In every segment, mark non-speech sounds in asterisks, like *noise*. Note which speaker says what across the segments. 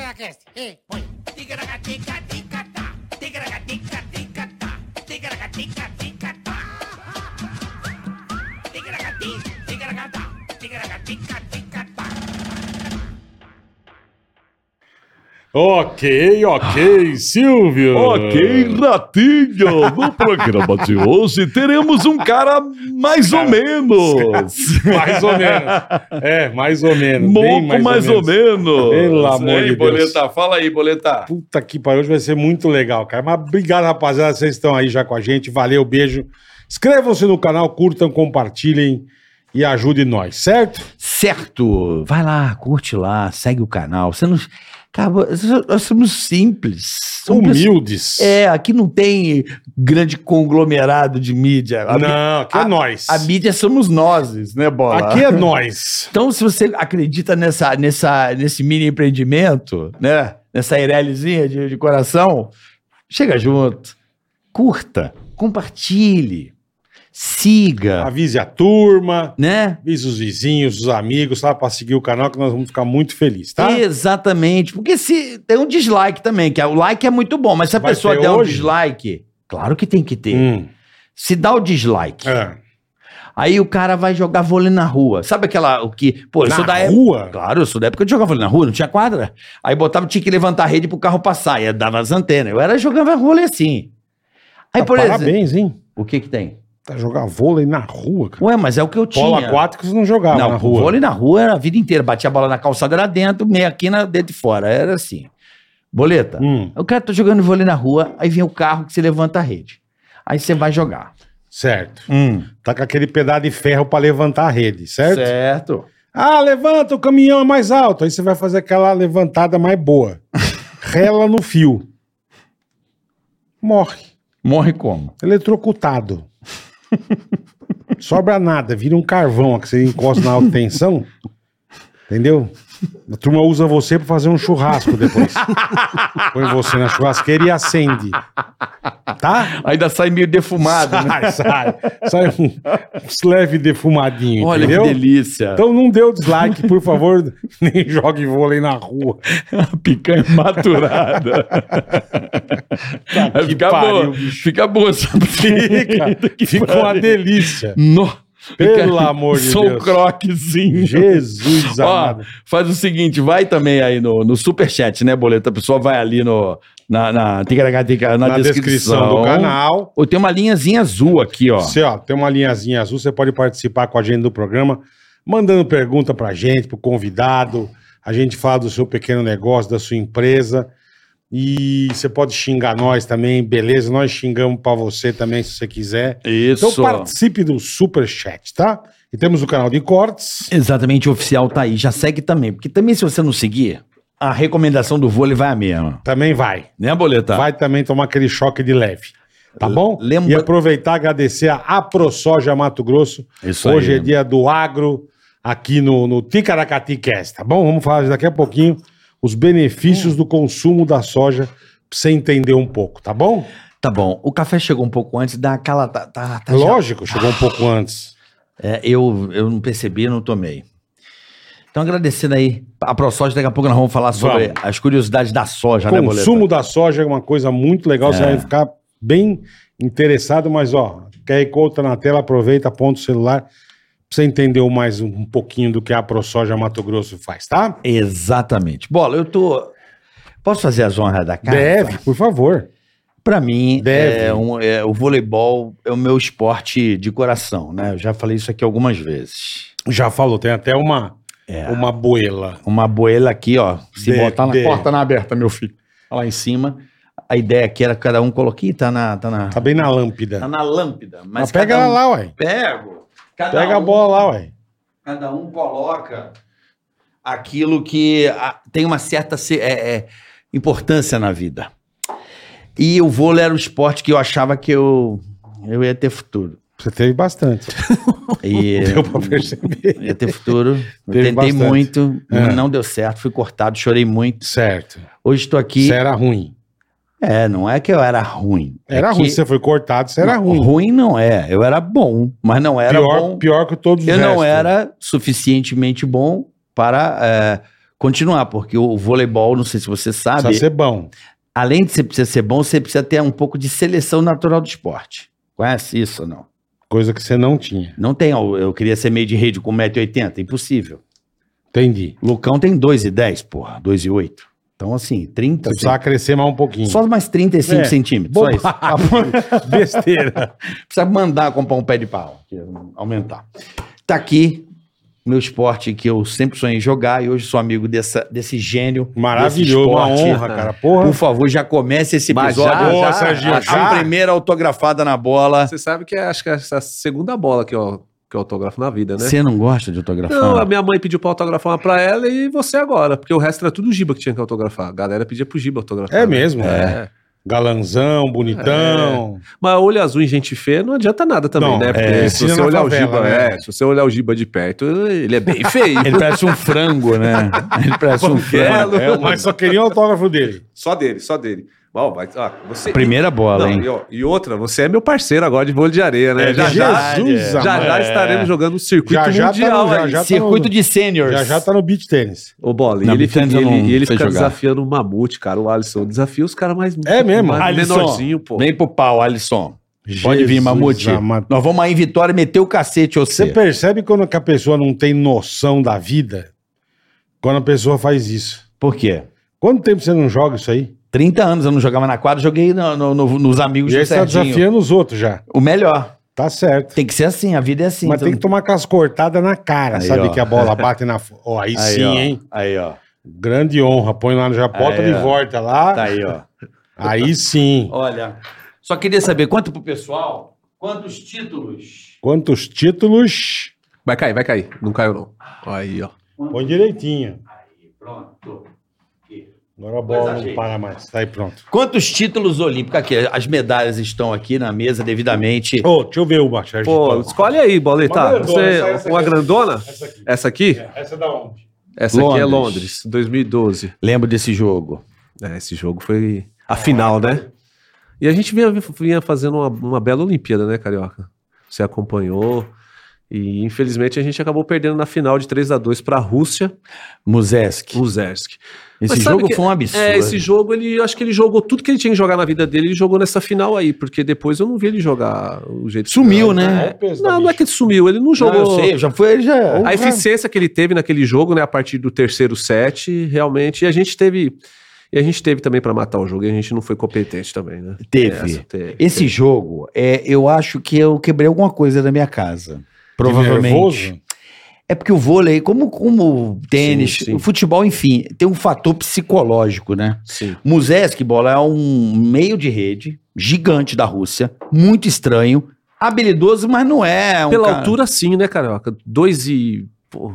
Speaker 1: Tigracast. Ei, põe.
Speaker 2: Tigragatica-ticatá, tigragatica-ticatá, tigragatica-ticatá. Tigragati, tigragatá, tigragatica-ticatá.
Speaker 3: Ok, ok, Silvio.
Speaker 4: Ok, Ratinho, no programa de hoje teremos um cara mais ou menos.
Speaker 3: Mais ou menos. É, mais ou menos.
Speaker 4: Moco
Speaker 3: bem
Speaker 4: mais, ou menos.
Speaker 3: Pelo amor de Deus.
Speaker 4: Boleta, fala aí, Boleta.
Speaker 3: Puta que pariu, hoje vai ser muito legal, cara. Mas obrigado, rapaziada, vocês estão aí já com a gente. Valeu, beijo. Inscrevam-se no canal, curtam, compartilhem e ajudem nós, certo?
Speaker 5: Certo! Vai lá, curte lá, segue o canal. Você não. Cara, nós somos simples. Somos pessoas-
Speaker 3: Humildes.
Speaker 5: É, aqui não tem grande conglomerado de mídia. A, mi-
Speaker 3: Não, aqui é nós.
Speaker 5: a mídia somos nós, né, Bola?
Speaker 3: Aqui é
Speaker 5: *laughs*
Speaker 3: nós.
Speaker 5: Então, se você acredita nessa, nessa, nesse mini empreendimento, né? Nessa Irelizinha de, de coração, chega junto. Curta, compartilhe, siga,
Speaker 3: Avise a turma,
Speaker 5: né?
Speaker 3: avise os vizinhos, os amigos, lá para seguir o canal, que nós vamos ficar muito felizes, tá?
Speaker 5: Exatamente. Porque se tem um dislike também, que é- o like é muito bom, mas se a
Speaker 3: Vai
Speaker 5: pessoa
Speaker 3: ter
Speaker 5: der um
Speaker 3: hoje?
Speaker 5: dislike, claro que tem que ter.
Speaker 3: Hum,
Speaker 5: Se dá o dislike,
Speaker 3: é.
Speaker 5: aí o cara vai jogar vôlei na rua. Sabe aquela o que, pô, é eu
Speaker 3: Na
Speaker 5: sou da época,
Speaker 3: rua?
Speaker 5: claro, eu sou da época de jogar vôlei na rua, não tinha quadra. Aí botava tinha que levantar a rede pro carro passar, ia dar nas antenas. Eu era jogava vôlei assim. Aí
Speaker 3: Ah,
Speaker 5: por exemplo,
Speaker 3: parabéns, hein?
Speaker 5: o que que tem?
Speaker 3: Tá jogar vôlei na rua, cara.
Speaker 5: Ué, mas é o que eu
Speaker 3: Bola
Speaker 5: tinha.
Speaker 3: aquática você não jogava
Speaker 5: Não,
Speaker 3: na rua.
Speaker 5: vôlei na rua era a vida inteira. Batia a bola na calçada, era dentro, meia quina, dentro e fora. Era assim. Boleta,
Speaker 3: Hum,
Speaker 5: o cara tá jogando vôlei na rua, aí vem o carro que você levanta a rede. Aí você vai jogar.
Speaker 3: certo. Tá com aquele pedaço de ferro pra levantar a rede, certo?
Speaker 5: Certo.
Speaker 3: Ah, levanta, o caminhão é mais alto. Aí você vai fazer aquela levantada mais
Speaker 5: *laughs*
Speaker 3: boa. Rela no fio. Morre.
Speaker 5: Morre como?
Speaker 3: Eletrocutado. Sobra nada, vira um carvão que você encosta na alta tensão. Entendeu? A turma usa você pra fazer um churrasco depois. Põe você na churrasqueira e acende. Tá?
Speaker 5: Ainda sai meio defumado. né?
Speaker 3: Sai, sai. Sai um uns leve defumadinho,
Speaker 5: Olha
Speaker 3: entendeu?
Speaker 5: que delícia.
Speaker 3: Então não dê o dislike, por favor, *laughs* nem jogue vôlei na rua.
Speaker 5: *laughs* picanha é maturada.
Speaker 3: Tá que
Speaker 5: fica
Speaker 3: pariu,
Speaker 5: boa. Fica
Speaker 3: *laughs*
Speaker 5: boa essa pica. *laughs* Que
Speaker 3: Fica uma
Speaker 5: pariu.
Speaker 3: delícia.
Speaker 5: No...
Speaker 3: Pelo
Speaker 5: Fica-
Speaker 3: amor de
Speaker 5: Só um
Speaker 3: Deus.
Speaker 5: croquezinho.
Speaker 3: Jesus
Speaker 5: Ó,
Speaker 3: amado.
Speaker 5: faz o seguinte, vai também aí no, no superchat, né, Boleta? A pessoa vai ali no, na, na, na,
Speaker 3: Na descrição do canal.
Speaker 5: Ou tem uma linhazinha azul aqui, ó.
Speaker 3: Você, ó, tem uma linhazinha azul, você pode participar com a gente do programa, mandando pergunta pra gente, pro convidado. A gente fala do seu pequeno negócio, da sua empresa. E você pode xingar nós também, beleza? Nós xingamos pra você também, se você quiser.
Speaker 5: Isso.
Speaker 3: Então participe do Superchat, tá? E temos o canal de cortes.
Speaker 5: Exatamente, o oficial tá aí. Já segue também. Porque também, se você não seguir, a recomendação do vôlei vai a mesma.
Speaker 3: Também vai.
Speaker 5: Né, Boleta?
Speaker 3: Vai também tomar aquele choque de leve. Tá bom?
Speaker 5: lembra-
Speaker 3: E aproveitar e agradecer a AproSoja Mato Grosso.
Speaker 5: Isso
Speaker 3: Hoje
Speaker 5: aí.
Speaker 3: é dia do agro aqui no, no Ticaracati Cast, tá bom? Vamos falar daqui a pouquinho os benefícios do consumo da soja pra você entender um pouco, tá bom?
Speaker 5: Tá bom. O café chegou um pouco antes, dá aquela. Tá, tá, tá já-
Speaker 3: Lógico, chegou um pouco antes.
Speaker 5: É, eu, eu não percebi, não tomei. Então, agradecendo aí a ProSoja, daqui a pouco nós vamos falar sobre
Speaker 3: Vamos.
Speaker 5: as curiosidades da soja, né, Boleta?
Speaker 3: consumo da soja é uma coisa muito legal, você vai ficar bem interessado, mas ó, QR Code tá na tela, aproveita, aponta o celular pra você entender mais um pouquinho do que a ProSoja Mato Grosso faz, tá?
Speaker 5: Exatamente. Bola, eu tô. Posso fazer as honras da casa?
Speaker 3: Deve, por favor.
Speaker 5: Pra mim,
Speaker 3: Deve.
Speaker 5: é um- é, o voleibol é o meu esporte de coração, né? Eu já falei isso aqui algumas vezes.
Speaker 3: Já falou, tem até uma,
Speaker 5: É.
Speaker 3: uma boela.
Speaker 5: Uma boela aqui, ó. Se
Speaker 3: De-
Speaker 5: botar na
Speaker 3: de-
Speaker 5: porta na aberta, meu filho. Lá em cima. A ideia aqui era cada um colocar. Ih, tá na. Tá na,
Speaker 3: Tá bem na lâmpida.
Speaker 5: tá na lâmpida. Mas,
Speaker 3: Mas pega
Speaker 5: cada
Speaker 3: ela
Speaker 5: um-
Speaker 3: lá, ué.
Speaker 5: Pego. Cada
Speaker 3: Pega a
Speaker 5: um-
Speaker 3: bola lá, ué.
Speaker 5: Cada um coloca aquilo que ah, tem uma certa se- é, é, importância na vida. E o vôlei era o esporte que eu achava que eu, eu ia ter futuro.
Speaker 3: Você teve bastante.
Speaker 5: E
Speaker 3: *laughs* Deu pra perceber.
Speaker 5: ia ter futuro. Eu
Speaker 3: Teve bastante.
Speaker 5: tentei muito,
Speaker 3: É.
Speaker 5: não deu certo, fui cortado, chorei muito.
Speaker 3: Certo.
Speaker 5: Hoje estou aqui.
Speaker 3: Você era ruim.
Speaker 5: É, não é que eu era ruim.
Speaker 3: Era
Speaker 5: é
Speaker 3: ruim.
Speaker 5: que-
Speaker 3: Você foi cortado, você era
Speaker 5: Não,
Speaker 3: ruim.
Speaker 5: Ruim não é. Eu era bom, mas não era
Speaker 3: pior,
Speaker 5: bom.
Speaker 3: pior que todos os
Speaker 5: Eu não
Speaker 3: restos.
Speaker 5: era suficientemente bom para é, continuar, porque o voleibol, não sei se você sabe,
Speaker 3: Precisa ser bom.
Speaker 5: além de você precisar ser bom, você precisa ter um pouco de seleção natural do esporte. Conhece isso ou não?
Speaker 3: Coisa que você não tinha.
Speaker 5: Não tem, ó, eu queria ser meio de rede com 1,80m, impossível.
Speaker 3: Entendi.
Speaker 5: Lucão tem 2,10, porra, 2,8. Então, assim, 30.
Speaker 3: Você precisava crescer mais um pouquinho.
Speaker 5: Só mais 35
Speaker 3: É,
Speaker 5: centímetros, só isso.
Speaker 3: Bobagem. *laughs* Besteira.
Speaker 5: Precisa mandar comprar um pé de pau, que é aumentar. Tá aqui meu esporte que eu sempre sonhei em jogar e hoje sou amigo dessa, desse gênio.
Speaker 3: Maravilhoso. Uma
Speaker 5: desse esporte. né?
Speaker 3: honra, cara. Porra.
Speaker 5: Por favor, já comece esse
Speaker 1: Mas
Speaker 5: episódio.
Speaker 1: já,
Speaker 3: Boa,
Speaker 1: já,
Speaker 3: Serginho.
Speaker 5: a
Speaker 3: já?
Speaker 5: primeira autografada na bola.
Speaker 1: Você sabe que é, acho que é essa segunda bola que eu, que eu autografo na vida, né?
Speaker 5: Você não gosta de autografar?
Speaker 1: Não, a minha mãe pediu pra autografar uma pra ela e você agora, porque o resto era tudo Giba que tinha que autografar. A galera pedia pro Giba autografar.
Speaker 3: É
Speaker 1: né?
Speaker 3: mesmo.
Speaker 1: É.
Speaker 3: Galanzão, bonitão.
Speaker 1: Mas olho azul em gente feia não adianta nada também,
Speaker 3: Não,
Speaker 1: né? Porque
Speaker 3: é,
Speaker 1: se
Speaker 3: ensina
Speaker 1: você
Speaker 3: na
Speaker 1: olhar
Speaker 3: favela,
Speaker 1: o Giba,
Speaker 3: né?
Speaker 1: é, se você olhar o Giba de perto, ele é bem feio.
Speaker 5: Ele parece um frango, né? Ele parece um frango.
Speaker 1: Belo.
Speaker 3: É, mas só queria o autógrafo dele.
Speaker 1: Só dele, só dele. Ó, vai, ó, você...
Speaker 5: Primeira bola,
Speaker 1: Não,
Speaker 5: hein?
Speaker 1: e, ó, e outra, você é meu parceiro agora de vôlei de areia, né?
Speaker 3: É
Speaker 1: já, já,
Speaker 3: Jesus,
Speaker 1: já,
Speaker 3: amado.
Speaker 1: já estaremos jogando o circuito
Speaker 3: Já, já tá
Speaker 1: mundial
Speaker 3: no- já,
Speaker 1: aí.
Speaker 3: já tá
Speaker 5: Circuito
Speaker 3: no-
Speaker 5: de seniors.
Speaker 3: Já já tá no beat tênis.
Speaker 1: Ô, Bola, e
Speaker 5: Não,
Speaker 1: ele fica,
Speaker 5: Nintendo eu
Speaker 1: ele,
Speaker 5: não
Speaker 1: e ele
Speaker 5: sei
Speaker 1: fica
Speaker 5: jogar.
Speaker 1: desafiando o Mamute, cara, o Alisson. Desafia os caras mais...
Speaker 3: É mesmo?
Speaker 1: mais
Speaker 5: Alisson,
Speaker 1: menorzinho, pô.
Speaker 5: Vem pro pau, Alisson. Pode vir,
Speaker 3: Jesus
Speaker 5: Mamute.
Speaker 3: amado.
Speaker 5: Nós vamos aí em Vitória meter o cacete,
Speaker 3: Você
Speaker 5: você.
Speaker 3: percebe quando que a pessoa não tem noção da vida? Quando a pessoa faz isso.
Speaker 5: Por quê?
Speaker 3: Quanto tempo você não joga isso aí?
Speaker 5: 30 anos eu não jogava na quadra, joguei no- no- no- nos amigos
Speaker 3: E aí
Speaker 5: do
Speaker 3: você tá
Speaker 5: Serginho.
Speaker 3: desafiando os outros já.
Speaker 5: O melhor.
Speaker 3: Tá certo.
Speaker 5: Tem que ser assim, a vida é assim.
Speaker 3: Mas tem que tomar com as cortadas na cara,
Speaker 5: Aí,
Speaker 3: sabe?
Speaker 5: ó.
Speaker 3: Que a bola bate na. fo- Ó, aí,
Speaker 5: Aí,
Speaker 3: sim,
Speaker 5: ó.
Speaker 3: hein?
Speaker 5: Aí, ó.
Speaker 3: Grande honra. Põe lá no Japota
Speaker 5: Aí,
Speaker 3: de
Speaker 5: ó.
Speaker 3: volta lá.
Speaker 5: Tá aí, ó.
Speaker 3: Aí sim.
Speaker 5: Olha, só queria saber quanto pro pessoal, quantos títulos.
Speaker 3: Quantos títulos?
Speaker 1: Vai cair, vai cair. Não caiu, não. Aí, ó.
Speaker 3: Põe direitinho.
Speaker 5: Pronto.
Speaker 3: Agora a bola
Speaker 5: Coisa
Speaker 3: não para mais. Tá aí pronto.
Speaker 5: Quantos títulos olímpicos? Aqui, as medalhas estão aqui na mesa devidamente.
Speaker 3: Ô, deixa eu ver uma, Sérgio.
Speaker 1: Pô, escolhe aí,
Speaker 3: Uma
Speaker 1: Boleta.
Speaker 3: grandona,
Speaker 1: Você,
Speaker 3: essa- essa
Speaker 1: uma
Speaker 3: aqui.
Speaker 1: grandona?
Speaker 3: Essa aqui.
Speaker 1: Essa aqui?
Speaker 3: É, Essa é da onde?
Speaker 1: Essa aqui é
Speaker 5: Londres.
Speaker 1: Londres, 2012.
Speaker 5: Lembro desse jogo.
Speaker 1: É, esse jogo foi a final, né? E a gente vinha, vinha fazendo uma, uma bela Olimpíada, né, Carioca? Você acompanhou. E infelizmente a gente acabou perdendo na final de 3 a 2 para a Rússia,
Speaker 5: Muzeski.
Speaker 1: o Zersk.
Speaker 5: Esse
Speaker 1: Mas sabe
Speaker 5: jogo
Speaker 1: que-
Speaker 5: foi um absurdo.
Speaker 1: É, esse jogo, ele acho que ele jogou tudo que ele tinha que jogar na vida dele, ele jogou nessa final aí, porque depois eu não vi ele jogar o jeito que
Speaker 5: Sumiu,
Speaker 1: jogava.
Speaker 5: né?
Speaker 3: É o peso da
Speaker 1: Não, não é
Speaker 3: bicha.
Speaker 1: que ele sumiu, ele não jogou.
Speaker 5: Não, eu sei, já foi, já.
Speaker 1: A eficiência que ele teve naquele jogo, né, a partir do terceiro set, realmente, e a gente teve e a gente teve também pra matar o jogo, e a gente não foi competente também, né?
Speaker 5: Teve.
Speaker 1: Essa, teve.
Speaker 5: Esse jogo, é, eu acho que eu quebrei alguma coisa da minha casa. Provavelmente.
Speaker 3: nervoso?
Speaker 5: É porque o vôlei, como, como o tênis,
Speaker 1: Sim, sim.
Speaker 5: o futebol, enfim, tem um fator psicológico, né?
Speaker 1: Sim.
Speaker 5: Muzeski, bola, é um meio de rede gigante da Rússia, muito estranho, habilidoso, mas não é um
Speaker 1: Pela
Speaker 5: cara-
Speaker 1: altura sim, né, carioca? Dois e pô,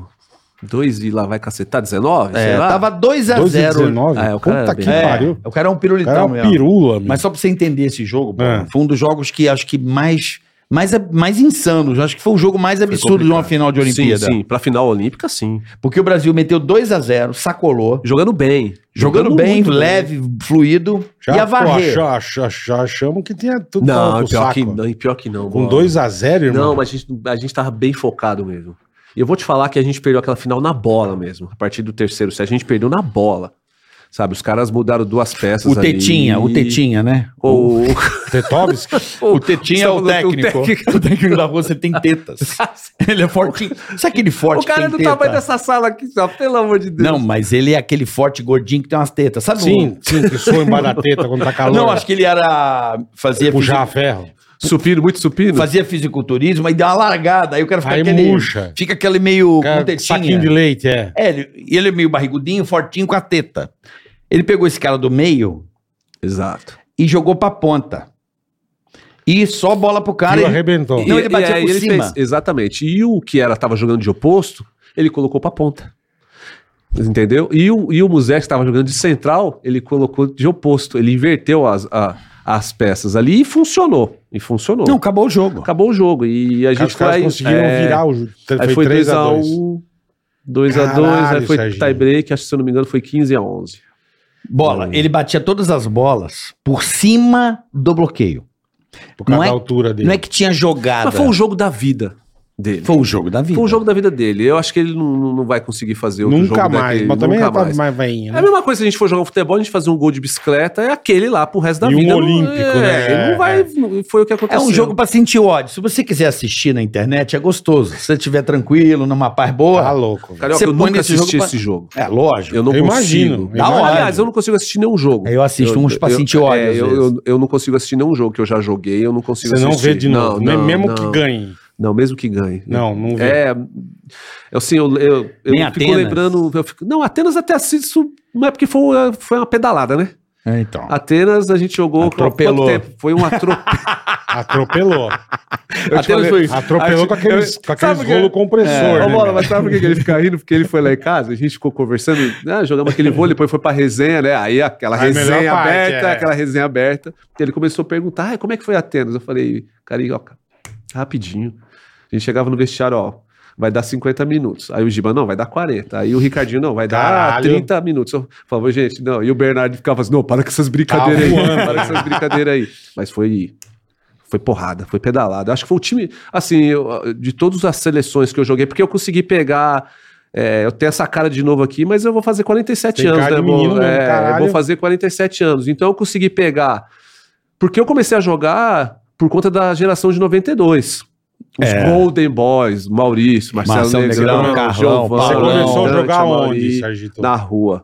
Speaker 1: dois e lá vai cacetar 19,
Speaker 5: É,
Speaker 1: sei lá.
Speaker 5: tava 2 a 0
Speaker 3: 2,19?
Speaker 1: É, o cara
Speaker 3: Puta
Speaker 1: é Então, bem-
Speaker 3: que
Speaker 5: é,
Speaker 3: pariu.
Speaker 5: O cara é um
Speaker 3: O
Speaker 5: pirulitão
Speaker 3: cara é uma
Speaker 5: mesmo.
Speaker 3: pirula, meu.
Speaker 5: Mas só pra você entender esse jogo, pô,
Speaker 3: É.
Speaker 5: foi um dos jogos que acho que mais, mais, mais insano. Acho que foi o jogo mais absurdo de uma
Speaker 1: complicado.
Speaker 5: final de Olimpíada.
Speaker 1: Sim, sim, para final olímpica sim.
Speaker 5: Porque o Brasil meteu 2 a 0 sacolou,
Speaker 1: Jogando bem.
Speaker 5: jogando, bem,
Speaker 1: muito
Speaker 5: leve, fluido, e a varrer.
Speaker 3: Já, já, já achamos que tinha tudo
Speaker 1: Não,
Speaker 3: pro
Speaker 1: pior
Speaker 3: saco.
Speaker 1: que, não, e pior que não.
Speaker 3: Com
Speaker 1: bola.
Speaker 3: 2x0, irmão.
Speaker 1: Não, mas a gente, a gente tava bem focado mesmo. E eu vou te falar que a gente perdeu aquela final na bola mesmo. A partir do terceiro set, a gente perdeu na bola. Sabe, os caras mudaram duas peças
Speaker 5: O Tetinha,
Speaker 1: ali.
Speaker 5: o Tetinha, né?
Speaker 1: O, *laughs*
Speaker 3: Tetovski?
Speaker 5: O Tetinha é o
Speaker 1: Sabe o
Speaker 5: técnico. O técnico, da Rússia tem *laughs* tetas. Ele é fortinho. Sabe aquele forte
Speaker 1: o cara
Speaker 5: que
Speaker 1: do
Speaker 5: tem teta?
Speaker 1: tamanho dessa sala aqui, só, pelo amor de Deus.
Speaker 5: Não, mas ele é aquele forte gordinho que tem umas tetas. Sabe
Speaker 3: sim, sim, que soa embaixo da teta quando tá
Speaker 5: o...
Speaker 3: calor.
Speaker 5: Não, acho que ele era...
Speaker 1: é
Speaker 5: Fazia,
Speaker 3: Puxar a
Speaker 5: fisi-
Speaker 3: ferro.
Speaker 1: supino, muito supino.
Speaker 5: fazia fisiculturismo, aí deu uma largada. Aí o cara fica
Speaker 3: Aí
Speaker 5: aquele...
Speaker 3: murcha.
Speaker 5: Fica aquele meio...
Speaker 3: Cara,
Speaker 5: com tetinha.
Speaker 3: saquinho de leite, é.
Speaker 5: É, ele, e ele é meio barrigudinho, fortinho com a teta. Ele pegou esse cara do meio
Speaker 1: Exato.
Speaker 5: e jogou pra ponta. E só bola pro cara.
Speaker 3: Fio
Speaker 5: ele-
Speaker 3: arrebentou.
Speaker 5: Não, Então ele batia
Speaker 1: aí
Speaker 5: por cima.
Speaker 1: exatamente. E o que era, tava jogando de oposto, ele colocou pra ponta. Entendeu? E o, e o Musé, que estava jogando de central, ele colocou de oposto. Ele inverteu as, a- as peças ali e funcionou. E funcionou.
Speaker 5: Não, acabou o jogo.
Speaker 1: Acabou o jogo. E a
Speaker 3: Cara,
Speaker 1: gente
Speaker 3: os caras
Speaker 1: foi.
Speaker 3: conseguiram
Speaker 1: é,
Speaker 3: virar o jogo.
Speaker 1: Aí
Speaker 3: Foi
Speaker 1: foi
Speaker 3: 3 a 2
Speaker 1: 2x1. 2x2, aí
Speaker 3: Caralho,
Speaker 1: foi
Speaker 3: Serginho.
Speaker 1: tiebreak, acho que se eu não me engano foi 15x11.
Speaker 5: Bola. Ele batia todas as bolas por cima do bloqueio.
Speaker 3: Por causa
Speaker 5: Não é-
Speaker 3: da altura dele.
Speaker 5: Não é que tinha jogada.
Speaker 1: Mas foi um jogo da vida dele.
Speaker 5: Foi o jogo da vida.
Speaker 1: Foi o jogo da vida dele. Eu acho que ele não, não- não vai conseguir fazer outro
Speaker 3: Nunca
Speaker 1: jogo
Speaker 3: mais.
Speaker 1: daquele,
Speaker 3: Mas também
Speaker 1: nunca
Speaker 3: já tá
Speaker 1: mais.
Speaker 3: mais veinha,
Speaker 1: É a
Speaker 3: né?
Speaker 1: mesma coisa se a gente for jogar um futebol, a gente fazer um gol de bicicleta, é aquele lá pro resto da
Speaker 3: E um
Speaker 1: vida.
Speaker 3: olímpico,
Speaker 1: não,
Speaker 3: né?
Speaker 1: é, Ele não vai. Foi o que
Speaker 5: É
Speaker 1: aconteceu.
Speaker 5: um jogo pra sentir ódio. Se você quiser assistir na internet, é gostoso. Se você estiver tranquilo, numa paz boa.
Speaker 3: Tá louco.
Speaker 1: Carioca,
Speaker 5: Você
Speaker 1: eu
Speaker 5: põe
Speaker 1: nunca
Speaker 5: nesse
Speaker 1: assisti
Speaker 5: jogo pra-
Speaker 1: esse jogo.
Speaker 5: É, lógico.
Speaker 1: Eu não
Speaker 3: Eu
Speaker 1: consigo.
Speaker 3: imagino.
Speaker 5: Da hora.
Speaker 1: Aliás, eu não consigo assistir nenhum jogo.
Speaker 5: Eu assisto uns pra sentir ódio,
Speaker 1: é,
Speaker 5: às
Speaker 1: eu,
Speaker 5: vezes.
Speaker 1: eu- eu não consigo assistir nenhum jogo que eu já joguei, eu não consigo
Speaker 3: Você não
Speaker 1: assistir.
Speaker 3: vê de novo.
Speaker 1: Não,
Speaker 3: né?
Speaker 1: não,
Speaker 3: mesmo
Speaker 1: não.
Speaker 3: que ganhe.
Speaker 1: Não, mesmo que ganhe.
Speaker 3: Não, não vê.
Speaker 1: É. Eu, assim, eu, eu, eu
Speaker 5: Nem
Speaker 1: fico
Speaker 5: Atenas?
Speaker 1: lembrando. eu fico- não, Atenas até assisto. Não é porque foi, foi uma pedalada, né?
Speaker 5: É, então.
Speaker 1: Atenas a gente jogou.
Speaker 5: Atropelou.
Speaker 1: Quanto tempo? Foi um atropelo. *laughs*
Speaker 3: Atropelou.
Speaker 1: Atenas foi.
Speaker 3: Atropelou com aqueles, com aqueles
Speaker 1: Sabe o que- é?
Speaker 3: rolo compressor.
Speaker 1: Ô,
Speaker 3: né,
Speaker 1: Bola,
Speaker 3: meu?
Speaker 1: mas sabe por que que ele fica rindo? Porque ele foi lá em casa, a gente ficou conversando, né, jogamos aquele vôlei, depois foi pra resenha, né? Aí aquela
Speaker 3: A
Speaker 1: resenha
Speaker 3: melhor parte,
Speaker 1: aberta,
Speaker 3: é.
Speaker 1: aquela resenha aberta. Ele começou a perguntar, ah, como é que foi Atenas? Eu falei, carioca, rapidinho. A gente chegava no vestiário, ó, vai dar 50 minutos. Aí o Giba, não, vai dar 40. Aí o Ricardinho, não, vai dar
Speaker 3: Caralho.
Speaker 1: 30 minutos. Eu falava, gente, não. E o Bernardo ficava assim, não, para com essas brincadeiras aí,
Speaker 3: Tá voando, né?
Speaker 1: para com essas brincadeiras aí. Mas foi... Foi porrada, foi pedalada. Acho que foi o time, assim, eu- de todas as seleções que eu joguei, porque eu consegui pegar. é, eu tenho essa cara de novo aqui, mas eu vou fazer 47
Speaker 3: Tem
Speaker 1: anos,
Speaker 3: cara
Speaker 1: né,
Speaker 3: de menino
Speaker 1: amor?
Speaker 3: mesmo,
Speaker 1: É, eu
Speaker 3: caralho.
Speaker 1: vou fazer 47 anos. Então eu consegui pegar. Porque eu comecei a jogar por conta da geração de 92. Os Golden Boys, Maurício, É. Marcelo,
Speaker 5: Marcelo
Speaker 1: Negrão,
Speaker 5: Negrão, Carlão,
Speaker 1: Giovanni,
Speaker 3: Você
Speaker 5: Paulão,
Speaker 3: começou a
Speaker 1: Dante,
Speaker 3: jogar onde,
Speaker 1: Amauri,
Speaker 3: Sergito?
Speaker 1: Na rua.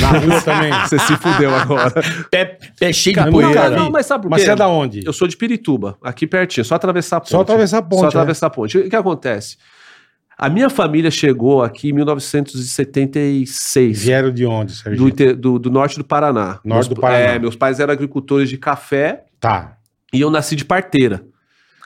Speaker 3: Na rua também.
Speaker 1: *laughs* Você se fudeu agora.
Speaker 5: Pé, pé cheio
Speaker 3: Cara,
Speaker 5: de
Speaker 3: não,
Speaker 5: poeira.
Speaker 3: cara, não.
Speaker 1: mas sabe
Speaker 3: Mas você é da onde?
Speaker 1: Eu sou de Pirituba, aqui pertinho, só atravessar a ponte.
Speaker 3: Só atravessar a ponte,
Speaker 1: Só
Speaker 3: né?
Speaker 1: atravessar a ponte. O que acontece? A minha família chegou aqui em 1976,
Speaker 3: Vieram de onde,
Speaker 1: do,
Speaker 3: Sergito?
Speaker 1: inte- do- do norte do Paraná.
Speaker 3: Norte do Paraná.
Speaker 1: É, meus pais eram agricultores de café
Speaker 3: Tá.
Speaker 1: e eu nasci de parteira.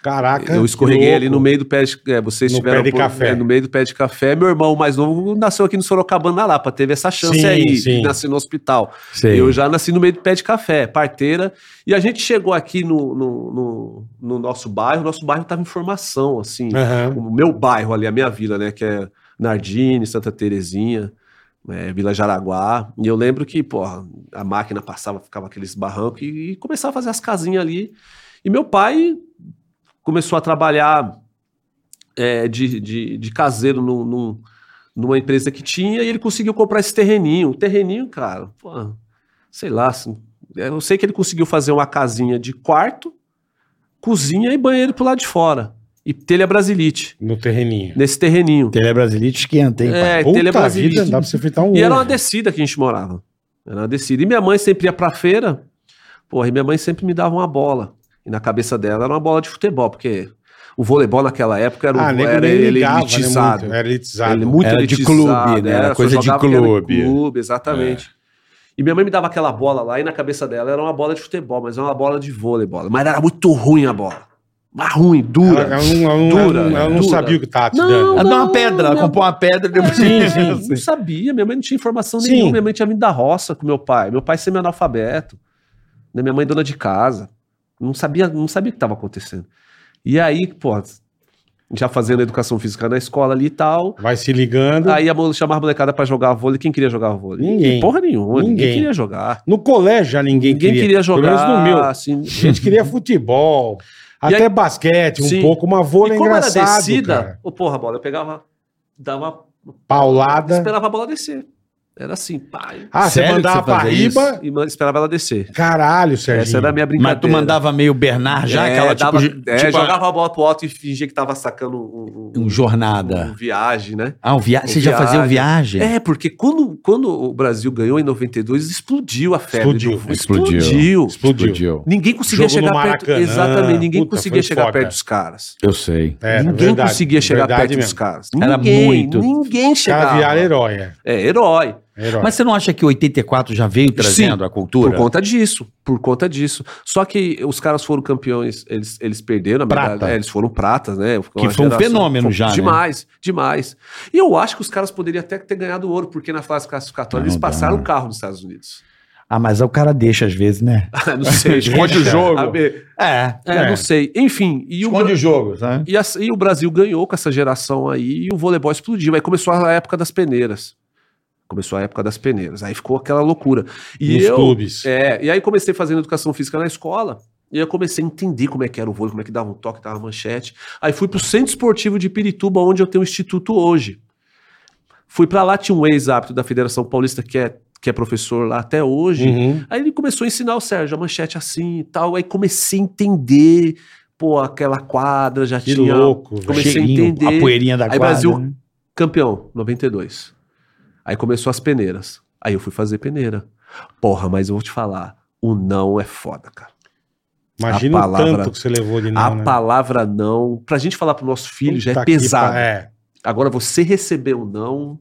Speaker 3: Caraca.
Speaker 1: eu escorreguei
Speaker 3: que
Speaker 1: ali no
Speaker 3: louco.
Speaker 1: meio do pé de... É, vocês
Speaker 3: No
Speaker 1: tiveram...
Speaker 3: pé de café.
Speaker 1: é, no meio do pé de café. Meu irmão mais novo nasceu aqui no Sorocabana, na Lapa. Teve essa chance
Speaker 3: Sim,
Speaker 1: aí.
Speaker 3: sim.
Speaker 1: Nasci no hospital. Eu já nasci no meio do pé de café, parteira. E a gente chegou aqui no, no, no- no nosso bairro, nosso bairro estava em formação, assim.
Speaker 3: Aham.
Speaker 1: O meu bairro ali, a minha vila, né? Que é Nardini, Santa Terezinha, é, Vila Jaraguá. E eu lembro que, porra, a máquina passava, ficava aqueles barrancos e, e começava a fazer as casinhas ali. E meu pai começou a trabalhar é, de, de, de caseiro num- num- numa empresa que tinha e ele conseguiu comprar esse terreninho. O terreninho, cara, pô, sei lá, assim, eu sei que ele conseguiu fazer uma casinha de quarto, cozinha e banheiro pro lado de fora. E telha brasilite,
Speaker 3: No terreninho.
Speaker 1: nesse terreninho.
Speaker 5: Telha Brasilite esquenta, hein? pai?
Speaker 1: É, telha
Speaker 3: Puta vida,
Speaker 1: brasilite.
Speaker 3: dá pra você fritar um
Speaker 1: E era
Speaker 3: ovo.
Speaker 1: uma descida que a gente morava. Era uma descida. E minha mãe sempre ia pra feira. Porra, e minha mãe sempre me dava uma bola. E na cabeça dela era uma bola de futebol, porque o voleibol naquela época era, um-
Speaker 3: Ah, nego
Speaker 1: era
Speaker 3: nem
Speaker 1: ele
Speaker 3: ligava, né,
Speaker 1: elitizado.
Speaker 3: muito. Era elitizado.
Speaker 1: Ele muito
Speaker 5: Era de clube, né? Era
Speaker 1: só
Speaker 5: coisa de
Speaker 1: jogava porque
Speaker 5: clube.
Speaker 1: Era de clube,
Speaker 3: É.
Speaker 1: exatamente. E minha mãe me dava aquela bola lá e na cabeça dela era uma bola de futebol, mas era uma bola de vôleibol. Mas era muito ruim a bola. Mas ruim,
Speaker 3: Ela,
Speaker 1: dura.
Speaker 3: ela não, ela não-
Speaker 1: Dura,
Speaker 3: ela não- ela não
Speaker 1: dura.
Speaker 3: um, sabia o que tá, tava te
Speaker 1: Não,
Speaker 3: dando.
Speaker 5: Ela dá uma
Speaker 1: não,
Speaker 5: pedra, ela
Speaker 1: minha-
Speaker 5: comprou uma pedra. Deu...
Speaker 3: Sim,
Speaker 1: Eu
Speaker 3: sim.
Speaker 1: não sabia, minha mãe não tinha informação
Speaker 3: Sim.
Speaker 1: nenhuma, minha mãe tinha vindo da roça com meu pai, meu pai semi-analfabeto, né? minha mãe dona de casa, não sabia, não sabia o que estava acontecendo. E aí, pô, já fazendo educação física na escola ali e tal,
Speaker 3: Vai se ligando.
Speaker 1: aí a mo- chamava a molecada pra jogar vôlei, quem queria jogar vôlei?
Speaker 3: Ninguém.
Speaker 1: Porra nenhuma, ninguém,
Speaker 3: Ninguém.
Speaker 1: queria jogar.
Speaker 3: No colégio já ninguém,
Speaker 1: Ninguém queria, jogar,
Speaker 3: Pelo menos no meu. A
Speaker 1: assim,
Speaker 3: gente queria futebol,
Speaker 1: E
Speaker 3: até
Speaker 1: aí-
Speaker 3: basquete, um
Speaker 1: Sim.
Speaker 3: pouco, uma vôlei
Speaker 1: e como era
Speaker 3: engraçada.
Speaker 1: descida, ô porra, bola, eu pegava, dava,
Speaker 3: Paulada.
Speaker 1: esperava a bola descer. Era assim, pai,
Speaker 3: Ah, você
Speaker 5: Sério que
Speaker 3: mandava
Speaker 5: você
Speaker 3: pra
Speaker 5: fazia isso?
Speaker 3: riba.
Speaker 1: e ma- esperava ela descer.
Speaker 3: Caralho, Serginho.
Speaker 1: Essa era a minha brincadeira.
Speaker 5: Mas tu mandava meio Bernard já,
Speaker 1: é,
Speaker 5: aquela
Speaker 1: dava-
Speaker 5: tipo,
Speaker 1: é,
Speaker 5: tipo
Speaker 1: jogava a bola pro alto e fingia que tava sacando um, um-
Speaker 5: um jornada.
Speaker 1: um viagem, né?
Speaker 5: Ah, um via...
Speaker 1: Um
Speaker 5: você já fazia o viagem?
Speaker 1: É, porque quando, quando o Brasil ganhou em 92, explodiu a febre.
Speaker 3: Explodiu.
Speaker 1: do- explodiu.
Speaker 3: Explodiu.
Speaker 1: Ninguém conseguia
Speaker 3: Jogo no
Speaker 1: chegar perto.
Speaker 3: Maracanã.
Speaker 1: Exatamente, ninguém
Speaker 3: Puta,
Speaker 1: conseguia
Speaker 3: foi
Speaker 1: chegar
Speaker 3: foda.
Speaker 1: perto dos caras.
Speaker 4: Eu sei.
Speaker 3: É,
Speaker 1: ninguém
Speaker 3: verdade,
Speaker 1: conseguia chegar
Speaker 3: verdade
Speaker 1: perto dos
Speaker 3: mesmo.
Speaker 1: caras.
Speaker 5: Era
Speaker 1: Ninguém,
Speaker 5: muito.
Speaker 1: Ninguém
Speaker 3: Os caras
Speaker 1: chegava.
Speaker 3: viraram herói. é.
Speaker 1: É, herói.
Speaker 3: Herói.
Speaker 5: Mas você não acha que 84 já veio trazendo a cultura?
Speaker 1: Por conta disso, por conta disso. Só que os caras foram campeões, eles, eles perderam a
Speaker 5: Prata.
Speaker 1: medalha, é, eles foram pratas, né?
Speaker 5: Que foi um fenômeno já, né?
Speaker 1: Demais, demais. E eu acho que os caras poderiam até ter ganhado ouro, porque na fase classificatória
Speaker 5: Não
Speaker 1: eles
Speaker 5: dá. né?
Speaker 1: passaram o carro nos Estados
Speaker 5: *laughs*
Speaker 1: Unidos. Ah,
Speaker 5: Ah, mas o cara deixa às vezes, né?
Speaker 1: não sei.
Speaker 3: Esconde o jogo.
Speaker 1: A B.
Speaker 5: É.
Speaker 1: É,
Speaker 3: É.
Speaker 1: não sei. Enfim, e o, Bra-
Speaker 5: o jogo, né? sabe?
Speaker 1: e, as- e o Brasil ganhou com essa geração aí e o voleibol explodiu. Aí começou a época das peneiras. Começou a época das peneiras. Aí ficou aquela loucura. E
Speaker 3: Nos
Speaker 1: eu,
Speaker 3: clubes.
Speaker 1: é, e aí comecei fazendo educação física na escola. E aí eu comecei a entender como é que era o vôlei, como é que dava um toque, dava manchete. Aí fui pro Centro Esportivo de Pirituba, onde eu tenho o instituto hoje. Fui pra lá, tinha um ex-hábito da Federação Paulista, que é, que é professor lá até hoje.
Speaker 3: Uhum.
Speaker 1: Aí ele começou a ensinar o Sérgio a manchete assim e tal. Aí comecei a entender, pô, aquela quadra já
Speaker 3: Que
Speaker 1: tinha.
Speaker 3: louco, velho.
Speaker 1: Comecei
Speaker 5: Cheirinho,
Speaker 1: a entender.
Speaker 5: A poeirinha da
Speaker 1: Aí
Speaker 5: quadra.
Speaker 1: Brasil-
Speaker 5: né?
Speaker 1: Campeão, 92. Aí começou as peneiras. Aí eu fui fazer peneira. Porra, mas eu vou te falar, o não é foda, cara.
Speaker 3: Imagina
Speaker 1: A
Speaker 3: o
Speaker 1: palavra-
Speaker 3: tanto que você levou de não,
Speaker 1: a
Speaker 3: né?
Speaker 1: palavra não, pra gente falar pro nosso filho já
Speaker 3: Puta
Speaker 1: é
Speaker 3: que
Speaker 1: pesado.
Speaker 3: pa- É.
Speaker 1: Agora você receber o não,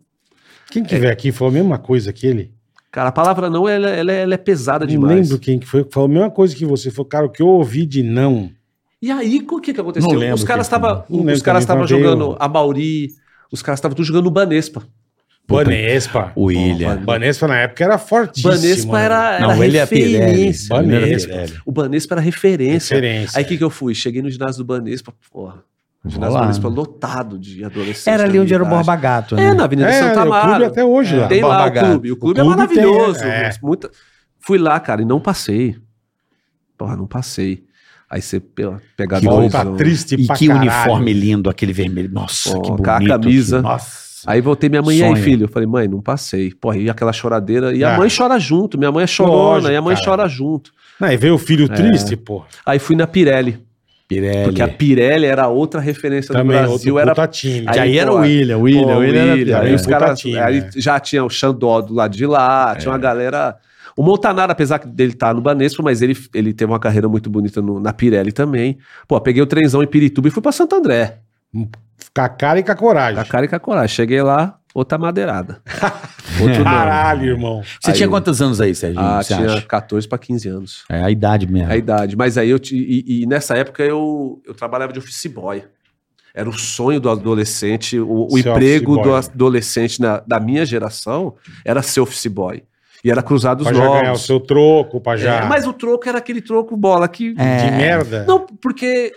Speaker 3: Quem
Speaker 1: É.
Speaker 3: que veio aqui falou a mesma coisa que ele?
Speaker 1: cara, a palavra não ela, ela- ela é pesada
Speaker 3: Não
Speaker 1: demais.
Speaker 3: lembro quem que foi que falou a mesma coisa que você. Falou, cara, o que eu ouvi de não.
Speaker 1: E aí, o que que aconteceu?
Speaker 5: Não lembro
Speaker 1: os caras
Speaker 5: quem foi.
Speaker 1: estavam,
Speaker 3: Não lembro
Speaker 1: os caras
Speaker 3: também, um
Speaker 1: estavam
Speaker 3: mas
Speaker 1: jogando
Speaker 3: veio-
Speaker 1: a Mauri, os caras estavam tudo jogando o Banespa.
Speaker 4: Puta.
Speaker 3: Banespa.
Speaker 5: O William.
Speaker 1: Porra,
Speaker 3: Banespa na época era fortíssimo.
Speaker 1: Banespa
Speaker 3: né?
Speaker 1: era, era
Speaker 5: Não, ele é Pirelli.
Speaker 1: referência.
Speaker 3: Banespa.
Speaker 5: Ele era Pirelli.
Speaker 1: O Banespa era referência.
Speaker 3: referência.
Speaker 1: Aí o que, que eu fui? Cheguei no ginásio do Banespa, porra. O ginásio
Speaker 5: Vou
Speaker 1: do
Speaker 5: lá.
Speaker 1: Banespa lotado de adolescentes.
Speaker 5: Era
Speaker 1: da
Speaker 5: ali
Speaker 1: minha
Speaker 5: onde era o
Speaker 1: idade.
Speaker 5: Borba Gato, né?
Speaker 1: É, na Avenida
Speaker 3: É,
Speaker 1: Santa
Speaker 3: era o clube
Speaker 1: Amaro. É.
Speaker 3: até hoje lá.
Speaker 1: Tem lá o
Speaker 5: Babagato.
Speaker 1: clube. O
Speaker 3: clube
Speaker 1: clube, é maravilhoso.
Speaker 3: tem, é.
Speaker 1: Muita... Fui lá, cara, e não passei. Porra, não passei. Aí você pe- pega
Speaker 3: Que
Speaker 1: dois.
Speaker 3: volta
Speaker 1: ó.
Speaker 3: Tá triste
Speaker 5: E
Speaker 3: pra
Speaker 5: que
Speaker 3: caralho.
Speaker 5: uniforme lindo, aquele vermelho. Nossa,
Speaker 1: Pô,
Speaker 5: que bonito.
Speaker 1: com a camisa.
Speaker 5: aqui. Nossa.
Speaker 1: Aí voltei minha mãe, e aí,
Speaker 5: Sonho.
Speaker 1: filho? Eu falei, mãe, não passei. Porra, e aquela choradeira. E
Speaker 3: Ah.
Speaker 1: a mãe chora junto. Minha mãe é chorona,
Speaker 3: Lógico,
Speaker 1: e a mãe
Speaker 3: cara.
Speaker 1: chora junto.
Speaker 3: Não, e veio o
Speaker 1: É.
Speaker 3: filho triste, pô.
Speaker 1: Aí fui na Pirelli.
Speaker 5: Pirelli.
Speaker 1: Porque a Pirelli era outra referência
Speaker 3: Também é
Speaker 1: do
Speaker 3: outro
Speaker 1: Brasil. Era
Speaker 3: puta time.
Speaker 5: Que aí,
Speaker 1: Aí,
Speaker 5: era
Speaker 1: pô,
Speaker 5: o William, o
Speaker 1: Pô,
Speaker 5: William, o William, era
Speaker 1: William,
Speaker 5: Pirelli.
Speaker 1: aí os
Speaker 3: Puta
Speaker 1: caras-
Speaker 3: time,
Speaker 1: aí
Speaker 3: né?
Speaker 1: já tinha o Xandó do lado de lá, tinha
Speaker 5: É.
Speaker 1: uma galera. O Montanaro, apesar que dele estar no Banespa, mas ele, ele teve uma carreira muito bonita no- na Pirelli também. Pô, peguei o trenzão em Pirituba e fui pra Santo André.
Speaker 3: Com a cara e com a coragem.
Speaker 1: Com a cara e com a coragem. Cheguei lá, outra madeirada. Outro não.
Speaker 3: Caralho, irmão.
Speaker 5: Você
Speaker 1: Aí-
Speaker 5: tinha quantos anos aí, Serginho?
Speaker 1: Ah,
Speaker 5: você
Speaker 1: tinha
Speaker 5: acha?
Speaker 1: 14 pra 15 anos.
Speaker 5: É a idade mesmo.
Speaker 1: A idade. Mas aí eu. ti- E, e nessa época eu, eu trabalhava de office boy. Era o sonho do adolescente, o, o
Speaker 3: Ser
Speaker 1: emprego
Speaker 3: office
Speaker 1: do
Speaker 3: boy.
Speaker 1: adolescente na- da minha geração era ser office boy. E era cruzados
Speaker 3: Pra já ganhar o
Speaker 1: novos.
Speaker 3: seu troco, pra já...
Speaker 1: É, mas o troco era aquele troco bola que.
Speaker 5: É.
Speaker 3: De merda.
Speaker 1: Não, porque.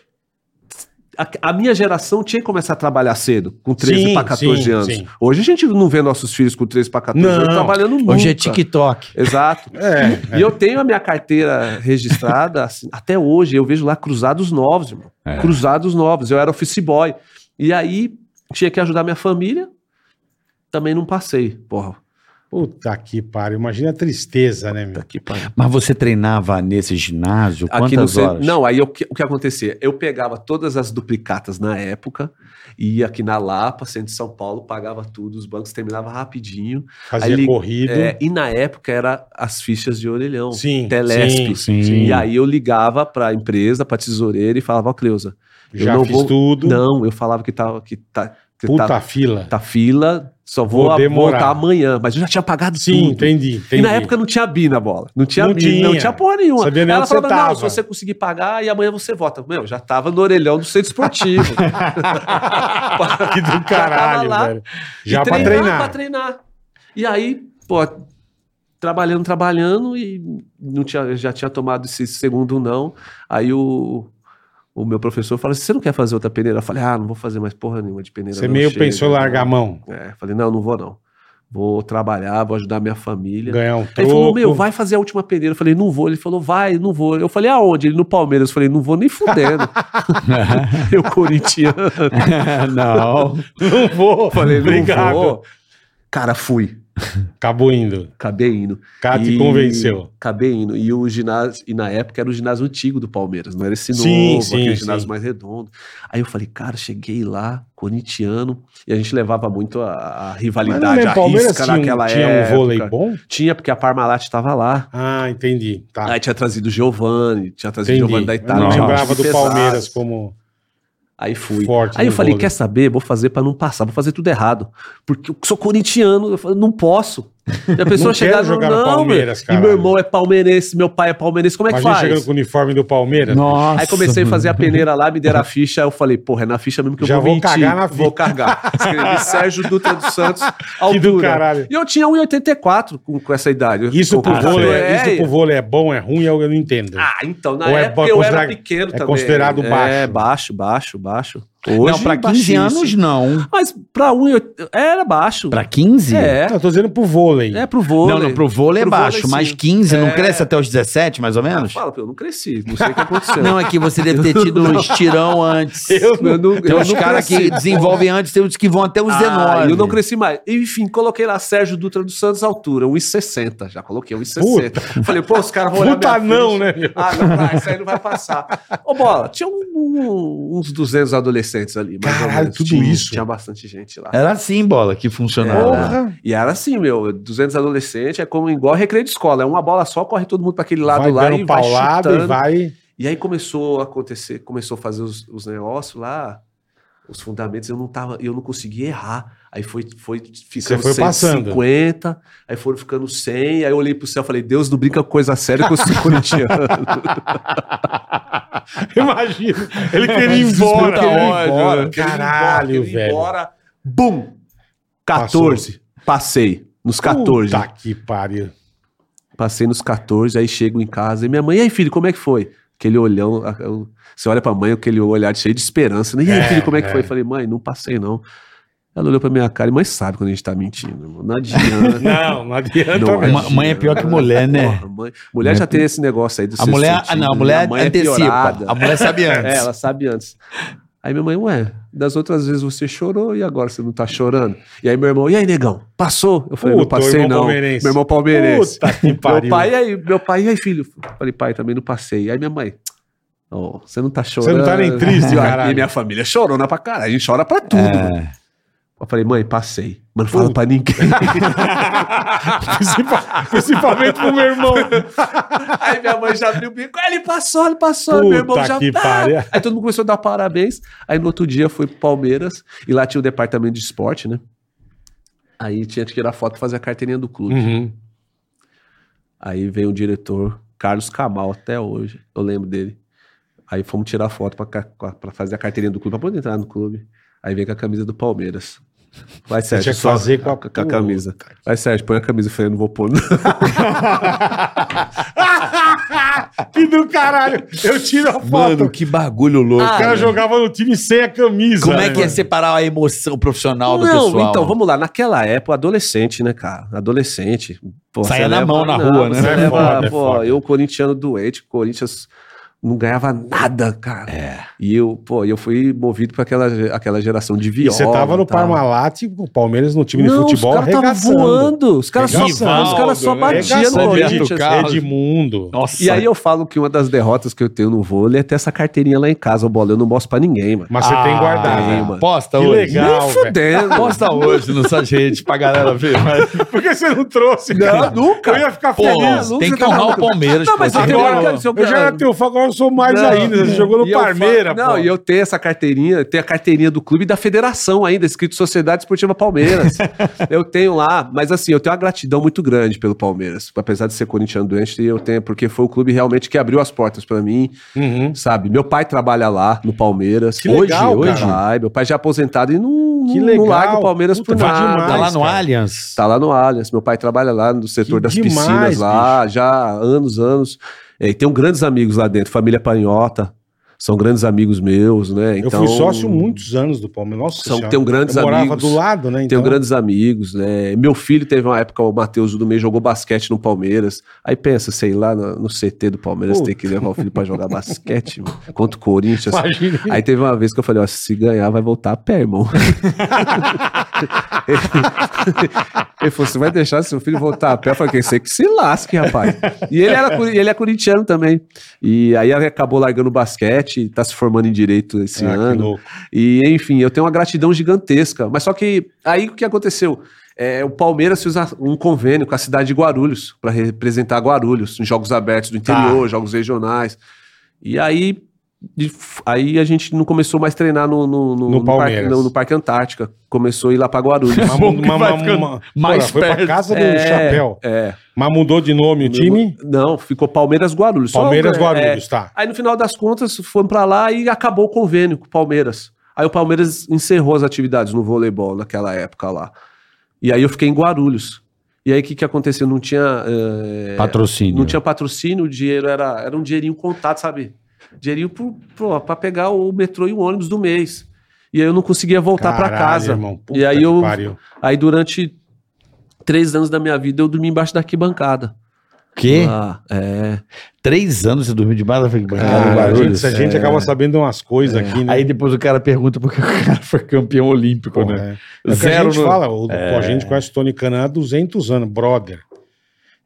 Speaker 1: A, a minha geração tinha que começar a trabalhar cedo, com 13
Speaker 3: Sim,
Speaker 1: para 14
Speaker 3: sim,
Speaker 1: anos.
Speaker 3: sim.
Speaker 1: Hoje a gente não vê nossos filhos com 13 para 14 anos
Speaker 3: Não.
Speaker 1: trabalhando muito.
Speaker 5: Hoje é TikTok.
Speaker 1: Exato.
Speaker 3: É,
Speaker 1: E eu tenho a minha carteira registrada assim, até hoje. Eu vejo lá cruzados novos, irmão. Cruzados novos. Eu era office boy. E aí tinha que ajudar minha família. Também não passei. Porra,
Speaker 3: Puta que pariu. Imagina a tristeza, né, meu?
Speaker 1: puta que pariu.
Speaker 5: Mas você treinava nesse ginásio
Speaker 1: Aqui no
Speaker 5: quantas
Speaker 1: centro.
Speaker 5: *laughs* horas?
Speaker 1: Não, aí eu- o que, o que acontecia? Eu pegava todas as duplicatas na época, ia aqui na Lapa, centro de São Paulo, pagava tudo, os bancos terminava rapidinho.
Speaker 3: Fazia
Speaker 1: Aí li-
Speaker 3: corrido.
Speaker 1: É, e na época era as fichas de orelhão.
Speaker 3: Sim, sim,
Speaker 1: Telesp.
Speaker 5: sim.
Speaker 1: E aí eu ligava pra empresa, pra tesoureira e falava, ó, Cleusa, eu
Speaker 3: já
Speaker 1: não
Speaker 3: fiz
Speaker 1: vou-
Speaker 3: tudo.
Speaker 1: Não, eu falava que tá, que tá, que
Speaker 3: Puta
Speaker 1: tá,
Speaker 3: fila.
Speaker 1: tá fila, só
Speaker 3: Vou
Speaker 1: vou, a-
Speaker 3: demorar.
Speaker 1: voltar amanhã. Mas eu já tinha pagado
Speaker 3: Sim,
Speaker 1: tudo.
Speaker 3: entendi, entendi.
Speaker 1: E na
Speaker 3: *laughs*
Speaker 1: época não tinha bi na bola. Não tinha
Speaker 3: Não
Speaker 1: bi, não
Speaker 3: tinha.
Speaker 1: tinha porra nenhuma.
Speaker 3: Sabia nem
Speaker 1: Ela
Speaker 3: onde você
Speaker 1: falava,
Speaker 3: tava."
Speaker 1: não, se você conseguir pagar, e amanhã você vota. Meu, já tava no orelhão do centro esportivo. *laughs*
Speaker 3: Que do
Speaker 1: Já
Speaker 3: caralho,
Speaker 1: tava lá.
Speaker 3: velho. *laughs*
Speaker 1: E
Speaker 3: Já pra
Speaker 1: Pra
Speaker 3: treinar.
Speaker 1: treinar. E aí, pô, trabalhando, trabalhando, e não tinha, já tinha tomado esse segundo não. Aí o, o meu professor falou assim, você não quer fazer outra peneira? Eu falei, ah, não vou fazer mais porra nenhuma de peneira.
Speaker 3: Você
Speaker 1: não,
Speaker 3: meio
Speaker 1: chega,
Speaker 3: pensou em
Speaker 1: não."
Speaker 3: largar a mão.
Speaker 1: É, falei, não, não vou não. Vou trabalhar, vou ajudar minha família.
Speaker 3: Ganhar um
Speaker 1: Aí né? ele falou,
Speaker 3: troco.
Speaker 1: meu, vai fazer a última peneira. Eu falei, não vou. Ele falou, vai, não vou. Eu falei, aonde? Ele, no Palmeiras. Eu falei, não vou nem
Speaker 3: *laughs*
Speaker 1: fudendo. eu corintiano.
Speaker 5: não.
Speaker 3: Não vou.
Speaker 1: Falei, não
Speaker 3: Obrigado.
Speaker 1: vou. Cara, fui.
Speaker 3: Acabou indo.
Speaker 1: Acabei indo.
Speaker 3: Cara, te
Speaker 1: E-
Speaker 3: convenceu.
Speaker 1: Acabei indo. E o ginásio, e na época era o ginásio antigo do Palmeiras, não era esse novo,
Speaker 3: Sim, sim,
Speaker 1: aquele
Speaker 3: sim.
Speaker 1: ginásio mais redondo. Aí eu falei, cara, cheguei lá, corintiano, e a gente levava muito a, a
Speaker 3: Mas
Speaker 1: rivalidade,
Speaker 3: lembro,
Speaker 1: a
Speaker 3: Palmeiras
Speaker 1: risca
Speaker 3: tinha, um-
Speaker 1: naquela
Speaker 3: tinha um
Speaker 1: época.
Speaker 3: vôlei bom?
Speaker 1: Tinha, porque a Parmalat estava lá.
Speaker 3: Ah, entendi. Tá.
Speaker 1: Aí tinha trazido o Giovanni, tinha trazido o
Speaker 3: entendi.
Speaker 1: Giovanni da
Speaker 3: Eu
Speaker 1: Itália.
Speaker 3: não
Speaker 1: tinha um
Speaker 3: lembrava do
Speaker 1: time pesado.
Speaker 3: Palmeiras como
Speaker 1: Aí fui.
Speaker 3: forte. né,
Speaker 1: Aí eu
Speaker 3: no
Speaker 1: falei,
Speaker 3: vôlei.
Speaker 1: quer saber? Vou fazer pra não passar, vou fazer tudo errado. Porque eu sou corintiano, eu falei, não posso.
Speaker 3: *laughs*
Speaker 1: E a pessoa
Speaker 3: quero
Speaker 1: chegar
Speaker 3: jogar no
Speaker 1: não,
Speaker 3: Palmeiras,
Speaker 1: meu. E
Speaker 3: caralho."
Speaker 1: meu irmão é palmeirense, meu pai é palmeirense, como é que
Speaker 3: Imagina chegando
Speaker 1: faz?
Speaker 3: com o uniforme do Palmeiras.
Speaker 5: Nossa.
Speaker 1: Aí comecei a fazer a peneira lá,
Speaker 3: *laughs*
Speaker 1: me deram a ficha, aí eu falei, porra, é na ficha mesmo que eu
Speaker 3: Já
Speaker 1: vou,
Speaker 3: vou
Speaker 1: mentir.
Speaker 3: cagar na *laughs*
Speaker 1: Vou cargar. Escrevi Sérgio Dutra dos Santos, altura.
Speaker 3: do caralho.
Speaker 1: E eu tinha 1,84 com, com essa idade.
Speaker 3: Isso
Speaker 1: Com-
Speaker 3: pro,
Speaker 1: com-
Speaker 3: vôlei,
Speaker 1: é,
Speaker 3: isso pro vôlei é bom, é ruim, eu eu não entendo.
Speaker 1: ah, então, na
Speaker 3: Ou é
Speaker 1: época
Speaker 3: ba-
Speaker 1: eu
Speaker 3: considera-
Speaker 1: era pequeno
Speaker 3: é
Speaker 1: também.
Speaker 3: considerado
Speaker 1: É,
Speaker 3: baixo.
Speaker 1: baixo, baixo, baixo. Hoje,
Speaker 5: não, tá pra 15
Speaker 1: baixíssimo.
Speaker 5: anos não.
Speaker 1: Mas pra 1,80 era baixo.
Speaker 5: Pra 15?
Speaker 1: É,
Speaker 3: Não, eu tô dizendo pro vôlei.
Speaker 1: é pro vôlei.
Speaker 5: Não, não, pro vôlei é
Speaker 1: Pro
Speaker 5: baixo,
Speaker 1: vôlei,
Speaker 5: mas
Speaker 1: sim.
Speaker 5: 15 não
Speaker 1: É.
Speaker 5: cresce até os 17, mais ou
Speaker 1: Ah,
Speaker 5: menos?
Speaker 1: fala, eu não cresci, não sei o que aconteceu.
Speaker 5: *laughs* Não, é que você deve ter tido *laughs* um estirão antes.
Speaker 1: eu não,
Speaker 5: Tem uns caras que
Speaker 1: cresci.
Speaker 5: desenvolvem antes, tem uns que vão até os 19.
Speaker 1: Ah, eu não cresci mais. Enfim, coloquei lá Sérgio Dutra dos Santos altura, 1,60. Já coloquei 1,60. Falei, pô, os caras vão olhar
Speaker 3: Puta
Speaker 1: minha
Speaker 3: não,
Speaker 1: frente.
Speaker 3: né? meu?
Speaker 1: Ah, não, vai, isso aí não vai passar. Ô, Bola, tinha um- um- uns 200 adolescentes ali, mais ou
Speaker 3: Caralho,
Speaker 1: menos.
Speaker 3: tudo
Speaker 1: tinha,
Speaker 3: isso?
Speaker 1: Tinha bastante gente lá.
Speaker 5: Era assim, bola, que
Speaker 1: Ah,
Speaker 5: funcionava.
Speaker 3: Porra.
Speaker 1: E era assim, meu, 200 adolescentes, é como igual recreio de escola, é uma bola só, corre todo mundo pra aquele lado
Speaker 3: Vai
Speaker 1: lá e
Speaker 3: dando
Speaker 1: vai
Speaker 3: paulada
Speaker 1: chutando.
Speaker 3: e
Speaker 1: *laughs*
Speaker 3: vai.
Speaker 1: E aí começou a acontecer, começou a fazer os, os negócios lá, os fundamentos, eu não tava, eu não conseguia errar. Aí foi, foi ficando
Speaker 3: foi passando.
Speaker 1: 150, aí foram ficando 100, aí eu olhei pro céu e falei, Deus não brinca com coisa
Speaker 3: *laughs*
Speaker 1: séria com os corintianos.
Speaker 3: Imagina. Ele queria ir embora.
Speaker 1: Puta
Speaker 3: queria ir
Speaker 1: ódio,
Speaker 3: embora.
Speaker 1: né?
Speaker 3: Caralho,
Speaker 1: Queria ir
Speaker 3: velho.
Speaker 1: embora, bum! 14, passei. Nos 14.
Speaker 3: Puta que pariu.
Speaker 1: Passei nos 14, aí chego em casa e minha mãe, e aí, filho, como é que foi? Aquele olhão, a- o- você olha pra mãe, aquele olhar cheio de esperança, né? E aí,
Speaker 3: É,
Speaker 1: filho, como é que
Speaker 3: é.
Speaker 1: foi? Eu falei, mãe, não passei, não. Ela olhou pra minha cara e mãe sabe quando a gente tá mentindo, irmão. Não adianta.
Speaker 3: *laughs* Não, não adianta.
Speaker 1: Não
Speaker 3: velho.
Speaker 5: Ma- mãe é pior que mulher, né?
Speaker 1: Porra, mãe- mulher já tem esse negócio aí do
Speaker 5: A
Speaker 1: sexto
Speaker 5: mulher, ah,
Speaker 1: sentido,
Speaker 5: não, a
Speaker 1: né?
Speaker 5: mulher
Speaker 1: mãe é
Speaker 5: antecipa.
Speaker 1: piorada.
Speaker 5: a mulher sabe
Speaker 1: É,
Speaker 5: antes.
Speaker 1: ela sabe antes. Aí minha mãe, ué, das outras vezes você chorou e agora você não tá chorando? E aí meu irmão, e aí, negão? Passou? Eu falei, não
Speaker 3: Puta, o
Speaker 1: passei
Speaker 3: irmão
Speaker 1: não. Meu
Speaker 3: palmeirense.
Speaker 1: irmão palmeirense.
Speaker 3: Puta que
Speaker 1: Meu
Speaker 3: pariu.
Speaker 1: pai, e aí, meu pai, e aí, filho? Falei, pai, também não passei. Aí minha mãe, "Ô, você não tá chorando.
Speaker 3: Você não tá nem triste,
Speaker 1: *laughs* E eu-
Speaker 3: caralho.
Speaker 1: E minha família chorou na pra caralho. A gente chora pra tudo. mano.
Speaker 5: É.
Speaker 1: Eu falei, mãe, passei. Mas não fala pra ninguém.
Speaker 3: *laughs* Principal- Principalmente pro meu
Speaker 1: *laughs*
Speaker 3: irmão.
Speaker 1: *laughs* aí minha mãe já abriu o bico. "Ah, Ele passou, ele passou. meu irmão
Speaker 3: Puta
Speaker 1: já
Speaker 3: que
Speaker 1: tá.
Speaker 3: pariu.
Speaker 1: Aí todo mundo começou a dar parabéns. Aí no outro dia fui pro Palmeiras. E lá tinha o departamento de esporte, né? Aí tinha que tirar foto e fazer a carteirinha do clube.
Speaker 3: Uhum. *laughs*
Speaker 1: Aí veio o diretor, Carlos Camal, até hoje, eu lembro dele. Aí fomos tirar foto pra ca- com a- pra fazer a carteirinha do clube, pra poder entrar no clube. Aí veio com a camisa do Palmeiras. Vai, Sérgio.
Speaker 3: tinha que
Speaker 1: só-
Speaker 3: fazer com a-
Speaker 1: a camisa. Vai, Sérgio, põe a camisa. Eu falei, eu não vou pôr. não.
Speaker 3: Que do caralho. Eu tiro a foto. Ah,
Speaker 5: Mano, que bagulho louco.
Speaker 3: o cara jogava no time sem a camisa.
Speaker 5: Como é
Speaker 3: né,
Speaker 5: que é
Speaker 3: mano?
Speaker 5: separar a emoção profissional do
Speaker 1: não,
Speaker 5: pessoal?
Speaker 1: então, vamos lá. Naquela época, adolescente, né, cara? Adolescente. Pô,
Speaker 5: Saía
Speaker 1: você
Speaker 5: na mão na
Speaker 1: não,
Speaker 5: rua, né?
Speaker 1: Você
Speaker 3: É
Speaker 1: leva,
Speaker 3: foda, é
Speaker 1: pô,
Speaker 3: foda.
Speaker 1: eu, corintiano doente, Corinthians não ganhava nada, cara.
Speaker 5: É.
Speaker 1: E eu, pô, eu fui movido para aquela, aquela geração de
Speaker 3: E
Speaker 1: viola.
Speaker 3: você tava no
Speaker 1: e tal.
Speaker 3: Parmalat, o Palmeiras no time
Speaker 1: Tá. Não,
Speaker 3: de futebol,
Speaker 1: os caras estavam
Speaker 3: arregaçando.
Speaker 1: voando. Os caras só, os
Speaker 3: Arregaçando.
Speaker 1: caras só batiam no
Speaker 3: Arregaçando.
Speaker 1: Corinthians.
Speaker 3: Edmundo, Edmundo.
Speaker 5: Nossa.
Speaker 1: E aí eu falo que uma das derrotas que eu tenho no vôlei é ter essa carteirinha lá em casa, o bola. Eu não mostro pra ninguém, mano.
Speaker 3: Mas você tem guardado.
Speaker 1: tem,
Speaker 3: né?
Speaker 1: Ah, mano.
Speaker 5: Posta
Speaker 3: Que
Speaker 5: hoje.
Speaker 3: legal.
Speaker 1: Nem
Speaker 3: velho.
Speaker 1: fudendo.
Speaker 5: Posta hoje nas suas redes pra galera ver. Mas,
Speaker 3: *laughs* Por que você não trouxe, cara?
Speaker 1: nunca.
Speaker 3: Eu ia ficar
Speaker 5: pô,
Speaker 3: feliz.
Speaker 1: Lúcio,
Speaker 5: tem que
Speaker 1: tá
Speaker 5: honrar o
Speaker 1: maluco.
Speaker 5: Palmeiras.
Speaker 1: Não, mas
Speaker 5: pô,
Speaker 1: eu
Speaker 5: tem
Speaker 1: tenho-
Speaker 5: que-
Speaker 1: cara, se eu-
Speaker 3: eu já era teu fã, agora eu sou mais
Speaker 1: Não.
Speaker 3: ainda. Você jogou
Speaker 1: E
Speaker 3: no
Speaker 1: eu
Speaker 3: Parmeira,
Speaker 1: falo- Não, e eu tenho essa carteirinha, tenho a carteirinha do clube e da federação ainda, escrito Sociedade
Speaker 3: *laughs*
Speaker 1: Esportiva Palmeiras. eu tenho lá, mas assim, eu tenho uma gratidão muito grande pelo Palmeiras. Apesar de ser corintiano doente, eu tenho, porque foi o clube realmente que abriu as portas pra mim,
Speaker 3: Uhum.
Speaker 1: sabe? Meu pai trabalha lá no Palmeiras.
Speaker 3: Que legal,
Speaker 1: hoje, hoje.
Speaker 3: cara.
Speaker 1: Ai, meu pai já é aposentado e não,
Speaker 3: Que
Speaker 1: não-
Speaker 3: legal.
Speaker 1: não larga o Palmeiras
Speaker 3: Puta,
Speaker 1: por
Speaker 3: vai
Speaker 1: nada.
Speaker 3: demais.
Speaker 5: Tá lá no
Speaker 3: cara.
Speaker 5: Allianz?
Speaker 1: Tá lá no Allianz. Meu pai trabalha lá no setor
Speaker 3: Que
Speaker 1: das
Speaker 3: demais,
Speaker 1: piscinas lá, já há anos, anos. É, e tenho grandes amigos lá dentro, família Panhota, são grandes amigos meus, né?
Speaker 3: Eu
Speaker 1: Então,
Speaker 3: fui sócio muitos anos do Palmeiras. Nossa
Speaker 1: São,
Speaker 3: Senhora.
Speaker 1: tenho grandes
Speaker 3: eu morava
Speaker 1: amigos.
Speaker 3: do lado, né?
Speaker 1: Tenho
Speaker 3: então.
Speaker 1: grandes amigos, né? Meu filho teve uma época, o Matheus do meio jogou basquete no Palmeiras. Aí pensa, sei lá, no, no CT do Palmeiras,
Speaker 3: Puta.
Speaker 1: tem que levar o filho pra jogar basquete, *laughs* mano, contra o
Speaker 3: *laughs* *laughs*
Speaker 1: Corinthians.
Speaker 3: Imagina.
Speaker 1: *laughs* Aí teve uma vez que eu falei, ó, se ganhar vai voltar a pé, irmão. *laughs* ele falou, você vai deixar seu filho voltar a pé? Eu falei, quem sei que se lasque, rapaz. E ele, era, curi- ele é corintiano também. E aí ele acabou largando o basquete, tá se formando em direito esse
Speaker 3: Ah, que
Speaker 1: ano.
Speaker 3: louco.
Speaker 1: E, enfim, eu tenho uma gratidão gigantesca. Mas só que aí o que aconteceu? É, o Palmeiras fez a- um convênio com a cidade de Guarulhos, para representar Guarulhos, em jogos abertos do
Speaker 3: Tá.
Speaker 1: interior, jogos regionais. E aí, de f- aí a gente não começou mais a treinar no, no,
Speaker 3: No
Speaker 1: parque,
Speaker 3: Palmeiras.
Speaker 1: não, no Parque Antártica. Começou a ir lá para Guarulhos.
Speaker 3: Mas
Speaker 4: Bom
Speaker 3: mu-
Speaker 4: que
Speaker 3: ma-
Speaker 4: vai
Speaker 3: ma-
Speaker 4: ficando
Speaker 3: ma-
Speaker 5: mais
Speaker 3: Pô, foi pra
Speaker 5: perto.
Speaker 3: casa do
Speaker 1: É,
Speaker 3: chapéu.
Speaker 1: É.
Speaker 3: Mas mudou de nome o time?
Speaker 1: Não, ficou Palmeiras Guarulhos. Só-
Speaker 3: Palmeiras
Speaker 1: é,
Speaker 3: Guarulhos, tá.
Speaker 1: Aí no final das contas foram pra lá e acabou o convênio com o Palmeiras. Aí o Palmeiras encerrou as atividades no voleibol naquela época lá. E aí eu fiquei em Guarulhos. E aí o que, que aconteceu? Não tinha eh,
Speaker 5: Patrocínio.
Speaker 3: né?
Speaker 1: não tinha patrocínio, o dinheiro era era um dinheirinho contado, sabe? Dinheirinho pro, pro, pra pegar o metrô e o ônibus do mês. E aí eu não conseguia voltar pra
Speaker 3: Caralho,
Speaker 1: casa.
Speaker 3: irmão. Puta
Speaker 1: E aí
Speaker 3: que
Speaker 1: eu-
Speaker 3: pariu.
Speaker 1: Aí durante três anos da minha vida eu dormi embaixo da arquibancada.
Speaker 5: Que?
Speaker 1: Ah, é.
Speaker 5: Três anos você dormiu debaixo da
Speaker 3: Caralho,
Speaker 5: arquibancada.
Speaker 3: gente,
Speaker 5: barulho.
Speaker 3: essa gente
Speaker 1: é.
Speaker 3: acaba sabendo umas coisas aqui, né?
Speaker 5: Aí depois o cara pergunta por que o *laughs* cara foi campeão olímpico,
Speaker 3: Porra,
Speaker 5: né?
Speaker 3: é. É o que a
Speaker 5: Zero
Speaker 3: gente
Speaker 5: no-
Speaker 3: fala, o-
Speaker 1: É.
Speaker 3: pô, a gente conhece o Tony Canan há 200 anos, brother.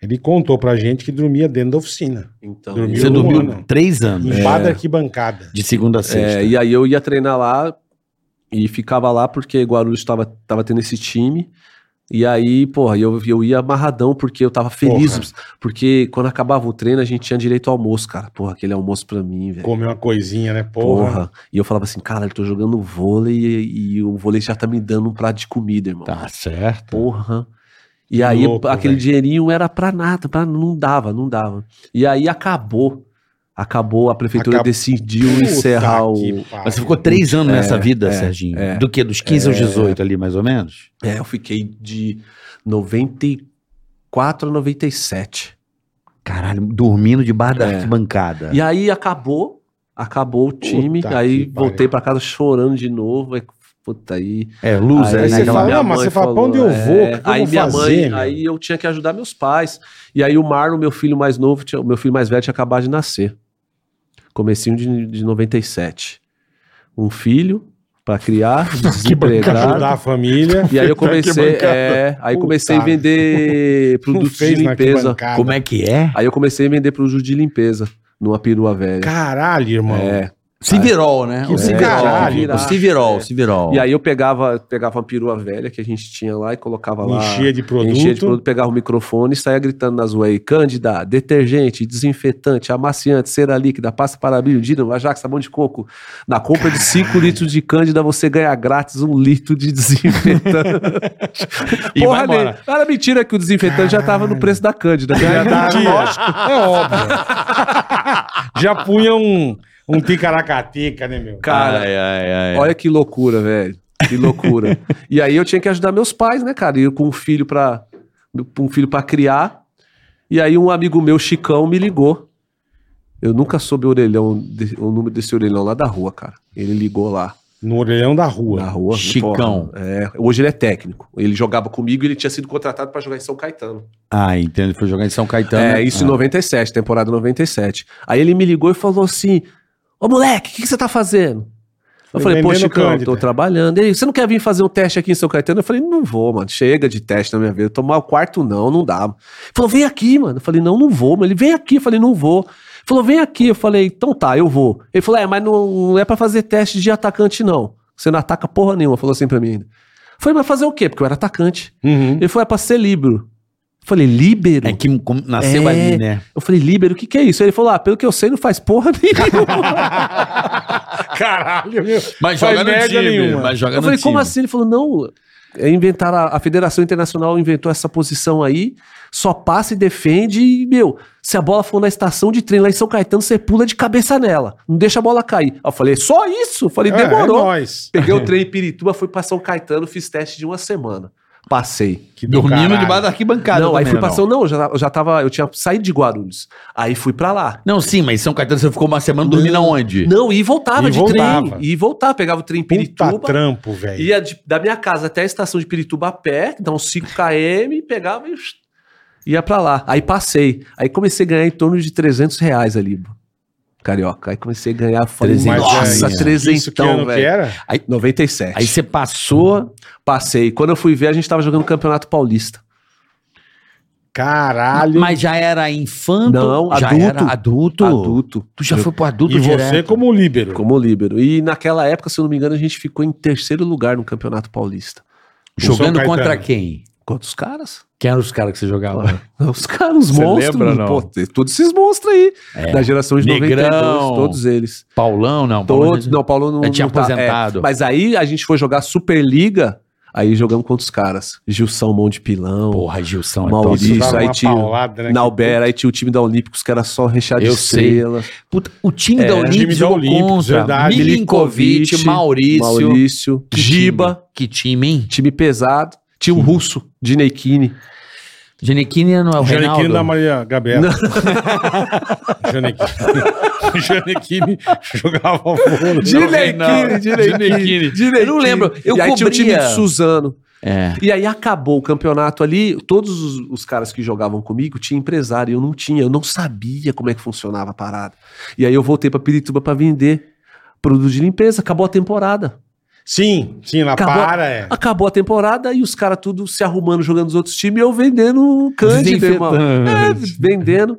Speaker 3: Ele contou pra gente que dormia dentro da oficina,
Speaker 1: Então.
Speaker 3: Dormiu
Speaker 5: Você
Speaker 3: um
Speaker 5: dormiu
Speaker 3: ano.
Speaker 5: três anos. né?
Speaker 3: empada arquibancada.
Speaker 5: De segunda a sexta.
Speaker 1: É, e aí eu ia treinar lá e ficava lá porque Guarulhos estava tava tendo esse time. E aí, porra, eu, eu ia amarradão porque eu tava feliz. Porque quando acabava o treino, a gente tinha direito ao almoço, cara. Porra, aquele almoço pra mim, velho.
Speaker 3: Comeu uma coisinha, né? Porra.
Speaker 1: Porra. E eu falava assim, cara, eu tô jogando vôlei e, e o vôlei já tá me dando um prato de comida, irmão.
Speaker 5: Tá certo.
Speaker 1: Porra. E aí,
Speaker 3: louco,
Speaker 1: aquele
Speaker 3: velho.
Speaker 1: dinheirinho era pra nada, pra, não dava, não dava. E aí acabou. Acabou, a prefeitura
Speaker 3: Acab-
Speaker 1: decidiu
Speaker 3: Puta
Speaker 1: encerrar o.
Speaker 3: que pariu.
Speaker 5: Mas você ficou três anos nessa vida, Serginho?
Speaker 1: é.
Speaker 5: Do que? Dos 15 aos 18 ali, mais ou menos?
Speaker 1: É, eu fiquei de 94 a 97.
Speaker 5: Caralho, dormindo debaixo da
Speaker 1: É.
Speaker 5: arquibancada.
Speaker 1: E aí acabou, acabou o time,
Speaker 3: Puta
Speaker 1: aí
Speaker 3: que
Speaker 1: voltei
Speaker 3: pariu.
Speaker 1: pra casa chorando de novo, aí, puta aí.
Speaker 5: É, loser,
Speaker 3: Aí
Speaker 5: né?
Speaker 3: você
Speaker 5: aquela-
Speaker 3: fala,
Speaker 1: minha
Speaker 3: "Não, mas
Speaker 1: mãe é,
Speaker 3: você fala, pra onde eu vou? O que eu vou
Speaker 1: aí minha
Speaker 3: fazer,
Speaker 1: mãe,
Speaker 3: meu?"
Speaker 1: aí eu tinha que ajudar meus pais. E aí o Marlon, meu filho mais novo, tinha- meu filho mais velho tinha acabado de nascer. Comecinho de, de 97. Um filho
Speaker 3: *laughs*
Speaker 1: pra criar,
Speaker 3: Ajudar
Speaker 1: desempregado.
Speaker 3: a família.
Speaker 1: E
Speaker 3: *laughs*
Speaker 1: aí eu comecei,
Speaker 4: arquibancada.
Speaker 1: é, aí
Speaker 3: Tá Puta.
Speaker 1: comecei
Speaker 3: *laughs*
Speaker 1: a vender produtos de
Speaker 3: fez na
Speaker 1: limpeza.
Speaker 3: arquibancada.
Speaker 5: Como é que é?
Speaker 1: Aí eu comecei a vender produtos de limpeza numa perua velha.
Speaker 3: Caralho, irmão.
Speaker 1: É.
Speaker 5: Civirol, né?
Speaker 3: Que
Speaker 5: O Civirol.
Speaker 3: caralho.
Speaker 5: O Civirol, o Civirol.
Speaker 1: E aí eu pegava, pegava uma perua velha que a gente tinha lá e colocava lá.
Speaker 3: Enchia de produto.
Speaker 1: Enchia de produto, pegava o microfone e saía gritando nas ruas aí, Cândida, detergente, desinfetante, amaciante, cera líquida, pasta para brilho, dínamo, ajax, sabão de coco. Na compra de 5 litros de Cândida, você ganha grátis um litro de desinfetante.
Speaker 5: *laughs* E vai embora. Ah,
Speaker 1: Lê, Era mentira que o desinfetante já tava no preço da Cândida. que já tava-
Speaker 3: Mentira. É óbvio. *laughs* Já punha um, um ticaracatica, né, meu?
Speaker 1: Cara,
Speaker 5: Ai, ai, ai.
Speaker 1: Olha que loucura, velho. Que loucura. e aí eu tinha que ajudar meus pais, né, cara? E eu com um filho pra com um filho para criar. E aí um amigo meu, Chicão, me ligou. Eu nunca soube o orelhão, de- o número desse orelhão lá da rua, cara. Ele ligou lá
Speaker 3: No orelhão da rua.
Speaker 1: na rua.
Speaker 5: Chicão.
Speaker 1: porra. É, hoje ele é técnico. Ele jogava comigo e ele tinha sido contratado pra jogar em São Caetano.
Speaker 5: Ah, entendo. Ele Foi jogar em São Caetano.
Speaker 1: É, isso em
Speaker 5: ah.
Speaker 1: 97, temporada 97. Aí ele me ligou e falou assim: Ô moleque, o que, que você tá fazendo? Eu
Speaker 3: Foi
Speaker 1: falei, pô,
Speaker 3: vendendo
Speaker 1: Chicão,
Speaker 3: Cândida."
Speaker 1: tô trabalhando. Ele, você não quer vir fazer um teste aqui em São Caetano? Eu falei, não vou, mano. Chega de teste na minha vida. Tomar o quarto, não, não dá. Ele falou, vem aqui, mano. Eu falei, não, não vou, mano. Ele, vem aqui. Eu falei, não vou. Ele falou, vem aqui. Eu falei, então tá, eu vou. Ele falou, é, mas não, não é pra fazer teste de atacante, não. Você não ataca porra nenhuma. Falou assim pra mim ainda. Eu falei, mas fazer o quê? Porque eu era atacante.
Speaker 3: Uhum.
Speaker 1: Ele falou, é pra ser líbero. Eu falei, líbero?
Speaker 5: É que com- nasceu
Speaker 1: É.
Speaker 5: ali, né?
Speaker 1: Eu falei, Líbero, o que, que é isso? Ele falou, ah, pelo que eu sei, não faz porra *laughs* nenhuma.
Speaker 3: Caralho, meu. Faz
Speaker 5: Mas joga no
Speaker 3: merda
Speaker 5: time.
Speaker 3: nenhuma.
Speaker 5: Mas joga
Speaker 1: eu
Speaker 5: no
Speaker 1: falei,
Speaker 5: time.
Speaker 1: como assim? Ele falou, não, é, inventaram, a, a Federação Internacional inventou essa posição aí, só passa e defende e, meu, se a bola for na estação de trem lá em São Caetano, você pula de cabeça nela, não deixa a bola cair. Aí Eu falei, só isso? Eu falei,
Speaker 3: É, É
Speaker 1: demorou.
Speaker 3: nóis.
Speaker 1: Peguei o trem em Pirituba, fui pra São Caetano, fiz teste de uma semana. Passei.
Speaker 3: Que do
Speaker 5: Dormindo
Speaker 3: caralho.
Speaker 5: debaixo da arquibancada.
Speaker 1: não, aí
Speaker 5: também,
Speaker 1: fui pra
Speaker 5: não.
Speaker 1: São... Não, eu já, eu já tava... Eu tinha saído de Guarulhos. Aí fui pra lá.
Speaker 5: Não, sim, mas São Caetano você ficou uma semana dormindo aonde?
Speaker 1: Não, e voltava
Speaker 3: E
Speaker 1: de
Speaker 3: voltava.
Speaker 1: trem. E voltava, pegava o trem em
Speaker 3: Puta
Speaker 1: Pirituba,
Speaker 3: trampo, velho.
Speaker 1: ia de- da minha casa até a estação de Pirituba a pé, dá uns 5 km, pegava e ia pra lá. Aí passei. Aí comecei a ganhar em torno de 300 reais ali, carioca. Aí comecei a ganhar, falei,
Speaker 5: 300.
Speaker 1: assim, nossa,
Speaker 5: Mas é isso.
Speaker 3: Isso que ano
Speaker 1: trezentão,
Speaker 3: que
Speaker 1: velho.
Speaker 3: era?
Speaker 1: Aí, 97.
Speaker 5: Aí você passou.
Speaker 1: passei. Quando eu fui ver, a gente tava jogando Campeonato Paulista.
Speaker 3: Caralho.
Speaker 5: Mas já era infanto?
Speaker 1: Não,
Speaker 5: já
Speaker 1: adulto.
Speaker 5: era adulto.
Speaker 1: Adulto.
Speaker 5: Tu já foi pro adulto
Speaker 3: e
Speaker 5: direto.
Speaker 3: você como líbero.
Speaker 1: Como líbero. E naquela época, se eu não me engano, a gente ficou em terceiro lugar no Campeonato Paulista.
Speaker 5: Jogando
Speaker 3: São
Speaker 5: contra
Speaker 3: Caetano.
Speaker 5: quem?
Speaker 1: Quantos caras?
Speaker 5: Quem eram os caras que você jogava?
Speaker 1: Os caras, os
Speaker 4: Você
Speaker 1: monstros.
Speaker 4: lembra, não?
Speaker 1: pô, tem todos esses monstros aí. Da geração de
Speaker 5: Negrão.
Speaker 1: 92, todos eles.
Speaker 5: Paulão, não. Paulão
Speaker 1: Todos.
Speaker 5: já-
Speaker 1: Não, Paulo não.
Speaker 5: Já tinha
Speaker 1: não tá-
Speaker 5: aposentado.
Speaker 1: é, mas aí a gente foi jogar Superliga, aí jogamos contra os caras. Gilson, Mão de Pilão,
Speaker 5: Porra, Gilson. é
Speaker 1: Maurício.
Speaker 5: top.
Speaker 1: Isso,
Speaker 3: Dava
Speaker 1: aí
Speaker 3: uma
Speaker 1: tinha o
Speaker 3: paulada, né?
Speaker 1: Naubera, aí tinha o time da Olímpicos, que era só recheado de
Speaker 5: Eu sei.
Speaker 1: estrela.
Speaker 5: Puta, o time da
Speaker 1: É,
Speaker 3: time
Speaker 5: Olímpicos
Speaker 3: do
Speaker 5: jogou
Speaker 3: Olímpicos,
Speaker 5: contra
Speaker 3: verdade.
Speaker 5: Milinkovic, Maurício,
Speaker 1: Maurício,
Speaker 5: Que
Speaker 1: Giba,
Speaker 5: time. Que time, hein?
Speaker 1: time pesado. Tinha um russo, Dineikini.
Speaker 6: Janequine não é o
Speaker 3: Janequine
Speaker 6: Reinaldo?
Speaker 3: da Maria *laughs* Gabriela. Janequine. Janequine jogava fora.
Speaker 1: Dilequine,
Speaker 6: Ginequine.
Speaker 1: dilequine, dilequine.
Speaker 6: Eu não lembro, eu
Speaker 1: e aí tinha o time
Speaker 6: cobria.
Speaker 1: de Suzano.
Speaker 6: É.
Speaker 1: E aí acabou o campeonato ali, todos os, os caras que jogavam comigo tinham empresário, eu não tinha, eu não sabia como é que funcionava a parada. E aí eu voltei pra Pirituba pra vender produto de limpeza, acabou a temporada.
Speaker 3: Sim, sim, lá
Speaker 1: Acabou.
Speaker 3: para, é.
Speaker 1: Acabou a temporada e os caras tudo se arrumando, jogando os outros times, e eu vendendo Cândido, irmão. É, vendendo.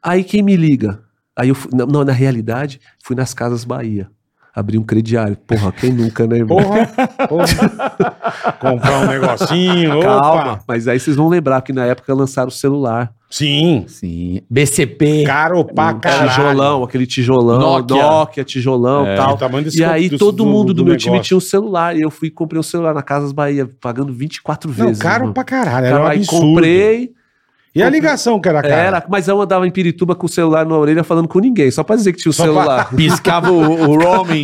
Speaker 1: Aí quem me liga? Aí eu fui, não, na realidade, fui nas Casas Bahia. Abri um crediário. Porra, quem nunca, né, irmão?
Speaker 3: Porra, porra. Comprar um negocinho,
Speaker 1: Calma,
Speaker 3: opa.
Speaker 1: mas aí vocês vão lembrar que na época lançaram o celular.
Speaker 3: Sim,
Speaker 6: Sim. BCP.
Speaker 3: caro pra caralho.
Speaker 1: Hum, Tijolão, aquele tijolão,
Speaker 6: Nokia.
Speaker 1: Nokia, tijolão
Speaker 4: É.
Speaker 1: tal.
Speaker 3: O tamanho desse
Speaker 1: E aí
Speaker 3: do-
Speaker 1: todo
Speaker 3: do-
Speaker 1: mundo do, meu time
Speaker 3: negócio.
Speaker 1: tinha um celular. E eu fui e comprei um celular na Casas Bahia, pagando 24
Speaker 3: Não,
Speaker 1: vezes.
Speaker 3: caro
Speaker 1: irmão.
Speaker 3: pra caralho, era um
Speaker 1: aí
Speaker 3: absurdo.
Speaker 1: comprei,
Speaker 3: E a ligação que era cara?
Speaker 1: era, mas eu andava em Pirituba com o celular na orelha falando com ninguém, só pra dizer que tinha o
Speaker 3: Só *laughs*
Speaker 1: celular.
Speaker 5: Piscava o, o roaming,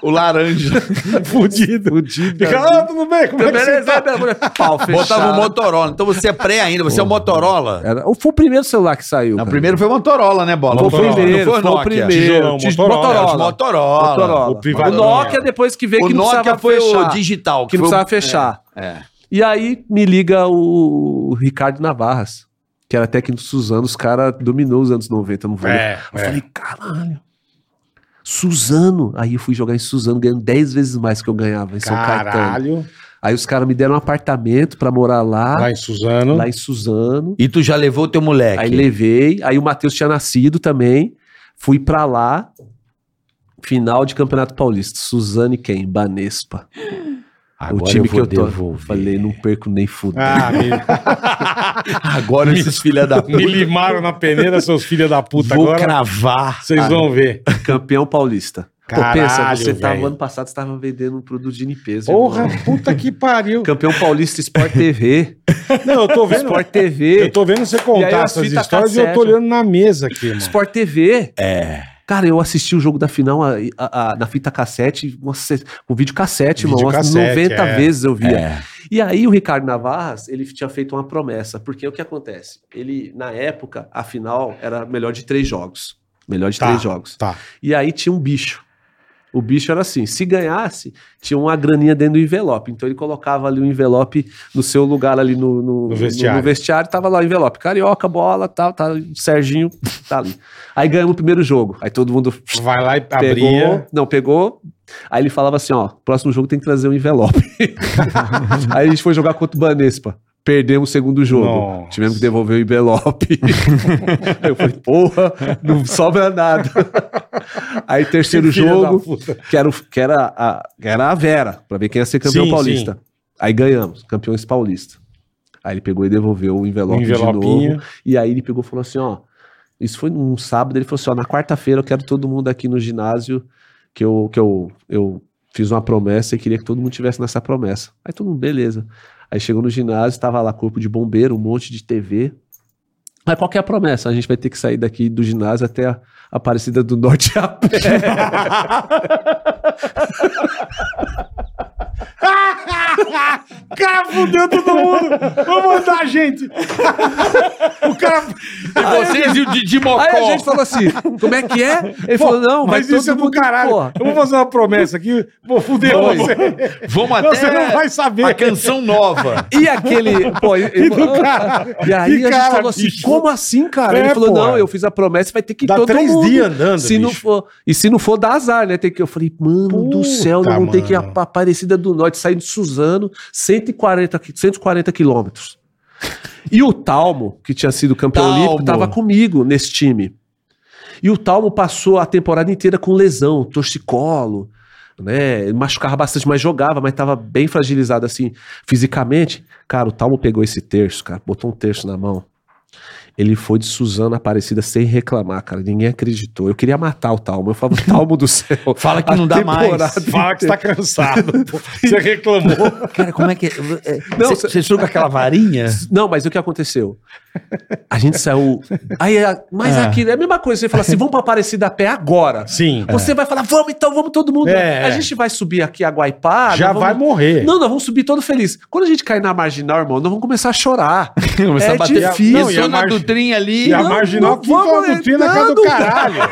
Speaker 5: o laranja.
Speaker 3: *laughs* Fudido.
Speaker 1: Fudido.
Speaker 3: Fica, ah, tudo bem, como é que você
Speaker 1: *laughs* Beleza,
Speaker 3: tá?
Speaker 1: beleza, pau,
Speaker 5: Botava o
Speaker 1: fechado.
Speaker 5: Motorola. Então você é pré ainda, você é o Motorola.
Speaker 1: Era- Foi o primeiro celular que saiu.
Speaker 5: Não, o
Speaker 1: cara.
Speaker 5: primeiro foi o Motorola, né, Bola?
Speaker 1: Foi o
Speaker 5: Motorola.
Speaker 1: primeiro,
Speaker 5: Não foi o Nokia.
Speaker 3: Tijolão,
Speaker 1: primeiro. Tij-
Speaker 3: Motorola.
Speaker 5: Era os Motorola.
Speaker 1: Motorola.
Speaker 3: O privadão.
Speaker 1: O Nokia depois que veio
Speaker 5: O
Speaker 1: que não
Speaker 5: Nokia
Speaker 1: precisava
Speaker 5: foi
Speaker 1: fechar.
Speaker 5: o digital.
Speaker 1: que não
Speaker 5: foi o-
Speaker 1: precisava fechar.
Speaker 5: É.
Speaker 1: E aí me liga o Ricardo Navarras, que era técnico do Suzano, os caras dominou os anos 90 no vôlei.
Speaker 3: É,
Speaker 1: eu
Speaker 3: é.
Speaker 1: falei, caralho. Suzano. Aí eu fui jogar em Suzano, ganhando 10 vezes mais que eu ganhava em São Caetano.
Speaker 3: é. Caralho.
Speaker 1: Aí os caras me deram um apartamento pra morar lá,
Speaker 3: Lá em Suzano.
Speaker 1: Ah?
Speaker 3: É
Speaker 1: lá em Suzano.
Speaker 5: E tu já levou teu moleque.
Speaker 1: Aí levei, aí o Matheus tinha nascido também, fui pra lá, final de Campeonato Paulista, Suzano e quem? Banespa. o time que eu tô. Falei, não perco nem fudeu.
Speaker 3: Ah, me,
Speaker 5: *laughs* Agora esses filha da puta.
Speaker 3: me limaram na peneira, seus filhos da puta.
Speaker 5: Vou
Speaker 3: agora
Speaker 5: cravar.
Speaker 3: vocês vão ver.
Speaker 1: *laughs* Campeão paulista. Pô, pensa,
Speaker 3: Caralho,
Speaker 1: você
Speaker 3: velho.
Speaker 1: tava, ano passado você tava vendendo um produto de limpeza. *laughs*
Speaker 3: Porra,
Speaker 1: irmão.
Speaker 3: puta que pariu.
Speaker 1: Campeão paulista Sport TV.
Speaker 3: Não, *laughs* eu tô vendo.
Speaker 1: Sport
Speaker 3: Eu
Speaker 1: TV.
Speaker 3: tô vendo você
Speaker 1: E aí
Speaker 3: contar
Speaker 1: as
Speaker 3: essas
Speaker 1: fita
Speaker 3: histórias e eu
Speaker 1: cassete.
Speaker 3: tô olhando na mesa aqui, mano.
Speaker 1: Sport TV. É. Cara, eu assisti o jogo da final a- a- a- na fita cassete, nossa, o vídeo cassete, irmão. umas
Speaker 3: Videocassete,
Speaker 1: 90
Speaker 3: é.
Speaker 1: vezes eu via. E aí o Ricardo Navarras, ele tinha feito uma promessa, porque o que acontece? Ele, na época, a final era melhor de três jogos. Melhor de
Speaker 3: Tá.
Speaker 1: três jogos.
Speaker 3: Tá.
Speaker 1: E aí tinha um bicho. O bicho era assim, se ganhasse, tinha uma graninha dentro do envelope. Então ele colocava ali o envelope no seu lugar ali no, no,
Speaker 3: No vestiário.
Speaker 1: No, no vestiário, tava lá o envelope. Carioca, bola, tal, tá, Serginho, *laughs* tá ali. Aí ganhamos o primeiro jogo. Aí todo mundo
Speaker 3: Vai lá e
Speaker 1: pegou.
Speaker 3: abria.
Speaker 1: Não, pegou. Aí ele falava assim, ó, próximo jogo tem que trazer
Speaker 3: *laughs*
Speaker 1: um envelope. aí a gente foi jogar contra o Banespa. Perdemos o segundo jogo.
Speaker 3: Nossa.
Speaker 1: Tivemos que devolver
Speaker 3: *laughs*
Speaker 1: o envelope. aí eu falei, porra, não sobra nada. Aí terceiro
Speaker 3: Filha da
Speaker 1: jogo,
Speaker 3: puta.
Speaker 1: que era, o- que era, a, que era a Vera, pra ver quem ia ser campeão
Speaker 3: Sim,
Speaker 1: paulista. Aí ganhamos, campeões paulista. Aí ele pegou e devolveu o
Speaker 3: Um
Speaker 1: envelope de
Speaker 3: envelopinho.
Speaker 1: novo. E aí ele pegou e falou assim, ó, isso foi num sábado, ele falou assim, ó, na quarta-feira eu quero todo mundo aqui no ginásio, que eu, que eu, eu fiz uma promessa e queria que todo mundo tivesse nessa promessa. Aí todo mundo, beleza. Aí chegou no ginásio, tava lá corpo de bombeiro, um monte de TV. Mas qual que é a promessa? A gente vai ter que sair daqui do ginásio até a Aparecida do Norte a pé.
Speaker 3: O cara fudeu todo mundo. Vamos mandar, gente. O cara.
Speaker 5: E Ah, vocês e o Didi Mocó.
Speaker 1: Aí a gente falou assim, como é que é? Ele falou, não, vai
Speaker 3: mas isso é
Speaker 1: todo
Speaker 3: do
Speaker 1: mundo...
Speaker 3: caralho.
Speaker 1: porra.
Speaker 3: Eu vou fazer uma promessa aqui. Vou fuder
Speaker 5: Vamos.
Speaker 3: você.
Speaker 5: Vamos até
Speaker 3: Você não vai saber.
Speaker 1: tá
Speaker 5: a canção nova.
Speaker 1: E aquele. Pô, e,
Speaker 3: do cara.
Speaker 1: e aí
Speaker 3: Que
Speaker 1: a gente
Speaker 3: cara,
Speaker 1: falou assim:
Speaker 3: bicho.
Speaker 1: como assim, cara?
Speaker 3: É,
Speaker 1: ele falou:
Speaker 3: porra.
Speaker 1: não, eu fiz a promessa, vai ter que ir
Speaker 3: Dá
Speaker 1: todo
Speaker 3: três
Speaker 1: mundo.
Speaker 3: dias andando,
Speaker 1: se não
Speaker 3: bicho.
Speaker 1: for E se não for, dá azar, né? Tem que, eu falei, mano do céu,
Speaker 3: Puta,
Speaker 1: não tem que ir a
Speaker 3: mano.
Speaker 1: pra Aparecida do Norte, sair de Suzano, 140, qui- 140 quilômetros. E o Talmo, que tinha sido campeão
Speaker 5: Talmo.
Speaker 1: olímpico, tava comigo nesse time. E o Talmo passou a temporada inteira com lesão, torcicolo, né? Ele Machucava bastante, mas jogava, mas tava bem fragilizado assim fisicamente. Cara, o Talmo pegou esse terço, cara, botou um terço na mão. Ele foi de Suzana Aparecida sem reclamar, cara. Ninguém acreditou. Eu queria matar o Talmo. Eu falava, Talmo do céu.
Speaker 5: Fala que não
Speaker 1: A
Speaker 5: dá mais.
Speaker 1: temporada
Speaker 3: Fala que você tá cansado. pô. Você reclamou.
Speaker 5: *laughs* Cara, como é que...
Speaker 1: Não,
Speaker 5: Você é, *laughs* Você-
Speaker 1: cê-
Speaker 5: você jogou com aquela varinha?
Speaker 1: Não, mas o que aconteceu? A gente saiu. Aí, a- mas
Speaker 5: É.
Speaker 1: aqui é a mesma coisa. Você fala assim: vamos pra Aparecida a pé agora.
Speaker 3: Sim.
Speaker 1: Você vai falar, vamos então, vamos todo mundo.
Speaker 3: É.
Speaker 1: A gente vai subir aqui a Guaipá.
Speaker 3: Já vai morrer.
Speaker 1: Não, nós vamos subir todo feliz. Quando a gente cair na marginal, irmão, nós vamos começar a chorar.
Speaker 5: Começar
Speaker 1: é
Speaker 5: a bater
Speaker 1: difícil.
Speaker 3: Não, e a
Speaker 5: Pensou na
Speaker 3: margem-
Speaker 5: Dutrinha ali.
Speaker 3: E a
Speaker 1: não,
Speaker 3: marginal
Speaker 1: não
Speaker 3: que fala
Speaker 1: vamos
Speaker 3: adultinha na casa do
Speaker 1: entrando.
Speaker 3: caralho.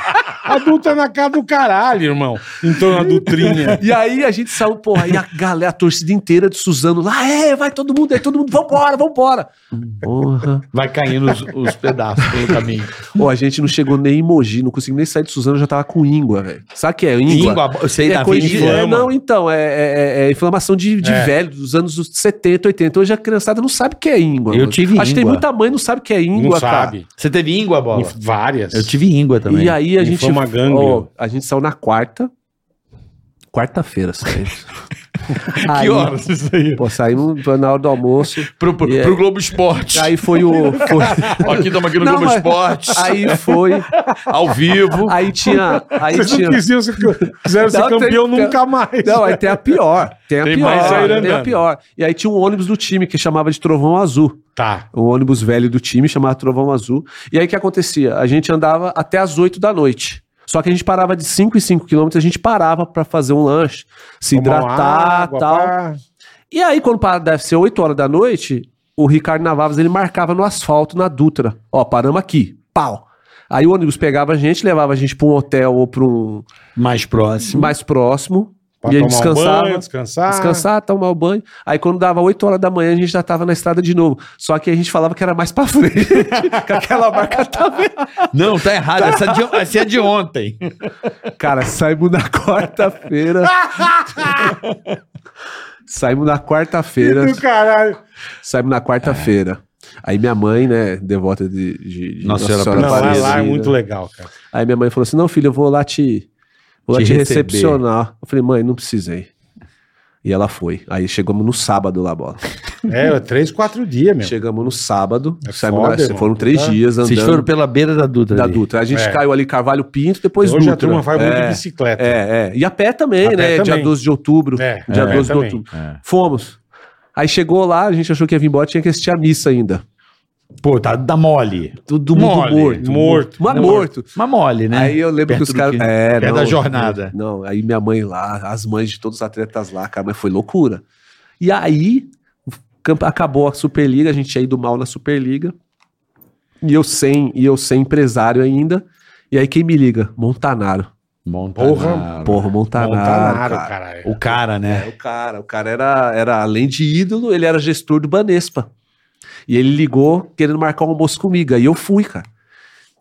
Speaker 3: Adulta na casa do caralho, irmão. Então na dutrinha.
Speaker 1: E aí a gente saiu, porra, e a galera, a torcida inteira de Suzano lá, é, vai todo mundo, aí todo mundo, vambora, vambora. Porra.
Speaker 5: Vai caindo os, os pedaços pelo caminho.
Speaker 1: Ó, a gente não chegou nem em Mogi, não conseguimos nem sair de Suzano, já tava com íngua, velho. Sabe o que é íngua?
Speaker 5: Língua, eu sei tá
Speaker 1: É
Speaker 5: da
Speaker 1: coisa de-
Speaker 5: vida.
Speaker 1: é, não, então, é, é- é- é inflamação de, de
Speaker 3: É.
Speaker 1: velho, dos anos 70, 80. Hoje a criançada não sabe o que é íngua.
Speaker 5: Eu
Speaker 1: mano.
Speaker 5: tive
Speaker 1: Acho que tem
Speaker 5: íngua.
Speaker 1: muita mãe que não sabe o que é íngua,
Speaker 3: Não
Speaker 1: cara.
Speaker 3: sabe.
Speaker 5: Você teve íngua, bola?
Speaker 3: Em Várias.
Speaker 5: Eu tive íngua também.
Speaker 1: E aí a gente.
Speaker 3: Inflama gânglio.
Speaker 1: ó, a gente saiu na quarta. Quarta-feira, saiu. *laughs* Aí,
Speaker 5: isso aí?
Speaker 1: Pô, saímos na hora do almoço.
Speaker 4: Pro, pro,
Speaker 1: E
Speaker 4: pro Globo Esporte.
Speaker 1: Aí
Speaker 3: *laughs*
Speaker 1: foi o. foi-
Speaker 4: Ó, aqui estamos aqui no
Speaker 1: Não,
Speaker 4: Globo
Speaker 1: mas-
Speaker 4: Esporte,
Speaker 1: aí foi.
Speaker 4: ao vivo.
Speaker 1: Aí tinha. Aí
Speaker 3: Vocês
Speaker 1: tinha.
Speaker 3: não quisiam ser, quiseram ser
Speaker 1: Não, tem-
Speaker 3: campeão nunca mais.
Speaker 1: Não, aí tem a pior. Tem a
Speaker 4: Tem
Speaker 1: pior.
Speaker 4: mais né?
Speaker 3: ainda
Speaker 1: tem a
Speaker 3: andando.
Speaker 1: pior. E aí tinha um ônibus do time que chamava de Trovão Azul.
Speaker 3: Tá.
Speaker 1: O ônibus velho do time chamava Trovão Azul. E aí o que acontecia? A gente andava até as 8 da noite. Só que a gente parava de 5 em 5 quilômetros, a gente parava pra fazer um lanche, se
Speaker 3: Tomar uma
Speaker 1: hidratar
Speaker 3: água,
Speaker 1: tal.
Speaker 3: pá.
Speaker 1: E aí, quando para, deve ser 8 horas da noite, o Ricardo Navavas ele marcava no asfalto, na Dutra. Ó, paramos aqui. Pau. Aí o ônibus pegava a gente, levava a gente pra um hotel ou pra um
Speaker 5: Mais próximo.
Speaker 1: mais próximo.
Speaker 3: Pra
Speaker 1: e a
Speaker 3: tomar
Speaker 1: gente descansava.
Speaker 3: Um banho, descansar.
Speaker 1: Descansar, tomar o banho. Aí quando dava 8 horas da manhã, a gente já tava na estrada de novo. Só que a gente falava que era mais pra frente. *laughs* que aquela marca tava.
Speaker 5: Não, tá errado. Essa de, essa é de ontem.
Speaker 1: Cara, saímos na quarta-feira. saímos na
Speaker 3: *laughs*
Speaker 1: quarta-feira.
Speaker 3: Do caralho.
Speaker 1: Saímos na quarta-feira. Aí minha mãe, né, devota de, de, de
Speaker 5: Nossa Senhora
Speaker 3: Não, lá,
Speaker 5: Aparecida.
Speaker 3: lá é muito legal, cara.
Speaker 1: Aí minha mãe falou assim: não, filho, eu vou lá te, vou lá
Speaker 5: Te
Speaker 1: te
Speaker 5: receber.
Speaker 1: recepcionar. Eu falei, mãe, não precisei. E ela foi. Aí chegamos no sábado lá, bola.
Speaker 3: É, três, quatro dias mesmo.
Speaker 1: Chegamos no sábado.
Speaker 3: É
Speaker 1: saímos
Speaker 3: foda,
Speaker 1: na-
Speaker 3: irmão.
Speaker 1: foram três
Speaker 3: Tá.
Speaker 1: dias andando.
Speaker 5: Vocês foram pela beira da Dutra.
Speaker 1: da
Speaker 5: ali.
Speaker 1: Dutra. A gente
Speaker 3: É.
Speaker 1: caiu ali Carvalho Pinto, depois
Speaker 3: Hoje a
Speaker 1: Dutra.
Speaker 3: turma vai muito de
Speaker 1: É,
Speaker 3: bicicleta.
Speaker 1: É, é. E a pé também,
Speaker 3: A pé
Speaker 1: né? Dia
Speaker 3: também.
Speaker 1: 12 de outubro.
Speaker 3: É,
Speaker 1: dia
Speaker 3: a pé
Speaker 1: 12 de
Speaker 3: também.
Speaker 1: outubro.
Speaker 5: É.
Speaker 1: Fomos. Aí chegou lá, a gente achou que ia vir embora, tinha que assistir a missa ainda.
Speaker 5: Pô, tá da mole.
Speaker 1: Todo mundo
Speaker 5: Mole.
Speaker 1: morto.
Speaker 3: Morto.
Speaker 1: Mas morto.
Speaker 5: Né, Mas mole, né?
Speaker 1: Aí eu lembro
Speaker 5: Perto
Speaker 1: que os
Speaker 5: do
Speaker 1: caras.
Speaker 5: que-
Speaker 1: É,
Speaker 5: perto
Speaker 1: não,
Speaker 5: da jornada.
Speaker 1: Não, aí minha mãe lá, as mães de todos os atletas lá, cara, mas foi loucura. E aí, camp- acabou a Superliga, a gente tinha ido mal na Superliga. E eu sem, e eu sem empresário ainda. E aí quem me liga? Montanaro.
Speaker 5: Montanaro.
Speaker 3: Porra,
Speaker 1: Porra, o Montanaro.
Speaker 3: Montanaro,
Speaker 1: tá cara.
Speaker 3: tá caralho.
Speaker 5: O cara, né?
Speaker 1: É, o cara, o cara era, era, além de ídolo, ele era gestor do Banespa. E ele ligou querendo marcar um almoço comigo. Aí eu fui, cara.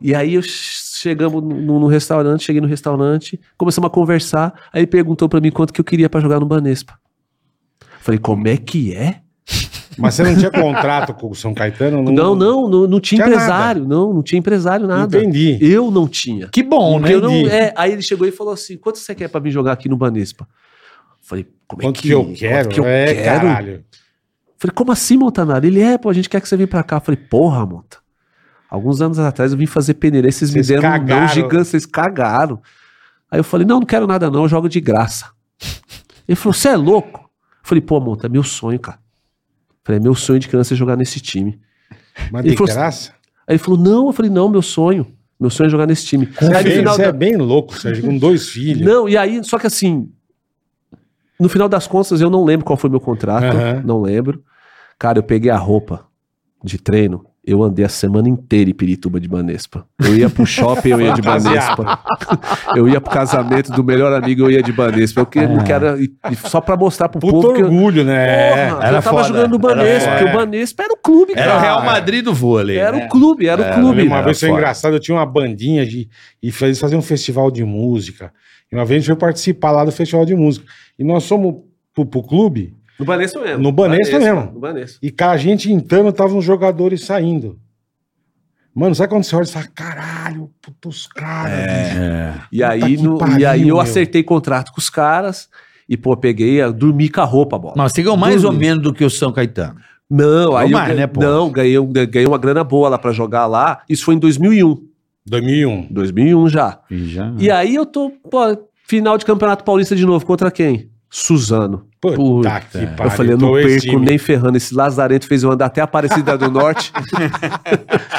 Speaker 1: E aí eu ch- chegamos no, no- no restaurante, cheguei no restaurante, começamos a conversar. Aí ele perguntou pra mim quanto que eu queria pra jogar no Banespa. Falei, como é que é?
Speaker 3: Mas você não tinha contrato com o São Caetano?
Speaker 1: Não, não, não, não tinha
Speaker 3: Tinha
Speaker 1: empresário, não, não tinha empresário, nada.
Speaker 3: Entendi.
Speaker 1: Eu não tinha.
Speaker 5: Que bom, né?
Speaker 1: Eu não,
Speaker 3: Entendi.
Speaker 1: é, aí ele chegou e falou assim: quanto você quer pra vir jogar aqui no Banespa? Falei, como
Speaker 3: Quanto
Speaker 1: é
Speaker 3: que, eu quero?
Speaker 1: Quanto que eu
Speaker 3: é,
Speaker 1: quero?
Speaker 3: caralho.
Speaker 1: Falei, como assim, Montanaro? Ele é, pô, a gente quer que você venha pra cá. Eu Falei, porra, Monta. Alguns anos atrás eu vim fazer peneira, vocês me
Speaker 3: Vocês
Speaker 1: deram um
Speaker 3: cagaram.
Speaker 1: não gigante, vocês cagaram. Aí eu falei, não, não quero nada não, eu jogo de graça. Ele falou, você é louco? Eu falei, pô, Monta, é meu sonho, cara. Eu Falei, é meu sonho de criança é jogar nesse time.
Speaker 3: Mas
Speaker 1: Ele
Speaker 3: de
Speaker 1: falou- assim,
Speaker 3: graça?
Speaker 1: Aí ele falou, não, eu falei, não, meu sonho. Meu sonho é jogar nesse time.
Speaker 3: Você, é
Speaker 1: Aí no
Speaker 3: bem,
Speaker 1: final
Speaker 3: você
Speaker 1: da-
Speaker 3: é bem louco, Sérgio, com dois filhos.
Speaker 1: Não, e aí, só que assim, no final das contas, eu não lembro qual foi meu contrato,
Speaker 3: Aham.
Speaker 1: não lembro. Cara, eu peguei a roupa de treino, eu andei a semana inteira em Pirituba de Banespa. Eu ia pro shopping, eu ia de Banespa. *laughs* eu ia pro casamento do melhor amigo, eu ia de Banespa. Eu que, não quero, e- e só pra mostrar pro
Speaker 3: Puto
Speaker 1: povo que eu,
Speaker 3: É. orgulho, né?
Speaker 1: Porra,
Speaker 5: era
Speaker 1: eu tava
Speaker 5: foda,
Speaker 1: jogando no
Speaker 5: era
Speaker 1: Banespa,
Speaker 3: foda. é.
Speaker 1: porque o Banespa era o clube,
Speaker 5: Era o
Speaker 1: cara.
Speaker 5: Real Madrid do vôlei.
Speaker 1: Era
Speaker 5: né?
Speaker 1: o clube, era o
Speaker 5: Era,
Speaker 3: Eu
Speaker 1: clube.
Speaker 3: lembro uma
Speaker 5: Era
Speaker 3: vez foi
Speaker 5: foda.
Speaker 3: engraçado, eu tinha uma bandinha de, e eles faziam um festival de música. E uma vez a gente foi participar lá do festival de música. E nós fomos pro, pro clube,
Speaker 1: No Banespa mesmo.
Speaker 3: No Banespa mesmo.
Speaker 1: No Banespa.
Speaker 3: e cara, a gente entrando, tava uns jogadores saindo. Mano, sabe quando você olha e fala, caralho, putos caras.
Speaker 1: É.
Speaker 3: bicho."
Speaker 5: É.
Speaker 1: E aí,
Speaker 3: que
Speaker 1: no- e
Speaker 3: pariu,
Speaker 1: aí eu
Speaker 3: meu.
Speaker 1: acertei contrato com os caras e, pô, peguei, a- dormi com a roupa, bola.
Speaker 5: Mas você ganhou mais ou
Speaker 1: Dormi.
Speaker 5: menos do que o São Caetano.
Speaker 1: Não, aí eu
Speaker 5: mais,
Speaker 1: ganhei-
Speaker 5: né, pô?
Speaker 1: não, ganhei, um- ganhei uma grana boa lá pra jogar lá. Isso foi em 2001.
Speaker 3: 2001.
Speaker 1: 2001 já.
Speaker 5: E já.
Speaker 3: Hum.
Speaker 1: E aí eu tô, pô, final de Campeonato Paulista de novo, contra quem? Suzano.
Speaker 3: Puta
Speaker 1: Puta.
Speaker 3: que pariu.
Speaker 1: eu falei, eu não
Speaker 3: Então, esse
Speaker 1: perco
Speaker 3: time-
Speaker 1: nem ferrando. Esse Lazarento fez eu andar até a Aparecida
Speaker 3: *laughs*
Speaker 1: do Norte.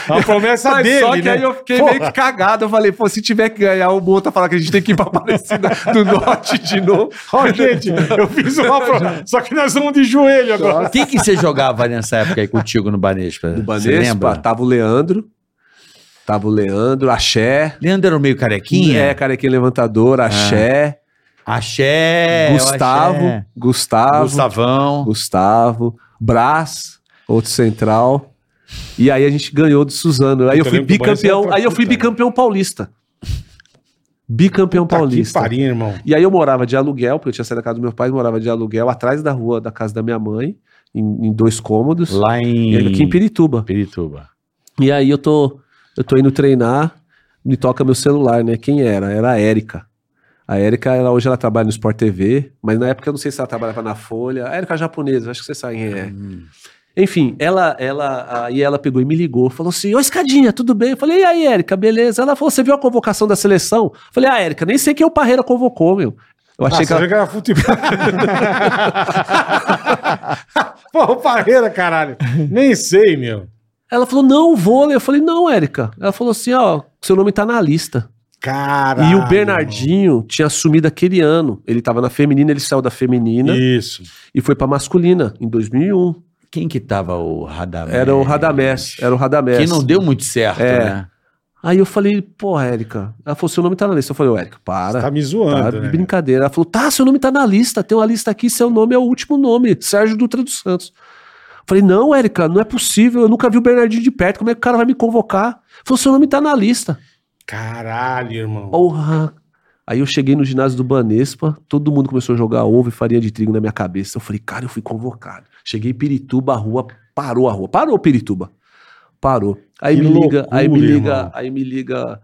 Speaker 3: É uma promessa
Speaker 1: *laughs* Mas
Speaker 3: dele,
Speaker 1: só que
Speaker 3: né?
Speaker 1: aí eu fiquei
Speaker 3: Porra.
Speaker 1: meio que cagado. Eu falei, pô, se tiver que ganhar, o Monta falar que a gente tem que ir
Speaker 3: *laughs*
Speaker 1: pra Aparecida do Norte de novo.
Speaker 3: Ó, gente, eu fiz uma
Speaker 1: *laughs*
Speaker 3: promessa. Só que nós vamos de joelho agora.
Speaker 5: Quem que você jogava nessa época aí contigo no Banespa?
Speaker 1: Do
Speaker 5: Você
Speaker 1: Banespa,
Speaker 5: lembra?
Speaker 1: tava o Leandro. Tava o Leandro, Axé.
Speaker 5: Leandro era o meio carequinha?
Speaker 1: É, carequinha levantador, Axé.
Speaker 5: Axé,
Speaker 1: Gustavo,
Speaker 5: É, Axé.
Speaker 1: Gustavo.
Speaker 5: Gustavão.
Speaker 1: Gustavo, Brás, outro central. E aí a gente ganhou do Suzano. Aí eu
Speaker 3: Puta,
Speaker 1: fui
Speaker 3: lembro do Brás, é
Speaker 1: bicampeão,
Speaker 3: outra
Speaker 1: aí eu fui
Speaker 3: puta.
Speaker 1: bicampeão paulista. Bicampeão
Speaker 3: Puta Que
Speaker 1: paulista.
Speaker 3: pariu, irmão.
Speaker 1: E aí eu morava de aluguel, porque eu tinha saído da casa do meu pai, morava de aluguel atrás da rua da casa da minha mãe, em, em dois cômodos,
Speaker 4: Lá
Speaker 1: e aqui em Pirituba.
Speaker 4: Pirituba.
Speaker 1: E aí eu tô, eu tô indo treinar, me toca meu celular, né? Quem era? Era a Érica. A Érica, ela, hoje ela trabalha no Sport TV, mas na época eu não sei se ela trabalhava na Folha. A Érica é japonesa, acho que você sabe quem é. Enfim, ela, ela, aí ela pegou e me ligou, falou assim, ô Escadinha, tudo bem? Eu falei, e aí Érica, beleza? Ela falou, você viu a convocação da seleção? Eu falei, ah Érica, nem sei quem o Parreira convocou, meu. Eu achei
Speaker 3: ah,
Speaker 1: que ela...
Speaker 3: você jogava
Speaker 1: *laughs*
Speaker 3: futebol. Pô, Parreira, caralho. Nem sei, meu.
Speaker 1: Ela falou, não, vôlei. Eu falei, não, Érica. Ela falou assim, ó, seu nome tá na lista.
Speaker 3: Caralho.
Speaker 1: e o Bernardinho tinha assumido aquele ano. Ele tava na feminina, ele saiu da feminina
Speaker 3: irmão.
Speaker 1: e,
Speaker 3: Isso.
Speaker 1: foi pra masculina, em 2001.
Speaker 5: Quem que tava o Radamés?
Speaker 1: Era
Speaker 3: É.
Speaker 1: o Radamés, era o Radamés.
Speaker 5: Que não deu muito certo,
Speaker 1: É.
Speaker 5: né?
Speaker 1: Aí eu falei, pô, Érica. Ela falou, seu nome tá na lista. Eu falei, ô, Érica, para.
Speaker 3: Tá me
Speaker 1: Tá
Speaker 3: zoando,
Speaker 1: de
Speaker 3: né?
Speaker 1: brincadeira. Ela falou, tá, seu nome tá na lista. Tem uma lista aqui, seu nome é o último nome. Sérgio Dutra dos Santos. Eu Falei, não, Érica, não é possível. Eu nunca vi o Bernardinho de perto. Como é que o cara vai me convocar? Ela Falou, seu nome tá na lista.
Speaker 3: Caralho, irmão.
Speaker 1: Porra! Aí eu cheguei no ginásio do Banespa, todo mundo começou a jogar ovo e farinha de trigo na minha cabeça. Eu falei, cara, eu fui convocado. Cheguei em Pirituba, a rua parou a rua. Parou Pirituba. Parou. Aí
Speaker 3: Que
Speaker 1: me liga, aí me
Speaker 3: loucura,
Speaker 1: liga,
Speaker 3: irmão.
Speaker 1: aí me liga,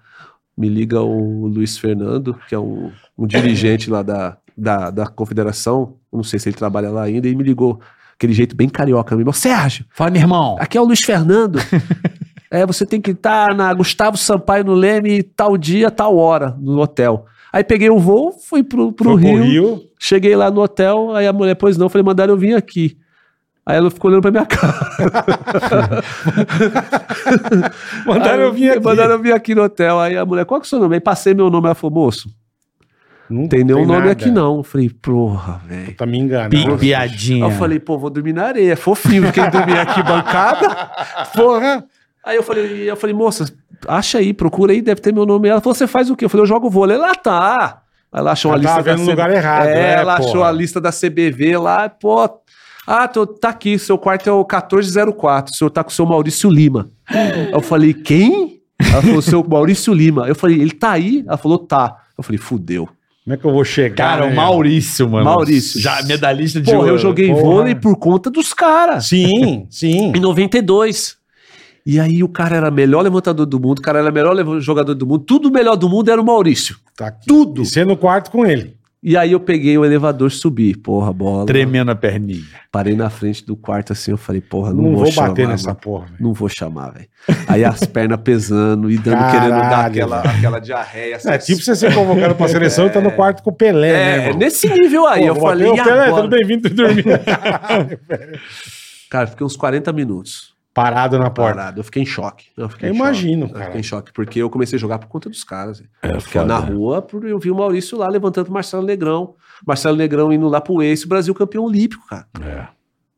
Speaker 1: me liga o Luiz Fernando, que é um, um dirigente lá da, da, da confederação. Eu Não sei se ele trabalha lá ainda, e me ligou. Aquele jeito bem carioca mesmo. "Ô, Sérgio,
Speaker 6: Fala, meu irmão.
Speaker 1: Aqui é o Luiz
Speaker 3: *laughs*
Speaker 1: Fernando. é, você tem que estar na Gustavo Sampaio no Leme tal dia, tal hora, no hotel. Aí peguei o voo, fui pro, pro
Speaker 3: Foi
Speaker 1: Rio, cheguei lá no hotel, aí a mulher, pois não, falei, mandaram eu vir aqui. Aí ela ficou olhando pra minha *laughs* cara.
Speaker 3: Mandaram eu vir aqui.
Speaker 1: Mandaram eu vir aqui no hotel. Aí a mulher, qual que é o seu nome? Aí passei meu nome, ela falou, moço,
Speaker 3: Não
Speaker 1: não tem nenhum nome
Speaker 3: nada.
Speaker 1: aqui não. Eu falei, porra, velho.
Speaker 3: Tá me enganando.
Speaker 5: Pi- Piadinha.
Speaker 1: Aí eu falei, pô, vou dormir na areia, é fofinho, quem
Speaker 3: *laughs*
Speaker 1: dormir aqui bancada.
Speaker 3: Porra.
Speaker 1: Aí eu falei, eu falei, moça, acha aí, procura aí, deve ter meu nome. Ela falou, você faz o quê? Eu falei, eu jogo vôlei. Ela tá. Aí Ela achou uma
Speaker 3: Ela tava
Speaker 1: lista
Speaker 3: vendo no lugar errado,
Speaker 1: É,
Speaker 3: né,
Speaker 1: ela
Speaker 3: porra?
Speaker 1: achou a lista da CBV lá, pô. Ah, tô, tá aqui, seu quarto é o 1404, o senhor tá com o seu Maurício Lima. Aí eu falei, quem? Ela falou, seu Maurício Lima. Eu falei, ele tá aí? Ela falou, tá. Eu falei, fudeu.
Speaker 3: Como é que eu vou chegar?
Speaker 4: Cara, o
Speaker 3: né?
Speaker 4: Maurício, mano.
Speaker 1: Maurício.
Speaker 4: Já medalhista de
Speaker 1: Porra, eu
Speaker 4: ouro.
Speaker 1: joguei
Speaker 3: porra.
Speaker 1: vôlei por conta dos caras.
Speaker 3: Sim, sim.
Speaker 1: em 92. E aí o cara era melhor levantador do mundo, o cara era melhor lev- jogador do mundo, tudo melhor do mundo era o Maurício.
Speaker 3: Tá aqui.
Speaker 1: Tudo.
Speaker 3: E você no quarto com ele.
Speaker 1: E aí eu peguei o elevador, subi, porra, bola.
Speaker 4: Tremendo a perninha.
Speaker 1: Parei na frente do quarto assim, eu falei, porra,
Speaker 3: Não,
Speaker 1: não,
Speaker 3: vou,
Speaker 1: chamar,
Speaker 3: bater nessa
Speaker 1: mano.
Speaker 3: porra, velho.
Speaker 1: Não vou chamar, velho.
Speaker 3: *laughs*
Speaker 1: Aí as pernas pesando e dando,
Speaker 3: Caralho,
Speaker 1: querendo dar aquela,
Speaker 3: velho.
Speaker 1: aquela diarreia.
Speaker 3: É tipo você ser convocado
Speaker 1: *laughs*
Speaker 3: pra seleção e tá no quarto com o Pelé, né,
Speaker 1: É,
Speaker 3: irmão?
Speaker 1: nesse nível aí.
Speaker 3: Pô,
Speaker 1: eu
Speaker 3: vou bater,
Speaker 1: falei,
Speaker 3: ô,
Speaker 1: e
Speaker 3: Pelé,
Speaker 1: agora?
Speaker 3: tudo bem-vindo dormir.
Speaker 1: Cara, fiquei uns 40 minutos
Speaker 3: *laughs* Parado na porta.
Speaker 1: parado. Eu fiquei em choque. Eu, fiquei
Speaker 3: Eu
Speaker 1: em
Speaker 3: imagino,
Speaker 1: choque. Eu
Speaker 3: cara.
Speaker 1: fiquei em choque, porque eu comecei a jogar por conta dos caras. velho. Eu fiquei na rua, por- eu vi o Maurício lá levantando o Marcelo Negrão. Marcelo Negrão indo lá pro Ace, o Brasil campeão olímpico, cara.
Speaker 5: é.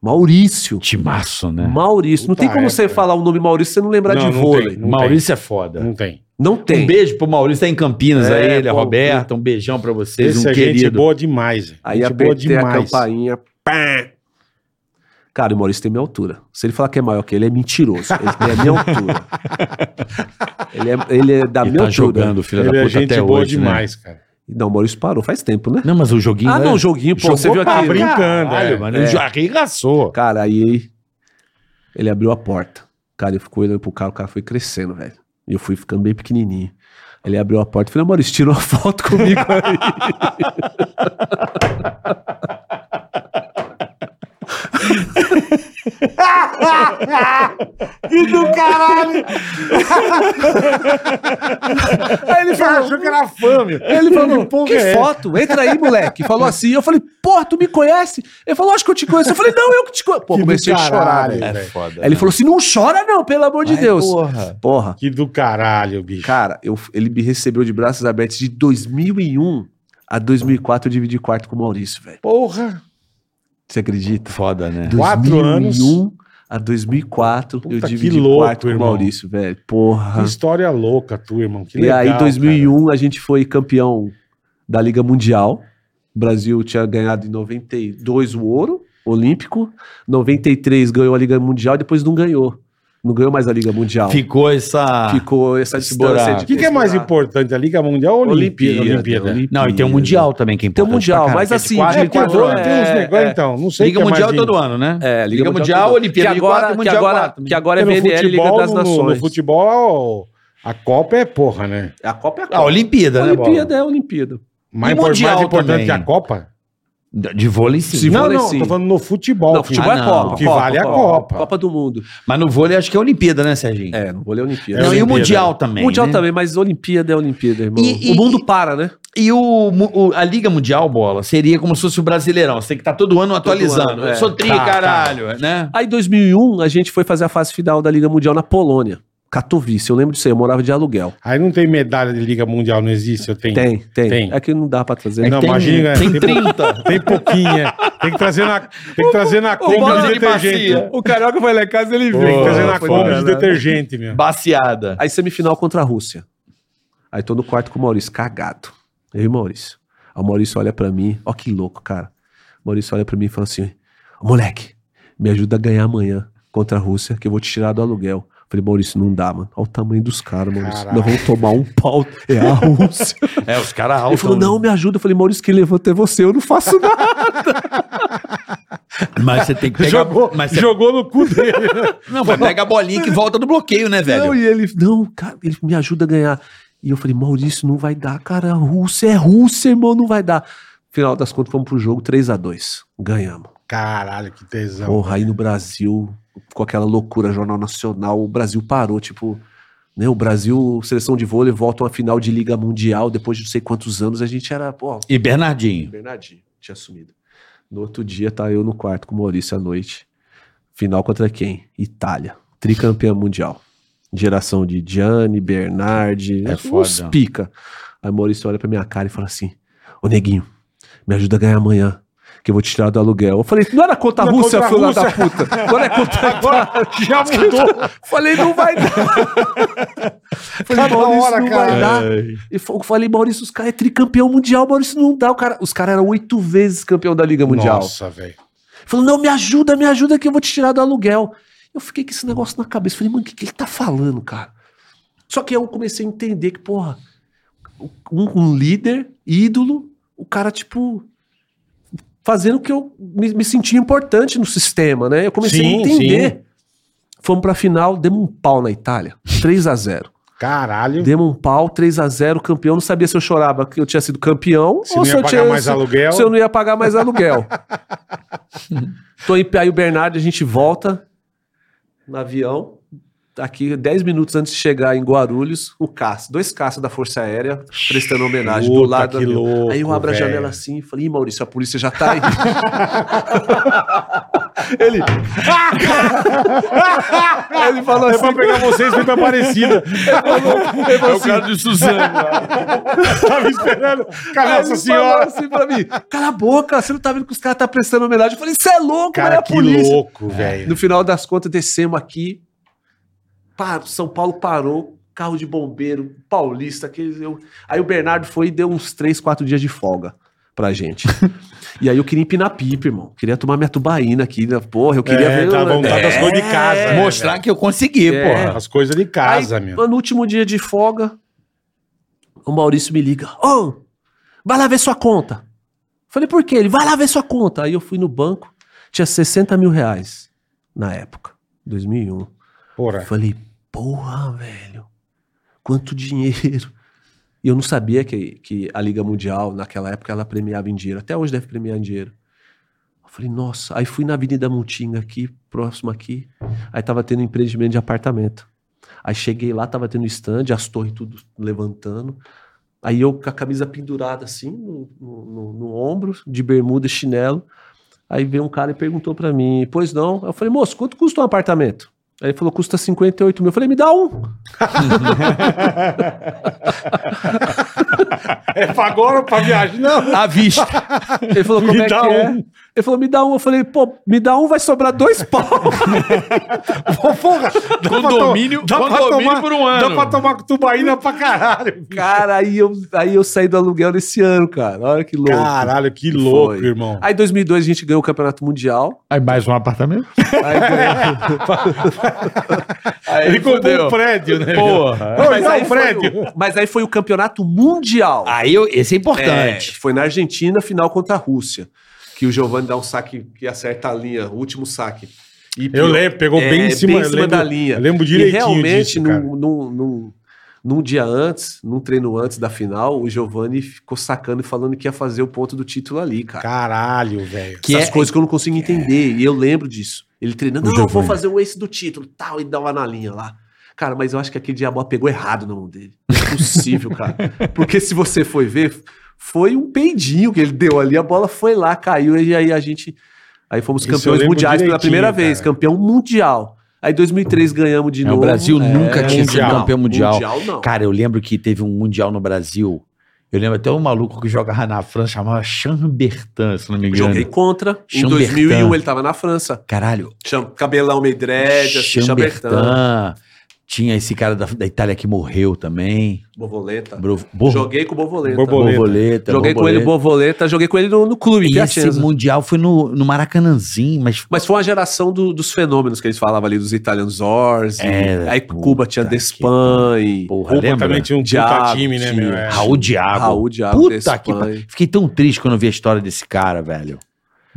Speaker 1: Maurício.
Speaker 4: Timaço, né?
Speaker 1: Maurício. Não
Speaker 3: Puta
Speaker 1: tem como
Speaker 3: época.
Speaker 1: você falar o nome Maurício e você não lembrar
Speaker 3: Não,
Speaker 1: de
Speaker 3: não
Speaker 1: vôlei.
Speaker 3: tem.
Speaker 4: Maurício é foda.
Speaker 3: Não tem.
Speaker 1: Não tem.
Speaker 4: Um beijo pro Maurício, tá em Campinas
Speaker 1: É,
Speaker 4: aí, ele, a
Speaker 1: pô,
Speaker 4: Roberta. Um beijão pra vocês,
Speaker 3: Esse
Speaker 4: um
Speaker 3: é gente
Speaker 4: querido.
Speaker 3: boa demais. velho.
Speaker 1: Aí
Speaker 3: gente boa
Speaker 1: apertei a
Speaker 3: demais.
Speaker 1: campainha. pá. Cara, o Maurício tem minha altura. Se ele falar que é maior que ele, é mentiroso. Ele tem a minha
Speaker 3: *laughs*
Speaker 1: altura. Ele é, ele é da
Speaker 4: Ele
Speaker 1: minha
Speaker 4: tá
Speaker 1: altura.
Speaker 4: jogando, filho da
Speaker 3: Ele
Speaker 4: puta,
Speaker 3: é gente
Speaker 4: até
Speaker 3: boa
Speaker 4: hoje, né?
Speaker 3: demais, cara.
Speaker 1: Não, o Maurício parou faz tempo, né?
Speaker 4: Não, mas o joguinho...
Speaker 1: Ah,
Speaker 4: é-
Speaker 1: não, o joguinho, pô, você viu
Speaker 3: pra
Speaker 1: aqui.
Speaker 3: brincar.
Speaker 4: Caralho,
Speaker 3: é.
Speaker 4: mano, ele já arregaçou.
Speaker 1: Cara, aí ele abriu a porta. Cara, eu fico olhando pro cara, o cara foi crescendo, velho. E eu fui ficando bem pequenininho. Ele abriu a *laughs* porta e falei, Maurício, tira uma foto comigo aí.
Speaker 3: *laughs* que do caralho! Aí ele falou, achou que era fã, *laughs* meu.
Speaker 1: *laughs* Ele falou,
Speaker 3: porra
Speaker 1: que
Speaker 3: é
Speaker 1: foto? Entra aí, moleque. Falou assim. Eu falei, porra, tu me conhece? Ele falou, acho que eu te conheço. Eu falei, não, eu que te conheço. Pô,
Speaker 3: Que do
Speaker 1: comecei a chorar,
Speaker 3: caralho,
Speaker 1: velho.
Speaker 3: velho.
Speaker 5: foda.
Speaker 1: Aí ele falou assim, não chora não, pelo amor de
Speaker 5: Ai,
Speaker 1: Deus.
Speaker 5: porra.
Speaker 1: Porra.
Speaker 3: Que do caralho, bicho.
Speaker 1: Cara, eu, ele me recebeu de braços abertos de 2001 a 2004 eu dividi quarto com o Maurício, velho.
Speaker 3: Porra.
Speaker 1: Você acredita?
Speaker 5: Foda, né?
Speaker 3: Quatro
Speaker 1: 2001 a 2004 eu
Speaker 3: Puta, que
Speaker 1: dividi
Speaker 3: louco,
Speaker 1: quarto com o
Speaker 3: irmão.
Speaker 1: Maurício, velho.
Speaker 3: Que
Speaker 1: Porra.
Speaker 3: história louca tua, irmão. Que
Speaker 1: e um,
Speaker 3: legal,
Speaker 1: aí, 2001, a gente foi campeão da Liga Mundial. O Brasil tinha ganhado em 92 o ouro olímpico. 93 ganhou a Liga Mundial e depois não ganhou. Não ganhou mais a Liga Mundial. Ah,
Speaker 5: Ficou essa.
Speaker 1: Ficou essa
Speaker 5: Estourar.
Speaker 1: distância
Speaker 3: O que, que é mais importante, a Liga Mundial ou a Olimpíada? Olimpíada.
Speaker 6: Não, e tem
Speaker 5: um
Speaker 3: um
Speaker 6: o Mundial também, que é
Speaker 1: Tem o
Speaker 6: importante pra
Speaker 1: Mundial,
Speaker 6: caralho,
Speaker 1: mas
Speaker 6: que é de
Speaker 1: assim,
Speaker 6: quatro
Speaker 3: É,
Speaker 1: de
Speaker 3: tem,
Speaker 1: quatro
Speaker 3: uns-
Speaker 1: é-
Speaker 3: tem uns negócios, então. Não sei
Speaker 5: Liga
Speaker 3: o que é
Speaker 5: Mundial
Speaker 3: mais
Speaker 5: todo ano, né?
Speaker 1: É, Liga,
Speaker 5: Liga Mundial,
Speaker 1: todo ano.
Speaker 5: Olimpíada
Speaker 1: que
Speaker 5: de
Speaker 1: agora,
Speaker 5: quatro,
Speaker 1: que
Speaker 5: Mundial
Speaker 1: agora,
Speaker 5: quatro.
Speaker 1: que agora é
Speaker 3: Porque no
Speaker 1: VNL, Liga
Speaker 3: futebol,
Speaker 1: das
Speaker 3: no- No,
Speaker 1: Nações.
Speaker 3: futebol, a Copa é porra, né?
Speaker 1: a Copa é a
Speaker 5: A
Speaker 1: Copa.
Speaker 5: Olimpíada, né? Bola?
Speaker 1: Olimpíada é a Olimpíada.
Speaker 3: Mais,
Speaker 5: E
Speaker 3: impor-
Speaker 5: Mundial
Speaker 3: mais importante
Speaker 5: também.
Speaker 3: que a Copa?
Speaker 5: De vôlei, sim.
Speaker 1: Se
Speaker 3: não,
Speaker 1: vôlei,
Speaker 3: não,
Speaker 1: sim.
Speaker 3: tô falando no futebol.
Speaker 1: Não, futebol
Speaker 5: Ah,
Speaker 1: é
Speaker 5: não.
Speaker 1: Copa.
Speaker 3: O que
Speaker 1: Copa,
Speaker 3: vale é a Copa.
Speaker 1: Copa do Mundo.
Speaker 5: Mas no vôlei acho que é Olimpíada, né, Serginho?
Speaker 1: É, não vôlei é Olimpíada.
Speaker 3: É
Speaker 5: não, e o
Speaker 3: Olimpíada.
Speaker 5: Mundial também.
Speaker 1: mundial
Speaker 5: né?
Speaker 1: também, mas Olimpíada é Olimpíada, irmão.
Speaker 5: E- e-
Speaker 1: o mundo para, né?
Speaker 5: E o, mu- o- a Liga Mundial, bola, seria como se fosse o Brasileirão. Você tem que estar todo ano atualizando.
Speaker 1: ano, é.
Speaker 5: Eu sou tri,
Speaker 3: Tá,
Speaker 5: caralho, né?
Speaker 1: Aí, em 2001, a gente foi fazer a fase final da Liga Mundial na Polônia. Katowice, eu lembro disso aí, eu morava de aluguel.
Speaker 3: Aí não tem medalha de Liga Mundial, não existe, eu tenho.
Speaker 1: Tem, tem.
Speaker 3: Tem.
Speaker 1: É que não dá pra trazer.
Speaker 3: Não,
Speaker 5: tem-
Speaker 3: imagina.
Speaker 5: tem
Speaker 3: pou-
Speaker 5: 30.
Speaker 3: Tem pouquinha. Tem que trazer na, tem que trazer na compra
Speaker 5: bola
Speaker 3: de
Speaker 5: de
Speaker 3: detergente.
Speaker 5: bacia.
Speaker 1: O Carioca foi lá em casa ele
Speaker 3: Tem que trazer na
Speaker 1: foi
Speaker 3: compra
Speaker 1: embora,
Speaker 3: de
Speaker 1: né?
Speaker 3: detergente, meu.
Speaker 5: Baciada.
Speaker 1: Aí semifinal contra a Rússia. Aí tô no quarto com o Maurício, cagado. Eu e o Maurício. Aí o Maurício olha pra mim, ó que louco, cara. O Maurício olha pra mim e fala assim: "Ô, moleque, me ajuda a ganhar amanhã contra a Rússia, que eu vou te tirar do aluguel. Falei, Maurício, não dá, mano. Olha o tamanho dos caras, Maurício.
Speaker 3: Caralho.
Speaker 1: Nós vamos tomar um pau. É a Rússia.
Speaker 5: É, os caras altos.
Speaker 1: Ele falou, não, me ajuda. Eu falei, Maurício, quem levanta é você, eu não faço nada.
Speaker 5: Mas você tem que pegar.
Speaker 3: Jogou,
Speaker 5: mas
Speaker 1: é-
Speaker 5: você-
Speaker 3: jogou no cu dele.
Speaker 5: Não, mas pega a bolinha que volta do bloqueio, né, velho?
Speaker 1: Não, e ele, não, cara, ele me ajuda a ganhar. E eu falei, Maurício, não vai dar, cara. A Rússia é Rússia, irmão, não vai dar. Final das contas, fomos pro jogo 3 a 2 Ganhamos.
Speaker 3: Caralho, que tesão.
Speaker 1: Porra, aí no Brasil, com aquela loucura, Jornal Nacional, o Brasil parou, tipo. Né, o Brasil, seleção de vôlei, volta a uma final de Liga Mundial depois de não sei quantos anos. A gente era, pô,
Speaker 5: E Bernardinho.
Speaker 1: Bernardinho tinha sumido. No outro dia, tá eu no quarto com o Maurício à noite. Final contra quem? Itália. Tricampeã mundial. Geração de Gianni, Bernardi,
Speaker 5: É
Speaker 1: é
Speaker 5: foda.
Speaker 1: uns pica. Aí o Maurício olha pra minha cara e fala assim: Ô neguinho, me ajuda a ganhar amanhã. Que eu vou te tirar do aluguel. Eu falei, não era contra a
Speaker 3: Não é
Speaker 1: Rússia,
Speaker 3: contra a
Speaker 1: filha da puta. Agora é
Speaker 3: *laughs*
Speaker 1: contra a Itália."
Speaker 3: Já mudou.
Speaker 1: Falei, não vai
Speaker 3: *laughs*
Speaker 1: dar.
Speaker 3: Cada
Speaker 1: falei, Maurício,
Speaker 3: hora,
Speaker 1: não
Speaker 3: cara.
Speaker 1: vai dar. E fo- eu falei, Maurício, os caras é tricampeão mundial, Maurício não dá. O cara, os caras eram oito vezes campeão da Liga Mundial.
Speaker 3: Nossa, velho.
Speaker 1: Falou, não, me ajuda, me ajuda que eu vou te tirar do aluguel. Eu fiquei com esse negócio na cabeça. Falei, mano, o que, que ele tá falando, cara? Só que eu comecei a entender que, porra, um, um líder, ídolo, o cara, tipo, fazendo que eu me, me sentia importante no sistema, né? Eu comecei
Speaker 3: Sim,
Speaker 1: a entender. Fomos pra final, demos um pau na Itália. 3 a 0
Speaker 3: Caralho.
Speaker 1: Demos um pau, 3 a 0 campeão. Não sabia se eu chorava que eu tinha sido campeão
Speaker 3: Se não
Speaker 1: se
Speaker 3: ia
Speaker 1: eu
Speaker 3: pagar
Speaker 1: tinha.
Speaker 3: mais
Speaker 1: se-
Speaker 3: aluguel.
Speaker 1: se eu não ia pagar mais
Speaker 3: *laughs*
Speaker 1: aluguel. Tô em aí o Bernardo, a gente volta no avião. Aqui, 10 minutos antes de chegar em Guarulhos, o caça, dois caças da Força Aérea prestando homenagem do
Speaker 3: Puta,
Speaker 1: lado do
Speaker 3: que
Speaker 1: avião.
Speaker 3: louco,
Speaker 1: Aí eu abro a
Speaker 3: velho.
Speaker 1: janela assim e falei, Ih, Maurício, a polícia
Speaker 3: *laughs*
Speaker 1: já tá aí.
Speaker 3: Ele.
Speaker 1: Aí "Ah, ele falou
Speaker 3: É
Speaker 1: assim,
Speaker 3: pra pegar vocês, vem pra Aparecida.
Speaker 4: É o cara de
Speaker 5: *laughs*
Speaker 4: Suzano.
Speaker 3: Tava esperando.
Speaker 1: Aí
Speaker 3: Cara,
Speaker 1: ele
Speaker 3: Nossa
Speaker 1: falou
Speaker 3: Senhora.
Speaker 1: assim pra mim, cala a boca, você não tá vendo que os caras tá prestando homenagem? Eu falei, você é louco, mas é
Speaker 3: Cara,
Speaker 1: a
Speaker 3: que
Speaker 1: polícia.
Speaker 3: louco, velho.
Speaker 1: No final das contas, descemos aqui. Pa- São Paulo parou, carro de bombeiro, paulista. Aqueles, eu- Aí o Bernardo foi e deu uns três, quatro dias de folga
Speaker 3: *laughs*
Speaker 1: pra gente. e aí eu queria empinar pipa, irmão. Queria tomar minha tubaína aqui. Né? Porra, eu queria
Speaker 3: É,
Speaker 1: ver.
Speaker 3: dá vontade das
Speaker 1: é.
Speaker 3: coisas de casa. né,
Speaker 5: Mostrar que eu consegui,
Speaker 1: É.
Speaker 5: porra.
Speaker 3: velho? As coisas de casa,
Speaker 1: Aí,
Speaker 3: meu.
Speaker 1: No último dia de folga, o Maurício me liga. Ô, vai lá ver sua conta. Falei, por quê? Ele, vai lá ver sua conta. Aí eu fui no banco, tinha 60 mil reais na época, 2001. Eu
Speaker 3: Porra.
Speaker 1: Falei, porra, velho, quanto dinheiro. E eu não sabia que, que a Liga Mundial, naquela época, ela premiava em dinheiro. Até hoje deve premiar em dinheiro. Eu Eu falei, nossa. Aí fui na Avenida Mutinga aqui, próximo aqui. Aí tava tendo empreendimento de apartamento. Aí cheguei lá, tava tendo stand, as torres tudo levantando. Aí eu com a camisa pendurada assim, no, no- no- no ombro, de bermuda e chinelo. Aí veio um cara e perguntou pra mim, pois não? Eu falei, moço, quanto custa um apartamento? Aí ele falou, custa 58 mil. Eu falei, me dá um.
Speaker 3: É pra agora ou pra viagem?
Speaker 5: *laughs*
Speaker 3: Não.
Speaker 7: À vista.
Speaker 1: Ele falou, como
Speaker 3: *laughs* Me
Speaker 1: é que
Speaker 3: dá
Speaker 1: é?
Speaker 3: um.
Speaker 1: Ele falou, me dá um. Eu falei, pô, me dá um, vai sobrar dois pau.
Speaker 3: Porra, dá pra to-
Speaker 8: Condomínio-
Speaker 3: dá pra
Speaker 8: condomínio
Speaker 3: tomar-
Speaker 8: por um ano.
Speaker 3: Dá pra tomar com tubaína pra caralho.
Speaker 1: *laughs* Cara, aí eu, aí eu saí do aluguel nesse ano, cara. Olha que louco.
Speaker 3: Caralho, que louco,
Speaker 1: Foi.
Speaker 3: irmão.
Speaker 1: Aí em 2002 a gente ganhou o Campeonato Mundial.
Speaker 8: Aí mais um apartamento?
Speaker 1: Aí ganhou-
Speaker 3: Ele comprou um prédio, né?
Speaker 8: Porra.
Speaker 3: *laughs* Ô, me
Speaker 1: mas,
Speaker 3: dá
Speaker 1: aí
Speaker 3: um
Speaker 1: foi
Speaker 3: prédio.
Speaker 1: o, mas aí foi o Campeonato Mundial.
Speaker 3: Ah,
Speaker 7: Aí eu, esse é importante.
Speaker 1: É, foi na Argentina, final contra a Rússia. Que o Giovani dá um saque que acerta a linha, o último saque. E
Speaker 3: Eu
Speaker 1: pior-
Speaker 3: lembro, pegou
Speaker 1: É,
Speaker 3: bem em cima,
Speaker 1: bem em
Speaker 3: eu
Speaker 1: cima
Speaker 3: lembro-
Speaker 1: da linha.
Speaker 3: eu lembro
Speaker 1: E
Speaker 3: direitinho
Speaker 1: realmente,
Speaker 3: disso, cara.
Speaker 1: num, num, num, num dia antes, num treino antes da final, o Giovani ficou sacando e falando que ia fazer o ponto do título ali, cara.
Speaker 3: Caralho, velho.
Speaker 7: Que
Speaker 1: Essas
Speaker 7: é-
Speaker 1: coisas que eu não consigo entender. E eu lembro disso. Ele treinando,
Speaker 8: O
Speaker 1: não, eu vou
Speaker 8: Giovani.
Speaker 1: fazer o ace do título, tal, e dava na linha lá. Cara, mas eu acho que aquele dia a bola pegou errado na mão dele. Não é possível, cara. Porque se você foi ver, foi um peidinho que ele deu ali, a bola foi lá, caiu, e aí a gente. Aí fomos
Speaker 3: Isso eu
Speaker 1: campeões
Speaker 3: lembro
Speaker 1: mundiais pela
Speaker 3: direitinho,
Speaker 1: primeira vez,
Speaker 3: cara.
Speaker 1: campeão mundial. Aí em 2003 ganhamos de
Speaker 5: É, o
Speaker 1: novo.
Speaker 5: Brasil nunca
Speaker 3: tinha sido
Speaker 5: campeão mundial.
Speaker 1: Mundial não.
Speaker 5: Cara, eu lembro que teve um mundial no Brasil. Eu lembro até um maluco que jogava na França, chamava Chambertin, se não me engano.
Speaker 1: Joguei contra. Em
Speaker 5: Chambertin.
Speaker 1: 2001 ele tava na França.
Speaker 5: Caralho,
Speaker 1: Cham- Cabelão meio dread, assim, Chambertin,
Speaker 5: Chambertin. Tinha esse cara da, da Itália que morreu também.
Speaker 1: Borboleta.
Speaker 5: Bro- Bor-
Speaker 1: Joguei com o Borboleta.
Speaker 3: Borboleta.
Speaker 5: borboleta.
Speaker 1: Joguei com ele Borboleta, joguei com ele no, no clube,
Speaker 5: E assim,
Speaker 1: tem a
Speaker 5: esse
Speaker 1: chance.
Speaker 5: mundial foi no, no Maracanãzinho, mas
Speaker 1: Mas foi uma geração do- dos fenômenos que eles falavam ali, dos italianos Zorzi.
Speaker 5: É,
Speaker 1: aí
Speaker 5: puta
Speaker 1: Cuba tinha
Speaker 5: que
Speaker 1: Despan e
Speaker 5: porra, lembra?
Speaker 3: Completamente um puta
Speaker 1: Diabo,
Speaker 3: time, né,
Speaker 1: time.
Speaker 3: meu? É.
Speaker 5: Raul Diago.
Speaker 1: Raul Diago
Speaker 5: Puta
Speaker 1: Despan.
Speaker 5: que pa- Fiquei tão triste quando eu vi a história desse cara, velho.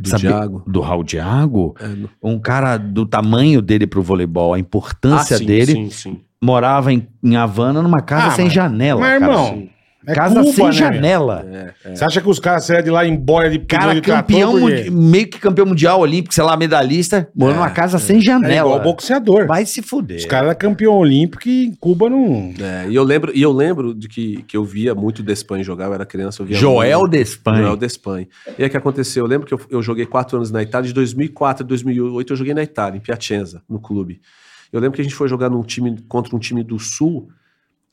Speaker 1: do
Speaker 5: Sabe-
Speaker 1: Diago.
Speaker 5: Do Raul Diago?
Speaker 1: É, no-
Speaker 5: Um cara do tamanho dele pro voleibol, a importância
Speaker 1: Ah, sim,
Speaker 5: dele.
Speaker 1: Sim, sim.
Speaker 5: Morava em, em Havana numa casa
Speaker 3: Ah,
Speaker 5: sem
Speaker 3: mas-
Speaker 5: janela.
Speaker 3: Mas,
Speaker 5: cara.
Speaker 3: irmão, é
Speaker 5: assim. casa
Speaker 3: Cuba,
Speaker 5: sem
Speaker 3: né,
Speaker 5: janela.
Speaker 3: meu? Você acha que os caras saíram de lá em boia de
Speaker 5: Cara,
Speaker 3: pneu de trator,
Speaker 5: campeão,
Speaker 3: por quê?
Speaker 5: mundi- meio que campeão mundial olímpico, sei lá, medalhista, morando numa casa sem
Speaker 3: É igual
Speaker 5: janela.
Speaker 3: boxeador.
Speaker 5: Vai se fuder.
Speaker 3: Os caras eram campeão olímpico e em Cuba não.
Speaker 1: É, e eu lembro, e eu lembro de que, que eu via muito Despan jogar, eu era criança, eu via
Speaker 5: Joel
Speaker 1: muito. Joel
Speaker 5: Despanho.
Speaker 1: Despan. E aí é o que aconteceu? Eu lembro que eu, eu joguei quatro anos na Itália, de 2004 a 2008 eu joguei na Itália, em Piacenza, no clube. Eu lembro que a gente foi jogar num time contra um time do Sul,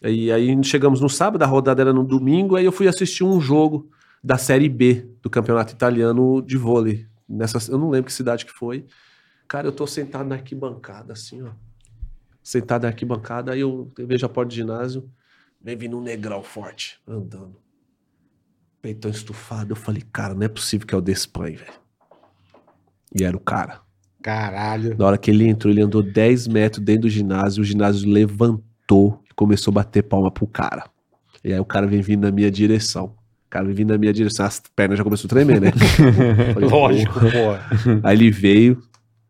Speaker 1: e aí chegamos no sábado, a rodada era no domingo, aí eu fui assistir um jogo da Série B do Campeonato Italiano de vôlei. Nessa, eu não lembro que cidade que foi. Cara, eu tô sentado na arquibancada, assim, ó. Sentado na arquibancada, aí eu vejo a porta do ginásio, vem vindo um negrão forte, andando peitão estufado. Eu falei, cara, não é possível que é o Despan, velho. E era o cara.
Speaker 3: Caralho.
Speaker 1: Na hora que ele entrou, ele andou 10 metros dentro do ginásio, o ginásio levantou e começou a bater palma pro cara. E aí o cara vem vindo na minha direção. O cara vem vindo na minha direção, as pernas já começou a tremer, né? Falei,
Speaker 3: Lógico,
Speaker 1: "Pô".
Speaker 3: porra.
Speaker 1: Aí ele veio,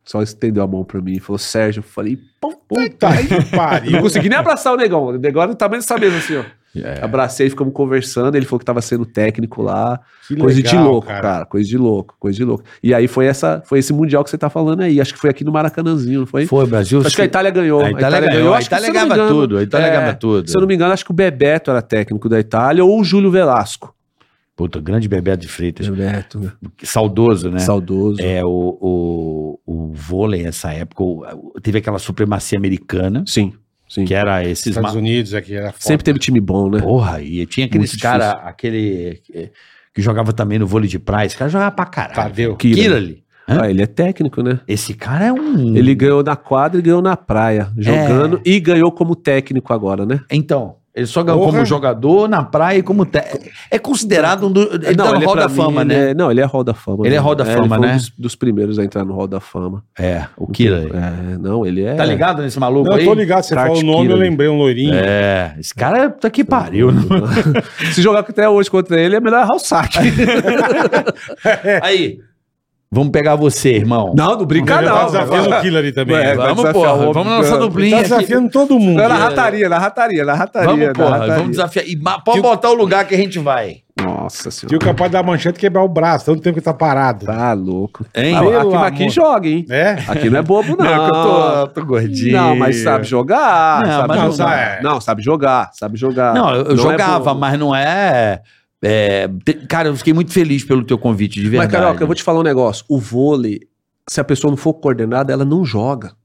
Speaker 1: só estendeu a mão pra mim e falou, Sérgio, eu falei, pô,
Speaker 3: Puta que
Speaker 1: eu não
Speaker 3: pariu.
Speaker 1: consegui nem abraçar o negão. O negão era do tamanho dessa mesa, assim, ó. Abracei, ficamos conversando, ele falou que tava sendo técnico lá.
Speaker 3: Que
Speaker 1: Coisa
Speaker 3: legal,
Speaker 1: de louco, cara. Coisa de louco, coisa de louco. E aí foi essa, foi esse mundial que você tá falando aí. Acho que foi aqui no Maracanãzinho, não foi?
Speaker 5: Foi, Brasil.
Speaker 1: Acho que a Itália ganhou.
Speaker 5: A Itália ganhou, a
Speaker 1: Acho que,
Speaker 5: Itália
Speaker 1: se eu não
Speaker 5: ganhava
Speaker 1: me engano, é,
Speaker 5: tudo, a Itália ganhava tudo.
Speaker 1: Se eu não me engano, acho que o Bebeto era técnico da Itália ou o Júlio Velasco.
Speaker 5: Puta, grande Bebeto de Freitas.
Speaker 1: Bebeto,
Speaker 5: Saudoso, né?
Speaker 1: saudoso.
Speaker 5: É, o, o, o vôlei, nessa época, o- o- teve aquela supremacia americana,
Speaker 1: Sim, sim.
Speaker 5: que é era esses.
Speaker 3: Estados
Speaker 5: Ma...
Speaker 3: Unidos aqui era foda.
Speaker 1: Sempre teve time bom, né?
Speaker 5: Porra, e tinha aqueles
Speaker 1: Muito
Speaker 5: cara, aquele. eh, que jogava também no vôlei de praia, esse cara jogava pra caralho.
Speaker 3: Tadeu.
Speaker 1: Kirali.
Speaker 5: Kirali. Hã?
Speaker 1: Ah, ele é técnico, né?
Speaker 5: Esse cara é um.
Speaker 1: Ele ganhou na quadra e ganhou na praia, jogando
Speaker 5: É.
Speaker 1: e ganhou como técnico agora, né?
Speaker 5: Então, ele só ganhou
Speaker 3: Porra.
Speaker 5: como jogador na praia e como. te- É considerado um. Do... Ele tá no Hall
Speaker 1: pra
Speaker 5: da
Speaker 1: mim,
Speaker 5: Fama,
Speaker 1: ele
Speaker 5: né?
Speaker 1: é- não, ele é Hall da Fama.
Speaker 5: Ele é
Speaker 1: né?
Speaker 5: Hall da
Speaker 1: ele
Speaker 5: Fama,
Speaker 1: foi um
Speaker 5: né?
Speaker 1: dos, dos primeiros a entrar no Hall da Fama.
Speaker 5: É, o Kirali.
Speaker 1: É, não, ele é.
Speaker 5: Tá ligado nesse maluco
Speaker 3: Não, eu
Speaker 5: aí?
Speaker 3: tô ligado, você
Speaker 1: Kart
Speaker 3: falou o nome,
Speaker 1: Killer.
Speaker 3: eu lembrei um loirinho.
Speaker 5: É, esse cara tá que pariu, né?
Speaker 1: *laughs* Se jogar até hoje contra ele, é melhor errar o saque.
Speaker 5: Aí. Vamos pegar você, irmão.
Speaker 1: É. não, não brinca
Speaker 3: Ele tá
Speaker 1: não.
Speaker 3: desafiando o Killer ali também.
Speaker 1: É,
Speaker 3: Ele
Speaker 1: vai desafiar o homem, cara.
Speaker 5: é
Speaker 3: tá desafiando todo mundo.
Speaker 1: Não, na rataria, na rataria, na rataria.
Speaker 5: Vamos,
Speaker 1: na
Speaker 5: porra,
Speaker 1: rataria. Tipo-
Speaker 5: vamos desafiar. E ma- pode botar o lugar que a gente vai.
Speaker 1: Nossa
Speaker 3: Tio
Speaker 1: senhora.
Speaker 3: capaz da manchete quebrar o braço, tanto tempo que tá parado.
Speaker 1: Tá louco.
Speaker 9: Hein?
Speaker 1: Ah,
Speaker 3: Pelo
Speaker 1: aqui,
Speaker 3: amor.
Speaker 1: aqui joga, hein?
Speaker 3: É?
Speaker 1: Aqui não é bobo, não.
Speaker 9: que eu tô, tô gordinho.
Speaker 1: Não, mas sabe jogar.
Speaker 5: Não,
Speaker 1: sabe
Speaker 5: mas
Speaker 3: não
Speaker 1: jogar.
Speaker 3: sabe.
Speaker 1: Não, sabe jogar, sabe jogar.
Speaker 5: Não, eu eu
Speaker 1: Não é
Speaker 5: jogava,
Speaker 1: bobo.
Speaker 5: mas não é. é, te- Cara, eu fiquei muito feliz pelo teu convite, de verdade.
Speaker 1: Mas, Carioca, eu vou te falar um negócio. O vôlei, se a pessoa não for coordenada, ela não joga.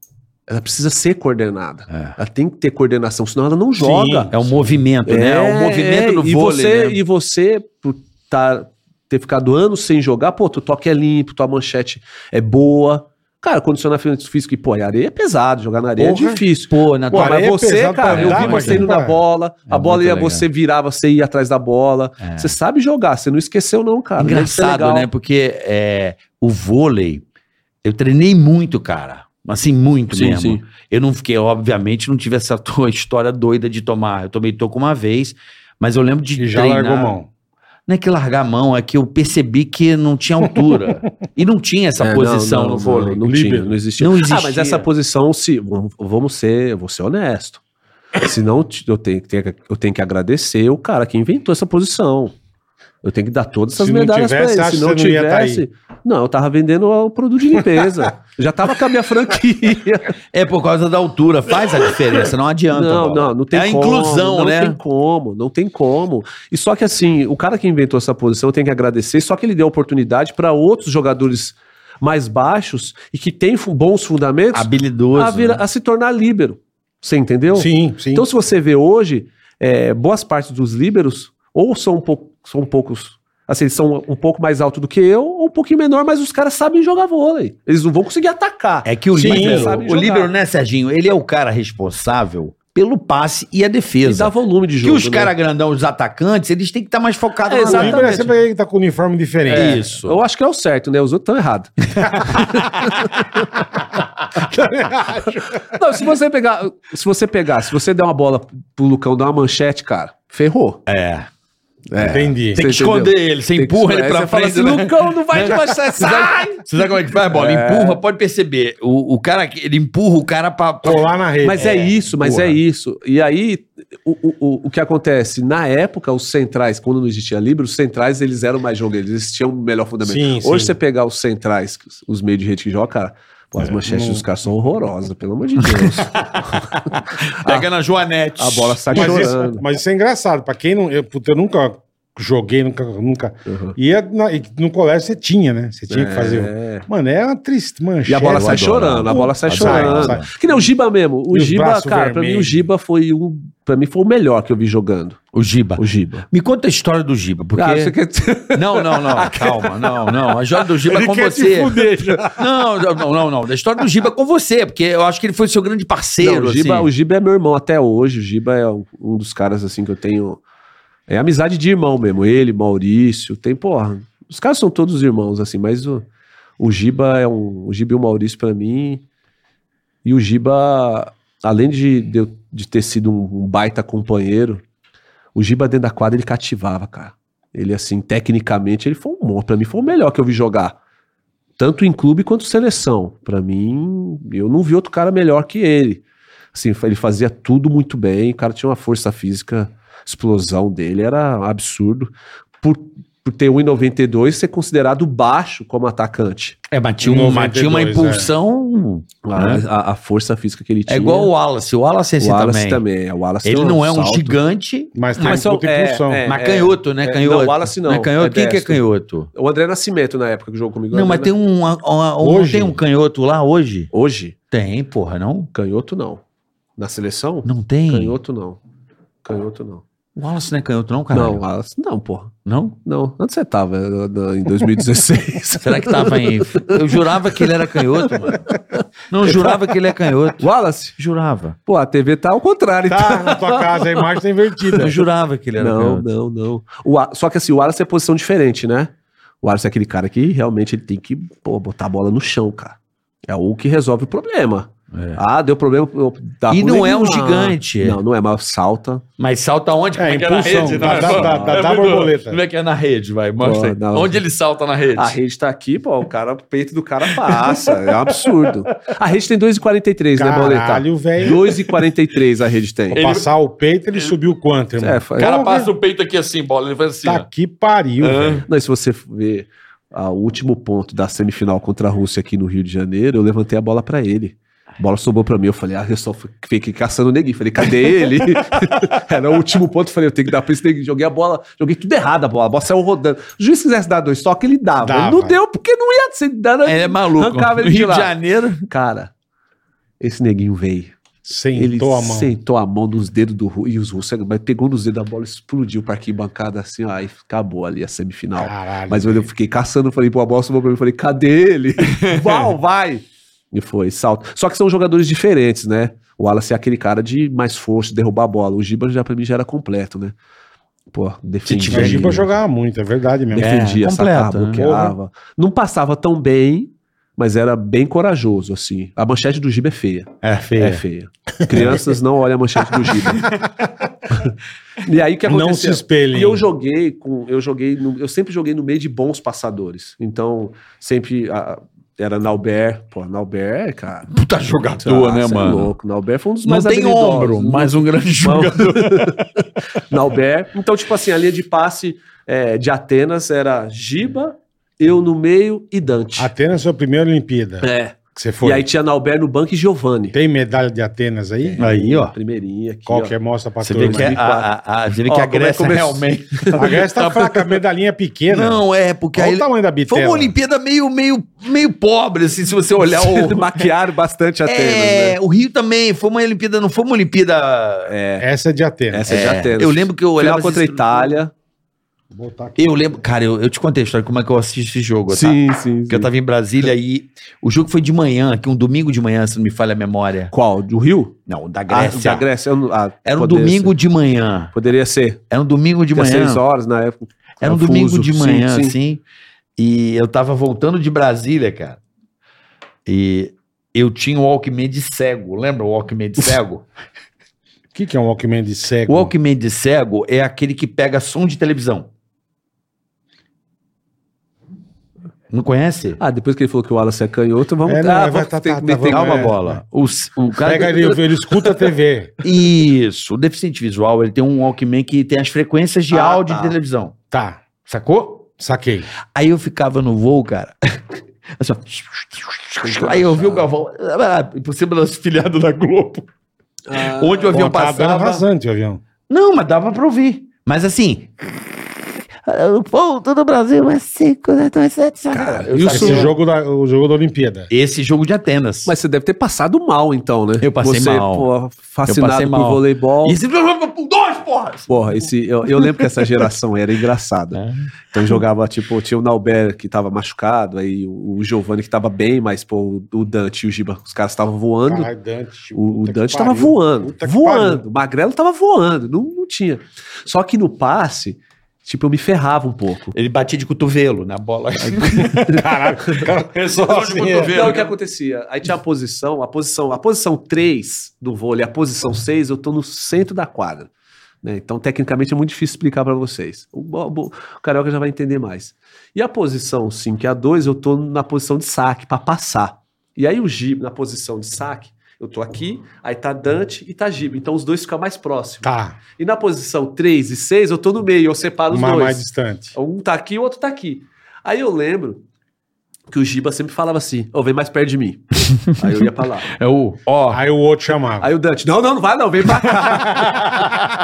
Speaker 1: Ela precisa ser coordenada.
Speaker 5: É.
Speaker 1: Ela tem que ter coordenação, senão ela não joga.
Speaker 5: É um movimento, né? É um movimento do
Speaker 1: e
Speaker 5: vôlei.
Speaker 1: Você,
Speaker 5: né?
Speaker 1: E você, por tá, ter ficado anos sem jogar, pô, teu toque é limpo, tua manchete é boa. Cara, condicionamento físico, e pô, e areia é pesado, jogar na areia
Speaker 3: Porra.
Speaker 1: é difícil.
Speaker 5: Pô, na
Speaker 1: Pô,
Speaker 5: tua.
Speaker 3: Areia
Speaker 1: mas
Speaker 3: é
Speaker 1: você,
Speaker 3: pesado pra
Speaker 1: cara, eu
Speaker 5: andar,
Speaker 1: vi
Speaker 5: mas
Speaker 1: você indo
Speaker 3: não
Speaker 1: na
Speaker 3: para.
Speaker 1: bola,
Speaker 5: É
Speaker 1: a bola
Speaker 5: muito
Speaker 1: ia,
Speaker 5: legal.
Speaker 1: você virava, você ia atrás da bola.
Speaker 5: É.
Speaker 1: Você sabe jogar, você não esqueceu, não, cara. Isso é
Speaker 5: Engraçado,
Speaker 1: legal.
Speaker 5: né? Porque é, o vôlei, eu treinei muito, cara. Assim, muito
Speaker 1: Sim,
Speaker 5: mesmo.
Speaker 1: sim.
Speaker 5: Eu não fiquei, obviamente, não tive essa *laughs* tua história doida de tomar. Eu tomei toco uma vez, mas eu lembro de
Speaker 3: E já
Speaker 5: treinar.
Speaker 3: largou mão.
Speaker 5: Não é que largar a mão, é que eu percebi que não tinha *laughs* altura. e não tinha essa
Speaker 1: É, não,
Speaker 5: posição
Speaker 1: não,
Speaker 5: no vôlei.
Speaker 1: Não, não
Speaker 3: Líbero.
Speaker 1: tinha, não existia.
Speaker 5: Não
Speaker 1: Ah, mas
Speaker 5: existia.
Speaker 1: essa posição, se, v- vamos ser, eu vou ser honesto. Senão t- eu tenho, que- tenho que- eu tenho que agradecer o cara que inventou essa posição. Eu tenho que dar todas essas
Speaker 3: Se não
Speaker 1: medalhas
Speaker 3: tivesse,
Speaker 1: pra
Speaker 3: acho
Speaker 1: ele.
Speaker 3: que
Speaker 1: Se não
Speaker 3: você não ia tá aí.
Speaker 1: tivesse. não, eu tava vendendo o produto de limpeza. Já tava com a minha
Speaker 3: *laughs*
Speaker 1: franquia.
Speaker 5: É por causa da altura, faz a diferença, não adianta.
Speaker 1: Não,
Speaker 5: bola.
Speaker 1: não, não tem
Speaker 5: É a
Speaker 1: como.
Speaker 5: inclusão,
Speaker 1: não
Speaker 5: né?
Speaker 1: Não tem como, não tem como. E só que assim, o cara que inventou essa posição tem que agradecer, só que ele deu oportunidade para outros jogadores mais baixos e que têm fu- bons fundamentos
Speaker 5: Habilidoso.
Speaker 1: a, vira-
Speaker 5: né?
Speaker 1: a se tornar líbero. Você entendeu?
Speaker 3: Sim, sim.
Speaker 1: Então, se você vê hoje, é, boas partes dos líberos ou são um pouco, são poucos, assim, eles são um pouco mais alto do que eu, ou um pouquinho menor, mas os caras sabem jogar vôlei. Eles não vão conseguir atacar.
Speaker 5: É que o
Speaker 3: Sim,
Speaker 5: líbero,
Speaker 1: sabe
Speaker 5: o
Speaker 1: jogar.
Speaker 5: líbero, né, Serginho? Ele é o cara responsável pelo passe e a
Speaker 1: e dá
Speaker 5: defesa.
Speaker 1: volume de
Speaker 5: que
Speaker 1: jogo.
Speaker 5: os
Speaker 1: né?
Speaker 5: caras grandão, os atacantes, eles têm que estar mais focados
Speaker 1: É,
Speaker 3: O
Speaker 5: na
Speaker 3: Líbero é
Speaker 1: exatamente.
Speaker 3: sempre ele que tá com o uniforme diferente.
Speaker 5: Isso.
Speaker 1: Eu acho que é o certo, né? Os outros estão errados. Não, se você pegar, se você pegar, se você der uma bola pro Lucão, dar uma manchete, cara, ferrou.
Speaker 5: É.
Speaker 3: *laughs* Entendi.
Speaker 5: Tem que
Speaker 1: Você entendeu?
Speaker 5: esconder ele, você
Speaker 1: Tem que-
Speaker 5: empurra ele
Speaker 1: aí
Speaker 5: pra
Speaker 1: você fala
Speaker 5: frente.
Speaker 1: assim,
Speaker 5: né?
Speaker 1: Lucão não vai te manchar, sai!
Speaker 5: Você sabe como é que faz, bola? Empurra, pode perceber. O, o cara, que- ele empurra o cara pra. pra-
Speaker 3: Colar na rede.
Speaker 1: Mas é, isso, mas
Speaker 5: porra.
Speaker 1: é isso. E aí, o, o, o, o que acontece? Na época, os centrais, quando não existia Libra, os centrais eles eram mais jogadores, eles tinham um melhor fundamento.
Speaker 3: Sim,
Speaker 1: Hoje
Speaker 3: sim.
Speaker 1: você pegar os centrais, os meios de rede que joga, cara, pô, as manchetes
Speaker 3: não-
Speaker 1: dos caras são horrorosas, pelo amor de Deus.
Speaker 5: Pega na Joanete.
Speaker 1: A bola sai
Speaker 3: Mas
Speaker 1: Tá chorando.
Speaker 3: isso, mas isso é engraçado. Pra quem não. Eu, puta, eu nunca joguei, nunca. nunca
Speaker 1: Uhum.
Speaker 3: e, é na- e no colégio você tinha, né? Você tinha que fazer.
Speaker 1: É.
Speaker 3: Mano, é uma triste manchete.
Speaker 1: E a bola
Speaker 5: Eu
Speaker 1: sai
Speaker 5: adoro.
Speaker 1: chorando, a bola sai
Speaker 3: Sai,
Speaker 1: chorando.
Speaker 3: sai.
Speaker 1: Que nem o Giba mesmo. O
Speaker 3: E os
Speaker 1: Giba,
Speaker 3: braços
Speaker 1: cara, pra mim o
Speaker 3: vermelhos.
Speaker 1: Giba foi um. Pra mim foi o melhor que eu vi jogando.
Speaker 5: O Giba.
Speaker 1: O Giba.
Speaker 5: Me conta a história do Giba, porque.
Speaker 1: Ah, você quer...
Speaker 5: Não, não, não, calma, não, não. A história do Giba é
Speaker 3: Ele
Speaker 5: com
Speaker 3: quer te
Speaker 5: você.
Speaker 3: fuder já.
Speaker 5: Não, não, não, não, não. A história do Giba é com você, porque eu acho que ele foi seu grande parceiro.
Speaker 1: Não, o, Giba,
Speaker 5: assim.
Speaker 1: o Giba é meu irmão até hoje. O Giba é um um dos caras assim que eu tenho. É amizade de irmão mesmo. Ele, Maurício, tem, porra. Os caras são todos irmãos, assim, mas o, o Giba é um. O Giba e o Maurício, pra mim. E o Giba, além de, de, eu- de ter sido um, um baita companheiro, o Giba dentro da quadra ele cativava, cara. Ele, assim, tecnicamente, ele foi um monstro. Pra mim, foi o melhor que eu vi jogar. Tanto em clube quanto seleção. Pra mim, eu não vi outro cara melhor que ele. Assim, ele fazia tudo muito bem, o cara tinha uma força física, a explosão dele era um absurdo. Por, por ter 1,92, ser considerado baixo como atacante.
Speaker 5: É, mas tinha, um- mas tinha uma
Speaker 3: 92,
Speaker 5: impulsão.
Speaker 1: A,
Speaker 5: né?
Speaker 1: a- a força física que ele
Speaker 5: É,
Speaker 1: tinha.
Speaker 5: igual o Wallace. O Wallace é
Speaker 1: o
Speaker 5: assim
Speaker 1: Wallace
Speaker 5: também.
Speaker 1: também. O Wallace
Speaker 5: Ele
Speaker 1: tem
Speaker 5: não é um
Speaker 1: salto.
Speaker 5: gigante,
Speaker 3: Mas tem uma
Speaker 1: Mas são-
Speaker 3: puta
Speaker 1: é,
Speaker 3: impulsão.
Speaker 1: é.
Speaker 5: mas canhoto, né?
Speaker 1: é,
Speaker 5: Canhoto.
Speaker 1: não, o Wallace não,
Speaker 5: é canhoto.
Speaker 1: é
Speaker 5: Quem que é
Speaker 1: destro.
Speaker 5: canhoto?
Speaker 1: O André Nascimento, na época que jogou comigo.
Speaker 5: Não,
Speaker 1: o
Speaker 5: mas
Speaker 1: André
Speaker 5: tem um. uma- uma- um-
Speaker 3: Hoje?
Speaker 5: Não tem um canhoto lá hoje?
Speaker 1: Na- Hoje,
Speaker 5: Tem, porra, não?
Speaker 1: canhoto não. Na seleção,
Speaker 5: Não tem.
Speaker 1: canhoto não. Canhoto não.
Speaker 5: O Wallace não é canhoto, não, cara?
Speaker 1: Não, Wallace, não, porra.
Speaker 5: Não?
Speaker 1: Não, onde você tava? Eu- eu- Em 2016.
Speaker 5: Será que tava em. Eu jurava que ele era canhoto, mano. Não, eu jurava que ele é canhoto.
Speaker 1: *laughs* Wallace?
Speaker 5: Jurava.
Speaker 1: Pô, a TV tá ao contrário,
Speaker 3: Tá na tua casa, a imagem tá invertida.
Speaker 5: Eu jurava que ele era canhoto.
Speaker 1: Não, não, não. O Wa- Só que assim, o Wallace é posição diferente, né? O Wallace é aquele cara que realmente ele tem que pô, botar a bola no chão, cara. É o que resolve o problema. Ah, deu problema. eu- dá
Speaker 5: E não
Speaker 1: problema.
Speaker 5: é um gigante.
Speaker 1: Não, não é, mas salta.
Speaker 5: Mas salta onde? né? Como
Speaker 3: É,
Speaker 5: que
Speaker 3: impulsão. Dá- dá- dá- dá
Speaker 5: Bruno?
Speaker 3: borboleta.
Speaker 5: Como tá- é que é na rede? Vai, mostra aí.
Speaker 1: Pô, dá-
Speaker 5: Onde é? ele salta na rede?
Speaker 1: A rede tá aqui, pô, o cara, o peito do cara passa. É
Speaker 3: *laughs*
Speaker 1: um absurdo. A rede tem 2,43, né, Boletar?
Speaker 3: Caralho, velho.
Speaker 1: 2,43 a rede tem.
Speaker 3: Pra passar o peito, ele subiu o quanto, irmão?
Speaker 1: É, foi-
Speaker 5: O cara
Speaker 3: Porra,
Speaker 5: passa o peito aqui assim, bola. Ele faz assim.
Speaker 3: Tá
Speaker 5: ó.
Speaker 3: que pariu, velho.
Speaker 1: Não, e se você ver ah, o último ponto da semifinal contra a Rússia aqui no Rio de Janeiro, eu levantei a bola pra ele. A bola sobrou pra mim, eu falei, ah, eu só fui- fiquei caçando o neguinho. Falei, cadê ele? *laughs* Era o último ponto, eu falei, eu tenho que dar pra esse neguinho. Joguei a bola, joguei tudo errado a bola, a bola saiu rodando. Se o juiz quisesse dar dois toques, ele dava.
Speaker 3: Dava.
Speaker 1: Ele não deu, porque não ia ser dar.
Speaker 5: Ele é maluco.
Speaker 1: Arrancava ele de
Speaker 5: Rio de
Speaker 1: lá.
Speaker 5: Janeiro.
Speaker 1: Cara, esse neguinho veio. Ele
Speaker 3: Sentou a mão.
Speaker 1: sentou a mão nos dedos do Ru- e os russos, mas pegou nos dedos da bola, explodiu o parquinho bancada assim, ó, aí acabou ali a semifinal.
Speaker 3: Caralho.
Speaker 1: Mas eu fiquei caçando, falei, pô, a bola sobrou pra mim, falei, cadê
Speaker 5: *laughs*
Speaker 1: ele? Val, vai! E foi, salto. Só que são jogadores diferentes, né? O Wallace é aquele cara de mais força, derrubar a bola. O Giba já pra mim já era completo, né? Pô, defendia.
Speaker 3: O Giba jogava muito, é verdade mesmo.
Speaker 1: Defendia,
Speaker 5: É,
Speaker 1: sacava,
Speaker 5: completo, né?
Speaker 1: bloqueava. Não passava tão bem, mas era bem corajoso, assim. A manchete do Giba é feia.
Speaker 3: É feio.
Speaker 1: É feia. Crianças não olham a manchete
Speaker 5: *laughs*
Speaker 1: do Giba. *laughs* e aí o que aconteceu?
Speaker 3: Não se espelhe.
Speaker 1: E eu joguei com, eu joguei, no- eu sempre joguei no meio de bons passadores. Então sempre ah, era Nauber, pô, Nauber, cara.
Speaker 5: Puta jogador,
Speaker 1: Ah,
Speaker 5: né,
Speaker 1: cê é
Speaker 5: mano?
Speaker 1: louco. Nauber foi um dos
Speaker 5: Não
Speaker 1: mais
Speaker 5: tem
Speaker 1: habilidosos.
Speaker 5: ombro,
Speaker 1: Não
Speaker 5: mas um grande jogador.
Speaker 1: Nauber. Então, tipo assim, a linha de passe eh, de Atenas era Giba, eu no meio e Dante.
Speaker 5: Ah,
Speaker 3: Atenas foi a primeira Olimpíada
Speaker 1: É.
Speaker 3: que você foi.
Speaker 1: E aí tinha Nauber no banco e Giovanni.
Speaker 3: Tem medalha de Atenas aí?
Speaker 5: É. Aí, ó.
Speaker 1: Primeirinha aqui.
Speaker 3: Qual
Speaker 1: ó.
Speaker 3: que é? Mostra pra
Speaker 5: Você
Speaker 3: turma.
Speaker 5: vê que a, a, a, você vê
Speaker 1: Ó,
Speaker 5: que a
Speaker 1: como é que
Speaker 5: Grécia
Speaker 1: começou?
Speaker 5: realmente.
Speaker 3: A Grécia tá fraca, a medalhinha é pequena.
Speaker 5: Não, é, porque
Speaker 3: Olha
Speaker 5: aí.
Speaker 3: o tamanho da
Speaker 5: Foi
Speaker 3: bitela.
Speaker 5: uma Olimpíada meio, meio, meio pobre, assim, se você olhar
Speaker 1: *laughs*
Speaker 5: o.
Speaker 1: Maquiaram bastante Atenas,
Speaker 5: é,
Speaker 1: né?
Speaker 5: o Rio também. Foi uma Olimpíada, não foi uma Olimpíada. É,
Speaker 3: Essa é de Atenas.
Speaker 1: Essa é, de Atenas.
Speaker 5: eu lembro que eu olhava.
Speaker 1: Final contra a
Speaker 5: assim,
Speaker 1: Itália.
Speaker 3: Vou botar aqui.
Speaker 5: Eu lembro. Cara, eu, eu te contei a história, como é que eu assisti esse jogo, tá?
Speaker 1: sim,
Speaker 5: Porque eu tava em Brasília e o jogo foi de manhã, que um domingo de manhã, se não me falha a memória.
Speaker 1: Qual? Do Rio?
Speaker 5: Não, da
Speaker 1: Ah,
Speaker 5: Grécia.
Speaker 1: da Grécia. eu não- ah,
Speaker 5: Era um
Speaker 1: poderia
Speaker 5: domingo
Speaker 1: ser.
Speaker 5: de manhã.
Speaker 1: Poderia ser.
Speaker 5: Era um domingo de
Speaker 1: Tinha
Speaker 5: manhã.
Speaker 1: seis horas na época.
Speaker 5: Era um
Speaker 1: Confuso.
Speaker 5: domingo de
Speaker 1: Sim,
Speaker 5: manhã,
Speaker 1: sim.
Speaker 5: assim. E eu tava voltando de Brasília, cara. E eu tinha o Walkman de cego. Lembra o Walkman
Speaker 1: *laughs*
Speaker 5: de cego?
Speaker 3: O que, que é um Walkman de
Speaker 5: o
Speaker 3: cego?
Speaker 5: Walkman de cego é aquele que pega som de televisão. Não conhece?
Speaker 1: Ah, depois que ele falou que o Wallace é canhoto, vamos...
Speaker 3: É, não,
Speaker 1: ah,
Speaker 3: é, vai,
Speaker 1: vamos
Speaker 3: tá,
Speaker 1: ter
Speaker 3: tá, tá,
Speaker 1: que meter...
Speaker 3: vamos.
Speaker 5: Calma,
Speaker 3: é,
Speaker 5: bola. O, s- o cara.
Speaker 3: Pega ele, ele escuta a TV.
Speaker 5: *laughs* Isso, o deficiente visual, ele tem um Walkman que tem as frequências de
Speaker 1: Ah,
Speaker 5: áudio
Speaker 1: tá.
Speaker 5: de televisão.
Speaker 3: Tá,
Speaker 5: Sacou?
Speaker 3: saquei.
Speaker 5: Aí eu ficava no voo, cara. *laughs* assim, ó. aí eu ouvi o Galvão, ah, por cima das filiadas da Globo. onde o avião
Speaker 3: Bom, tá dando
Speaker 5: passava.
Speaker 3: rasante o avião.
Speaker 5: Não, mas dava pra ouvir. Mas assim. O povo todo o Brasil é 5, 7,
Speaker 1: e o
Speaker 3: Esse jogo da, o jogo da Olimpíada.
Speaker 5: Esse jogo de Atenas.
Speaker 1: Mas você deve ter passado mal, então, né?
Speaker 5: Eu passei
Speaker 1: você,
Speaker 5: mal.
Speaker 1: Pô,
Speaker 5: Eu
Speaker 1: fascinado
Speaker 5: passei mal.
Speaker 1: por voleibol.
Speaker 5: E se dois, porra!
Speaker 1: Porra, esse, eu, eu lembro que essa geração era engraçada.
Speaker 5: É.
Speaker 1: Então jogava, tipo, tinha o Nauber que tava machucado, aí o, o Giovanni que tava bem, mas, pô, o o Dante e o Giba, os caras estavam voando.
Speaker 3: Caralho, Dante,
Speaker 1: O, o
Speaker 3: puta que
Speaker 1: Dante
Speaker 3: pariu.
Speaker 1: tava voando,
Speaker 3: Puta que
Speaker 1: voando. O Magrelo tava voando, não, não tinha. Só que no passe, tipo, eu me ferrava um
Speaker 3: *laughs*
Speaker 1: pouco.
Speaker 5: Ele batia de cotovelo na bola.
Speaker 3: pariu. Caralho, o cara pensou assim, é.
Speaker 1: Não, o que acontecia? Aí tinha a posição, a posição, a posição 3 do vôlei, a posição 6, eu tô no centro da quadra. né? Então, tecnicamente, é muito difícil explicar para vocês. O, bo- bo- o Carioca já vai entender mais. E a posição 5 e a 2, eu tô na posição de saque, para passar. E aí o Gibe, na posição de saque, eu tô aqui, aí tá Dante e tá Gibe. Então os dois ficam mais próximos.
Speaker 3: Tá,
Speaker 1: E na posição 3 e 6, eu tô no meio, eu separo os
Speaker 3: uma
Speaker 1: dois.
Speaker 3: mais distante.
Speaker 1: Um tá aqui, o outro tá aqui. Aí eu lembro que o Giba sempre falava assim, ô, vem mais perto
Speaker 3: *laughs*
Speaker 1: de mim. Aí eu ia pra lá.
Speaker 5: É o. Ó.
Speaker 3: Aí o outro chamava.
Speaker 1: Aí o Dante, não, não, não vai não, vem pra cá.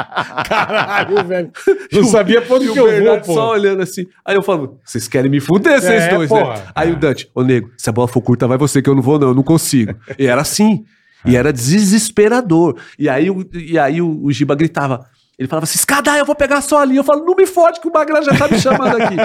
Speaker 3: *laughs* Caralho, velho. *laughs* Não sabia pra
Speaker 1: E
Speaker 3: onde
Speaker 1: o
Speaker 3: que eu vou,
Speaker 1: Bernardo só
Speaker 3: pô.
Speaker 1: olhando assim. Aí eu falo, vocês querem me fuder, vocês
Speaker 3: É,
Speaker 1: dois,
Speaker 3: porra.
Speaker 1: né? Aí o Dante, ô, nego, se a bola for curta, vai você que eu não vou não, eu não consigo. E era assim. E era desesperador. E aí, o- e aí o, o Giba gritava... Ele falava assim, escada, eu vou pegar só ali. Eu falo, *laughs* não me fode que o Magrão já tá me chamando aqui.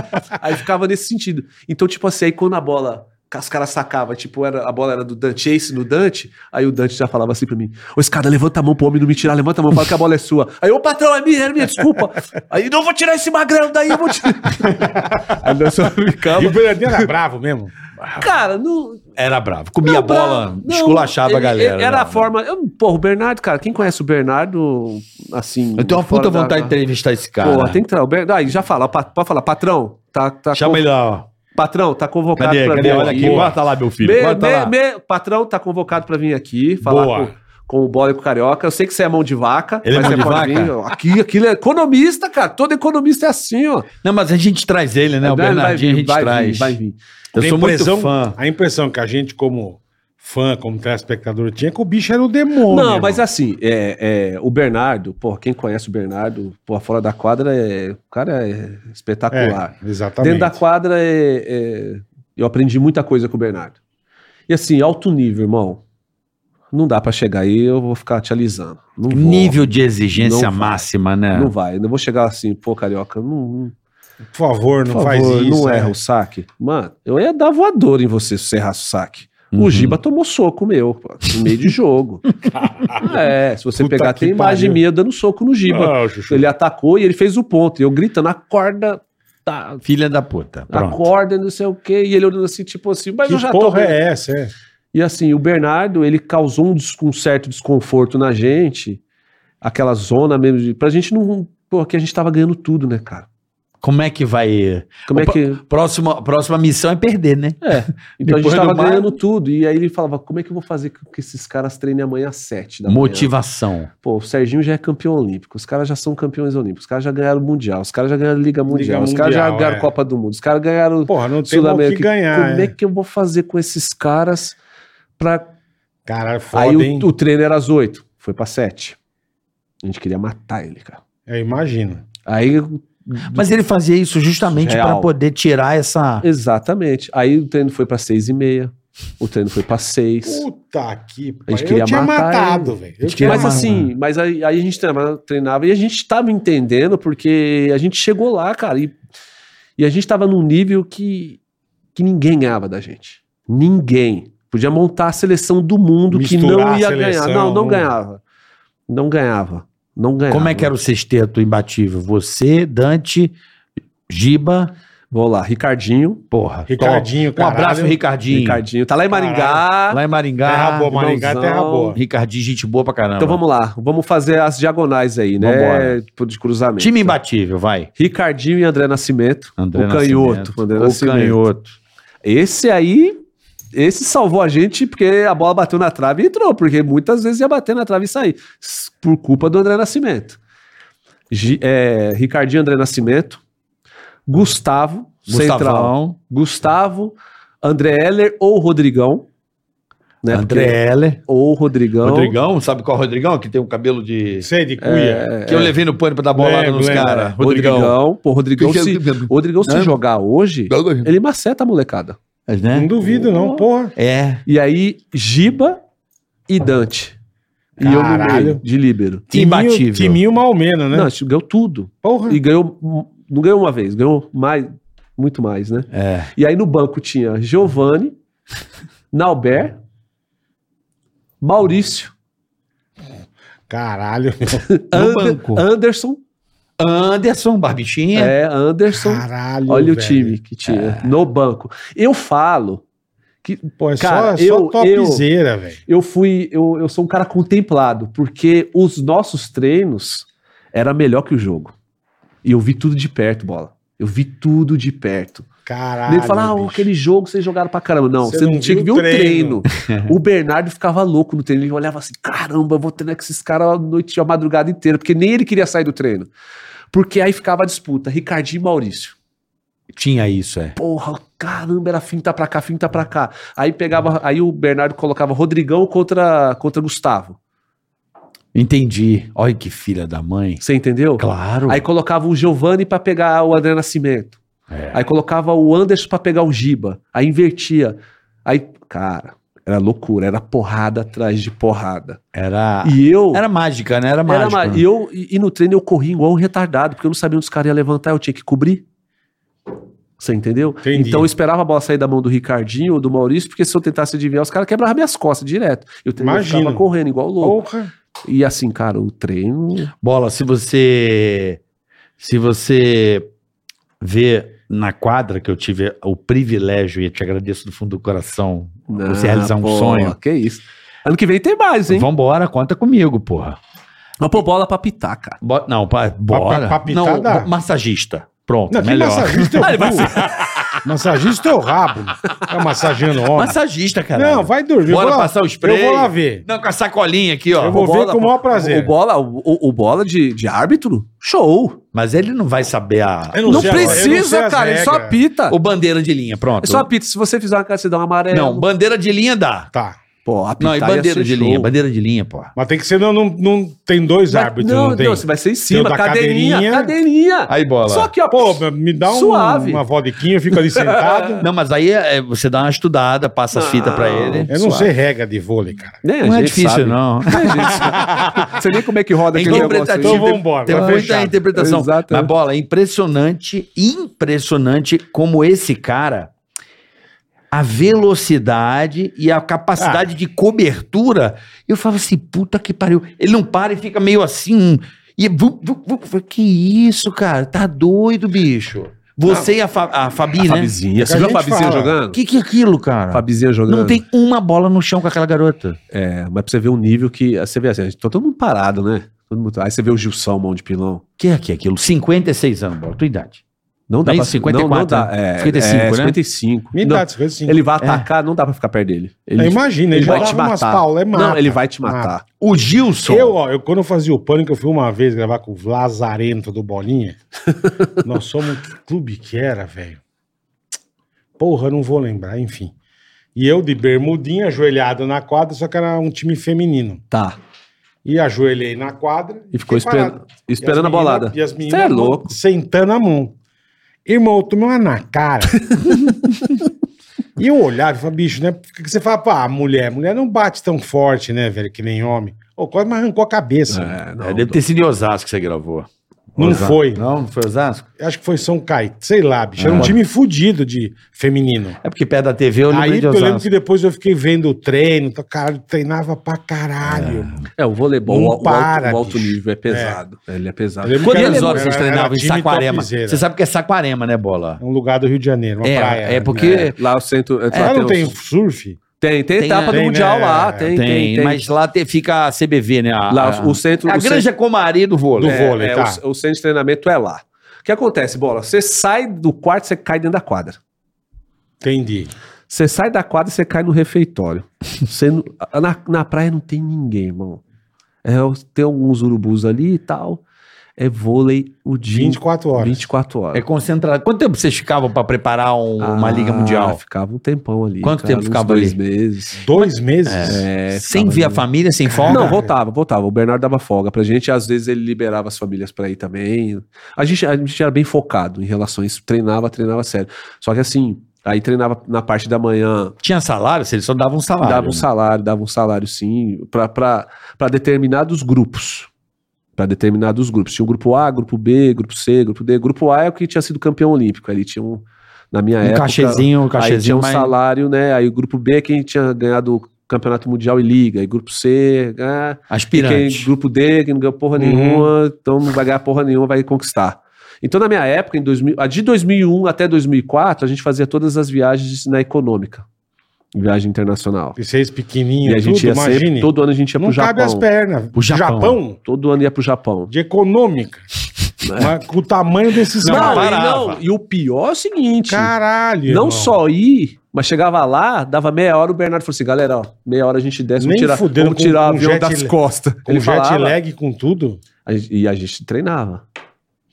Speaker 1: aí ficava nesse sentido. Então, tipo assim, aí quando a bola que os caras sacavam, tipo, era, a bola era do Dante Ace no Dante, aí o Dante já falava assim pra mim, ô escada, levanta a mão pro homem não me tirar, levanta a mão, fala que a bola é sua. Aí, ô patrão, é minha, é minha, desculpa. Aí, não vou tirar esse magrão daí, eu vou tirar. *laughs* aí nós só
Speaker 3: E o
Speaker 1: ficava.
Speaker 3: Bernardinho era bravo mesmo.
Speaker 1: Cara, não,
Speaker 5: Era bravo. Comia
Speaker 1: não,
Speaker 5: bola,
Speaker 1: bravo, não,
Speaker 5: esculachava a
Speaker 1: ele-
Speaker 5: galera. né,
Speaker 1: ele- Era a
Speaker 5: bravo.
Speaker 1: forma. Eu, porra, o Bernardo, cara, quem conhece o Bernardo, assim.
Speaker 5: Eu tenho uma
Speaker 1: fora
Speaker 5: puta
Speaker 1: da-
Speaker 5: vontade de entrevistar esse cara.
Speaker 1: Pô, tem que trazer. o Bernardo. Aí já fala, pa- pode falar, patrão, tá, tá
Speaker 5: Chama
Speaker 1: conv-
Speaker 5: ele lá, ó.
Speaker 1: patrão, tá convocado
Speaker 5: Cadê?
Speaker 1: pra
Speaker 5: Cadê?
Speaker 1: vir
Speaker 5: Olha
Speaker 1: aqui.
Speaker 5: aqui. Bota lá, meu filho.
Speaker 1: Me-
Speaker 5: Bota
Speaker 1: me-
Speaker 5: lá.
Speaker 1: me- patrão, tá convocado pra vir aqui, falar
Speaker 3: Boa.
Speaker 1: com, com o Bola e com o Carioca. Eu sei que você é mão de vaca,
Speaker 5: Ele é mão
Speaker 1: você
Speaker 5: de vaca?
Speaker 1: Aqui, aquilo é economista, cara. Todo economista é assim, ó. É,
Speaker 5: Não, mas a gente traz ele, né? O
Speaker 1: Vai- vai
Speaker 5: Bernardinho
Speaker 1: vir,
Speaker 5: a gente
Speaker 1: vai vir,
Speaker 5: traz.
Speaker 1: vai vir.
Speaker 5: Eu
Speaker 3: Tem
Speaker 5: sou
Speaker 3: impressão-
Speaker 5: muito fã.
Speaker 3: A impressão que a gente, como fã, como telespectador, tinha é que o bicho era o demônio.
Speaker 1: Não, mas
Speaker 3: irmão.
Speaker 1: assim, é, é, o Bernardo, pô, quem conhece o Bernardo, pô, fora da quadra, é, o cara é espetacular.
Speaker 3: É, exatamente.
Speaker 1: Dentro da quadra, é, é, eu aprendi muita coisa com o Bernardo. E assim, alto nível, irmão. Não dá pra chegar aí, eu vou ficar te alisando. Não vou,
Speaker 5: Nível de exigência
Speaker 1: Não vai.
Speaker 5: máxima, né?
Speaker 1: Não vai, não vou chegar assim, pô, carioca, não, não-
Speaker 3: Por favor, não
Speaker 1: por
Speaker 3: faz
Speaker 1: favor,
Speaker 3: isso.
Speaker 1: não
Speaker 3: é.
Speaker 1: erra o saque. Mano, eu ia dar voador em você se você errasse o saque.
Speaker 5: Uhum.
Speaker 1: O Giba tomou soco meu, pô, no meio
Speaker 3: *laughs*
Speaker 1: de jogo. é, se você
Speaker 3: Puta
Speaker 1: pegar,
Speaker 3: que
Speaker 1: tem imagem
Speaker 3: pariu.
Speaker 1: minha dando soco no Giba.
Speaker 3: Ah, o Chuchu.
Speaker 1: ele é- atacou e ele fez o ponto. E eu gritando, acorda, tá,
Speaker 5: Filha da puta. Pronto.
Speaker 1: acorda, e não sei o quê. E ele olhando assim, tipo assim, mas eu
Speaker 3: Que
Speaker 1: já tô...
Speaker 3: porra é essa? É.
Speaker 1: E assim, o Bernardo, ele causou um, des- um certo desconforto na gente. Aquela zona mesmo, de, pra gente não... Porque a gente tava ganhando tudo, né, cara?
Speaker 5: Como é que vai.
Speaker 1: Como
Speaker 5: Opa,
Speaker 1: é que...
Speaker 5: Próxima, próxima missão é perder, né?
Speaker 3: *laughs*
Speaker 1: Então
Speaker 5: Depois
Speaker 1: a gente
Speaker 5: do
Speaker 1: tava
Speaker 5: mar-
Speaker 1: ganhando tudo. E aí ele falava: como é que eu vou fazer com que esses caras treinem amanhã às 7 da manhã?
Speaker 5: Motivação.
Speaker 1: Pô, o Serginho já é campeão olímpico, os caras já são campeões olímpicos, os caras já ganharam o Mundial, os caras já ganharam Liga Mundial, os caras já
Speaker 3: Mundial,
Speaker 1: ganharam
Speaker 3: é.
Speaker 1: Copa do Mundo, os caras ganharam
Speaker 3: Porra, não tem mais o que
Speaker 1: Sul-América.
Speaker 3: ganhar.
Speaker 1: Como é
Speaker 3: é.
Speaker 1: que eu vou fazer com esses caras pra.
Speaker 3: Caralho, foda,
Speaker 1: aí
Speaker 3: hein?
Speaker 1: o, o treino era às 8, foi pra 7. A gente queria matar ele, cara.
Speaker 3: Eu imagino.
Speaker 1: Aí
Speaker 5: Mas ele fazia isso justamente
Speaker 1: Surreal.
Speaker 5: para poder tirar essa.
Speaker 1: Exatamente. Aí o treino foi pra seis e meia. O treino foi pra seis.
Speaker 3: Puta que pariu.
Speaker 1: gente queria
Speaker 3: eu tinha
Speaker 1: matar
Speaker 3: matado, velho. Eu
Speaker 5: gente
Speaker 3: tinha
Speaker 5: queria
Speaker 1: Mas
Speaker 3: matado.
Speaker 5: matar.
Speaker 1: assim, mas aí, aí a gente treinava, treinava e a gente tava entendendo porque a gente chegou lá, cara, e, e a gente tava num nível que, que ninguém ganhava da gente. Ninguém. Podia montar a seleção do mundo que
Speaker 3: Misturar
Speaker 1: não
Speaker 3: a
Speaker 1: ia
Speaker 3: seleção,
Speaker 1: ganhar. Não, não
Speaker 3: não-
Speaker 1: ganhava. Não ganhava. Não ganhava.
Speaker 5: Como é que era o sexteto imbatível? Você, Dante, Giba.
Speaker 1: Vou lá, Ricardinho.
Speaker 5: Porra.
Speaker 3: Ricardinho,
Speaker 5: top. Um abraço,
Speaker 3: caralho.
Speaker 5: Ricardinho.
Speaker 1: Ricardinho. Tá lá em Maringá.
Speaker 5: Lá em Maringá.
Speaker 3: Terra boa, Maringá,
Speaker 1: irmãozão.
Speaker 3: terra boa.
Speaker 5: Ricardinho, gente boa pra caramba.
Speaker 1: Então vamos lá, vamos fazer as diagonais aí, né?
Speaker 5: Vambora.
Speaker 1: De cruzamento.
Speaker 5: Time imbatível, vai.
Speaker 1: Ricardinho e André Nascimento.
Speaker 5: André
Speaker 1: o canhoto.
Speaker 5: Nascimento.
Speaker 1: André
Speaker 5: O
Speaker 1: Nascimento.
Speaker 5: canhoto.
Speaker 1: Esse aí, esse salvou a gente porque a bola bateu na trave e entrou, porque muitas vezes ia bater na trave e sair, s- por culpa do André Nascimento. Gi- é, Ricardinho André Nascimento, Gustavo, central,
Speaker 5: Gustavão,
Speaker 1: Gustavo, André Heller ou Rodrigão, né?
Speaker 5: André
Speaker 1: porque-
Speaker 5: Heller.
Speaker 1: ou Rodrigão.
Speaker 5: Rodrigão, sabe qual é o Rodrigão? Que tem um cabelo de.
Speaker 3: Sei de
Speaker 1: É.
Speaker 3: cuia.
Speaker 5: Que eu levei no pano pra dar bolada
Speaker 3: Lembro,
Speaker 5: nos
Speaker 3: lembro.
Speaker 5: caras.
Speaker 1: Rodrigão. Pô, Rodrigão se, Rodrigão se
Speaker 5: Né?
Speaker 1: jogar hoje, ele maceta a molecada.
Speaker 5: Mas,
Speaker 3: Não
Speaker 5: né?
Speaker 3: duvido, não, porra.
Speaker 5: É.
Speaker 1: E aí, Giba e Dante. E eu no
Speaker 3: Caralho.
Speaker 1: meio de líbero.
Speaker 5: Imbatível.
Speaker 3: Timinho, timinho Malmena, né?
Speaker 1: Não, a gente ganhou tudo.
Speaker 3: porra.
Speaker 1: E ganhou. Não ganhou uma vez, ganhou mais, muito mais, né?
Speaker 5: É.
Speaker 1: E aí no banco tinha
Speaker 5: *laughs*
Speaker 1: Giovanni, Nauber, Maurício, *laughs*
Speaker 3: Caralho.
Speaker 5: No
Speaker 1: Ander-
Speaker 5: banco.
Speaker 1: Anderson.
Speaker 5: Anderson, Barbichinha. É.
Speaker 1: É, Anderson.
Speaker 3: Caralho.
Speaker 1: Olha o
Speaker 3: velho.
Speaker 1: time que tinha no banco. Eu falo
Speaker 3: Pô, é
Speaker 1: Cara,
Speaker 3: só, é só
Speaker 1: eu-
Speaker 3: topzera, velho.
Speaker 1: eu fui, eu, eu sou um cara contemplado, porque os nossos treinos era melhor que o jogo. E eu vi tudo de perto, bola. Eu vi tudo de perto.
Speaker 3: Caralho.
Speaker 1: Ele fala, ah,
Speaker 3: bicho.
Speaker 1: aquele jogo vocês jogaram pra caramba. Não,
Speaker 3: Você
Speaker 1: você não,
Speaker 3: não
Speaker 1: tinha que ver
Speaker 3: viu
Speaker 1: o
Speaker 3: o
Speaker 1: treino.
Speaker 3: treino. *laughs*
Speaker 1: o Bernardo ficava louco no treino. Ele olhava assim, caramba, eu vou treinar com esses caras a noite, a madrugada inteira. Porque nem ele queria sair do treino. Porque aí ficava a disputa, Ricardinho e Maurício.
Speaker 5: Tinha isso, é.
Speaker 1: Porra, caramba, era finta pra cá, finta pra cá. Aí pegava, aí o Bernardo colocava Rodrigão contra, contra Gustavo.
Speaker 5: Entendi. Olha que filha da mãe.
Speaker 1: Você entendeu?
Speaker 5: Claro.
Speaker 1: Aí colocava o Giovanni pra pegar o André Nascimento.
Speaker 5: É.
Speaker 1: Aí colocava o Anderson pra pegar o Giba. Aí invertia. Aí, cara, era loucura, era porrada atrás de porrada.
Speaker 5: Era.
Speaker 1: e eu
Speaker 5: Ah, Era mágica, né? Era
Speaker 1: era
Speaker 5: mágica.
Speaker 1: ma- e eu e, e no treino eu corri igual um retardado, porque eu não sabia onde os caras iam levantar, eu tinha que cobrir. Você entendeu?
Speaker 3: Entendi.
Speaker 1: Então eu esperava a bola sair da mão do Ricardinho ou do Maurício, porque se eu tentasse adivinhar, os caras quebravam minhas costas direto. Eu tentava
Speaker 3: Imagino.
Speaker 1: ficava correndo igual louco.
Speaker 3: Porra.
Speaker 1: E assim, cara, o treino.
Speaker 6: Bola, se você se você vê na quadra que eu tive o privilégio e te agradeço do fundo do coração
Speaker 1: Não,
Speaker 6: você realizar um
Speaker 1: pô,
Speaker 6: sonho.
Speaker 1: Que isso. Ano que vem tem mais, hein?
Speaker 6: Vambora, conta comigo, porra.
Speaker 1: Mas pô, bola pra pitar, cara.
Speaker 6: Bo- não, pa, bora.
Speaker 3: pa- pitar
Speaker 6: não,
Speaker 3: dá.
Speaker 6: bo- massagista. Pronto,
Speaker 3: Não, que
Speaker 6: melhor.
Speaker 1: *laughs*
Speaker 3: massagista é
Speaker 1: Ah,
Speaker 3: o cu. Massagista é o rabo. Tá massageando homem.
Speaker 6: Massagista, cara.
Speaker 3: Não, vai dormir.
Speaker 6: Bora
Speaker 3: eu vou lá-
Speaker 6: passar o spray.
Speaker 3: Eu vou lá ver.
Speaker 6: Não, com a sacolinha aqui, ó.
Speaker 3: Eu vou
Speaker 1: O
Speaker 3: ver com o maior prazer.
Speaker 1: O bola, o, o- o bola de, de árbitro, show.
Speaker 6: Mas ele não vai saber a...
Speaker 3: Eu
Speaker 1: Não,
Speaker 3: sei agora, eu não sei
Speaker 1: precisa,
Speaker 3: as
Speaker 1: cara, ele só
Speaker 3: regras.
Speaker 1: apita.
Speaker 6: O bandeira de linha, pronto.
Speaker 1: Ele só apita. Se você fizer uma cara, você dá um amarelo.
Speaker 6: Não, bandeira de linha dá.
Speaker 3: Tá.
Speaker 1: pô, apitar
Speaker 6: Não, e
Speaker 1: ia
Speaker 6: bandeira
Speaker 1: ser
Speaker 6: de
Speaker 1: show.
Speaker 6: linha, bandeira de linha, porra.
Speaker 3: Mas tem que ser, não, não, não tem dois
Speaker 1: Vai-
Speaker 3: árbitros, não,
Speaker 1: não,
Speaker 3: tem.
Speaker 1: Deus, vai ser
Speaker 3: Tem
Speaker 1: em
Speaker 3: o
Speaker 1: cima,
Speaker 3: da
Speaker 1: cadeirinha,
Speaker 3: cadeirinha.
Speaker 1: cadeirinha.
Speaker 6: Aí, bola.
Speaker 1: Só que, ó,
Speaker 3: Pô, me dá um,
Speaker 1: Suave.
Speaker 3: uma vodiquinha, eu fico ali
Speaker 1: *laughs*
Speaker 3: sentado.
Speaker 6: Não, mas aí é, você dá uma estudada, passa as
Speaker 1: Não.
Speaker 6: fitas pra ele.
Speaker 3: Eu não sei regra de vôlei, cara.
Speaker 1: né, a
Speaker 6: Não é
Speaker 1: gente
Speaker 6: difícil,
Speaker 1: sabe.
Speaker 6: não.
Speaker 1: Né, gente? Não sei nem como é que roda
Speaker 6: É
Speaker 1: aquele negócio aí.
Speaker 6: interpretativo.
Speaker 3: Então vambora,
Speaker 6: Tem
Speaker 3: tá
Speaker 6: muita
Speaker 3: fechado.
Speaker 6: interpretação.
Speaker 1: Exato.
Speaker 6: Mas, bola, é impressionante, impressionante como esse cara, a velocidade e a capacidade de cobertura, eu falo assim, puta que pariu. Ele não para e fica meio assim. E vu, vu, vu. Eu falo, que isso, cara? Tá doido, bicho. Você e a, Fa, a Fabi, né?
Speaker 1: Fabizinha,
Speaker 3: É
Speaker 1: você
Speaker 3: que a
Speaker 1: viu a
Speaker 3: gente
Speaker 1: Fabizinha
Speaker 3: fala.
Speaker 1: jogando?
Speaker 6: Que que é aquilo, cara?
Speaker 1: Fabizinha jogando.
Speaker 6: Não tem uma bola no chão com aquela garota.
Speaker 1: É, mas pra você ver o nível que. Você vê assim, a gente- tá todo mundo parado, né? Todo mundo- aí você vê o Gilson, mão de pilão.
Speaker 6: Que é que é aquilo? 56 anos, bola, tua idade.
Speaker 1: Não dá
Speaker 6: Nem
Speaker 1: pra
Speaker 6: 54,
Speaker 1: não, não dá,
Speaker 6: né?
Speaker 1: é,
Speaker 6: 55, né?
Speaker 1: é, 55.
Speaker 3: Me
Speaker 1: Não,
Speaker 3: dá, essas coisas assim.
Speaker 1: ele vai atacar, não dá pra ficar perto dele. Ele,
Speaker 3: Imagina, ele,
Speaker 1: ele vai
Speaker 3: joga
Speaker 1: te
Speaker 3: umas
Speaker 1: matar.
Speaker 3: paulas, é mata.
Speaker 1: não, ele vai te matar.
Speaker 6: O Gilson.
Speaker 3: Eu, ó, eu, quando eu fazia o pânico, eu fui uma vez gravar com o Lazarento do
Speaker 1: *laughs*
Speaker 3: Bolinha. Nós somos. Que clube que era, velho? Porra, não vou lembrar, enfim. E eu de bermudinha, ajoelhado na quadra, só que era um time feminino.
Speaker 1: Tá.
Speaker 3: E ajoelhei na quadra.
Speaker 1: E ficou
Speaker 3: fiquei parado.
Speaker 1: esperando,
Speaker 3: E
Speaker 1: esperando a
Speaker 3: as
Speaker 1: bolada.
Speaker 3: meninas- e as
Speaker 1: Você
Speaker 3: meninas
Speaker 1: é louco.
Speaker 3: Sentando a mão. Irmão, eu tomei uma na cara.
Speaker 6: *laughs*
Speaker 3: e eu olhava e falava, bicho, né? Porque você fala, pá, mulher, mulher não bate tão forte, né, velho, que nem homem. Ô, quase me arrancou a cabeça.
Speaker 1: É, não,
Speaker 6: É, deve ter sido em Osasco que você gravou.
Speaker 3: Não foi.
Speaker 6: Não, não foi Osasco?
Speaker 3: Acho que foi São Caetano. Sei lá, bicho. Era um
Speaker 6: Ah.
Speaker 3: time fudido de feminino.
Speaker 6: É porque perto da TV eu lembrei
Speaker 3: Aí
Speaker 6: de
Speaker 3: eu lembro
Speaker 6: Osasco.
Speaker 3: que depois eu fiquei vendo o treino, tá, caralho, treinava pra caralho.
Speaker 1: É, o voleibol,
Speaker 3: Não
Speaker 1: o, o alto-
Speaker 3: para,
Speaker 1: o alto
Speaker 3: bicho.
Speaker 1: nível é pesado. Ele é pesado.
Speaker 3: Eu lembro
Speaker 6: Quantas
Speaker 3: que era-
Speaker 6: horas vocês
Speaker 3: né? era- era
Speaker 6: treinavam em
Speaker 3: time
Speaker 6: Saquarema?
Speaker 3: topzera.
Speaker 6: Você sabe que é Saquarema, né, Bola?
Speaker 3: É um lugar do Rio de Janeiro, uma
Speaker 6: É,
Speaker 3: praia.
Speaker 6: é porque
Speaker 1: É, lá o centro. é, lá
Speaker 3: Lá não tem
Speaker 1: os-
Speaker 3: surf?
Speaker 1: tem, tem
Speaker 6: Tem
Speaker 1: etapa
Speaker 6: a-
Speaker 1: do
Speaker 3: tem,
Speaker 1: Mundial
Speaker 3: né?
Speaker 1: lá. Tem,
Speaker 6: Tem,
Speaker 1: tem, tem.
Speaker 6: mas lá te- fica a CBV, né? A,
Speaker 1: Lá o centro.
Speaker 6: a, a
Speaker 1: o centro-
Speaker 6: Granja Comari do vôlei.
Speaker 3: do
Speaker 6: É.
Speaker 3: vôlei,
Speaker 1: é,
Speaker 3: tá?
Speaker 1: o, o centro de treinamento é lá. O que acontece, bola? Você sai do quarto, você cai dentro da quadra.
Speaker 3: Entendi.
Speaker 1: Você sai da quadra, você cai no
Speaker 6: *laughs*
Speaker 1: refeitório. Você não- na, na praia não tem ninguém, irmão. É, tem alguns urubus ali e tal. É vôlei o dia.
Speaker 3: 24 horas.
Speaker 1: 24
Speaker 6: É
Speaker 1: horas.
Speaker 6: concentrado. Quanto tempo vocês ficavam pra preparar um- uma
Speaker 1: Ah,
Speaker 6: Liga Mundial?
Speaker 1: Ficava um tempão ali.
Speaker 6: Quanto tempo
Speaker 1: uns
Speaker 6: ficava
Speaker 1: dois
Speaker 6: ali?
Speaker 1: meses.
Speaker 3: Dois meses?
Speaker 1: É,
Speaker 6: sem
Speaker 1: ficava
Speaker 6: ver a
Speaker 1: ali.
Speaker 6: família, sem folga?
Speaker 1: Não, voltava, voltava. O Bernardo dava folga pra gente. Às vezes ele liberava as famílias pra ir também. A gente, a gente era bem focado em relação a isso. Treinava, treinava sério. Só que assim, aí treinava na parte da manhã
Speaker 6: Tinha salário? Eles só davam um salário.
Speaker 1: Dava um salário, dava um salário sim, para determinados grupos. Para determinados grupos. Tinha o grupo A, grupo B, grupo C, grupo D. Grupo A é o que tinha sido campeão olímpico. Ali tinha um, na minha
Speaker 6: Um
Speaker 1: época.
Speaker 6: cachezinho, um
Speaker 1: aí tinha
Speaker 6: cachezinho,
Speaker 1: um
Speaker 6: mas...
Speaker 1: salário, né? Aí o grupo B é quem tinha ganhado o campeonato mundial e liga. E grupo C, ah, e quem,
Speaker 6: Aspirante.
Speaker 1: grupo D, que não ganhou porra
Speaker 3: Uhum.
Speaker 1: nenhuma, então não vai ganhar porra nenhuma, vai conquistar. Então, na minha época, em 2000, a de 2001 até 2004, a gente fazia todas as viagens na econômica, viagem internacional.
Speaker 3: E vocês pequenininhos,
Speaker 1: E a gente
Speaker 3: tudo,
Speaker 1: ia sempre,
Speaker 3: imagine.
Speaker 1: todo ano a gente ia pro
Speaker 3: não cabe as
Speaker 1: Japão.
Speaker 3: pernas.
Speaker 6: Pro Japão.
Speaker 1: Todo ano ia pro Japão.
Speaker 3: de econômica. Mas com o tamanho desses
Speaker 6: Não,
Speaker 3: caras.
Speaker 6: parava.
Speaker 1: e, e o pior é o seguinte,
Speaker 3: Caralho.
Speaker 1: não
Speaker 3: irmão.
Speaker 1: só ir, mas chegava lá, dava meia hora, o Bernardo falou assim, galera, ó, meia hora a gente desce,
Speaker 3: Nem
Speaker 1: vamos tirar,
Speaker 3: fudendo
Speaker 1: vamos
Speaker 3: com-
Speaker 1: tirar o
Speaker 3: com
Speaker 1: avião
Speaker 3: jet
Speaker 1: das
Speaker 3: lag.
Speaker 1: costas.
Speaker 3: Com
Speaker 1: Ele
Speaker 3: jet
Speaker 1: falava,
Speaker 3: lag, com tudo.
Speaker 1: a gente- e a gente treinava.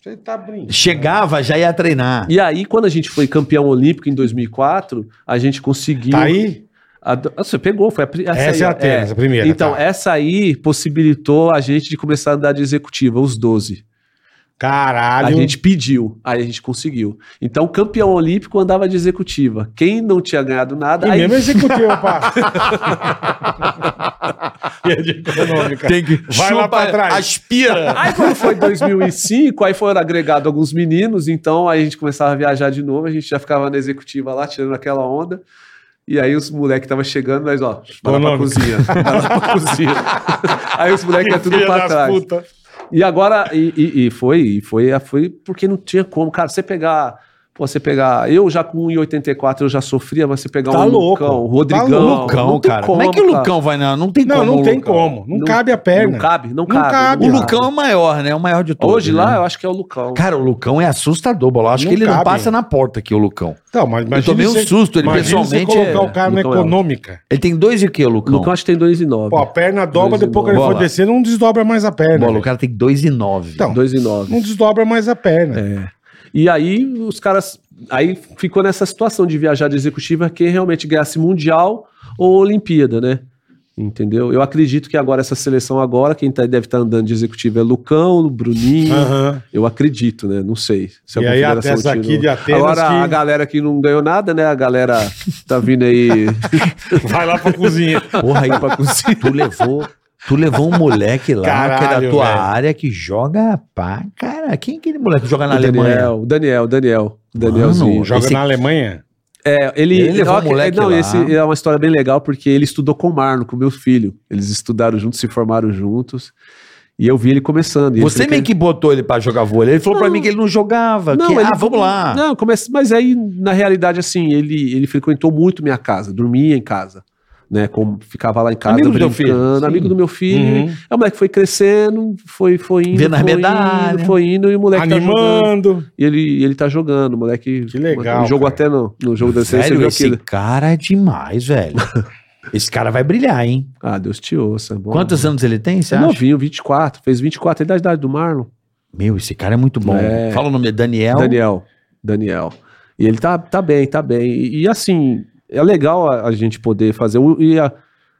Speaker 3: Você tá brincando.
Speaker 6: Chegava, já ia treinar.
Speaker 1: E aí, quando a gente foi campeão olímpico em 2004, a do- ah, você conseguiu...
Speaker 3: Tá aí?
Speaker 1: você pegou, foi a... pri- aí,
Speaker 3: Essa é
Speaker 1: ó,
Speaker 3: a Atenas, a primeira.
Speaker 1: Então,
Speaker 3: tá.
Speaker 1: essa aí possibilitou a gente de começar a andar de executiva, os 12.
Speaker 3: Caralho.
Speaker 1: A
Speaker 3: um
Speaker 1: gente pediu, aí a gente conseguiu. Então, campeão olímpico andava de executiva. Quem não tinha ganhado nada,
Speaker 3: E
Speaker 1: aí
Speaker 3: mesmo executivo, pá. *laughs* e é de econômica.
Speaker 5: Tem que
Speaker 3: Vai lá pra trás.
Speaker 5: Aspira.
Speaker 1: *laughs* Aí quando foi 2005, aí foram agregados alguns meninos, então aí a gente começava a viajar de novo, a gente já ficava na executiva lá, tirando aquela onda. E aí os moleques estavam chegando, mas ó, vai lá pra
Speaker 3: Econômico.
Speaker 1: cozinha, vai
Speaker 3: *laughs*
Speaker 1: lá pra cozinha. Aí os moleques iam tudo
Speaker 3: Filha
Speaker 1: pra
Speaker 3: das
Speaker 1: trás.
Speaker 3: puta.
Speaker 1: E agora, e, e- e foi, e foi, foi porque não tinha como, cara, você pegar, pô, você pegar, eu já com 1,84 eu já sofria, mas você pegar
Speaker 3: Tá
Speaker 1: um
Speaker 3: louco.
Speaker 1: Lucão, Rodrigão, um
Speaker 3: Tá louco.
Speaker 5: Lucão,
Speaker 1: não tem
Speaker 5: cara. Como, é que o
Speaker 1: cara.
Speaker 5: Lucão vai na. Não tem
Speaker 3: Não,
Speaker 5: como.
Speaker 3: não
Speaker 5: o
Speaker 3: tem
Speaker 5: Lucão.
Speaker 3: como. Não,
Speaker 1: Não-
Speaker 3: cabe a perna.
Speaker 1: Não cabe, não,
Speaker 3: Não
Speaker 1: cabe.
Speaker 3: cabe,
Speaker 1: não
Speaker 5: O
Speaker 3: Claro.
Speaker 5: Lucão é o maior, né? O maior de todos.
Speaker 1: Hoje lá
Speaker 5: né?
Speaker 1: eu acho que é o Lucão.
Speaker 5: Cara, o Lucão é assustador, Bola. Acho
Speaker 3: Não
Speaker 5: que ele não
Speaker 3: cabe.
Speaker 5: passa na porta aqui, o Lucão.
Speaker 3: Não, mas imagina
Speaker 5: tomei um
Speaker 3: você-
Speaker 5: susto, ele
Speaker 3: imagina
Speaker 5: pessoalmente
Speaker 3: Você colocar
Speaker 5: é-
Speaker 3: o cara na
Speaker 1: Lucão é-
Speaker 3: econômica.
Speaker 5: Ele tem dois e o quê, Lucão?
Speaker 1: Lucão acho que tem 2,9.
Speaker 3: Pô, a perna dobra,
Speaker 1: Dois e
Speaker 3: depois que ele
Speaker 5: nove.
Speaker 3: for
Speaker 5: Bola.
Speaker 3: descer, não desdobra mais a perna.
Speaker 5: Bola, o
Speaker 3: velho.
Speaker 5: cara tem dois e nove.
Speaker 3: Então,
Speaker 1: 2,9.
Speaker 3: não desdobra mais a
Speaker 5: É.
Speaker 3: perna.
Speaker 1: é. E aí os caras. Aí ficou nessa situação de viajar de executiva quem realmente ganhasse Mundial ou Olimpíada, né? Entendeu? Eu acredito que agora essa seleção agora, quem tá- deve estar andando de executivo é Lucão, Bruninho.
Speaker 3: Aham.
Speaker 1: Eu acredito, né? Não sei. Se
Speaker 3: Ah. E aí, até
Speaker 1: confederação
Speaker 3: essa
Speaker 1: tirou.
Speaker 3: aqui de Atenas
Speaker 1: Agora
Speaker 3: que-
Speaker 1: a galera que não ganhou nada, né? A galera tá vindo aí.
Speaker 3: Vai lá pra cozinha.
Speaker 5: Porra, aí tu levou. Tu levou um moleque lá que é da
Speaker 3: Caralho,
Speaker 5: tua
Speaker 3: velho.
Speaker 5: área que joga pá. Cara, quem é aquele moleque que joga *laughs* na
Speaker 1: o
Speaker 5: Alemanha? Ah,
Speaker 1: Daniel, Daniel, Daniel. Danielzinho.
Speaker 3: Joga
Speaker 5: Esse-
Speaker 3: na Alemanha?
Speaker 1: É, ele,
Speaker 5: Ele levou
Speaker 1: ó,
Speaker 5: o moleque
Speaker 1: Não,
Speaker 5: lá.
Speaker 1: esse é uma história bem legal, porque ele estudou com o Marno, com o meu filho. Eles estudaram juntos, se formaram juntos. E eu vi ele começando. e ele
Speaker 5: Você
Speaker 1: falou
Speaker 5: meio que botou ele pra jogar vôlei. Ele falou pra
Speaker 1: Não.
Speaker 5: mim que ele não jogava.
Speaker 1: Não,
Speaker 5: que,
Speaker 1: ele
Speaker 5: ah, vamos lá.
Speaker 1: Não, começa, mas aí, na realidade, assim, ele, ele frequentou muito minha casa, dormia em casa. Né, como ficava lá em casa
Speaker 5: Amigo do teu
Speaker 1: brincando,
Speaker 5: filho,
Speaker 1: amigo
Speaker 5: sim.
Speaker 1: do meu filho.
Speaker 3: Uhum.
Speaker 1: É o moleque foi crescendo, foi, foi indo.
Speaker 5: Vendo as
Speaker 1: foi
Speaker 5: medalhas.
Speaker 1: Indo, foi indo, e o moleque tá jogando.
Speaker 3: Animando.
Speaker 1: E ele, ele tá jogando, o moleque.
Speaker 3: Que legal,
Speaker 1: O jogo
Speaker 3: cara.
Speaker 1: até não. No jogo da série, você
Speaker 5: Velho,
Speaker 1: viu
Speaker 5: esse
Speaker 1: aquilo.
Speaker 5: cara é demais,
Speaker 1: *laughs*
Speaker 5: velho. Esse cara vai brilhar, hein?
Speaker 1: Ah, Deus te ouça. bom.
Speaker 5: Quantos anos ele tem, você
Speaker 1: É
Speaker 5: acha?
Speaker 1: novinho, 24. Fez 24, é da idade do Marlon.
Speaker 5: Meu, esse cara é muito bom.
Speaker 1: É.
Speaker 5: Fala o nome dele, Daniel.
Speaker 1: Daniel. Daniel. E ele tá, tá bem, tá bem. E, e, assim, é legal a, a gente poder fazer. O, e a-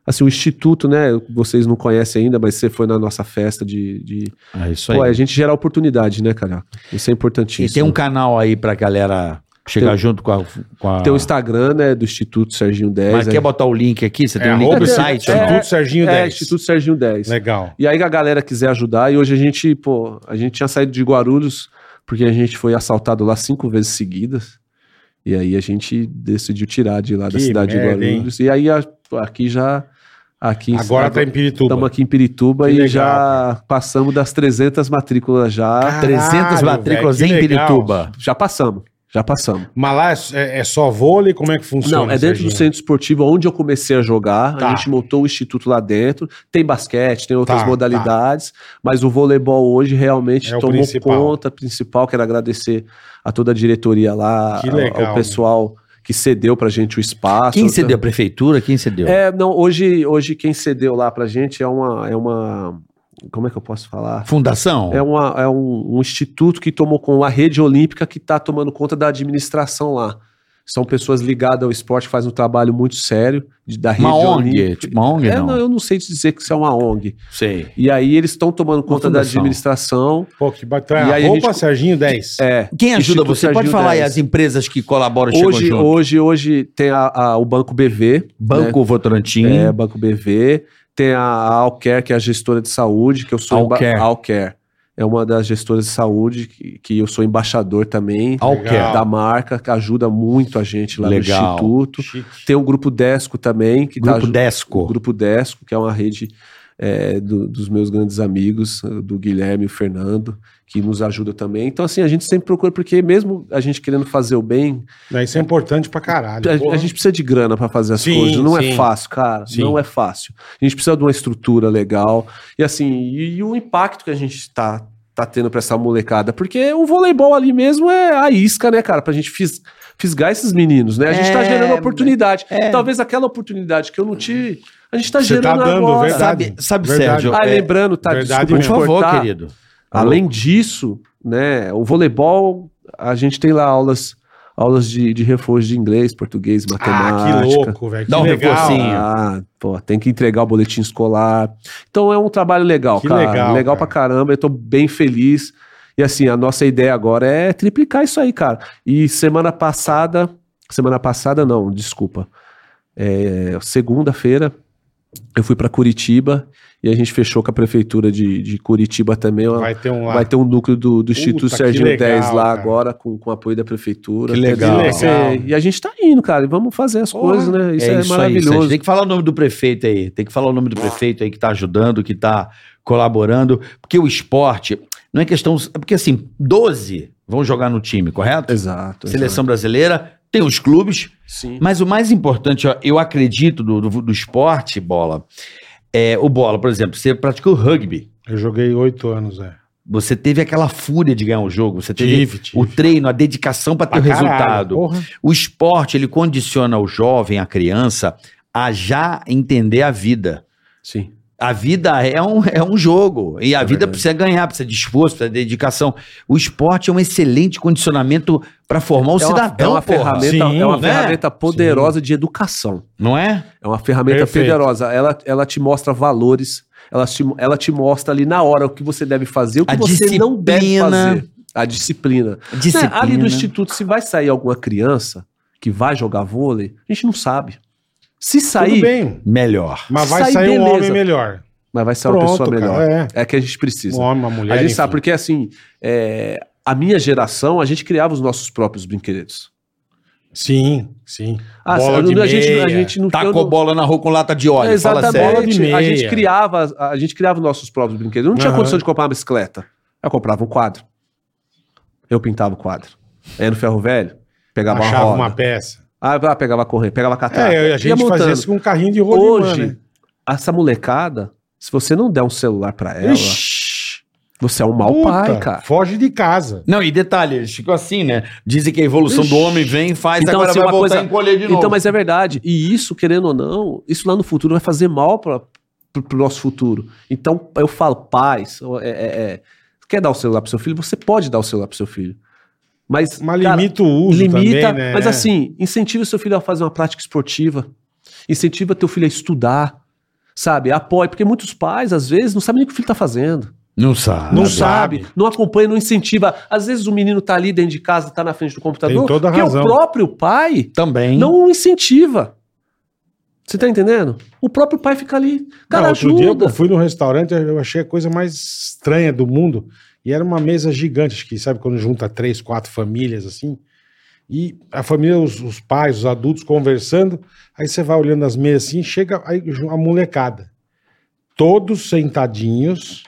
Speaker 1: assim, o Instituto, né? Vocês não conhecem ainda, mas você foi na nossa festa de. de...
Speaker 5: É isso aí.
Speaker 1: Pô, é a gente gerar oportunidade, né, cara? Isso é
Speaker 5: e
Speaker 1: importantíssimo.
Speaker 5: tem um canal aí pra galera chegar
Speaker 1: Tem- um-
Speaker 5: junto com a. Com a...
Speaker 1: Tem o Instagram, né? Do Instituto Serginho 10.
Speaker 5: Mas
Speaker 1: aí.
Speaker 5: quer botar o link aqui? é Você tem
Speaker 3: É,
Speaker 5: o link
Speaker 3: arroba
Speaker 5: do
Speaker 3: esse-
Speaker 5: site?
Speaker 1: é,
Speaker 5: ou não?
Speaker 3: Instituto Serginho
Speaker 1: É,
Speaker 3: 10.
Speaker 1: Instituto Serginho 10.
Speaker 3: Legal.
Speaker 1: E aí a galera quiser ajudar, e hoje a gente, pô, a gente tinha saído de Guarulhos, porque a gente foi assaltado lá cinco vezes seguidas. E aí a gente decidiu tirar de lá da
Speaker 3: Que
Speaker 1: cidade
Speaker 3: merda,
Speaker 1: de Guarulhos. E aí a- aqui já. Aqui
Speaker 3: Agora tá em Pirituba.
Speaker 1: Estamos aqui em Pirituba
Speaker 3: Que
Speaker 1: e
Speaker 3: legal,
Speaker 1: já passamos das 300 matrículas já.
Speaker 3: Caralho,
Speaker 5: 300
Speaker 3: velho,
Speaker 5: matrículas
Speaker 3: que
Speaker 5: em
Speaker 3: legal.
Speaker 5: Pirituba.
Speaker 1: Já passamos, já passamos.
Speaker 3: Mas lá é, é só vôlei? Como é que funciona?
Speaker 1: Não, é dentro do
Speaker 3: Serginho?
Speaker 1: centro esportivo onde eu comecei a jogar.
Speaker 3: Tá.
Speaker 1: A gente montou o instituto lá dentro. Tem basquete, tem outras
Speaker 3: Tá,
Speaker 1: modalidades, mas o voleibol hoje realmente
Speaker 3: É o
Speaker 1: tomou
Speaker 3: principal.
Speaker 1: conta principal. Quero agradecer a toda a diretoria lá,
Speaker 3: Que
Speaker 1: ao-
Speaker 3: legal,
Speaker 1: ao pessoal que cedeu pra gente o espaço.
Speaker 5: Quem cedeu? A prefeitura? Quem cedeu?
Speaker 1: É, não, hoje, hoje quem cedeu lá pra gente é uma, é uma. Como é que eu posso falar?
Speaker 5: Fundação?
Speaker 1: É, uma, é um, um instituto que tomou com a rede olímpica que está tomando conta da administração lá. São pessoas ligadas ao esporte, fazem um trabalho muito sério de, da
Speaker 5: uma
Speaker 1: rede
Speaker 5: ONG?
Speaker 1: olímpica.
Speaker 5: Tipo, uma ONG
Speaker 1: um É,
Speaker 5: não.
Speaker 1: não, eu não sei te dizer que isso é uma ONG.
Speaker 5: Sei.
Speaker 1: E aí eles estão tomando conta da
Speaker 5: fundação.
Speaker 1: administração.
Speaker 3: Pô, que
Speaker 1: E
Speaker 3: bacana.
Speaker 1: aí a
Speaker 3: Roupa
Speaker 1: gente-
Speaker 3: Serginho 10.
Speaker 1: É,
Speaker 5: Quem ajuda
Speaker 1: Instituto
Speaker 5: você? Pode
Speaker 1: Serginho
Speaker 5: falar aí
Speaker 1: 10.
Speaker 5: as empresas que colaboram chegam
Speaker 1: hoje,
Speaker 5: junto.
Speaker 1: hoje, hoje tem a- a- o Banco BV.
Speaker 5: Banco Votorantim.
Speaker 1: Né? É, Banco BV. Tem a Alcare, que é a gestora de saúde, que eu sou emba-
Speaker 5: Alcare.
Speaker 1: Alcare. É uma das gestoras de saúde que, que eu sou embaixador também.
Speaker 5: Alquer.
Speaker 3: Legal.
Speaker 1: da marca, que ajuda muito a gente lá
Speaker 5: Ah. Legal.
Speaker 1: no Instituto.
Speaker 3: Chique.
Speaker 1: Tem o Grupo Desco também, que
Speaker 5: Grupo
Speaker 1: tá,
Speaker 5: Desco.
Speaker 1: O Grupo Desco, que é uma rede é, do- dos meus grandes amigos, eh, do Guilherme e o Fernando, que nos ajuda também. Então, assim, a gente sempre procura, porque mesmo a gente querendo fazer o bem,
Speaker 3: Né, Isso é importante pra caralho.
Speaker 1: a,
Speaker 3: porra.
Speaker 1: a gente tá precisa de grana para fazer as
Speaker 3: Sim,
Speaker 1: coisas. Não
Speaker 3: sim.
Speaker 1: é fácil, cara.
Speaker 3: Sim.
Speaker 1: Não é fácil. A gente precisa de uma estrutura legal. E assim, e, e o impacto que a gente tá, tá tendo para essa molecada. Porque o voleibol ali mesmo é a isca, né, cara? Pra gente fis- fisgar esses meninos, né? A gente tá
Speaker 5: É,
Speaker 1: gerando oportunidade.
Speaker 5: é.
Speaker 1: Talvez aquela oportunidade que eu não tive, a gente tá
Speaker 3: Você tá
Speaker 1: gerando
Speaker 3: dando,
Speaker 1: agora.
Speaker 3: verdade.
Speaker 5: Sabe, sabe
Speaker 3: Verdade.
Speaker 5: Sérgio?
Speaker 1: Ah,
Speaker 5: é,
Speaker 1: lembrando, tá?
Speaker 3: Verdade
Speaker 1: Desculpa te
Speaker 5: por favor,
Speaker 1: cortar.
Speaker 5: querido.
Speaker 3: Tá
Speaker 1: Além disso, né, o voleibol, a gente tem lá aulas, aulas de, de reforço de inglês, português,
Speaker 3: Ah,
Speaker 1: matemática.
Speaker 3: que louco, velho. Que
Speaker 5: Dá um
Speaker 3: legal.
Speaker 5: reforcinho.
Speaker 1: Ah, pô, tem que entregar o boletim escolar. Então é um trabalho legal,
Speaker 3: Que
Speaker 1: cara.
Speaker 3: legal,
Speaker 1: Legal,
Speaker 3: cara.
Speaker 1: pra caramba. Eu tô bem feliz. E assim, a nossa ideia agora é triplicar isso aí, cara. E semana passada, semana passada não, desculpa. É, segunda-feira eu fui pra Curitiba e a gente fechou com a prefeitura de, de Curitiba também. Uma,
Speaker 3: Vai ter um lá.
Speaker 1: Vai ter um núcleo do, do Instituto
Speaker 3: que
Speaker 1: Serginho
Speaker 3: legal,
Speaker 1: 10 lá
Speaker 3: cara.
Speaker 1: agora, com, com apoio da prefeitura.
Speaker 6: Que
Speaker 1: Quer dizer,
Speaker 6: legal.
Speaker 1: vai ser- E a gente tá indo, cara, e vamos fazer as coisas, né? Isso é,
Speaker 6: Aí, Sérgio.
Speaker 1: maravilhoso.
Speaker 6: tem que falar o nome do prefeito aí. Tem que falar o nome do prefeito aí que tá ajudando, que tá colaborando. Porque o esporte não é questão. É porque assim, 12 vão jogar no time, correto?
Speaker 1: Exato.
Speaker 6: Seleção brasileira, tem os clubes.
Speaker 1: Sim.
Speaker 6: Mas o mais importante, ó, eu acredito, do, do, do esporte, bola. É, o bola, por exemplo, você praticou rugby.
Speaker 3: Eu joguei oito anos, é.
Speaker 6: Você teve aquela fúria de ganhar o jogo. Você teve
Speaker 3: Tive, tive.
Speaker 6: o treino, a dedicação para ter o
Speaker 3: Pra caralho,
Speaker 6: resultado.
Speaker 3: Porra.
Speaker 6: O esporte, ele condiciona o jovem, a criança, a já entender a vida.
Speaker 1: Sim.
Speaker 6: A vida é um, é um jogo. E
Speaker 5: É
Speaker 6: a vida é
Speaker 1: verdade.
Speaker 6: precisa ganhar, precisa de esforço, precisa de dedicação. O esporte é um excelente condicionamento para formar o
Speaker 1: é uma,
Speaker 6: cidadão,
Speaker 1: é uma
Speaker 6: porra.
Speaker 1: ferramenta,
Speaker 3: Sim,
Speaker 1: é uma
Speaker 6: né?
Speaker 1: ferramenta poderosa de educação.
Speaker 6: Não é?
Speaker 1: É uma ferramenta
Speaker 3: Perfeito.
Speaker 1: poderosa. Ela, ela te mostra valores, ela te, ela te mostra ali na hora o que você deve fazer, o que
Speaker 6: A
Speaker 1: você não deve
Speaker 6: disciplina.
Speaker 1: fazer. A disciplina. Né,
Speaker 6: Disciplina.
Speaker 1: Ali do instituto, se vai sair alguma criança que vai jogar vôlei, a gente não sabe. Se
Speaker 3: Tudo
Speaker 1: sair,
Speaker 3: bem.
Speaker 6: Melhor.
Speaker 3: Mas vai
Speaker 1: Sai,
Speaker 3: sair um
Speaker 1: beleza.
Speaker 3: homem melhor.
Speaker 1: mas vai sair uma
Speaker 3: Pronto,
Speaker 1: pessoa
Speaker 3: cara.
Speaker 1: melhor.
Speaker 3: É.
Speaker 1: É. que a gente precisa.
Speaker 3: Um homem, uma mulher.
Speaker 1: a gente
Speaker 3: enfim.
Speaker 1: sabe, porque assim, é, a minha geração, a gente criava os nossos próprios brinquedos.
Speaker 3: Sim, sim.
Speaker 1: Ah,
Speaker 3: Bola
Speaker 1: sabe,
Speaker 3: de
Speaker 1: a, gente, a
Speaker 3: meia.
Speaker 1: gente não eu
Speaker 6: Tacou
Speaker 1: não- É,
Speaker 6: bola na rua com lata de óleo. Fala
Speaker 1: Exatamente.
Speaker 6: sério.
Speaker 3: bola de
Speaker 1: A
Speaker 3: meia.
Speaker 1: gente criava, a gente criava os nossos próprios brinquedos. Eu não tinha
Speaker 3: Aham.
Speaker 1: condição de comprar uma bicicleta. Eu comprava um quadro. Eu pintava o quadro. Aí no ferro velho, pegava uma
Speaker 3: Achava
Speaker 1: roda.
Speaker 3: uma peça.
Speaker 1: Ah, vai lá, pegava correr, pegava catraca.
Speaker 3: É, a
Speaker 1: Ia
Speaker 3: gente
Speaker 1: montando.
Speaker 3: fazia isso com um carrinho de rolimã,
Speaker 1: Hoje,
Speaker 3: né?
Speaker 1: essa molecada, se você não der um celular pra ela,
Speaker 6: Ixi.
Speaker 1: você é um mau
Speaker 3: Puta,
Speaker 1: pai, cara.
Speaker 3: Foge de casa.
Speaker 6: Não, e detalhe, eles ficam assim, né? Dizem que a evolução do homem vem, faz,
Speaker 1: Então,
Speaker 6: agora
Speaker 1: assim,
Speaker 6: vai
Speaker 1: uma
Speaker 6: voltar
Speaker 1: coisa-
Speaker 6: a encolher de novo.
Speaker 1: Então, mas é verdade. E isso, querendo ou não, isso lá no futuro vai fazer mal para o nosso futuro. Então, eu falo, pais, é, é, é, quer dar o celular pro seu filho? Você pode dar o celular pro seu filho. Mas,
Speaker 3: Mas
Speaker 1: cara,
Speaker 3: limita o uso
Speaker 1: limita,
Speaker 3: também, né?
Speaker 1: mas assim, incentiva o seu filho a fazer uma prática esportiva. Incentiva teu filho a estudar. Sabe? Apoie. Porque muitos pais, às vezes, não sabem nem o que o filho tá fazendo.
Speaker 6: Não sabe.
Speaker 3: Não
Speaker 1: Não
Speaker 3: sabe.
Speaker 1: sabe, não acompanha, não incentiva. Às vezes o menino tá ali dentro de casa, tá na frente do computador,
Speaker 3: Tem toda a
Speaker 1: que
Speaker 3: razão.
Speaker 1: o próprio pai
Speaker 6: Também.
Speaker 1: não o incentiva. Você tá entendendo? O próprio pai fica ali. Cara,
Speaker 3: Não, outro dia
Speaker 1: ajuda.
Speaker 3: eu fui no restaurante, eu achei a coisa mais estranha do mundo. E era uma mesa gigante, acho que sabe quando junta três, quatro famílias assim. E a família, os, os pais, os adultos conversando. Aí você vai olhando as mesas assim, chega aí ju- a molecada. Todos sentadinhos.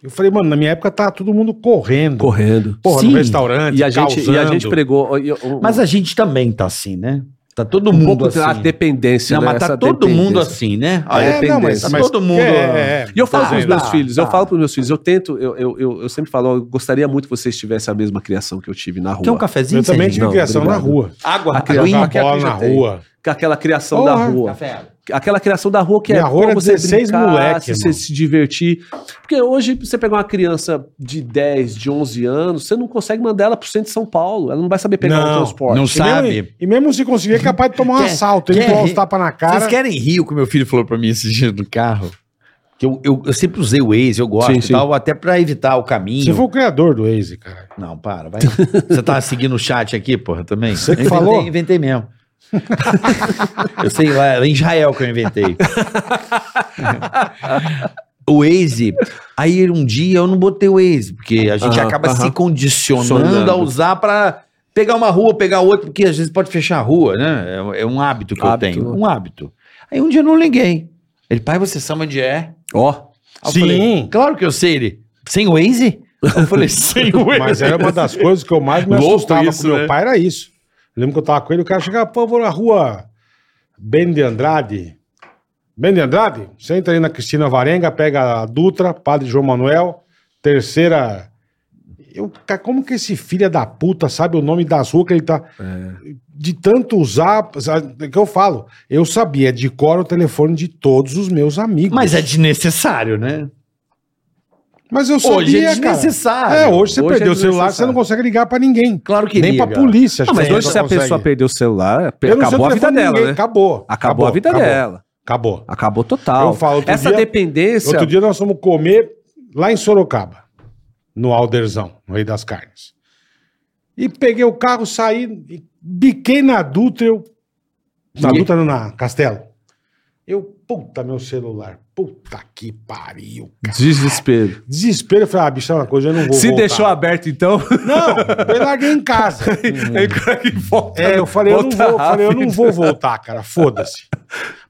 Speaker 3: Eu falei, mano, na minha época tá todo mundo correndo.
Speaker 1: Correndo.
Speaker 3: Porra, no
Speaker 6: Sim.
Speaker 3: restaurante,
Speaker 1: E a, gente, e a
Speaker 3: causando.
Speaker 1: gente pregou. e- o-
Speaker 6: Mas a gente também tá assim, né? Tá todo
Speaker 1: um
Speaker 6: mundo
Speaker 1: pouco da
Speaker 6: assim.
Speaker 1: dependência.
Speaker 6: Não,
Speaker 1: né?
Speaker 6: mas tá
Speaker 1: Essa
Speaker 6: todo
Speaker 1: dependência.
Speaker 6: mundo assim, né?
Speaker 1: A
Speaker 6: Olha,
Speaker 3: É, não, mas,
Speaker 1: dependência.
Speaker 3: mas
Speaker 6: Todo mundo-
Speaker 3: É, é,
Speaker 1: E eu falo
Speaker 6: Tá,
Speaker 1: pros
Speaker 6: tá,
Speaker 1: meus filhos, eu
Speaker 6: tá.
Speaker 1: falo pros meus filhos, eu tento, eu, eu, eu, eu sempre falo, ó, eu gostaria muito que vocês tivessem a mesma criação que eu tive na rua.
Speaker 6: Quer um cafezinho?
Speaker 3: Eu também tive
Speaker 1: não,
Speaker 3: criação na
Speaker 1: obrigado.
Speaker 3: rua.
Speaker 6: Água,
Speaker 1: A criança-
Speaker 6: aguinha,
Speaker 1: Sim,
Speaker 3: Jogar
Speaker 1: que aqui
Speaker 3: bola
Speaker 1: já
Speaker 3: na
Speaker 1: tem.
Speaker 3: rua.
Speaker 1: Com Aquela criação da
Speaker 3: Porra,
Speaker 1: rua.
Speaker 6: café.
Speaker 1: aquela criação da rua que
Speaker 3: Minha
Speaker 1: é
Speaker 3: rua era
Speaker 1: como você
Speaker 3: 16
Speaker 1: brincar,
Speaker 3: moleque,
Speaker 1: se você
Speaker 3: irmão.
Speaker 1: se divertir. Porque hoje, você pegar uma criança de 10, de 11 anos, você não consegue mandar ela pro centro de São Paulo. Ela não vai saber pegar
Speaker 3: Não,
Speaker 1: o transporte.
Speaker 6: não
Speaker 3: E mesmo-
Speaker 6: sabe.
Speaker 3: E mesmo se conseguir, é capaz de tomar um
Speaker 6: Quer-
Speaker 3: assalto. Ele
Speaker 6: quer
Speaker 3: tomar uns
Speaker 6: rir?
Speaker 3: tapas na cara.
Speaker 6: Vocês querem rir o que meu filho falou pra mim esses dias no carro? Que eu, eu, eu sempre usei o Waze, eu gosto
Speaker 1: Sim,
Speaker 6: e
Speaker 1: sim.
Speaker 6: tal, até pra evitar o caminho.
Speaker 3: Você foi o criador do Waze, cara.
Speaker 6: Não, para, vai. Você tá seguindo o chat aqui, porra, também?
Speaker 3: Você que
Speaker 6: Eu inventei-
Speaker 3: falou?
Speaker 6: Inventei mesmo. eu sei lá, era em Israel que eu inventei. o Waze, aí um dia eu não botei o Waze, porque a gente
Speaker 1: Aham,
Speaker 6: acaba
Speaker 1: aham.
Speaker 6: se condicionando
Speaker 1: Sonando.
Speaker 6: a usar pra pegar uma rua, pegar outra, porque às vezes pode fechar a rua, né? É, é um hábito que
Speaker 1: Hábito,
Speaker 6: eu tenho,
Speaker 1: né?
Speaker 6: um hábito. Aí um dia eu não liguei. Ele, pai, você sabe onde é?
Speaker 1: Ó,
Speaker 6: Aí eu
Speaker 3: Sim.
Speaker 6: falei, claro que eu sei ele. Sem o Waze? Eu falei, sem o Waze.
Speaker 3: Mas era uma das coisas que eu mais me
Speaker 10: Louco
Speaker 3: assustava
Speaker 10: isso,
Speaker 3: com meu
Speaker 10: né?
Speaker 3: pai, era isso. Eu lembro que eu tava com ele, o cara chegava, pô, eu vou na rua Ben de Andrade. Ben de Andrade, você entra aí na Cristina Varenga, pega a Dutra, Padre João Manuel, terceira... Eu, cara, como que esse filho da puta sabe o nome das ruas que ele tá...
Speaker 10: É.
Speaker 3: De tanto usar, sabe, é que eu falo, eu sabia de cor o telefone de todos os meus amigos.
Speaker 6: Mas é desnecessário, né?
Speaker 3: Mas eu sabia,
Speaker 6: Hoje é
Speaker 3: cara.
Speaker 6: desnecessário.
Speaker 3: É, hoje você
Speaker 1: Hoje é
Speaker 3: perdeu o celular,
Speaker 1: desnecessário.
Speaker 3: você não consegue ligar pra ninguém.
Speaker 6: Claro que
Speaker 3: Nem
Speaker 6: liga.
Speaker 3: pra polícia. acho
Speaker 1: Ah, mas
Speaker 3: que
Speaker 1: hoje
Speaker 3: você
Speaker 1: se a
Speaker 3: consegue.
Speaker 1: pessoa perdeu o celular,
Speaker 3: Eu não sei
Speaker 1: acabou
Speaker 3: o
Speaker 1: a vida
Speaker 3: telefone de
Speaker 1: dela,
Speaker 3: ninguém,
Speaker 1: né?
Speaker 3: Acabou.
Speaker 1: Acabou, a vida dela.
Speaker 3: Acabou.
Speaker 1: Acabou total.
Speaker 3: Eu falo, outro
Speaker 1: Essa
Speaker 3: dia-
Speaker 1: dependência.
Speaker 3: Outro dia nós fomos comer, lá em Sorocaba, no Alderzão, no Rei das Carnes. E peguei o carro, saí, e biquei na Dutra, eu. Na Dutra, não, na Castelo. Eu, puta, meu celular. Puta que pariu.
Speaker 1: Desespero.
Speaker 3: Desespero, eu falei, ah, bicho, é uma coisa, eu não vou.
Speaker 1: Se
Speaker 3: voltar.
Speaker 1: deixou aberto, então.
Speaker 3: Não,
Speaker 1: *laughs*
Speaker 3: eu larguei em casa.
Speaker 1: Aí o cara que volta.
Speaker 3: Uhum. É, eu falei, eu não,
Speaker 1: volta
Speaker 3: vou, eu falei, eu não
Speaker 1: rápido.
Speaker 3: vou voltar, cara. Foda-se.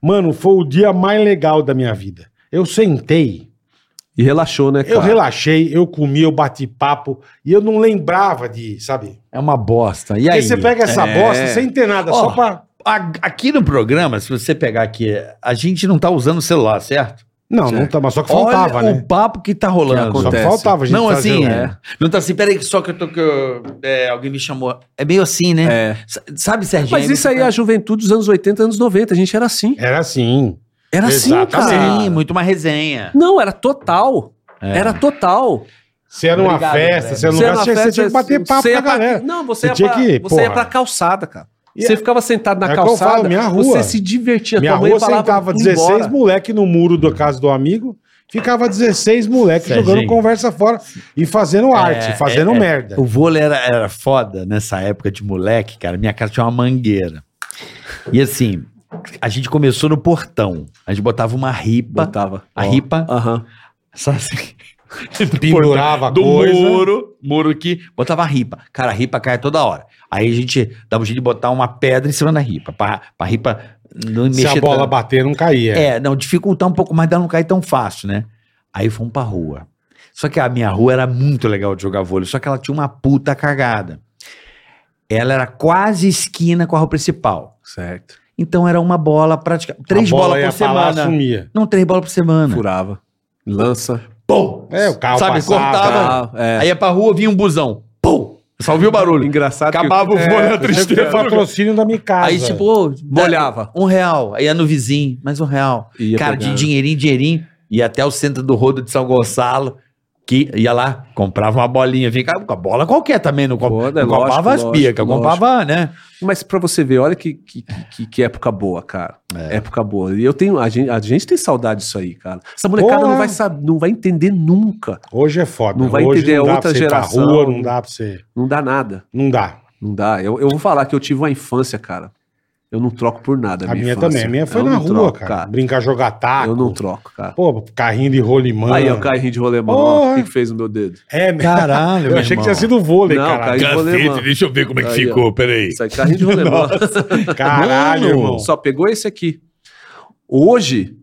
Speaker 3: Mano, foi o dia mais legal da minha vida. Eu sentei,
Speaker 1: E relaxou, né, cara?
Speaker 3: eu relaxei, eu comi, eu bati papo e eu não lembrava de, sabe?
Speaker 11: É uma bosta. E
Speaker 3: Porque
Speaker 11: aí?
Speaker 3: você pega essa
Speaker 1: É.
Speaker 3: bosta sem ter nada,
Speaker 6: Ó,
Speaker 3: só pra.
Speaker 6: A- aqui no programa, se você pegar aqui, a gente não tá usando o celular, certo?
Speaker 3: Não, não tá, mas só que faltava,
Speaker 6: Olha
Speaker 3: né?
Speaker 6: o papo que tá rolando.
Speaker 1: Que
Speaker 3: Só que
Speaker 1: acontece.
Speaker 3: faltava, a gente.
Speaker 6: não,
Speaker 3: fazer
Speaker 6: assim,
Speaker 3: um-
Speaker 6: é. não tá assim, peraí, que só que eu tô que eu- é, alguém me chamou. É meio assim, né?
Speaker 1: É.
Speaker 6: S- Sabe, Serginho?
Speaker 1: Mas
Speaker 3: né,
Speaker 1: isso aí é a juventude dos anos 80, anos 90. A gente era assim.
Speaker 3: Era assim.
Speaker 1: Era assim, cara.
Speaker 3: Exatamente.
Speaker 6: Sim, muito uma resenha.
Speaker 1: Não, era total. Era total.
Speaker 3: Você era uma
Speaker 6: Obrigado,
Speaker 3: festa,
Speaker 6: velho.
Speaker 3: você era um
Speaker 1: Você
Speaker 3: lugar,
Speaker 1: era
Speaker 3: você,
Speaker 1: na
Speaker 3: você tinha que
Speaker 1: festa,
Speaker 3: bater papo
Speaker 1: você
Speaker 3: com a
Speaker 1: ia pra-
Speaker 3: galera.
Speaker 1: Não, você,
Speaker 3: Você
Speaker 1: ia,
Speaker 3: tinha
Speaker 1: pra,
Speaker 3: que ir,
Speaker 1: você ia
Speaker 3: porra.
Speaker 1: pra calçada, cara.
Speaker 3: E
Speaker 1: Você
Speaker 3: é-
Speaker 1: ficava sentado na
Speaker 3: é o que eu
Speaker 1: calçada,
Speaker 3: falo, minha rua.
Speaker 1: você se divertia.
Speaker 3: Minha
Speaker 1: tua mãe
Speaker 3: rua
Speaker 1: falava,
Speaker 3: sentava
Speaker 1: "Vou
Speaker 3: 16
Speaker 1: embora."
Speaker 3: moleque no muro da casa do amigo, ficava 16 moleque
Speaker 6: Serginho.
Speaker 3: jogando conversa fora e fazendo arte,
Speaker 6: É,
Speaker 3: fazendo
Speaker 6: é, é.
Speaker 3: merda.
Speaker 6: O vôlei era, era foda nessa época de moleque, cara. Minha casa tinha uma mangueira. E assim, a gente começou no portão. A gente botava uma ripa.
Speaker 1: Botava.
Speaker 6: A
Speaker 1: Ó.
Speaker 6: ripa.
Speaker 1: Aham.
Speaker 6: Só assim. *laughs*
Speaker 3: Pendurava
Speaker 6: do
Speaker 3: coisa.
Speaker 6: muro, muro aqui, botava a ripa. Cara, a ripa caia toda hora. Aí a gente dava um jeito de botar uma pedra em cima da ripa, pra, pra ripa não
Speaker 3: Se
Speaker 6: mexer
Speaker 3: a bola
Speaker 6: tanto.
Speaker 3: bater, não caía.
Speaker 6: É, não, dificultar um pouco mais, dela não cair tão fácil, né? Aí fomos pra rua. Só que a minha rua era muito legal de jogar vôlei, só que ela tinha uma puta cagada. Ela era quase esquina com a rua principal.
Speaker 1: Certo.
Speaker 6: Então era uma bola praticamente. Três
Speaker 3: a bola
Speaker 6: bolas
Speaker 3: ia
Speaker 6: por
Speaker 3: pra lá,
Speaker 6: semana.
Speaker 3: sumia.
Speaker 6: não, três bolas por semana.
Speaker 1: Furava. Lança.
Speaker 6: Pum!
Speaker 3: É, o carro
Speaker 6: Sabe,
Speaker 3: passava.
Speaker 6: cortava.
Speaker 1: Ah, é.
Speaker 6: Aí ia pra rua, vinha um busão. Pum! Só ouvia o barulho.
Speaker 1: Engraçado que
Speaker 6: Acabava o vôlei, a
Speaker 3: Tristeza.
Speaker 6: tristeza.
Speaker 3: patrocínio da minha casa.
Speaker 6: É. Aí, tipo, ô,
Speaker 1: Molhava.
Speaker 6: Um real. Aí ia no vizinho, mais um real.
Speaker 1: Ia
Speaker 6: Cara,
Speaker 1: pegar.
Speaker 6: de dinheirinho, dinheirinho. Ia até o centro do rodo de São Gonçalo. Que ia lá, comprava uma bolinha. Vinha com a bola qualquer também. Não, com-
Speaker 1: Bola, é
Speaker 6: não
Speaker 1: lógico,
Speaker 6: comprava as
Speaker 1: lógico,
Speaker 6: picas, comprava, né?
Speaker 1: Mas pra você ver, olha que, que,
Speaker 3: É.
Speaker 1: que, que época boa, cara. Época boa. E eu tenho. A gente, a gente tem saudade disso aí, cara. Essa molecada
Speaker 3: Porra.
Speaker 1: não vai, saber, não vai entender nunca.
Speaker 3: Hoje é foda.
Speaker 1: Não vai
Speaker 3: Hoje
Speaker 1: entender, é
Speaker 3: dá
Speaker 1: outra
Speaker 3: pra você ir pra
Speaker 1: geração.
Speaker 3: rua, não dá pra você.
Speaker 1: Não dá nada.
Speaker 3: Não dá.
Speaker 1: Não dá. Eu, eu vou falar que eu tive uma infância, cara. Eu não troco por nada.
Speaker 3: A minha
Speaker 1: infância.
Speaker 3: também. A minha foi
Speaker 1: Eu
Speaker 3: na
Speaker 1: não
Speaker 3: rua,
Speaker 1: troco,
Speaker 3: cara. Brincar, jogar taco.
Speaker 1: um Eu não troco, cara.
Speaker 3: Pô, carrinho de rolimã.
Speaker 1: Aí, ó, o carrinho de rolemão, ó,
Speaker 3: Porra.
Speaker 1: o que, que fez no meu dedo?
Speaker 3: É, meu.
Speaker 6: Caralho,
Speaker 3: Eu achei que tinha sido vôlei,
Speaker 1: Não,
Speaker 3: cara.
Speaker 1: carrinho- Aí, rolemão.
Speaker 12: deixa eu ver como é que
Speaker 1: Aí, ó.
Speaker 12: ficou, peraí.
Speaker 1: Isso aí, carrinho de
Speaker 3: *laughs*
Speaker 1: rolemão.
Speaker 3: Caralho,
Speaker 1: Mano,
Speaker 3: irmão.
Speaker 1: Só pegou esse aqui. Hoje,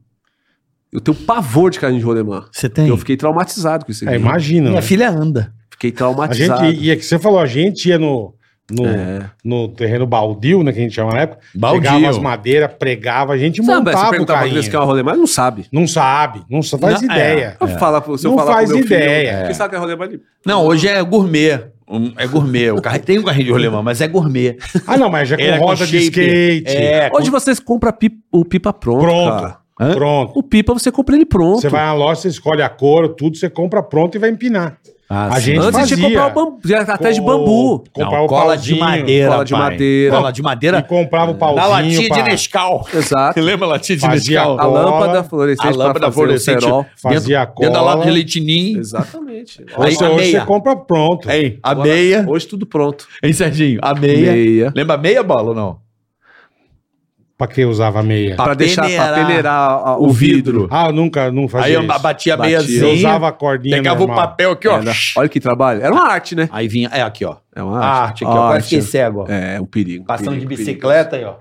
Speaker 1: eu tenho pavor de carrinho de rolemão.
Speaker 6: Você tem?
Speaker 1: Eu fiquei traumatizado com isso aqui.
Speaker 3: É, imagina.
Speaker 6: Minha
Speaker 3: né?
Speaker 6: filha anda.
Speaker 1: Fiquei
Speaker 3: A
Speaker 1: traumatizado.
Speaker 3: gente ia, que você falou, a gente ia no, no,
Speaker 1: É.
Speaker 3: no terreno baldio, né, que a gente chama na época.
Speaker 6: Baldio.
Speaker 3: Pegava as madeiras, pregava, a gente
Speaker 1: Sabe, você
Speaker 3: montava o
Speaker 1: perguntar pra
Speaker 3: carrinho.
Speaker 1: criança que é um rolemã, ele não sabe.
Speaker 3: Não sabe, não sa- faz
Speaker 6: Não, é.
Speaker 3: ideia.
Speaker 1: Eu falar pro- se eu
Speaker 3: Não
Speaker 1: falar pro
Speaker 3: faz
Speaker 1: meu
Speaker 3: ideia.
Speaker 1: Filho,
Speaker 3: É.
Speaker 1: Quem sabe que é rolemã? Ele...
Speaker 6: Não, hoje é gourmet. Um- É gourmet. O carro, tem um carrinho de rolemão, mas é gourmet.
Speaker 3: Ah, não,
Speaker 6: *laughs*
Speaker 3: mas já com
Speaker 6: Era com
Speaker 3: roda de
Speaker 6: é shape.
Speaker 3: skate.
Speaker 6: É,
Speaker 1: Hoje vocês compram pi- o pipa pronto,
Speaker 3: Pronto.
Speaker 1: cara.
Speaker 6: Hã?
Speaker 3: Pronto.
Speaker 1: O pipa você compra ele pronto.
Speaker 3: Você vai na loja, você escolhe a cor, tudo, você compra pronto e vai empinar.
Speaker 6: Ah,
Speaker 3: A
Speaker 6: sim.
Speaker 3: gente
Speaker 1: Antes de
Speaker 3: fazia.
Speaker 1: comprar o bambu, já era atrás de
Speaker 3: Com-
Speaker 1: bambu.
Speaker 3: Comprar
Speaker 6: Não,
Speaker 3: o
Speaker 6: cola
Speaker 3: pauzinho,
Speaker 6: de madeira.
Speaker 1: cola de
Speaker 6: pai.
Speaker 1: madeira.
Speaker 6: Cola de
Speaker 3: E
Speaker 6: madeira.
Speaker 3: comprava o pauzinho.
Speaker 6: Na latinha
Speaker 3: pra-
Speaker 6: de Nescau.
Speaker 1: Exato.
Speaker 6: Você lembra a latinha de
Speaker 3: Fazia
Speaker 6: Nescau?
Speaker 1: A
Speaker 3: Cola.
Speaker 1: lâmpada fluorescente
Speaker 6: A lâmpada
Speaker 1: pra fazer
Speaker 6: fluorescente.
Speaker 1: o cerol.
Speaker 3: Fazia a
Speaker 6: Dentro da
Speaker 3: cola.
Speaker 6: lata de leitinho.
Speaker 1: Exatamente.
Speaker 6: Aí,
Speaker 3: Hoje,
Speaker 6: a
Speaker 3: hoje
Speaker 6: meia. É
Speaker 3: você compra pronto.
Speaker 6: Ei, a
Speaker 1: Agora-
Speaker 6: meia.
Speaker 1: Hoje tudo pronto.
Speaker 6: Ei, Serginho, a meia. Lembra a meia bola ou não?
Speaker 3: Pra quem usava meia?
Speaker 1: Pra deixar, pra
Speaker 6: peneirar
Speaker 1: peneirar a-
Speaker 6: o vidro.
Speaker 3: Ah, eu nunca não
Speaker 6: Aí
Speaker 3: fazia
Speaker 6: eu
Speaker 3: isso.
Speaker 6: batia
Speaker 1: Batia.
Speaker 6: a meiazinha.
Speaker 3: Eu usava a cordinha
Speaker 6: pegava o
Speaker 3: normal.
Speaker 6: papel aqui, ó.
Speaker 1: Era- É, né? Olha que trabalho. Era uma arte, né?
Speaker 6: Aí vinha. É, aqui, ó.
Speaker 1: É uma
Speaker 6: A arte aqui, ó. Quase fiquei cego, ó.
Speaker 1: É, um perigo.
Speaker 6: Passando de
Speaker 1: perigo, perigo.
Speaker 6: bicicleta aí, ó.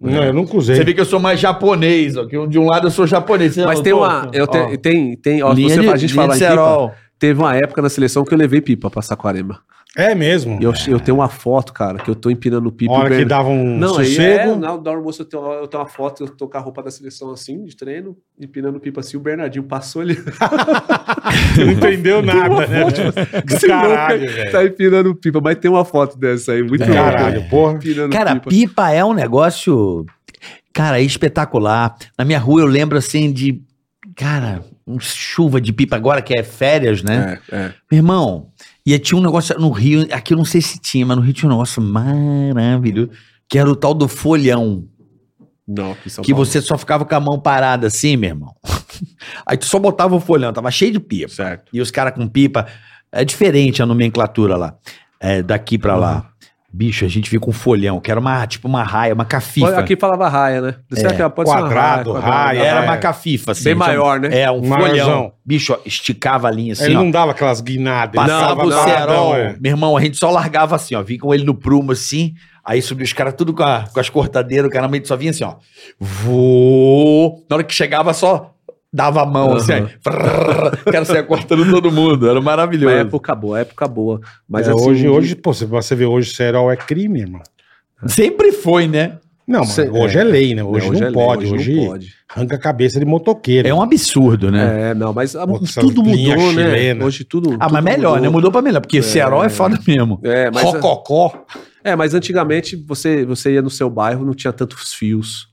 Speaker 3: Não, eu nunca usei.
Speaker 6: Você vê que eu sou mais japonês, ó. Que de um lado eu sou japonês. você
Speaker 1: Mas
Speaker 6: notou?
Speaker 1: tem uma. Eu te-
Speaker 6: um Ó.
Speaker 1: tem, tem, ó, se
Speaker 6: Linha
Speaker 1: você,
Speaker 6: de-
Speaker 1: a gente
Speaker 6: linha
Speaker 1: falar
Speaker 6: de
Speaker 1: em pipa,
Speaker 6: cerol.
Speaker 1: teve uma época na seleção que eu levei pipa pra Saquarema.
Speaker 3: É mesmo.
Speaker 1: E eu, eu tenho uma foto, cara, que eu tô empinando pipa.
Speaker 3: A hora
Speaker 1: e o
Speaker 3: que
Speaker 1: Bernardo-
Speaker 3: dava um
Speaker 1: Não, aí é,
Speaker 3: sossego.
Speaker 1: na hora do almoço eu tenho, eu tenho uma foto, eu tô com a roupa da seleção assim, de treino, empinando pipa assim, o Bernardinho passou ele.
Speaker 3: *laughs* não entendeu nada, né?
Speaker 1: Esse louco
Speaker 3: Caralho,
Speaker 1: aí
Speaker 3: velho.
Speaker 1: Tá empinando pipa, mas tem uma foto dessa aí, muito louca.
Speaker 3: Caralho, porra.
Speaker 1: Empinando
Speaker 6: Cara, pipa. é um negócio, cara, espetacular. Na minha rua eu lembro assim de, cara, um chuva de pipa agora que é férias, né?
Speaker 1: É, é.
Speaker 6: Meu irmão, e tinha um negócio no Rio, aqui eu não sei se tinha, mas no Rio tinha um negócio maravilhoso, que era o tal do folhão.
Speaker 1: Não, aqui em São
Speaker 6: que
Speaker 1: Paulo.
Speaker 6: você só ficava com a mão parada assim, meu irmão. *laughs* Aí tu só botava o folhão, tava cheio de pipa.
Speaker 1: Certo.
Speaker 6: E os caras com pipa. É diferente a nomenclatura lá. É, daqui pra lá. Bicho, a gente fica com um folhão, que era uma, tipo uma raia, uma cafifa.
Speaker 1: Aqui falava raia, né?
Speaker 6: É.
Speaker 1: Será que ela pode
Speaker 3: Quadrado,
Speaker 1: ser uma
Speaker 3: raia,
Speaker 6: Era
Speaker 3: é.
Speaker 6: uma cafifa, assim.
Speaker 1: Bem maior, né?
Speaker 6: É, um
Speaker 3: Maiorzão.
Speaker 6: folhão. Bicho, ó, esticava a linha assim,
Speaker 3: ele
Speaker 6: ó.
Speaker 3: não dava aquelas guinadas. ele
Speaker 6: Passava
Speaker 3: dava
Speaker 6: o cerol.
Speaker 3: nadão, é.
Speaker 6: Meu irmão, a gente só largava assim, ó. Vinha com ele no prumo assim. Aí subia os caras tudo com, a- com as cortadeiras. O cara meio só vinha assim, ó. Vô. Na hora que chegava, só dava a mão assim. Aí,
Speaker 1: Aham.
Speaker 6: Frrr. o cara saia cortando todo mundo. Era
Speaker 1: Uma
Speaker 6: maravilhoso.
Speaker 1: é época boa, época boa. Mas
Speaker 3: É,
Speaker 1: assim,
Speaker 3: hoje,
Speaker 1: um-
Speaker 3: hoje, pô, se você vê hoje, cerol é crime, irmão.
Speaker 6: Sempre foi, né?
Speaker 3: Não, mas
Speaker 1: Cê-
Speaker 3: hoje é, lei, né? Hoje,
Speaker 1: é,
Speaker 3: não
Speaker 1: é lei,
Speaker 3: pode.
Speaker 1: não
Speaker 3: Hoje,
Speaker 1: pode.
Speaker 3: arranca a cabeça de motoqueiro.
Speaker 6: É um absurdo, né?
Speaker 1: É, não, mas a-
Speaker 3: Nossa,
Speaker 1: tudo
Speaker 3: linha
Speaker 1: mudou, né?
Speaker 3: chilena.
Speaker 1: Hoje tudo.
Speaker 6: Ah,
Speaker 1: tudo
Speaker 6: mas melhor, né?
Speaker 1: mudou.
Speaker 6: Mudou pra melhor. Porque Cerol é foda mesmo.
Speaker 1: É, mas.
Speaker 6: Rococó.
Speaker 1: É, mas antigamente você, você ia no seu bairro, não tinha tantos fios.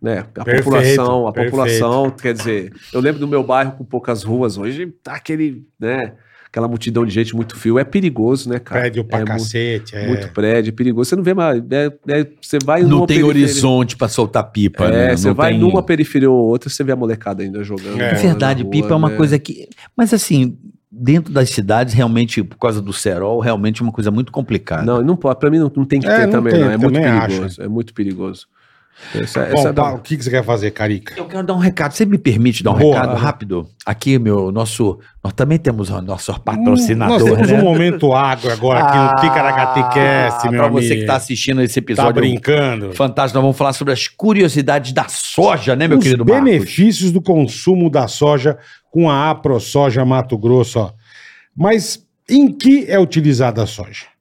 Speaker 1: Né? A
Speaker 3: Perfeito,
Speaker 1: população, a
Speaker 3: perfeito.
Speaker 1: população, quer dizer, eu lembro do meu bairro com poucas ruas, hoje tá aquele, né, aquela multidão de gente, muito fio, é perigoso, né, cara?
Speaker 3: Prédio pra
Speaker 1: é
Speaker 3: cacete.
Speaker 1: Muito,
Speaker 3: é.
Speaker 1: muito prédio, é perigoso, você não vê mais, é- é- você vai
Speaker 6: Não tem
Speaker 1: periferia-
Speaker 6: horizonte pra soltar pipa, né?
Speaker 1: É,
Speaker 6: Não
Speaker 1: você vai
Speaker 6: tem-
Speaker 1: numa periferia ou outra, você vê a molecada ainda jogando.
Speaker 3: É.
Speaker 6: É verdade, pipa é uma
Speaker 1: coisa.
Speaker 6: coisa que. Mas assim, dentro das cidades, realmente, por causa do cerol, realmente é uma coisa muito complicada.
Speaker 1: né? Não, não pode. Pra mim não, não tem que
Speaker 3: É,
Speaker 1: ter
Speaker 3: não
Speaker 1: também,
Speaker 3: tem,
Speaker 1: não. É muito
Speaker 3: também acho.
Speaker 1: perigoso. É muito perigoso. Essa,
Speaker 3: Bom,
Speaker 1: essa é da-
Speaker 3: Paulo, o que, que você quer fazer, Carica?
Speaker 6: Eu quero dar um recado. Você me permite dar um
Speaker 3: Boa.
Speaker 6: recado rápido? Aqui, meu, nosso. Nós também temos o nosso
Speaker 3: Nós
Speaker 6: patrocinador.
Speaker 3: temos
Speaker 6: né? Ah,
Speaker 3: um momento água agora aqui no Ticaracatecast, meu
Speaker 6: Pra
Speaker 3: amigo.
Speaker 6: você que tá assistindo
Speaker 3: Tá
Speaker 6: esse episódio
Speaker 3: brincando.
Speaker 6: fantástico, nós vamos falar sobre as curiosidades da soja, né, meu
Speaker 3: Os
Speaker 6: querido Marcos?
Speaker 3: benefícios do consumo da soja com a AproSoja Mato Grosso. Ó. Mas em que é utilizada a soja?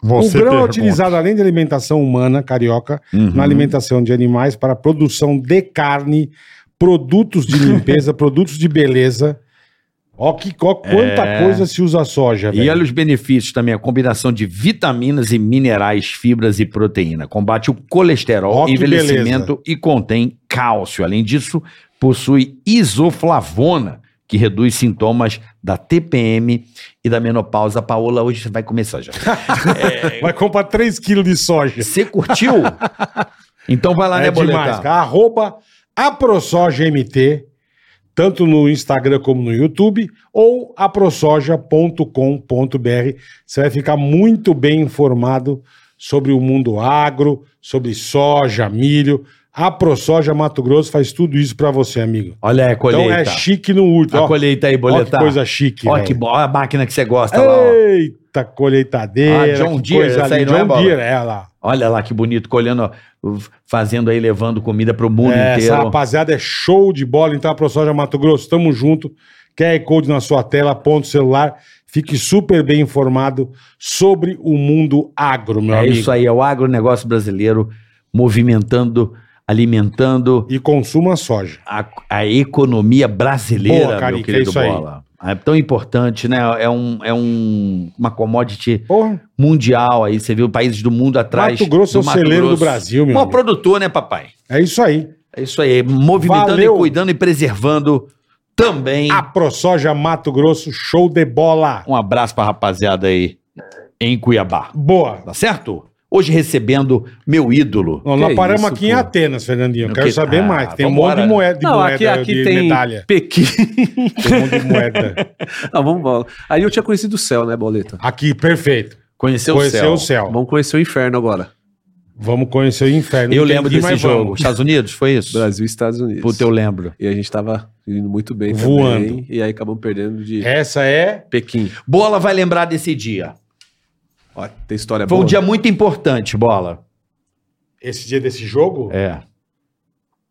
Speaker 3: o grão é utilizado além de alimentação humana carioca,
Speaker 6: Uhum.
Speaker 3: na alimentação de animais para produção de carne, produtos de
Speaker 6: *laughs*
Speaker 3: limpeza, produtos de beleza. Ó, que, ó quanta
Speaker 6: É.
Speaker 3: coisa se usa a soja,
Speaker 6: E olha
Speaker 3: velho.
Speaker 6: os benefícios também, a combinação de vitaminas e minerais, fibras e proteína. Combate o colesterol,
Speaker 3: Ó, que
Speaker 6: envelhecimento e contém cálcio. Além disso, possui isoflavona, que reduz sintomas da TPM e da menopausa. Paola, hoje você vai começar já.
Speaker 3: Vai comprar 3 quilos de soja. *laughs*
Speaker 6: Você curtiu? Então vai lá,
Speaker 3: é
Speaker 6: né,
Speaker 3: demais,
Speaker 6: Boleta?
Speaker 3: cara. Arroba AproSojaMT, tanto no Instagram como no YouTube, ou aprosoja.com.br. Você vai ficar muito bem informado sobre o mundo agro, sobre soja, milho. A ProSoja Mato Grosso faz tudo isso pra você, amigo.
Speaker 6: Olha aí a colheita.
Speaker 3: Então é chique no último.
Speaker 6: a
Speaker 3: Ó,
Speaker 6: colheita aí,
Speaker 3: ó que
Speaker 6: Boleta.
Speaker 3: coisa chique.
Speaker 6: Olha
Speaker 3: velho.
Speaker 6: que bo... Olha a máquina que você gosta lá, ó.
Speaker 3: Eita, colheitadeira.
Speaker 6: Ah, John
Speaker 3: que
Speaker 6: Deere,
Speaker 3: coisa
Speaker 6: essa aí
Speaker 3: linda.
Speaker 6: não é,
Speaker 3: John
Speaker 6: Bola?
Speaker 3: Deere, é lá.
Speaker 6: Olha lá que bonito, colhendo, ó, fazendo aí, levando comida pro mundo
Speaker 3: É,
Speaker 6: inteiro.
Speaker 3: Essa rapaziada é show de bola. Então, a ProSoja Mato Grosso, tamo junto. QR Code na sua tela, ponto celular. Fique super bem informado sobre o mundo agro, meu
Speaker 6: é
Speaker 3: amigo.
Speaker 6: isso aí, é o agronegócio brasileiro movimentando, alimentando
Speaker 3: E consuma soja.
Speaker 6: a, a economia brasileira,
Speaker 3: Boa, Carica,
Speaker 6: meu
Speaker 3: é
Speaker 6: querido
Speaker 3: isso aí.
Speaker 6: Bola. É tão importante, né? É, um, é um, uma commodity
Speaker 3: Porra,
Speaker 6: mundial aí. Você viu países do mundo atrás.
Speaker 3: Mato Grosso é o
Speaker 6: do Mato
Speaker 3: celeiro
Speaker 6: Grosso.
Speaker 3: do Brasil, meu
Speaker 6: Mó
Speaker 3: amigo.
Speaker 6: produtor, né, papai?
Speaker 3: É isso aí.
Speaker 6: É isso aí, movimentando
Speaker 3: Valeu. Ah.
Speaker 6: e cuidando e preservando também.
Speaker 3: A ProSoja Mato Grosso, show de bola.
Speaker 6: Um abraço pra rapaziada aí em Cuiabá.
Speaker 3: Boa.
Speaker 6: Tá certo? Hoje recebendo meu ídolo.
Speaker 3: Não, nós
Speaker 1: Que
Speaker 3: paramos
Speaker 1: isso,
Speaker 3: aqui em
Speaker 1: pô.
Speaker 3: Atenas, Fernandinho. Eu
Speaker 6: O
Speaker 3: quero
Speaker 6: que-
Speaker 3: saber
Speaker 6: Ah,
Speaker 3: mais. Tem um monte
Speaker 6: vambora.
Speaker 3: de moeda, de
Speaker 1: Não,
Speaker 3: moeda
Speaker 1: aqui, aqui
Speaker 3: de
Speaker 1: tem
Speaker 3: medalha.
Speaker 1: Pequim.
Speaker 3: Tem um monte de
Speaker 6: *laughs*
Speaker 3: moeda.
Speaker 1: Não, vamos embora. Aí eu tinha conhecido o céu, né, Boleta?
Speaker 3: Aqui, perfeito.
Speaker 6: Conheceu o
Speaker 3: Conhecer
Speaker 6: céu.
Speaker 3: o céu.
Speaker 1: Vamos conhecer o inferno agora.
Speaker 3: Vamos conhecer o inferno.
Speaker 6: Eu
Speaker 3: Entendi,
Speaker 6: lembro desse
Speaker 3: mas
Speaker 6: jogo.
Speaker 3: vamos.
Speaker 6: Estados Unidos, foi isso?
Speaker 1: Brasil e Estados Unidos.
Speaker 6: Puta, eu lembro.
Speaker 1: E a gente tava indo muito bem
Speaker 3: Voando.
Speaker 1: também. E aí acabamos perdendo de
Speaker 3: Essa é
Speaker 1: Pequim.
Speaker 6: Bola vai lembrar desse dia.
Speaker 1: Ó, tem história
Speaker 6: Foi um
Speaker 1: boa.
Speaker 6: dia muito importante, Bola.
Speaker 3: Esse dia desse jogo?
Speaker 6: É.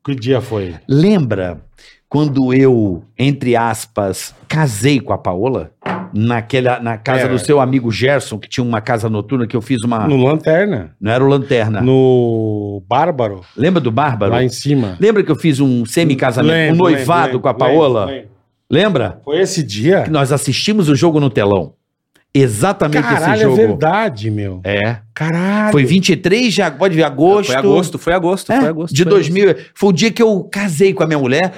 Speaker 3: Que dia foi?
Speaker 6: Lembra quando eu, entre aspas, casei com a Paola? Naquela, na casa
Speaker 3: É. Hum.
Speaker 6: do seu amigo Gerson, que tinha uma casa noturna, que eu fiz uma.
Speaker 3: No Lanterna.
Speaker 6: Não era o Lanterna.
Speaker 3: No Bárbaro.
Speaker 6: Lembra do Tá. Bárbaro?
Speaker 3: Lá em cima.
Speaker 6: Lembra que eu fiz um semi-casamento,
Speaker 3: Lembro,
Speaker 6: um noivado
Speaker 3: lembro,
Speaker 6: com a
Speaker 3: lembro,
Speaker 6: Paola?
Speaker 3: lembro.
Speaker 6: Lembra?
Speaker 3: Foi esse dia?
Speaker 6: Que nós assistimos o jogo no telão. Exatamente esse
Speaker 3: Caralho, é
Speaker 6: jogo.
Speaker 3: verdade, meu.
Speaker 6: É.
Speaker 3: Caralho.
Speaker 6: Foi 23 de agosto, pode ver, agosto.
Speaker 1: Foi agosto, foi agosto,
Speaker 6: É,
Speaker 1: foi agosto.
Speaker 6: de
Speaker 1: foi
Speaker 6: 2000. Foi o dia que eu casei com a minha mulher.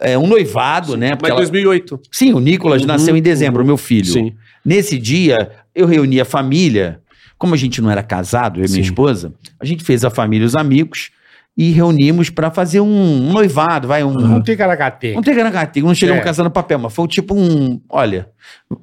Speaker 6: É, um noivado, né?
Speaker 1: agosto.
Speaker 6: porque
Speaker 1: Uhum. Mas em
Speaker 6: ela-
Speaker 1: 2008.
Speaker 6: Sim, o Nicolas
Speaker 1: Uhum,
Speaker 6: nasceu em dezembro, meu filho.
Speaker 1: Sim.
Speaker 6: Nesse dia, eu reuni a família. Como a gente não era casado, eu e minha
Speaker 1: Sim.
Speaker 6: esposa, a gente fez a família e os amigos. e reunimos para fazer um, um noivado, vai, um.
Speaker 3: Não tem caracate.
Speaker 6: Não tem garantigo, não chegamos
Speaker 3: É.
Speaker 6: casando papel, mas foi tipo um. Olha,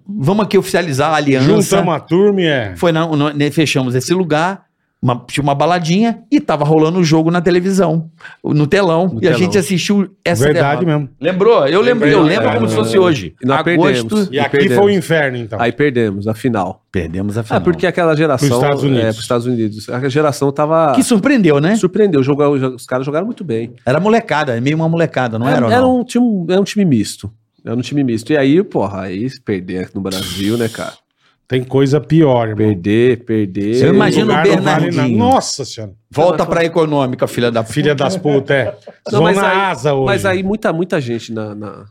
Speaker 6: vamos aqui oficializar a aliança.
Speaker 3: Juntamos a turma e é.
Speaker 6: Foi na, no- ne- fechamos esse lugar, uma, tinha uma baladinha e tava rolando o jogo na televisão, no telão. e a
Speaker 1: telão.
Speaker 6: gente assistiu essa
Speaker 3: Verdade
Speaker 6: derrota.
Speaker 3: mesmo.
Speaker 6: Lembrou? Eu lembrei, eu
Speaker 3: Lembrei,
Speaker 6: lembro
Speaker 3: é,
Speaker 6: como se fosse
Speaker 1: é.
Speaker 6: hoje.
Speaker 1: E nós perdemos.
Speaker 3: E
Speaker 1: E
Speaker 3: aqui
Speaker 1: perdemos.
Speaker 3: foi o inferno, então.
Speaker 1: Aí perdemos, a final.
Speaker 6: Perdemos um a
Speaker 1: Ah,
Speaker 6: final.
Speaker 1: porque aquela geração.
Speaker 3: Pros Estados Unidos.
Speaker 1: É, pros Estados Unidos. A geração tava.
Speaker 6: Que surpreendeu, né?
Speaker 1: Surpreendeu. Jogou, os caras jogaram muito bem.
Speaker 6: Era molecada, é meio uma molecada, não era?
Speaker 1: era,
Speaker 6: ou
Speaker 1: era
Speaker 6: não?
Speaker 1: um time, era um time misto. Era um time misto. E aí, porra, aí se perder aqui no Brasil, né, cara?
Speaker 3: Tem coisa pior, irmão.
Speaker 1: Perder, perder.
Speaker 6: Você imagina
Speaker 3: Lugar não
Speaker 6: o
Speaker 3: vale
Speaker 6: Bernardinho.
Speaker 3: nada. Nossa senhora.
Speaker 6: Volta pra econômica, filha da
Speaker 3: Filha das putas, é.
Speaker 1: Não,
Speaker 3: Zona
Speaker 1: mas aí-
Speaker 3: asa hoje.
Speaker 1: Mas aí muita, muita gente na, na,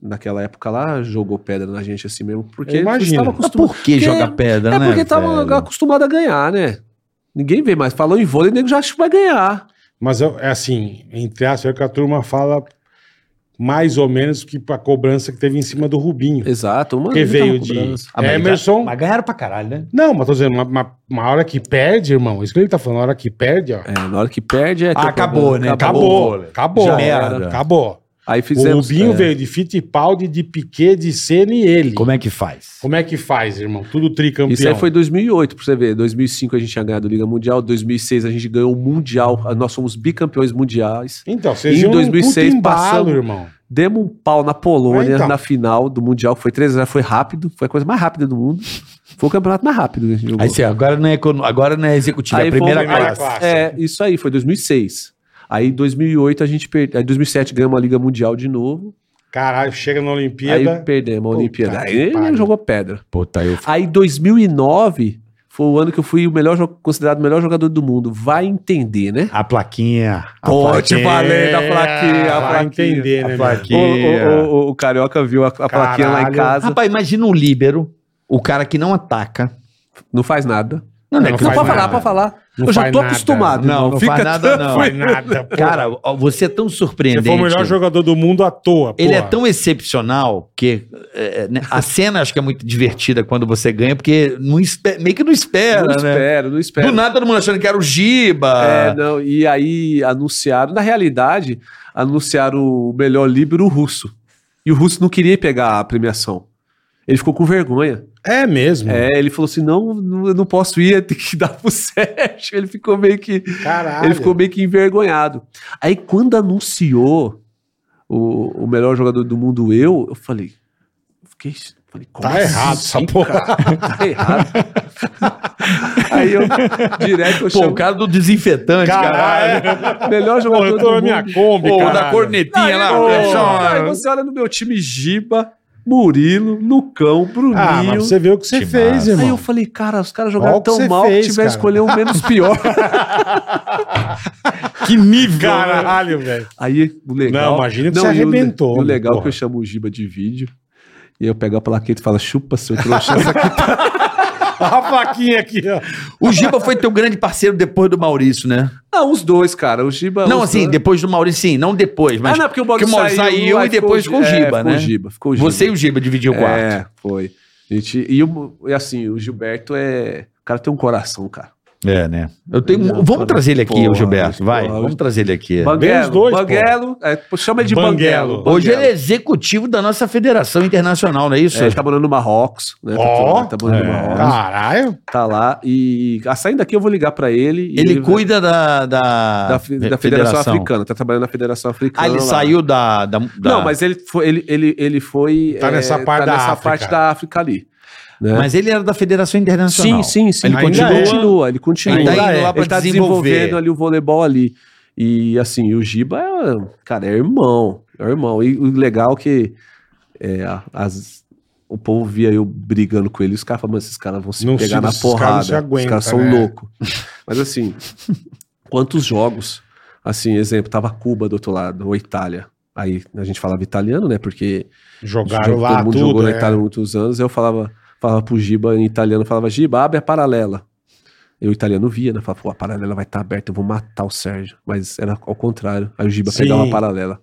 Speaker 1: naquela época lá jogou pedra na gente assim mesmo. Porque
Speaker 3: Eu imagino.
Speaker 1: estava
Speaker 6: Mas por
Speaker 1: acostumado.
Speaker 6: que
Speaker 1: Porque-
Speaker 6: jogar pedra,
Speaker 1: É
Speaker 6: né?
Speaker 1: porque tava
Speaker 6: velho?
Speaker 1: acostumado a ganhar, né? Ninguém vê mais. Falou em vôlei, o nego já acha que vai ganhar.
Speaker 3: Mas eu- é assim, entre aspas, é que a turma fala mais ou menos que a cobrança que teve em cima do Rubinho.
Speaker 1: Exato. Mano,
Speaker 3: Que
Speaker 1: muita
Speaker 3: veio de
Speaker 1: cobrança.
Speaker 6: Ah, mas
Speaker 3: Emerson.
Speaker 6: Mas ganharam pra caralho, né?
Speaker 3: Não, mas tô dizendo, uma, uma- uma hora que perde, irmão, isso que ele tá falando, a hora que perde, ó.
Speaker 1: É, na hora que perde é que
Speaker 6: Ah,
Speaker 1: é o
Speaker 6: acabou,
Speaker 1: problema.
Speaker 6: né?
Speaker 3: Acabou,
Speaker 6: Acabou,
Speaker 3: acabou,
Speaker 6: já
Speaker 3: acabou.
Speaker 6: era.
Speaker 1: Aí
Speaker 3: O
Speaker 1: fizemos.
Speaker 3: Rubinho
Speaker 1: é,
Speaker 3: veio de Fittipaldi, de Piquet, de Senna e ele. Como
Speaker 6: Como é que faz?
Speaker 3: é, que faz, irmão? Tudo tricampeão.
Speaker 1: Isso aí foi 2008, pra você ver. 2005 a gente tinha ganhado a Liga Mundial, 2006 a gente ganhou o Mundial, nós somos bicampeões mundiais.
Speaker 3: Então, vocês
Speaker 1: Em
Speaker 3: iam num
Speaker 1: 2006
Speaker 3: puta embalo,
Speaker 1: passamos-
Speaker 3: irmão.
Speaker 1: Demos um pau na Polônia
Speaker 3: Ah, então.
Speaker 1: na final do Mundial, que foi 3 a 0 foi rápido, foi a coisa mais rápida do mundo. Foi o campeonato mais rápido né, que a gente jogou.
Speaker 6: Aí você, agora não é, econo- agora não é executivo, é
Speaker 1: Aí foi
Speaker 6: primeira
Speaker 1: o-
Speaker 6: classe.
Speaker 3: primeira classe.
Speaker 1: É, isso aí, foi 2006. Aí em 2008 a gente perdeu, aí em 2007 ganhamos a Liga Mundial de novo,
Speaker 3: Caralho, chega na
Speaker 1: aí
Speaker 3: Olimpíada.
Speaker 1: perdemos a
Speaker 3: Puta
Speaker 1: Olimpíada.
Speaker 3: que
Speaker 1: Aí ele
Speaker 3: pariu.
Speaker 1: jogou pedra.
Speaker 6: Puta, eu
Speaker 1: Aí em 2009 foi o ano que eu fui o melhor jo- considerado o melhor jogador do mundo. Vai entender, né?
Speaker 6: A plaquinha. Ah, A
Speaker 1: Pô, te falei da plaquinha, a
Speaker 3: Ah, vai
Speaker 1: plaquinha.
Speaker 3: entender, né?
Speaker 6: A
Speaker 3: meu?
Speaker 1: O,
Speaker 6: plaquinha.
Speaker 1: o- o- o Carioca viu a, a plaquinha lá em
Speaker 3: Caralho.
Speaker 1: casa.
Speaker 6: Rapaz, imagina um líbero, o cara que não ataca.
Speaker 1: Não faz nada.
Speaker 6: Não,
Speaker 3: Não,
Speaker 6: é que
Speaker 1: Não,
Speaker 3: faz
Speaker 1: pode
Speaker 3: nada.
Speaker 1: falar, pode falar.
Speaker 3: Não
Speaker 1: eu já
Speaker 3: faz
Speaker 1: tô
Speaker 3: nada.
Speaker 1: acostumado.
Speaker 6: Não,
Speaker 1: irmão.
Speaker 6: não faz nada, não.
Speaker 3: Foi nada, pô.
Speaker 6: Cara, ó, você é tão
Speaker 3: Você
Speaker 6: surpreendente.
Speaker 3: foi o melhor jogador do mundo à toa,
Speaker 6: Ele é
Speaker 3: porra.
Speaker 6: tão excepcional que é, né, a cena acho que é muito divertida quando você ganha, porque não espe- meio que não espera,
Speaker 1: não
Speaker 6: né?
Speaker 1: espero, não espero.
Speaker 6: Do nada todo mundo achando que era o Giba.
Speaker 1: É, não, e aí anunciaram, na realidade, anunciaram o melhor líbero o russo. E o russo não queria pegar a premiação. Ele ficou com vergonha.
Speaker 3: É mesmo.
Speaker 1: É, ele falou assim: não, não, eu não posso ir, tem que *laughs* dar pro Sérgio. Ele ficou meio que.
Speaker 3: Caralho.
Speaker 1: Ele ficou meio que envergonhado. Aí quando anunciou o, o melhor jogador do mundo, eu, eu falei. eu Fiquei. Falei, como assim,
Speaker 3: Tá errado essa porra.
Speaker 1: cara? Tá
Speaker 3: *laughs*
Speaker 1: errado. Aí eu, direto, eu
Speaker 6: Pô, o
Speaker 1: chamo
Speaker 6: cara do desinfetante, caralho.
Speaker 1: o melhor
Speaker 3: Pô, eu
Speaker 1: jogador
Speaker 3: tô
Speaker 1: do
Speaker 3: na
Speaker 1: mundo.
Speaker 3: minha Kombi,
Speaker 6: Pô, o da
Speaker 3: caralho.
Speaker 1: Aí,
Speaker 6: cornetinha lá.
Speaker 1: ô,
Speaker 6: né?
Speaker 1: aí você olha no meu time Giba, Murilo, Lucão, Bruninho.
Speaker 3: Ah, mas pra você vê o que você
Speaker 6: Timaço.
Speaker 3: fez,
Speaker 1: Aí eu
Speaker 3: irmão.
Speaker 1: falei, cara, os caras
Speaker 3: Olha
Speaker 1: jogaram
Speaker 3: o que você
Speaker 1: tão mal
Speaker 3: fez,
Speaker 1: que tiver
Speaker 3: cara.
Speaker 1: escolher o menos pior.
Speaker 3: *laughs*
Speaker 6: Que nível. né?
Speaker 3: Caralho, velho.
Speaker 1: Aí, o legal.
Speaker 3: Não, imagina que você
Speaker 1: e o le-
Speaker 3: arrebentou,
Speaker 1: e O, legal é
Speaker 3: porra.
Speaker 1: que eu chamo o Giba de vídeo. E aí eu pego a plaqueta e falo, chupa seu trouxa. *laughs*
Speaker 3: A faquinha aqui, ó.
Speaker 6: O Giba foi teu grande parceiro depois do Maurício, né?
Speaker 1: ah, os dois, cara. O Giba.
Speaker 6: não,
Speaker 1: os
Speaker 6: assim,
Speaker 1: dois-
Speaker 6: depois do Maurício, sim, não depois, mas
Speaker 1: ah, não, porque o Maurício
Speaker 6: que o Maurício saiu
Speaker 1: aí
Speaker 6: e depois
Speaker 1: ficou
Speaker 6: ficou o Giba,
Speaker 1: é,
Speaker 6: né?
Speaker 1: Ficou o Giba, ficou o Giba.
Speaker 6: você e o Giba dividiam o quarto.
Speaker 1: É, foi. Gente, e, o- e assim, o Gilberto é. O cara tem um coração, cara.
Speaker 6: É, né? Eu tenho,
Speaker 1: Não,
Speaker 6: vamos
Speaker 1: cara,
Speaker 6: trazer ele aqui,
Speaker 1: porra,
Speaker 6: o Gilberto, vai.
Speaker 1: porra.
Speaker 6: vamos trazer ele aqui.
Speaker 3: Bem os
Speaker 1: Banguelo.
Speaker 3: É. dois, pô.
Speaker 1: Banguelo. é, pô, chama ele de
Speaker 3: Banguelo.
Speaker 1: Banguelo.
Speaker 6: Hoje ele é executivo da nossa Federação Internacional, não é isso?
Speaker 1: É, ele tá morando no Marrocos, né? Tá-
Speaker 3: Ó,
Speaker 1: tá, morando no Marrocos.
Speaker 3: É. Caralho.
Speaker 1: Tá lá. E a, saindo daqui eu vou ligar pra ele. e
Speaker 6: ele
Speaker 1: vai-
Speaker 6: cuida da, da,
Speaker 1: da, fe- da Federação, Africana. Tá trabalhando na Federação Africana.
Speaker 6: Ah, ele
Speaker 1: lá.
Speaker 6: saiu da, da, da-
Speaker 1: Não, mas ele foi. Ele, ele, ele foi é,
Speaker 3: Tá nessa parte da
Speaker 1: nessa
Speaker 3: África.
Speaker 1: parte da África ali. né?
Speaker 6: mas ele era da Federação
Speaker 1: sim,
Speaker 6: Internacional.
Speaker 1: sim, sim.
Speaker 6: Ele
Speaker 1: Ele
Speaker 3: Ainda
Speaker 1: continua,
Speaker 3: é.
Speaker 1: ele continua.
Speaker 6: Ele tá
Speaker 3: Ainda
Speaker 6: indo
Speaker 3: é.
Speaker 6: lá pra
Speaker 1: ele tá
Speaker 6: desenvolver.
Speaker 1: desenvolvendo ali o voleibol ali. E assim, o Giba é, cara, é irmão. É irmão. E o legal é que é, as- o povo via eu brigando com ele, os caras falam, "Mas esses caras vão se
Speaker 3: Não se-
Speaker 1: pegar na
Speaker 3: esses caras não
Speaker 1: porrada.
Speaker 3: se aguentam,
Speaker 1: os caras são
Speaker 3: né?"
Speaker 1: loucos. Mas assim, quantos jogos? Assim, exemplo, tava Cuba do outro lado, ou Itália. Aí a gente falava italiano, né? Porque
Speaker 3: Jogaram
Speaker 1: Jogo-
Speaker 3: lá
Speaker 1: todo mundo
Speaker 3: tudo,
Speaker 1: jogou na
Speaker 3: é.
Speaker 1: Itália há muitos anos. Eu falava, falava pro Giba em italiano, falava, Giba, abre a paralela. Eu, italiano, via, né? Falava, pô, a paralela vai estar aberta, eu vou matar o Sérgio. Mas era ao contrário. Aí o Giba
Speaker 3: Sim.
Speaker 1: pegava a paralela.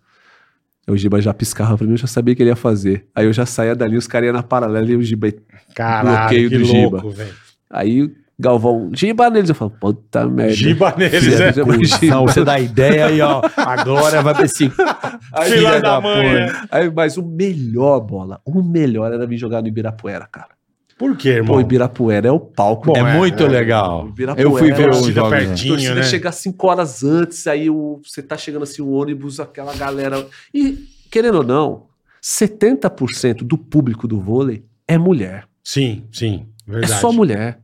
Speaker 1: Aí o Giba já piscava pra mim, eu já sabia o que ele ia fazer. Aí eu já saía dali, os caras iam na paralela e o Giba.
Speaker 3: Caralho,
Speaker 1: bloqueio
Speaker 3: que
Speaker 1: do
Speaker 3: louco, velho.
Speaker 1: Aí Galvão, giba neles. Eu falo, puta merda.
Speaker 3: Giba neles,
Speaker 1: É, Filha
Speaker 3: é.
Speaker 1: da mãe, giba.
Speaker 6: Não, você dá ideia e ó, a glória vai pra esse
Speaker 1: *laughs* Aí,
Speaker 3: Filha
Speaker 1: filha
Speaker 3: da mãe, né?
Speaker 1: porra. Aí, mas o melhor bola, o melhor era vir jogar no Ibirapuera, cara.
Speaker 3: Por quê, irmão?
Speaker 1: Pô, Ibirapuera é o palco.
Speaker 3: Bom,
Speaker 1: né?
Speaker 3: é,
Speaker 6: muito
Speaker 3: é.
Speaker 6: legal.
Speaker 1: Ibirapuera,
Speaker 6: Eu fui ver
Speaker 1: a
Speaker 6: o
Speaker 3: torcida
Speaker 6: jogo.
Speaker 1: A
Speaker 3: pertinho,
Speaker 1: torcida
Speaker 3: né?
Speaker 1: chegar 5 horas antes, aí o- você tá chegando assim, o ônibus, aquela galera. E, querendo ou não, 70% do público do vôlei é mulher.
Speaker 3: Sim, sim. Verdade.
Speaker 1: É só mulher.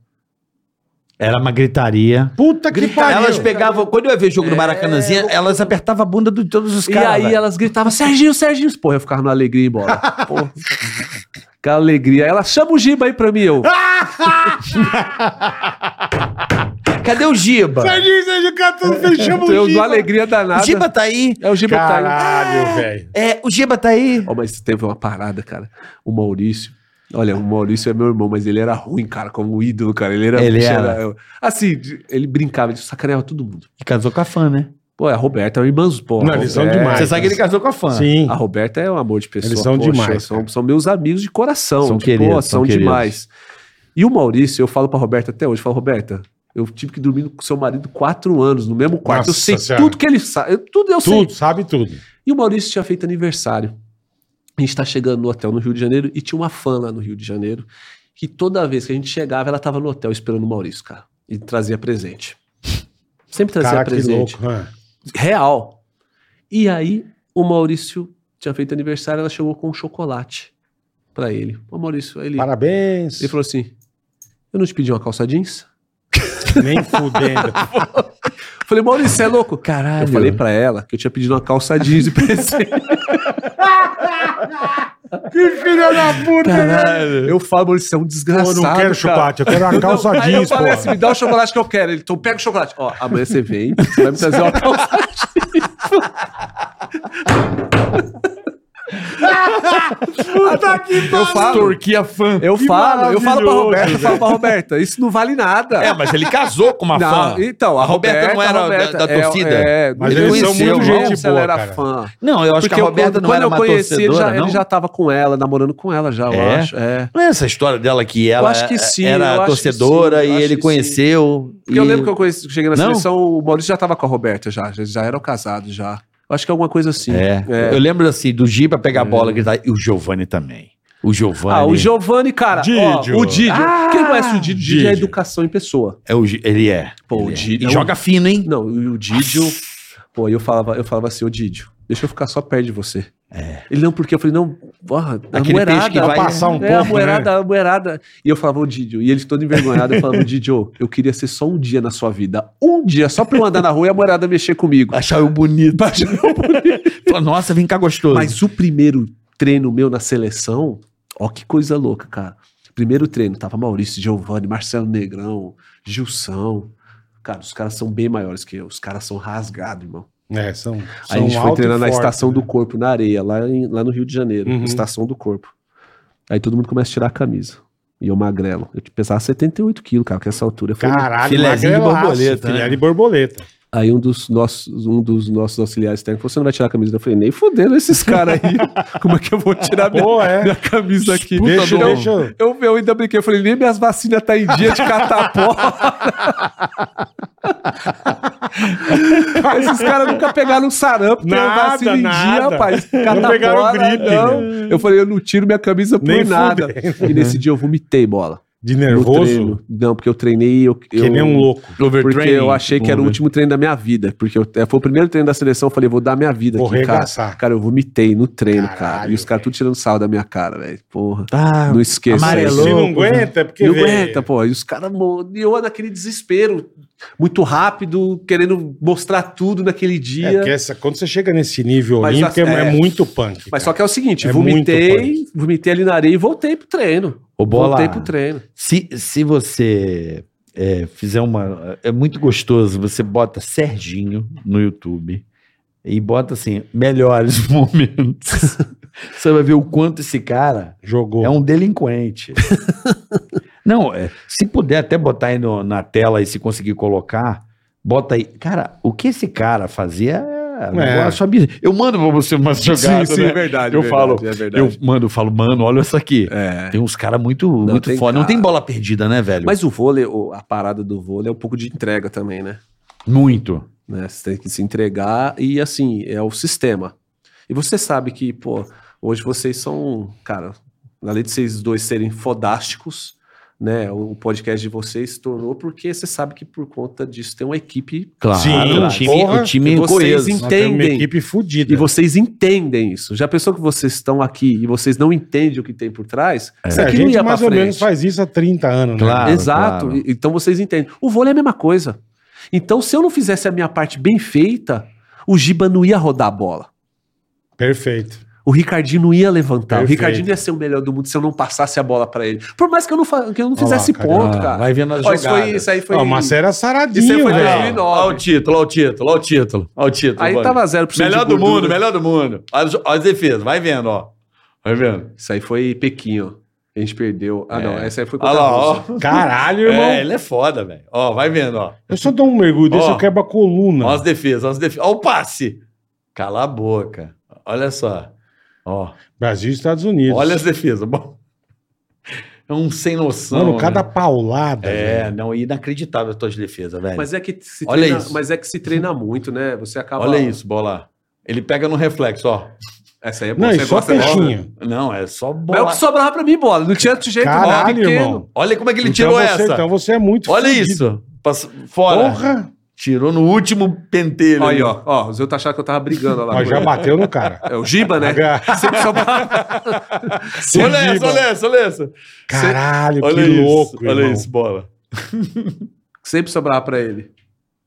Speaker 6: Era uma gritaria. É.
Speaker 3: Puta que
Speaker 1: Gritar,
Speaker 3: pariu.
Speaker 5: Elas pegavam, quando eu ia ver jogo no Maracanãzinha, elas apertavam a bunda de todos os
Speaker 1: E
Speaker 5: caras.
Speaker 1: aí
Speaker 5: velho.
Speaker 1: elas gritavam, Serginho, Serginho. Porra, eu ficava na alegria e ia embora. Porra. Aquela alegria. Ela chama o Giba aí pra mim, eu.
Speaker 5: Cadê o Giba?
Speaker 3: Sérgio, Sérgio, cara, tá todo fechamos
Speaker 1: É, eu dou alegria danada.
Speaker 5: O Giba tá aí.
Speaker 1: É o Giba tá aí.
Speaker 3: Caralho, velho.
Speaker 5: É, o Giba tá aí.
Speaker 1: Ó, mas teve uma parada, cara. O Maurício. Olha, o Maurício é meu irmão, mas ele era ruim, cara, como um ídolo, cara. Ele era.
Speaker 6: Ele
Speaker 1: bicho,
Speaker 6: era.
Speaker 1: assim, de- ele brincava, ele sacaneava todo mundo.
Speaker 6: E casou com a fã, né?
Speaker 1: Pô, a Roberta é irmãos, pô. é. a
Speaker 3: Não, eles são
Speaker 1: Roberta-
Speaker 3: demais.
Speaker 6: Você sabe que ele casou com a fã.
Speaker 3: Sim.
Speaker 1: A Roberta é um amor de pessoa.
Speaker 3: Eles são demais,
Speaker 1: São, são meus amigos de coração.
Speaker 6: São
Speaker 1: tipo,
Speaker 6: queridos,
Speaker 1: ó,
Speaker 6: são
Speaker 1: são
Speaker 6: queridos.
Speaker 1: demais. E o Maurício, eu falo pra Roberta até hoje, eu falo, Roberta, eu tive que dormir com seu marido quatro anos, no mesmo quarto. eu
Speaker 3: Nossa
Speaker 1: sei
Speaker 3: Senhora.
Speaker 1: tudo que ele sabe. Tudo eu sei.
Speaker 3: Tudo, sabe tudo.
Speaker 1: E o Maurício tinha feito aniversário. A gente tá chegando no hotel no Rio de Janeiro e tinha uma fã lá no Rio de Janeiro que toda vez que a gente chegava, ela tava no hotel esperando o Maurício, cara. E trazia presente. Sempre trazia
Speaker 3: Caraca, que
Speaker 1: presente.
Speaker 3: louco. né?
Speaker 1: Real. E aí, o Maurício tinha feito aniversário, ela chegou com um chocolate pra ele. O Maurício, aí ele,
Speaker 3: Parabéns.
Speaker 1: ele falou assim: Eu não te pedi uma calça jeans?
Speaker 3: Nem
Speaker 1: *laughs*
Speaker 3: fudendo.
Speaker 1: Eu falei, Maurício, você é louco?
Speaker 6: Caralho.
Speaker 1: Eu falei pra ela que eu tinha pedido uma calça jeans de *laughs* presente.
Speaker 3: que filha da puta,
Speaker 1: Eu falo, Maurício, você é um
Speaker 3: Pô,
Speaker 1: desgraçado.
Speaker 3: eu não quero
Speaker 1: cara.
Speaker 3: chocolate, eu quero uma calça
Speaker 1: Aí eu
Speaker 3: jeans,
Speaker 1: falei assim,
Speaker 3: um pô.
Speaker 1: me dá o chocolate que eu quero. Ele, então pega o chocolate. Ó, amanhã você vem, você vai me trazer uma calça
Speaker 3: *laughs* Puta que
Speaker 1: Eu falo,
Speaker 6: Turquia fã.
Speaker 1: eu falo, eu falo
Speaker 3: tá
Speaker 1: pra
Speaker 3: maravilhoso,
Speaker 1: Roberta, eu falo pra Roberta, isso não vale nada.
Speaker 5: É, mas ele casou com uma
Speaker 1: Não,
Speaker 5: fã.
Speaker 1: então, a,
Speaker 5: A Roberta não era
Speaker 1: a
Speaker 5: da- da
Speaker 1: é-
Speaker 5: torcida?
Speaker 1: É,
Speaker 3: Mas
Speaker 1: ele
Speaker 5: eles são
Speaker 1: conheceu,
Speaker 5: muito
Speaker 1: muito
Speaker 3: gente
Speaker 1: gente ela
Speaker 3: boa,
Speaker 1: era
Speaker 3: cara.
Speaker 1: fã.
Speaker 6: Não, eu acho
Speaker 1: Porque
Speaker 6: que a
Speaker 1: eu-
Speaker 6: Roberta não
Speaker 1: quando
Speaker 6: era
Speaker 1: eu
Speaker 6: uma
Speaker 1: conheci, ele
Speaker 6: torcedora,
Speaker 1: já,
Speaker 6: não?
Speaker 1: ele já tava com ela, namorando com ela já, eu
Speaker 6: É?
Speaker 1: acho. É.
Speaker 5: Não é essa história dela que ela
Speaker 1: Eu acho que sim, eu
Speaker 5: era
Speaker 1: acho que
Speaker 5: torcedora
Speaker 1: sim, eu
Speaker 5: e
Speaker 1: acho
Speaker 5: ele
Speaker 1: que
Speaker 5: conheceu.
Speaker 1: Porque eu lembro que eu conheci, cheguei na
Speaker 6: Não?
Speaker 1: seleção, o Maurício já tava com a Roberta já, já, já eram casados já. Eu acho que é alguma coisa assim.
Speaker 6: É.
Speaker 1: É.
Speaker 6: Eu lembro assim, do Giba pegar a bola,
Speaker 1: É.
Speaker 6: gritar. E o Giovanni também. O Giovanni.
Speaker 1: Ah, o Giovanni, cara. ó,
Speaker 3: Didio.
Speaker 1: o Didio.
Speaker 6: Ah!
Speaker 1: Quem conhece o Didio? O Didio é
Speaker 3: Didio.
Speaker 1: educação em pessoa.
Speaker 6: É o Gi- ele é.
Speaker 1: Pô,
Speaker 6: Ele
Speaker 1: o
Speaker 6: é.
Speaker 1: Didi-
Speaker 6: E joga fino, hein?
Speaker 1: Não, e o Didio. Pô, eu falava, eu falava assim, ô Didio, deixa eu ficar só perto de você. É. Ele não, porque eu falei, não, porra, a
Speaker 6: Aquele peixe
Speaker 1: moerada.
Speaker 6: que
Speaker 3: Pra
Speaker 6: vai-
Speaker 3: passar um
Speaker 1: é, a
Speaker 3: pouco, né?
Speaker 1: moerada, a moerada. E eu falava, ô Didio, e ele todo envergonhado, eu falava, ô Didio, eu queria ser só um dia na sua vida. Um dia, só pra eu andar na rua e a moerada mexer
Speaker 6: *laughs*
Speaker 1: comigo.
Speaker 6: Achar
Speaker 1: *laughs*
Speaker 6: eu bonito. Fala, Nossa, vem cá gostoso.
Speaker 1: Mas o primeiro treino meu na seleção, ó que coisa louca, cara. Primeiro treino, tava Maurício Giovanni, Marcelo Negrão, Gilson. Cara, os caras são bem maiores que eu. Os caras são rasgados, irmão.
Speaker 3: É, são, são
Speaker 1: Aí a gente foi
Speaker 3: alto
Speaker 1: treinar
Speaker 3: e
Speaker 1: na
Speaker 3: forte,
Speaker 1: Estação
Speaker 3: né?
Speaker 1: do Corpo, na areia, lá, em- lá no Rio de Janeiro.
Speaker 3: Uhum.
Speaker 1: Estação do Corpo. Aí todo mundo começa a tirar a camisa. E eu magrelo. Eu pesava 78 quilos, cara, que essa altura. Eu falei,
Speaker 3: Caralho,
Speaker 6: Filezinho de
Speaker 3: magrelaço,
Speaker 6: borboleta,
Speaker 3: Filé
Speaker 6: né?
Speaker 3: de borboleta.
Speaker 1: Aí um dos nossos, um dos nossos auxiliares técnicos falou: você não vai tirar a camisa? Eu falei, nem fudendo esses *laughs* caras aí. Como é que eu vou tirar minha, *laughs*
Speaker 3: Pô, é.
Speaker 1: minha camisa aqui?
Speaker 3: Deixa,
Speaker 1: eu,
Speaker 3: deixa. eu-
Speaker 1: eu, eu ainda brinquei, eu falei, nem minhas vacinas tá em dia de catapora.
Speaker 3: *laughs*
Speaker 1: Esses caras nunca pegaram um sarampo, tem
Speaker 3: Nada,
Speaker 1: vacina em dia,
Speaker 3: nada.
Speaker 1: rapaz.
Speaker 3: Não
Speaker 1: Catapora,
Speaker 3: pegaram gripe,
Speaker 1: não. Eu falei, eu não tiro minha camisa por
Speaker 3: Nem
Speaker 1: nada. E nesse dia eu vomitei bola.
Speaker 3: De
Speaker 1: no
Speaker 3: nervoso,
Speaker 1: treino. Não, porque eu treinei. Eu,
Speaker 3: que nem um louco.
Speaker 1: porque eu achei que era o último treino da minha vida. Porque eu- é, foi o primeiro treino da seleção, eu falei, vou dar minha vida
Speaker 3: Vou
Speaker 1: aqui, cara.
Speaker 3: regaçar.
Speaker 1: Cara, eu vomitei no treino, cara.
Speaker 3: Caralho,
Speaker 1: E os caras tudo tirando sal da minha cara, velho. Porra.
Speaker 6: Ah,
Speaker 1: Não esqueça.
Speaker 6: amarelou.
Speaker 1: isso.
Speaker 3: Se não
Speaker 6: louco, né?
Speaker 3: aguenta, é porque
Speaker 1: não
Speaker 3: vê-
Speaker 1: aguenta, pô. E os caras. mo- E eu naquele desespero, muito rápido, querendo mostrar tudo naquele
Speaker 3: É,
Speaker 1: dia.
Speaker 3: porque essa, quando você chega nesse nível
Speaker 1: Mas
Speaker 3: olímpico,
Speaker 1: a-
Speaker 3: é,
Speaker 1: é.
Speaker 3: muito punk.
Speaker 1: Mas só que é o seguinte,
Speaker 3: É muito
Speaker 1: vomitei, vomitei ali na areia e voltei pro treino.
Speaker 6: Ô, Bola,
Speaker 1: Voltei pro treino.
Speaker 6: se, se você é, fizer uma... É muito gostoso, você bota Serginho no YouTube e bota assim, melhores *laughs* momentos. você vai ver o quanto esse cara
Speaker 3: Jogou.
Speaker 6: é um delinquente. Não, é, se puder até botar aí no- na tela e se conseguir colocar, bota aí. Cara, o que esse cara fazia Ah,
Speaker 3: É.
Speaker 6: eu, só me- eu mando pra você umas jogadas,
Speaker 1: sim,
Speaker 6: né?
Speaker 1: é verdade.
Speaker 6: eu
Speaker 1: é verdade,
Speaker 6: falo,
Speaker 1: é verdade.
Speaker 6: eu mando, eu falo, mano, olha essa aqui.
Speaker 1: É.
Speaker 6: Tem uns caras muito, muito
Speaker 1: tem
Speaker 6: foda. Não
Speaker 1: cara.
Speaker 6: tem bola perdida, né, velho?
Speaker 1: Mas o vôlei, o- a parada do vôlei é um pouco de entrega também, né?
Speaker 6: Muito.
Speaker 1: né? Você tem que se entregar e assim, é o sistema. E você sabe que, pô, hoje vocês são, cara, além de vocês dois serem fodásticos, né? O podcast de vocês se tornou porque você sabe que por conta disso tem uma equipe
Speaker 6: Claro.
Speaker 3: Sim,
Speaker 6: o time,
Speaker 3: porra.
Speaker 6: o time é
Speaker 1: E vocês
Speaker 6: coeso.
Speaker 1: em-
Speaker 3: Nós temos uma
Speaker 1: Entendem.
Speaker 3: equipe fodida.
Speaker 1: e vocês entendem isso. Já pensou que vocês estão aqui e vocês não entendem o que tem por trás? Isso
Speaker 3: É, a
Speaker 1: aqui não
Speaker 3: gente
Speaker 1: ia pra
Speaker 3: mais ou menos
Speaker 1: frente.
Speaker 3: faz isso há 30 anos, né?
Speaker 6: Claro.
Speaker 1: Exato.
Speaker 6: claro.
Speaker 1: E- Então vocês entendem. O vôlei é a mesma coisa. Então, se eu não fizesse a minha parte bem feita, o Giba não ia rodar a bola.
Speaker 3: Perfeito.
Speaker 1: O Ricardinho não ia levantar. O
Speaker 3: Perfeito.
Speaker 1: Ricardinho ia ser o melhor do mundo se eu não passasse a bola pra ele. Por mais que eu não, fa- que eu não
Speaker 3: Olha lá,
Speaker 1: fizesse
Speaker 3: cara.
Speaker 1: ponto,
Speaker 6: Ah,
Speaker 1: cara.
Speaker 6: vai né? vendo as
Speaker 1: Ó,
Speaker 6: jogadas.
Speaker 1: isso, foi, isso aí foi.
Speaker 3: Ó, o Marcelo era
Speaker 1: Isso aí
Speaker 3: saradinho,
Speaker 1: foi
Speaker 3: velho.
Speaker 1: 2009.
Speaker 6: Olha o título, olha o título, olha o título. Olha o título.
Speaker 1: Aí
Speaker 6: Vani.
Speaker 1: tava 0% de
Speaker 6: Melhor do
Speaker 1: gordura.
Speaker 6: mundo, né? melhor do mundo. Olha as- olha as defesas, vai vendo, ó. Vai vendo.
Speaker 1: Isso aí foi Pequim, ó. A gente perdeu. Ah, não. Essa aí foi
Speaker 6: É. Olha
Speaker 1: contra a
Speaker 6: lá, ó.
Speaker 1: Rússia.
Speaker 3: Caralho, irmão.
Speaker 6: É, ele é foda, velho. Ó, vai vendo, ó.
Speaker 3: Eu só dou um mergulho desse,
Speaker 6: Ó.
Speaker 3: eu quebro a coluna.
Speaker 6: Olha as defesas, olha as defesas. Olha o passe. Cala a boca. Olha só. Ó.
Speaker 3: Brasil e Estados Unidos.
Speaker 6: Olha as defesas. Bom, é um sem noção.
Speaker 3: Mano, cada
Speaker 6: né?
Speaker 3: paulada.
Speaker 6: É,
Speaker 3: velho.
Speaker 6: não, inacreditável as tuas defesas, velho.
Speaker 1: Mas é, que se
Speaker 6: Olha
Speaker 1: treina,
Speaker 6: isso.
Speaker 1: mas é que se treina muito, né? Você acaba.
Speaker 6: Olha isso, bola. Ele pega no reflexo, ó.
Speaker 1: Essa aí é bom.
Speaker 3: Não,
Speaker 1: Você
Speaker 3: e só
Speaker 1: gosta dela, né?
Speaker 3: peixinho.
Speaker 6: Não, é só
Speaker 1: Mas É o
Speaker 6: bola.
Speaker 1: que sobrava pra mim, bola. Não tinha outro jeito, não.
Speaker 3: Caralho,
Speaker 1: Pequeno.
Speaker 3: irmão.
Speaker 6: Olha como é que ele
Speaker 3: Então
Speaker 6: tirou
Speaker 3: você-
Speaker 6: essa.
Speaker 3: Então você é muito
Speaker 6: Olha
Speaker 3: fudido.
Speaker 6: isso. Passou- fora.
Speaker 3: Porra.
Speaker 6: Tirou no último pentelho.
Speaker 1: Olha aí, ó. Ó, o Zé tá achando que eu tava brigando lá.
Speaker 3: Mas
Speaker 1: com
Speaker 3: já
Speaker 1: ele.
Speaker 3: bateu no
Speaker 6: *laughs*
Speaker 3: cara.
Speaker 1: É o Giba, né? Sempre sobrava. *laughs*
Speaker 6: Olha essa, olha essa, olha essa.
Speaker 3: Caralho,
Speaker 6: Olha
Speaker 3: que
Speaker 6: isso.
Speaker 3: louco,
Speaker 6: olha
Speaker 3: irmão.
Speaker 6: isso, bola.
Speaker 1: Sempre sobrava pra ele.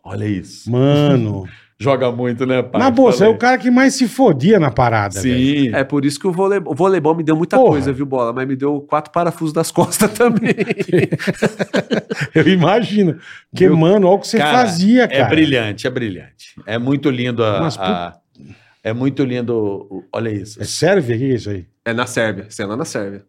Speaker 6: Olha isso.
Speaker 3: Mano.
Speaker 6: Joga muito, né, pai?
Speaker 3: na boa, você é
Speaker 6: Fala
Speaker 3: o cara que mais se fodia na parada,
Speaker 6: aí.
Speaker 3: velho. *laughs*
Speaker 6: Sim.
Speaker 1: É por isso que o vôlei- o voleibol me deu muita
Speaker 3: Porra.
Speaker 1: coisa, viu, bola? Mas me deu quatro parafusos das *laughs* costas também.
Speaker 3: Eu imagino. Porque,
Speaker 6: Meu-
Speaker 3: mano, olha o que você
Speaker 6: Cara,
Speaker 3: fazia, cara.
Speaker 6: É brilhante, é brilhante. É muito lindo a.
Speaker 3: Mas, pô-
Speaker 6: a- É muito lindo. o- o- Olha isso.
Speaker 3: É sérvia? O que que é isso aí?
Speaker 1: é na Sérvia, isso é lá na Sérvia.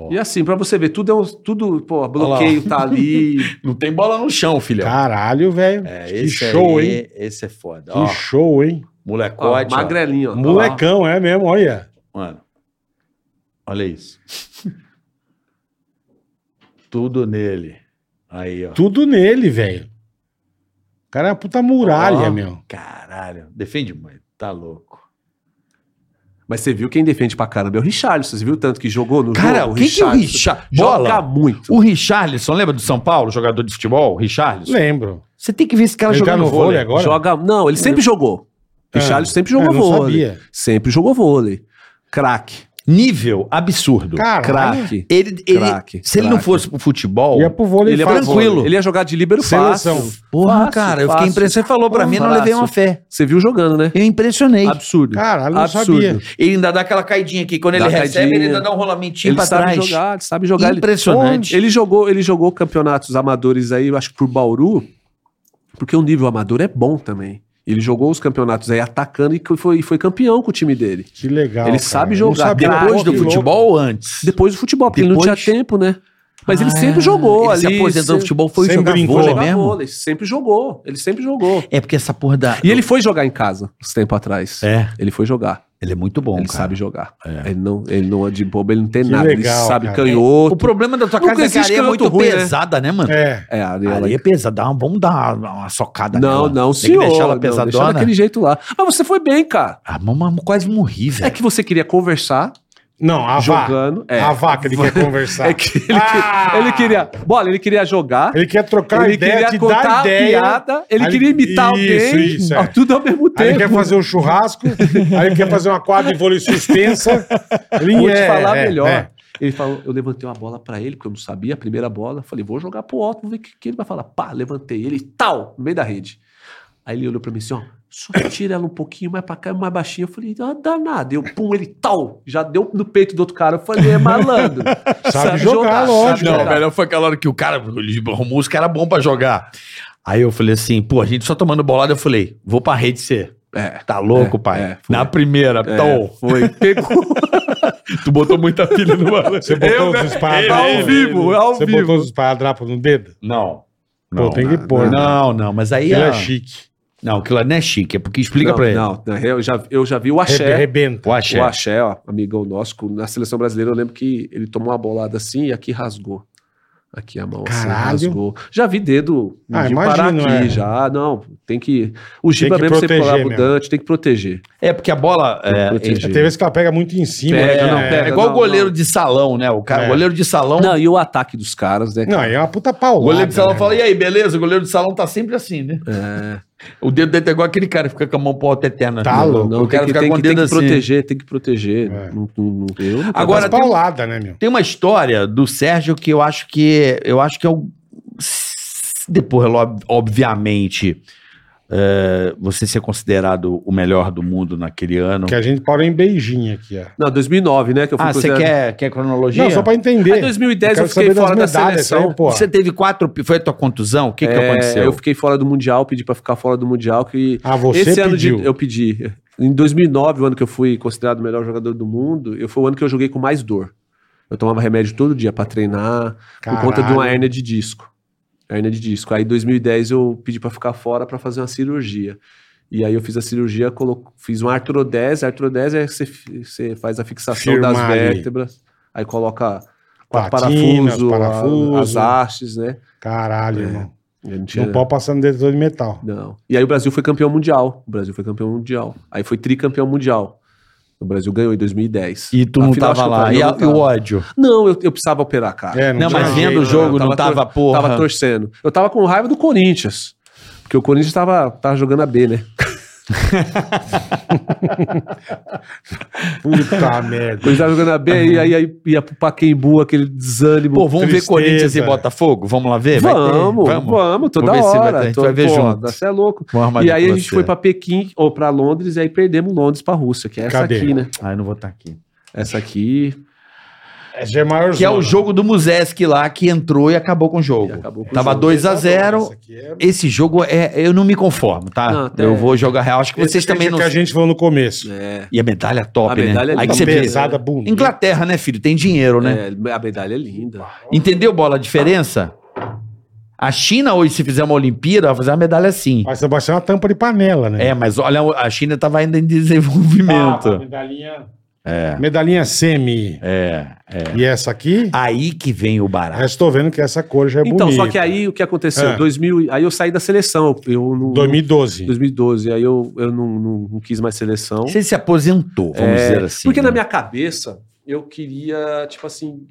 Speaker 6: Ó.
Speaker 1: E assim, pra você ver, tudo é um, tudo, pô, bloqueio tá
Speaker 6: *laughs*
Speaker 1: ali.
Speaker 6: Não tem bola no chão, filhão.
Speaker 3: Caralho, velho.
Speaker 6: é,
Speaker 3: que
Speaker 6: esse
Speaker 3: show,
Speaker 6: aí,
Speaker 3: hein?
Speaker 6: Esse é foda.
Speaker 3: Que
Speaker 6: Ó,
Speaker 3: show, hein?
Speaker 1: Ó,
Speaker 6: molecote. ó.
Speaker 1: magrelinho, ó. tá
Speaker 3: Molecão, é mesmo, olha.
Speaker 6: Mano. Olha isso. Tudo nele. Aí, ó.
Speaker 3: Tudo nele, velho. O cara é uma puta muralha,
Speaker 6: Ó.
Speaker 3: meu.
Speaker 6: Caralho. Defende muito. Tá louco.
Speaker 1: Mas você viu quem defende pra caramba? É o Richarlison. Você viu o tanto que jogou no
Speaker 6: Cara,
Speaker 1: jogo?
Speaker 6: o que que o
Speaker 1: Richarlison
Speaker 6: Richard...
Speaker 1: Joga
Speaker 6: Bola?
Speaker 1: muito.
Speaker 6: O Richarlison, lembra do São Paulo, jogador de futebol? O Richarlison?
Speaker 3: Lembro.
Speaker 6: Você tem que ver esse cara
Speaker 3: Ele tá
Speaker 6: jogando
Speaker 3: no vôlei
Speaker 6: vôlei.
Speaker 3: agora?
Speaker 1: Joga... Não, ele sempre jogou.
Speaker 6: É.
Speaker 3: Ah,
Speaker 1: Richarlison sempre
Speaker 3: eu
Speaker 1: jogou
Speaker 3: não
Speaker 1: vôlei.
Speaker 3: sabia.
Speaker 1: Sempre jogou vôlei. Craque.
Speaker 6: Nível absurdo.
Speaker 3: Caralho.
Speaker 1: Craque.
Speaker 6: Ele, ele-
Speaker 1: Craque,
Speaker 6: se ele não
Speaker 1: craque.
Speaker 6: fosse pro futebol.
Speaker 3: Ia pro vôlei
Speaker 1: Ele é
Speaker 3: fácil.
Speaker 1: tranquilo. Ele ia jogar de líbero fácil.
Speaker 3: Seleção.
Speaker 6: Porra,
Speaker 1: Fácil,
Speaker 6: cara, eu
Speaker 1: fácil.
Speaker 6: fiquei impressionado. Você falou pra
Speaker 1: Porra,
Speaker 6: mim, eu não levei
Speaker 1: fácil.
Speaker 6: uma fé.
Speaker 1: Você viu jogando, né?
Speaker 6: Eu impressionei.
Speaker 1: Absurdo.
Speaker 3: é Caralho, não
Speaker 1: Absurdo.
Speaker 3: sabia.
Speaker 6: Ele ainda dá aquela caidinha aqui. Quando
Speaker 1: Dá
Speaker 6: ele recebe,
Speaker 1: caidinha.
Speaker 6: ele ainda dá um rolamentinho
Speaker 1: Ele
Speaker 6: pra
Speaker 1: sabe
Speaker 6: trás.
Speaker 1: jogar, ele sabe jogar. Ele-
Speaker 6: Impressionante.
Speaker 1: Ele, jogou, ele jogou campeonatos amadores aí, eu acho que por Bauru, porque o nível amador é bom também. Ele jogou os campeonatos aí atacando e foi, foi campeão com o time dele.
Speaker 3: Que legal.
Speaker 1: Ele
Speaker 3: cara.
Speaker 1: sabe
Speaker 3: Eu
Speaker 1: jogar.
Speaker 3: não sabia.
Speaker 1: Depois
Speaker 3: Pô,
Speaker 1: do
Speaker 3: que
Speaker 1: futebol,
Speaker 3: louco.
Speaker 6: Futebol antes.
Speaker 1: Depois do futebol, porque ele não
Speaker 6: Depois-
Speaker 1: tinha tempo, né? Mas ele
Speaker 6: Ah,
Speaker 1: sempre jogou
Speaker 6: ele
Speaker 1: ali.
Speaker 6: se aposentou do
Speaker 1: sempre-
Speaker 6: futebol, foi
Speaker 3: sempre
Speaker 6: jogar
Speaker 3: brincou.
Speaker 6: vôlei
Speaker 1: jogar
Speaker 6: mesmo?
Speaker 1: vôlei, sempre jogou. Ele sempre jogou.
Speaker 6: É porque essa porra da...
Speaker 1: E ele foi jogar em casa, uns tempo atrás.
Speaker 6: É,
Speaker 1: Ele foi jogar.
Speaker 6: ele é muito bom,
Speaker 1: ele
Speaker 6: cara.
Speaker 1: sabe jogar.
Speaker 6: É.
Speaker 1: Ele, não, ele não é de bobo, ele não tem
Speaker 3: Que
Speaker 1: nada.
Speaker 3: legal,
Speaker 1: ele sabe
Speaker 3: cara.
Speaker 1: canhoto.
Speaker 6: O problema da tua
Speaker 1: Nunca
Speaker 6: casa é que a
Speaker 1: existe
Speaker 6: areia é
Speaker 1: canhoto
Speaker 6: muito
Speaker 1: ruim, né?
Speaker 6: pesada, né, mano?
Speaker 3: É.
Speaker 1: É, a areia,
Speaker 6: A
Speaker 1: ela
Speaker 6: areia é pesada. dá uma- Vamos dar uma, uma socada
Speaker 1: Não,
Speaker 6: nela.
Speaker 1: não,
Speaker 6: Tem
Speaker 1: senhor.
Speaker 6: que deixar ela
Speaker 1: não, deixa
Speaker 6: pesadona.
Speaker 1: daquele jeito lá. Mas você foi bem, cara.
Speaker 6: Ah, mas- mas quase morri, velho.
Speaker 1: É que você queria conversar
Speaker 3: Não, a vaca.
Speaker 1: jogando. É,
Speaker 3: A vaca, ele quer conversar.
Speaker 1: *laughs* é que ele,
Speaker 3: Ah!
Speaker 1: que- ele queria. Bola, ele queria jogar.
Speaker 3: Ele quer trocar
Speaker 1: Ele
Speaker 3: ideia,
Speaker 1: queria
Speaker 3: te
Speaker 1: contar
Speaker 3: dar
Speaker 1: a
Speaker 3: ideia.
Speaker 1: piada, ele
Speaker 3: Aí-
Speaker 1: queria imitar
Speaker 3: Isso,
Speaker 1: alguém,
Speaker 3: isso, é.
Speaker 1: ó, tudo ao mesmo
Speaker 3: Aí ele
Speaker 1: tempo.
Speaker 3: quer fazer um churrasco, aí ele quer fazer uma quadra de vôlei suspensa. Ele
Speaker 1: Vou
Speaker 3: é,
Speaker 1: te falar
Speaker 3: é,
Speaker 1: melhor.
Speaker 3: é.
Speaker 1: Ele falou, eu levantei uma bola pra ele, porque eu não sabia, a primeira bola. Falei, vou jogar pro alto, vou ver o que, que ele vai falar. Pá, levantei ele, tal, no meio da rede. Aí ele olhou pra mim assim, ó, só tira ela um pouquinho mais pra cá, mais baixinha. Eu falei, ah, danado. Eu, pum, ele, tal, já deu no peito do outro cara. Eu falei, é malandro. sabe,
Speaker 3: jogar, lógico.
Speaker 6: Não,
Speaker 1: jogar.
Speaker 6: o melhor foi aquela hora que o cara ele arrumou os caras bons pra jogar. Aí eu falei assim, pô, a gente só tomando bolada, eu falei, vou pra rede C.
Speaker 1: É.
Speaker 6: Tá louco, pai?
Speaker 1: é, foi.
Speaker 6: Na primeira,
Speaker 1: É,
Speaker 6: Tom, *laughs*
Speaker 1: foi, pegou.
Speaker 6: tu botou muita filha no malandro.
Speaker 3: Você botou os esparadrapos.
Speaker 6: Ele,
Speaker 1: né? ao vivo, ao
Speaker 3: Você
Speaker 1: vivo.
Speaker 3: botou os esparadrapos no dedo?
Speaker 6: Não.
Speaker 3: Pô,
Speaker 6: Não,
Speaker 3: tem que pôr. né?
Speaker 6: não, não, mas aí
Speaker 3: Ele
Speaker 6: a,
Speaker 3: é chique.
Speaker 6: Não, aquilo lá não é chique, é porque explica
Speaker 1: não,
Speaker 6: pra ele.
Speaker 1: Não, na real, eu já, eu já vi o
Speaker 3: Rebe-
Speaker 1: Axé.
Speaker 3: Rebenta.
Speaker 6: O axé.
Speaker 1: O Axé, ó, amigão nosso, com- na seleção brasileira, eu lembro que ele tomou uma bolada assim e aqui rasgou. Aqui a mão
Speaker 3: Caralho.
Speaker 1: assim, rasgou. Já vi dedo
Speaker 3: Ah,
Speaker 1: de
Speaker 3: imagino,
Speaker 1: parar aqui,
Speaker 3: é.
Speaker 1: já. Não, tem que. O Giba
Speaker 3: que
Speaker 1: mesmo sempre
Speaker 3: proteger
Speaker 1: falava
Speaker 3: mesmo.
Speaker 1: pro Dante, tem que proteger.
Speaker 6: É porque a bola.
Speaker 1: Tem que
Speaker 6: É,
Speaker 1: proteger.
Speaker 3: Tem vezes que ela pega muito em cima.
Speaker 1: Pega,
Speaker 3: né?
Speaker 1: não,
Speaker 3: É.
Speaker 1: pega.
Speaker 6: é igual
Speaker 1: não,
Speaker 6: goleiro
Speaker 1: não.
Speaker 6: de salão, né? O cara,
Speaker 3: É.
Speaker 6: goleiro de salão.
Speaker 1: Não, e o ataque dos caras, né?
Speaker 3: Não, aí é uma puta
Speaker 6: O
Speaker 3: paulada.
Speaker 6: goleiro de salão
Speaker 3: né?
Speaker 6: fala, e aí, beleza? O goleiro de salão tá sempre assim, né?
Speaker 1: É,
Speaker 6: *laughs* O dedo dele é igual aquele cara que fica com a mão pro alto eterna.
Speaker 3: Tá louco.
Speaker 1: não,
Speaker 6: o cara
Speaker 1: tem que,
Speaker 6: fica
Speaker 1: tem
Speaker 6: com o
Speaker 1: que, tem
Speaker 6: dedo
Speaker 1: que
Speaker 6: assim.
Speaker 1: proteger, tem que proteger.
Speaker 3: É.
Speaker 1: Não- não- não- eu não-
Speaker 6: Agora
Speaker 3: Mas
Speaker 6: tem-
Speaker 3: paulada, né, meu?
Speaker 6: Tem uma história do Sérgio que eu acho que. Eu acho que é o. Depois, lo- obviamente, é, você ser considerado o melhor do mundo naquele ano.
Speaker 3: Que a gente parou em beijinho aqui, ó.
Speaker 1: Não, 2009, né? Que eu fui
Speaker 6: Ah, você
Speaker 1: considerado-
Speaker 6: quer, quer cronologia?
Speaker 3: Não, só pra entender.
Speaker 1: Aí, 2010 eu,
Speaker 3: quero
Speaker 1: fiquei
Speaker 3: saber das
Speaker 1: fora da
Speaker 3: medalhas,
Speaker 1: seleção.
Speaker 3: aí, pô.
Speaker 6: Você teve quatro. Foi a tua contusão? O que, que
Speaker 1: É,
Speaker 6: aconteceu?
Speaker 1: Eu fiquei fora do Mundial, pedi pra ficar fora do Mundial. Que
Speaker 3: Ah, você
Speaker 1: esse ano de,
Speaker 3: pediu.
Speaker 1: eu pedi. Em 2009, o ano que eu fui considerado o melhor jogador do mundo, eu foi o ano que eu joguei com mais dor. Eu tomava remédio todo dia pra treinar, por conta de uma
Speaker 3: Caralho.
Speaker 1: hérnia de disco. Hérnia de disco. Aí em 2010 eu pedi pra ficar fora pra fazer uma cirurgia. E aí eu fiz a cirurgia, colo- fiz uma artrodese. Artrodese é que você, fi- você faz a fixação
Speaker 3: Firmar
Speaker 1: das
Speaker 3: ali.
Speaker 1: vértebras, aí coloca quatro
Speaker 3: Platinas,
Speaker 1: parafusos,
Speaker 3: parafuso.
Speaker 1: as hastes, né?
Speaker 3: Caralho, irmão.
Speaker 1: Eu não tinha-
Speaker 3: Não pode passar no detetor de metal.
Speaker 1: não. E aí o Brasil foi campeão mundial. O Brasil foi campeão mundial. Aí foi tricampeão mundial. O Brasil ganhou em 2010.
Speaker 6: E tu não
Speaker 1: Afinal,
Speaker 6: tava
Speaker 1: acho que eu
Speaker 6: lá.
Speaker 1: falei,
Speaker 6: E,
Speaker 1: eu
Speaker 6: a-
Speaker 1: não
Speaker 6: e o
Speaker 1: tava.
Speaker 6: ódio?
Speaker 1: Não, eu, eu precisava operar, cara.
Speaker 3: É,
Speaker 6: Não,
Speaker 3: tinha
Speaker 6: mas
Speaker 3: jeito.
Speaker 6: vendo o jogo, não
Speaker 1: eu
Speaker 6: tava,
Speaker 1: tor-
Speaker 6: porra.
Speaker 1: Tava torcendo. Eu tava com raiva do Corinthians. Porque o Corinthians tava, tava jogando a B, né?
Speaker 3: Puta *laughs*
Speaker 1: O
Speaker 3: merda.
Speaker 1: Corinthians tava jogando a B e aí, aí ia pro Paquembu, aquele desânimo.
Speaker 6: Pô, vamos ver
Speaker 3: Tristeza.
Speaker 6: Corinthians e Botafogo? Vamos lá ver? Vai ter?
Speaker 1: vamos, vamos, toda
Speaker 6: Vou ver se vai ter, a
Speaker 1: hora.
Speaker 6: gente
Speaker 1: Tô-
Speaker 6: vai ver
Speaker 1: pô,
Speaker 6: junto.
Speaker 1: Você é louco.
Speaker 6: Vou armar
Speaker 1: E
Speaker 6: de
Speaker 1: aí a
Speaker 6: com
Speaker 1: gente
Speaker 6: você.
Speaker 1: foi pra Pequim, ou pra Londres, e aí perdemos Londres pra Rússia, que é essa
Speaker 3: Cadê?
Speaker 1: aqui, né?
Speaker 6: Ah, eu não vou estar aqui.
Speaker 1: Essa aqui
Speaker 3: Essa é maior
Speaker 6: Que é o
Speaker 3: zona.
Speaker 6: jogo do Muzeski lá, que entrou e acabou com o
Speaker 1: e
Speaker 6: jogo.
Speaker 1: acabou com o
Speaker 6: Tava
Speaker 1: jogo.
Speaker 6: 2 a 0
Speaker 3: Essa aqui é-
Speaker 6: Esse jogo é. Eu não me conformo, tá?
Speaker 1: Não, até-
Speaker 6: eu vou jogar real. Acho que
Speaker 3: Esse
Speaker 6: vocês também não.
Speaker 3: que a gente falou no começo. Tá
Speaker 1: É.
Speaker 6: E a medalha é top,
Speaker 1: A
Speaker 6: né?
Speaker 1: medalha é
Speaker 6: Aí
Speaker 1: linda.
Speaker 6: que você vê.
Speaker 3: pesada, bonita.
Speaker 6: Inglaterra, né, filho? Tem dinheiro, né?
Speaker 1: É, a medalha é linda.
Speaker 6: Entendeu, bola, a diferença? A China hoje, se fizer uma Olimpíada, vai fazer uma medalha assim.
Speaker 3: Mas Sebastião é uma tampa de panela, né?
Speaker 6: É, mas olha, a China estava ainda em
Speaker 3: Tava,
Speaker 6: desenvolvimento.
Speaker 3: medalhinha,
Speaker 6: É,
Speaker 3: medalhinha semi.
Speaker 6: é, é.
Speaker 3: E essa aqui,
Speaker 1: Ah.
Speaker 6: Aí que vem o
Speaker 3: eu
Speaker 6: barato.
Speaker 3: estou vendo que essa cor já é
Speaker 1: então,
Speaker 3: bonita.
Speaker 1: só que aí o que aconteceu?
Speaker 3: É.
Speaker 1: 2000, e- aí eu saí da seleção. Eu não,
Speaker 3: 2012.
Speaker 1: 2012. Aí eu, eu não, não- não quis mais seleção.
Speaker 6: Você se aposentou, vamos
Speaker 1: É,
Speaker 6: dizer assim.
Speaker 1: Porque na
Speaker 6: né?
Speaker 1: minha cabeça eu queria, tipo assim.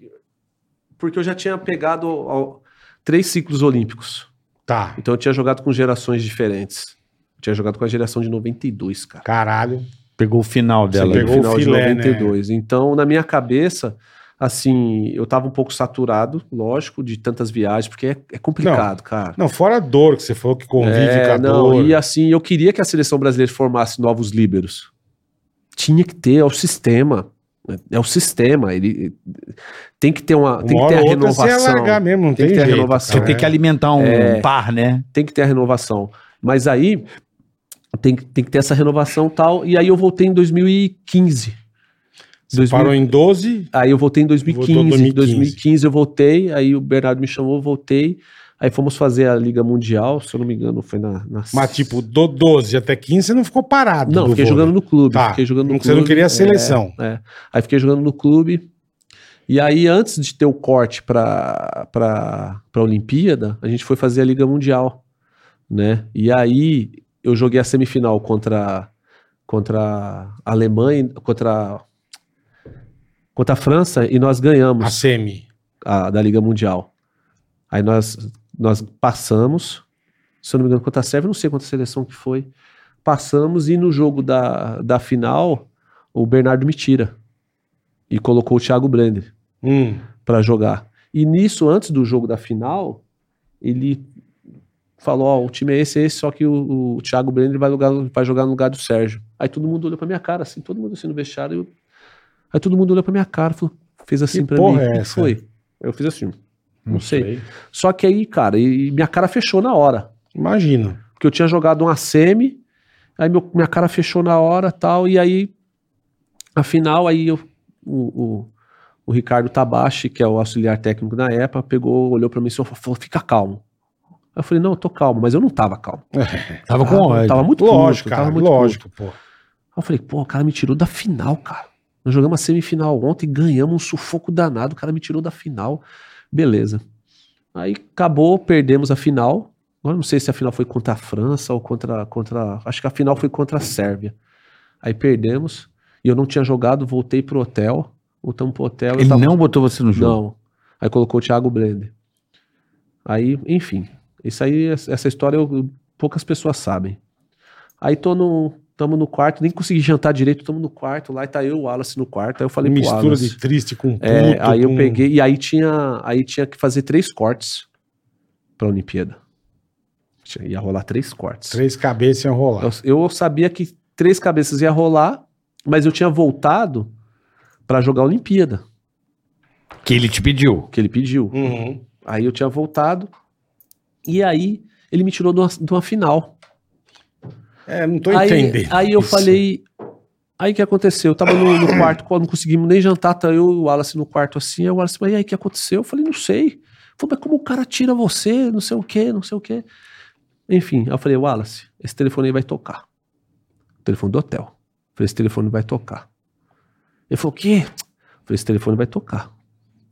Speaker 1: Porque eu já tinha pegado ó, três ciclos olímpicos.
Speaker 3: Tá.
Speaker 1: Então eu tinha jogado com gerações diferentes. Eu tinha jogado com a geração de 92, cara.
Speaker 3: Caralho.
Speaker 6: Pegou o final dela.
Speaker 3: pegou-
Speaker 6: né?
Speaker 1: no final
Speaker 3: o filé,
Speaker 1: de 92. Então, na minha cabeça, assim, eu tava um pouco saturado, lógico, de tantas viagens, porque é, é complicado, cara.
Speaker 3: Não, fora a dor que você falou que convive com a
Speaker 1: É, não,
Speaker 3: dor.
Speaker 1: e assim, eu queria que a seleção brasileira formasse novos líberos. Tinha que ter, é o sistema. né? É o sistema, ele tem que ter uma, tem que ter
Speaker 3: ou
Speaker 1: a
Speaker 3: outra é você ia
Speaker 1: renovação.
Speaker 3: largar mesmo, não
Speaker 1: Tem
Speaker 3: tem,
Speaker 1: que ter a
Speaker 3: jeito,
Speaker 1: renovação.
Speaker 6: Você
Speaker 3: cara.
Speaker 6: tem que alimentar um
Speaker 1: É.
Speaker 6: par, né?
Speaker 1: Tem que ter a renovação. Mas aí tem, que- tem que ter essa renovação tal. E aí eu voltei em 2015.
Speaker 3: Você Parou em 12,
Speaker 1: Aí eu voltei em 2015.
Speaker 3: Voltou em 2015.
Speaker 1: 2015. eu voltei, aí o Bernardo me chamou, eu voltei. Aí fomos fazer a Liga Mundial, se eu não me engano, foi na. na...
Speaker 3: mas tipo, do 12 até 15 você não ficou parado.
Speaker 1: Não,
Speaker 3: do
Speaker 1: fiquei
Speaker 3: vôlei.
Speaker 1: jogando no clube.
Speaker 3: Tá,
Speaker 1: Fiquei jogando no
Speaker 3: você não
Speaker 1: clube,
Speaker 3: queria a
Speaker 1: é.
Speaker 3: seleção.
Speaker 1: Aí fiquei jogando no clube. E aí, antes de ter o corte pra, pra, pra Olimpíada, a gente foi fazer a Liga Mundial, né? E aí, eu joguei a semifinal contra, contra a Alemanha, contra, contra a França, e nós
Speaker 3: A
Speaker 1: ganhamos
Speaker 3: semi.
Speaker 1: a- da Liga Mundial. Aí nós, nós passamos, se eu não me engano, contra a Sérvia, eu não sei quanta seleção que foi. Passamos e no jogo da, da final, o Bernardo me tira. E colocou o Thiago Brander
Speaker 3: Hum.
Speaker 1: pra jogar. E nisso, antes do jogo da final, ele falou: Ó, o time é esse, é esse, só que o, o Thiago Brenner vai, lugar- vai jogar no lugar do Sérgio. Aí todo mundo olhou pra minha cara, assim, todo mundo assim no vestiário. eu- Aí todo mundo olhou pra minha cara, falou, fez assim
Speaker 3: Que
Speaker 1: pra
Speaker 3: porra
Speaker 1: mim.
Speaker 3: é
Speaker 1: "O que
Speaker 3: essa?"
Speaker 1: foi? Eu fiz assim. Não, sei. Só que aí, cara, e, e minha cara fechou na hora.
Speaker 3: Imagino.
Speaker 1: Porque eu tinha jogado uma semi, aí meu- minha cara fechou na hora tal, e aí, afinal, aí eu, o, o, o Ricardo Tabachi, que é o auxiliar técnico na época, pegou, olhou pra mim e falou, fica calmo. Aí eu falei, não, eu tô calmo, mas eu não tava calmo.
Speaker 6: Tava com
Speaker 3: Ah,
Speaker 6: ódio.
Speaker 1: Tava muito
Speaker 3: Lógico,
Speaker 1: puto, tava
Speaker 3: cara,
Speaker 1: muito
Speaker 3: lógico, pô.
Speaker 1: Aí eu falei, pô, o cara me tirou da final, cara. Nós jogamos a semifinal ontem, ganhamos um sufoco danado, o cara me tirou da final. Beleza. Aí acabou, perdemos a final. Agora não sei se a final foi contra a França ou contra, contra. Acho que a final foi contra a Sérvia. Aí perdemos. E eu não tinha jogado, voltei pro hotel. Voltamos pro hotel. eu
Speaker 6: Ele
Speaker 1: tava-
Speaker 6: não botou você no jogo.
Speaker 1: Não. Aí colocou o Thiago Blender. Aí, enfim. Isso aí, essa essa história eu- poucas pessoas sabem. Aí tô no. Tamo no quarto, nem consegui jantar direito, tamo no quarto lá, e tá eu e o Wallace no quarto. Aí eu falei pro
Speaker 3: Mistura
Speaker 1: Wallace.
Speaker 3: de triste com puto.
Speaker 1: É, aí eu
Speaker 3: com-
Speaker 1: peguei, e aí tinha, aí tinha que fazer três cortes pra Olimpíada. Tinha- Ia rolar três cortes.
Speaker 3: Três cabeças iam rolar.
Speaker 1: Eu, eu sabia que três cabeças ia rolar, mas eu tinha voltado pra jogar a Olimpíada,
Speaker 6: Que ele te pediu.
Speaker 1: que ele pediu.
Speaker 3: Uhum.
Speaker 1: Aí eu tinha voltado. E aí ele me tirou de uma, de uma final.
Speaker 3: É, não tô
Speaker 1: aí, ah,
Speaker 3: entendendo.
Speaker 1: aí eu
Speaker 3: isso.
Speaker 1: falei. Aí o que aconteceu? Eu tava no, no quarto, não conseguimos nem jantar, tá eu e o Wallace no quarto assim. Aí o Wallace, mas e aí o que aconteceu? Eu falei, não sei. Falei, mas como o cara tira você, não sei o quê, não sei o quê. Enfim, aí eu falei, Wallace, esse telefone aí vai tocar. O telefone do hotel. Eu falei, esse telefone vai tocar. Ele falou, o quê? Eu falei, esse telefone vai tocar.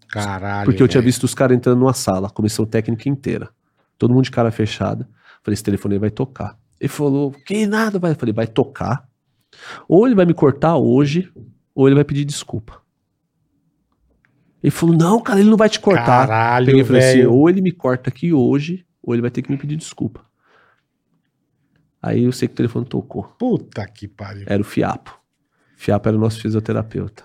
Speaker 3: Caralho.
Speaker 1: Porque eu tinha
Speaker 3: velho.
Speaker 1: visto os caras entrando numa sala, a comissão técnica inteira. Todo mundo de cara fechada. Falei, esse telefone aí vai tocar. Ele falou, que nada vai. Eu falei, vai tocar. Ou ele vai me cortar hoje, ou ele vai pedir desculpa. Ele falou, não, cara, ele não vai te cortar.
Speaker 3: Caralho,
Speaker 1: Peguei e falei assim,
Speaker 3: velho.
Speaker 1: ou ele me corta aqui hoje, ou ele vai ter que me pedir desculpa. Aí eu sei que o telefone tocou.
Speaker 3: Puta que pariu.
Speaker 1: Era o Fiapo. Fiapo era o nosso fisioterapeuta.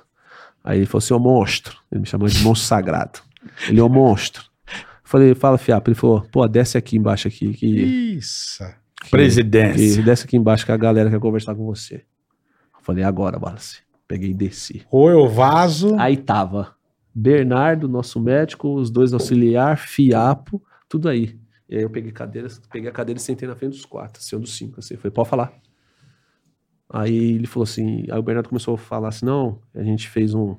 Speaker 1: Aí ele falou assim: ô monstro. Ele me chamou de monstro sagrado. Ele é um monstro. Falei, fala, Fiapo. Ele falou, pô, desce aqui embaixo aqui. Que,
Speaker 3: Isso.
Speaker 1: que-
Speaker 6: Presidência.
Speaker 1: que- desce aqui embaixo que a galera quer conversar com você. Eu Falei, agora, Wallace. Peguei e desci.
Speaker 3: Ou eu vazo.
Speaker 1: Aí tava Bernardo, nosso médico, os dois auxiliar, Fiapo, tudo aí. E aí eu peguei cadeira, peguei a cadeira e sentei na frente dos quatro, assim, ou dos cinco, assim, foi, pode falar. Aí ele falou assim, aí o Bernardo começou a falar assim, não, a gente fez um,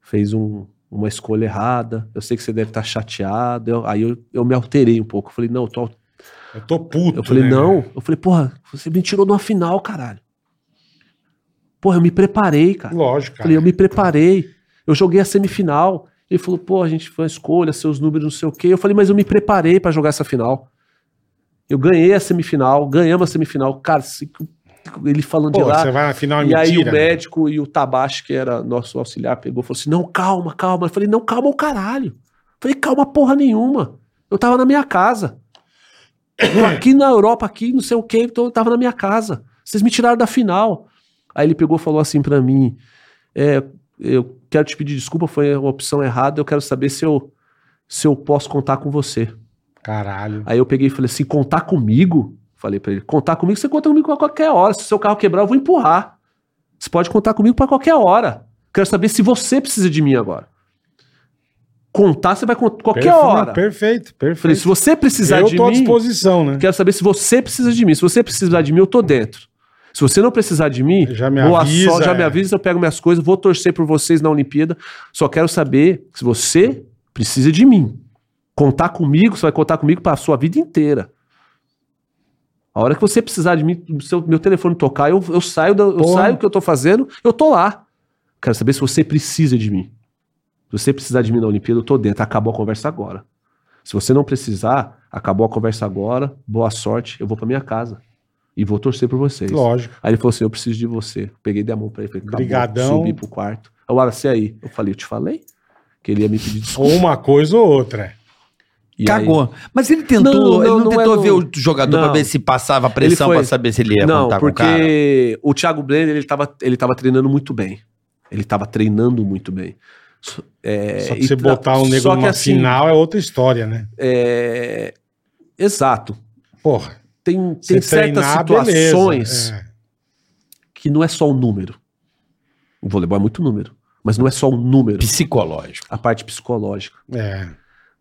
Speaker 1: fez um, uma escolha errada, eu sei que você deve estar chateado, Eu- aí eu, eu me alterei um pouco, eu falei, não, eu tô,
Speaker 3: Eu tô puto.
Speaker 1: eu falei,
Speaker 3: né,
Speaker 1: não.
Speaker 3: velho?
Speaker 1: Eu falei, porra, você me tirou numa final, caralho. Porra, eu me preparei, cara.
Speaker 3: Lógico,
Speaker 1: Falei, eu
Speaker 3: cara.
Speaker 1: me preparei. Eu joguei a semifinal. Ele falou, pô, a gente foi uma escolha, seus números, não sei o quê. Eu falei, mas eu me preparei pra jogar essa final. Eu ganhei a semifinal, ganhamos a semifinal. Cara, se- ele falando
Speaker 3: Pô,
Speaker 1: de lá.
Speaker 3: você vai na final é
Speaker 1: E aí o
Speaker 3: mentira. né?
Speaker 1: médico e o Tabashi, que era nosso auxiliar, pegou e falou assim: não, calma, calma. Eu falei, não, calma o caralho. Eu falei, calma porra nenhuma. Eu tava na minha casa. Tô aqui na Europa, aqui, não sei o quê, então eu tava na minha casa. Vocês me tiraram da final. Aí ele pegou e falou assim pra mim: é, eu quero te pedir desculpa, foi uma opção errada, eu quero saber se eu, se eu posso contar com você.
Speaker 3: Caralho.
Speaker 1: Aí eu peguei e falei assim: contar comigo? Falei pra ele: contar comigo, você conta comigo a qualquer hora. Se o seu carro quebrar, eu vou empurrar. Você pode contar comigo pra qualquer hora. Quero saber se você precisa de mim agora. Contar, você vai contar qualquer
Speaker 3: Perfe-
Speaker 1: hora.
Speaker 3: não, Perfeito,
Speaker 1: Falei:
Speaker 3: perfeito.
Speaker 1: se você precisar
Speaker 3: eu
Speaker 1: de
Speaker 3: tô à
Speaker 1: mim,
Speaker 3: disposição, né?
Speaker 1: quero saber se você precisa de mim. Se você precisar de mim, eu tô dentro. Se você não precisar de mim,
Speaker 3: Já me
Speaker 1: boa
Speaker 3: avisa,
Speaker 1: sorte, já
Speaker 3: é.
Speaker 1: me avisa, eu pego minhas coisas, vou torcer por vocês na Olimpíada. Só quero saber se você precisa de mim. Contar comigo, você vai contar comigo para sua vida inteira. A hora que você precisar de mim, seu, meu telefone tocar, eu, eu saio da, eu
Speaker 3: Porra.
Speaker 1: saio do que eu tô fazendo, eu tô lá. Quero saber se você precisa de mim. Se você precisar de mim na Olimpíada, eu tô dentro. Acabou a conversa agora. Se você não precisar, acabou a conversa agora, boa sorte, eu vou pra minha casa. E vou torcer por vocês.
Speaker 3: Lógico.
Speaker 1: Aí ele falou assim: Eu preciso de você. Peguei da mão pra ele. Falei, acabou.
Speaker 3: Brigadão.
Speaker 1: Subi pro quarto. Aí o Wallace, e aí. Eu falei: Eu te falei? Que ele ia me pedir
Speaker 3: Ou
Speaker 1: desculpa.
Speaker 3: uma coisa ou outra. é.
Speaker 1: E aí-
Speaker 5: Cagou. Mas ele tentou,
Speaker 1: Não, não,
Speaker 5: ele não,
Speaker 1: não
Speaker 5: tentou
Speaker 1: era
Speaker 5: ver
Speaker 1: o-
Speaker 5: o jogador pra
Speaker 1: Não.
Speaker 5: ver se passava a pressão
Speaker 1: Ele foi-
Speaker 5: pra saber se ele ia
Speaker 1: não,
Speaker 5: contar com o cara.
Speaker 1: porque o Thiago Brenner, ele tava, ele tava treinando muito bem. Ele tava treinando muito bem. Só- é,
Speaker 3: só que
Speaker 1: e
Speaker 3: você
Speaker 1: tra-
Speaker 3: botar um nego
Speaker 1: só que
Speaker 3: numa
Speaker 1: assim,
Speaker 3: final é outra história, né?
Speaker 1: é, Exato.
Speaker 3: Porra.
Speaker 1: Tem,
Speaker 3: você
Speaker 1: tem certas
Speaker 3: treinar,
Speaker 1: situações
Speaker 3: beleza. É.
Speaker 1: que não é só o número. O voleibol é muito número. Mas não é só o número.
Speaker 5: Psicológico.
Speaker 1: A parte psicológica.
Speaker 3: É.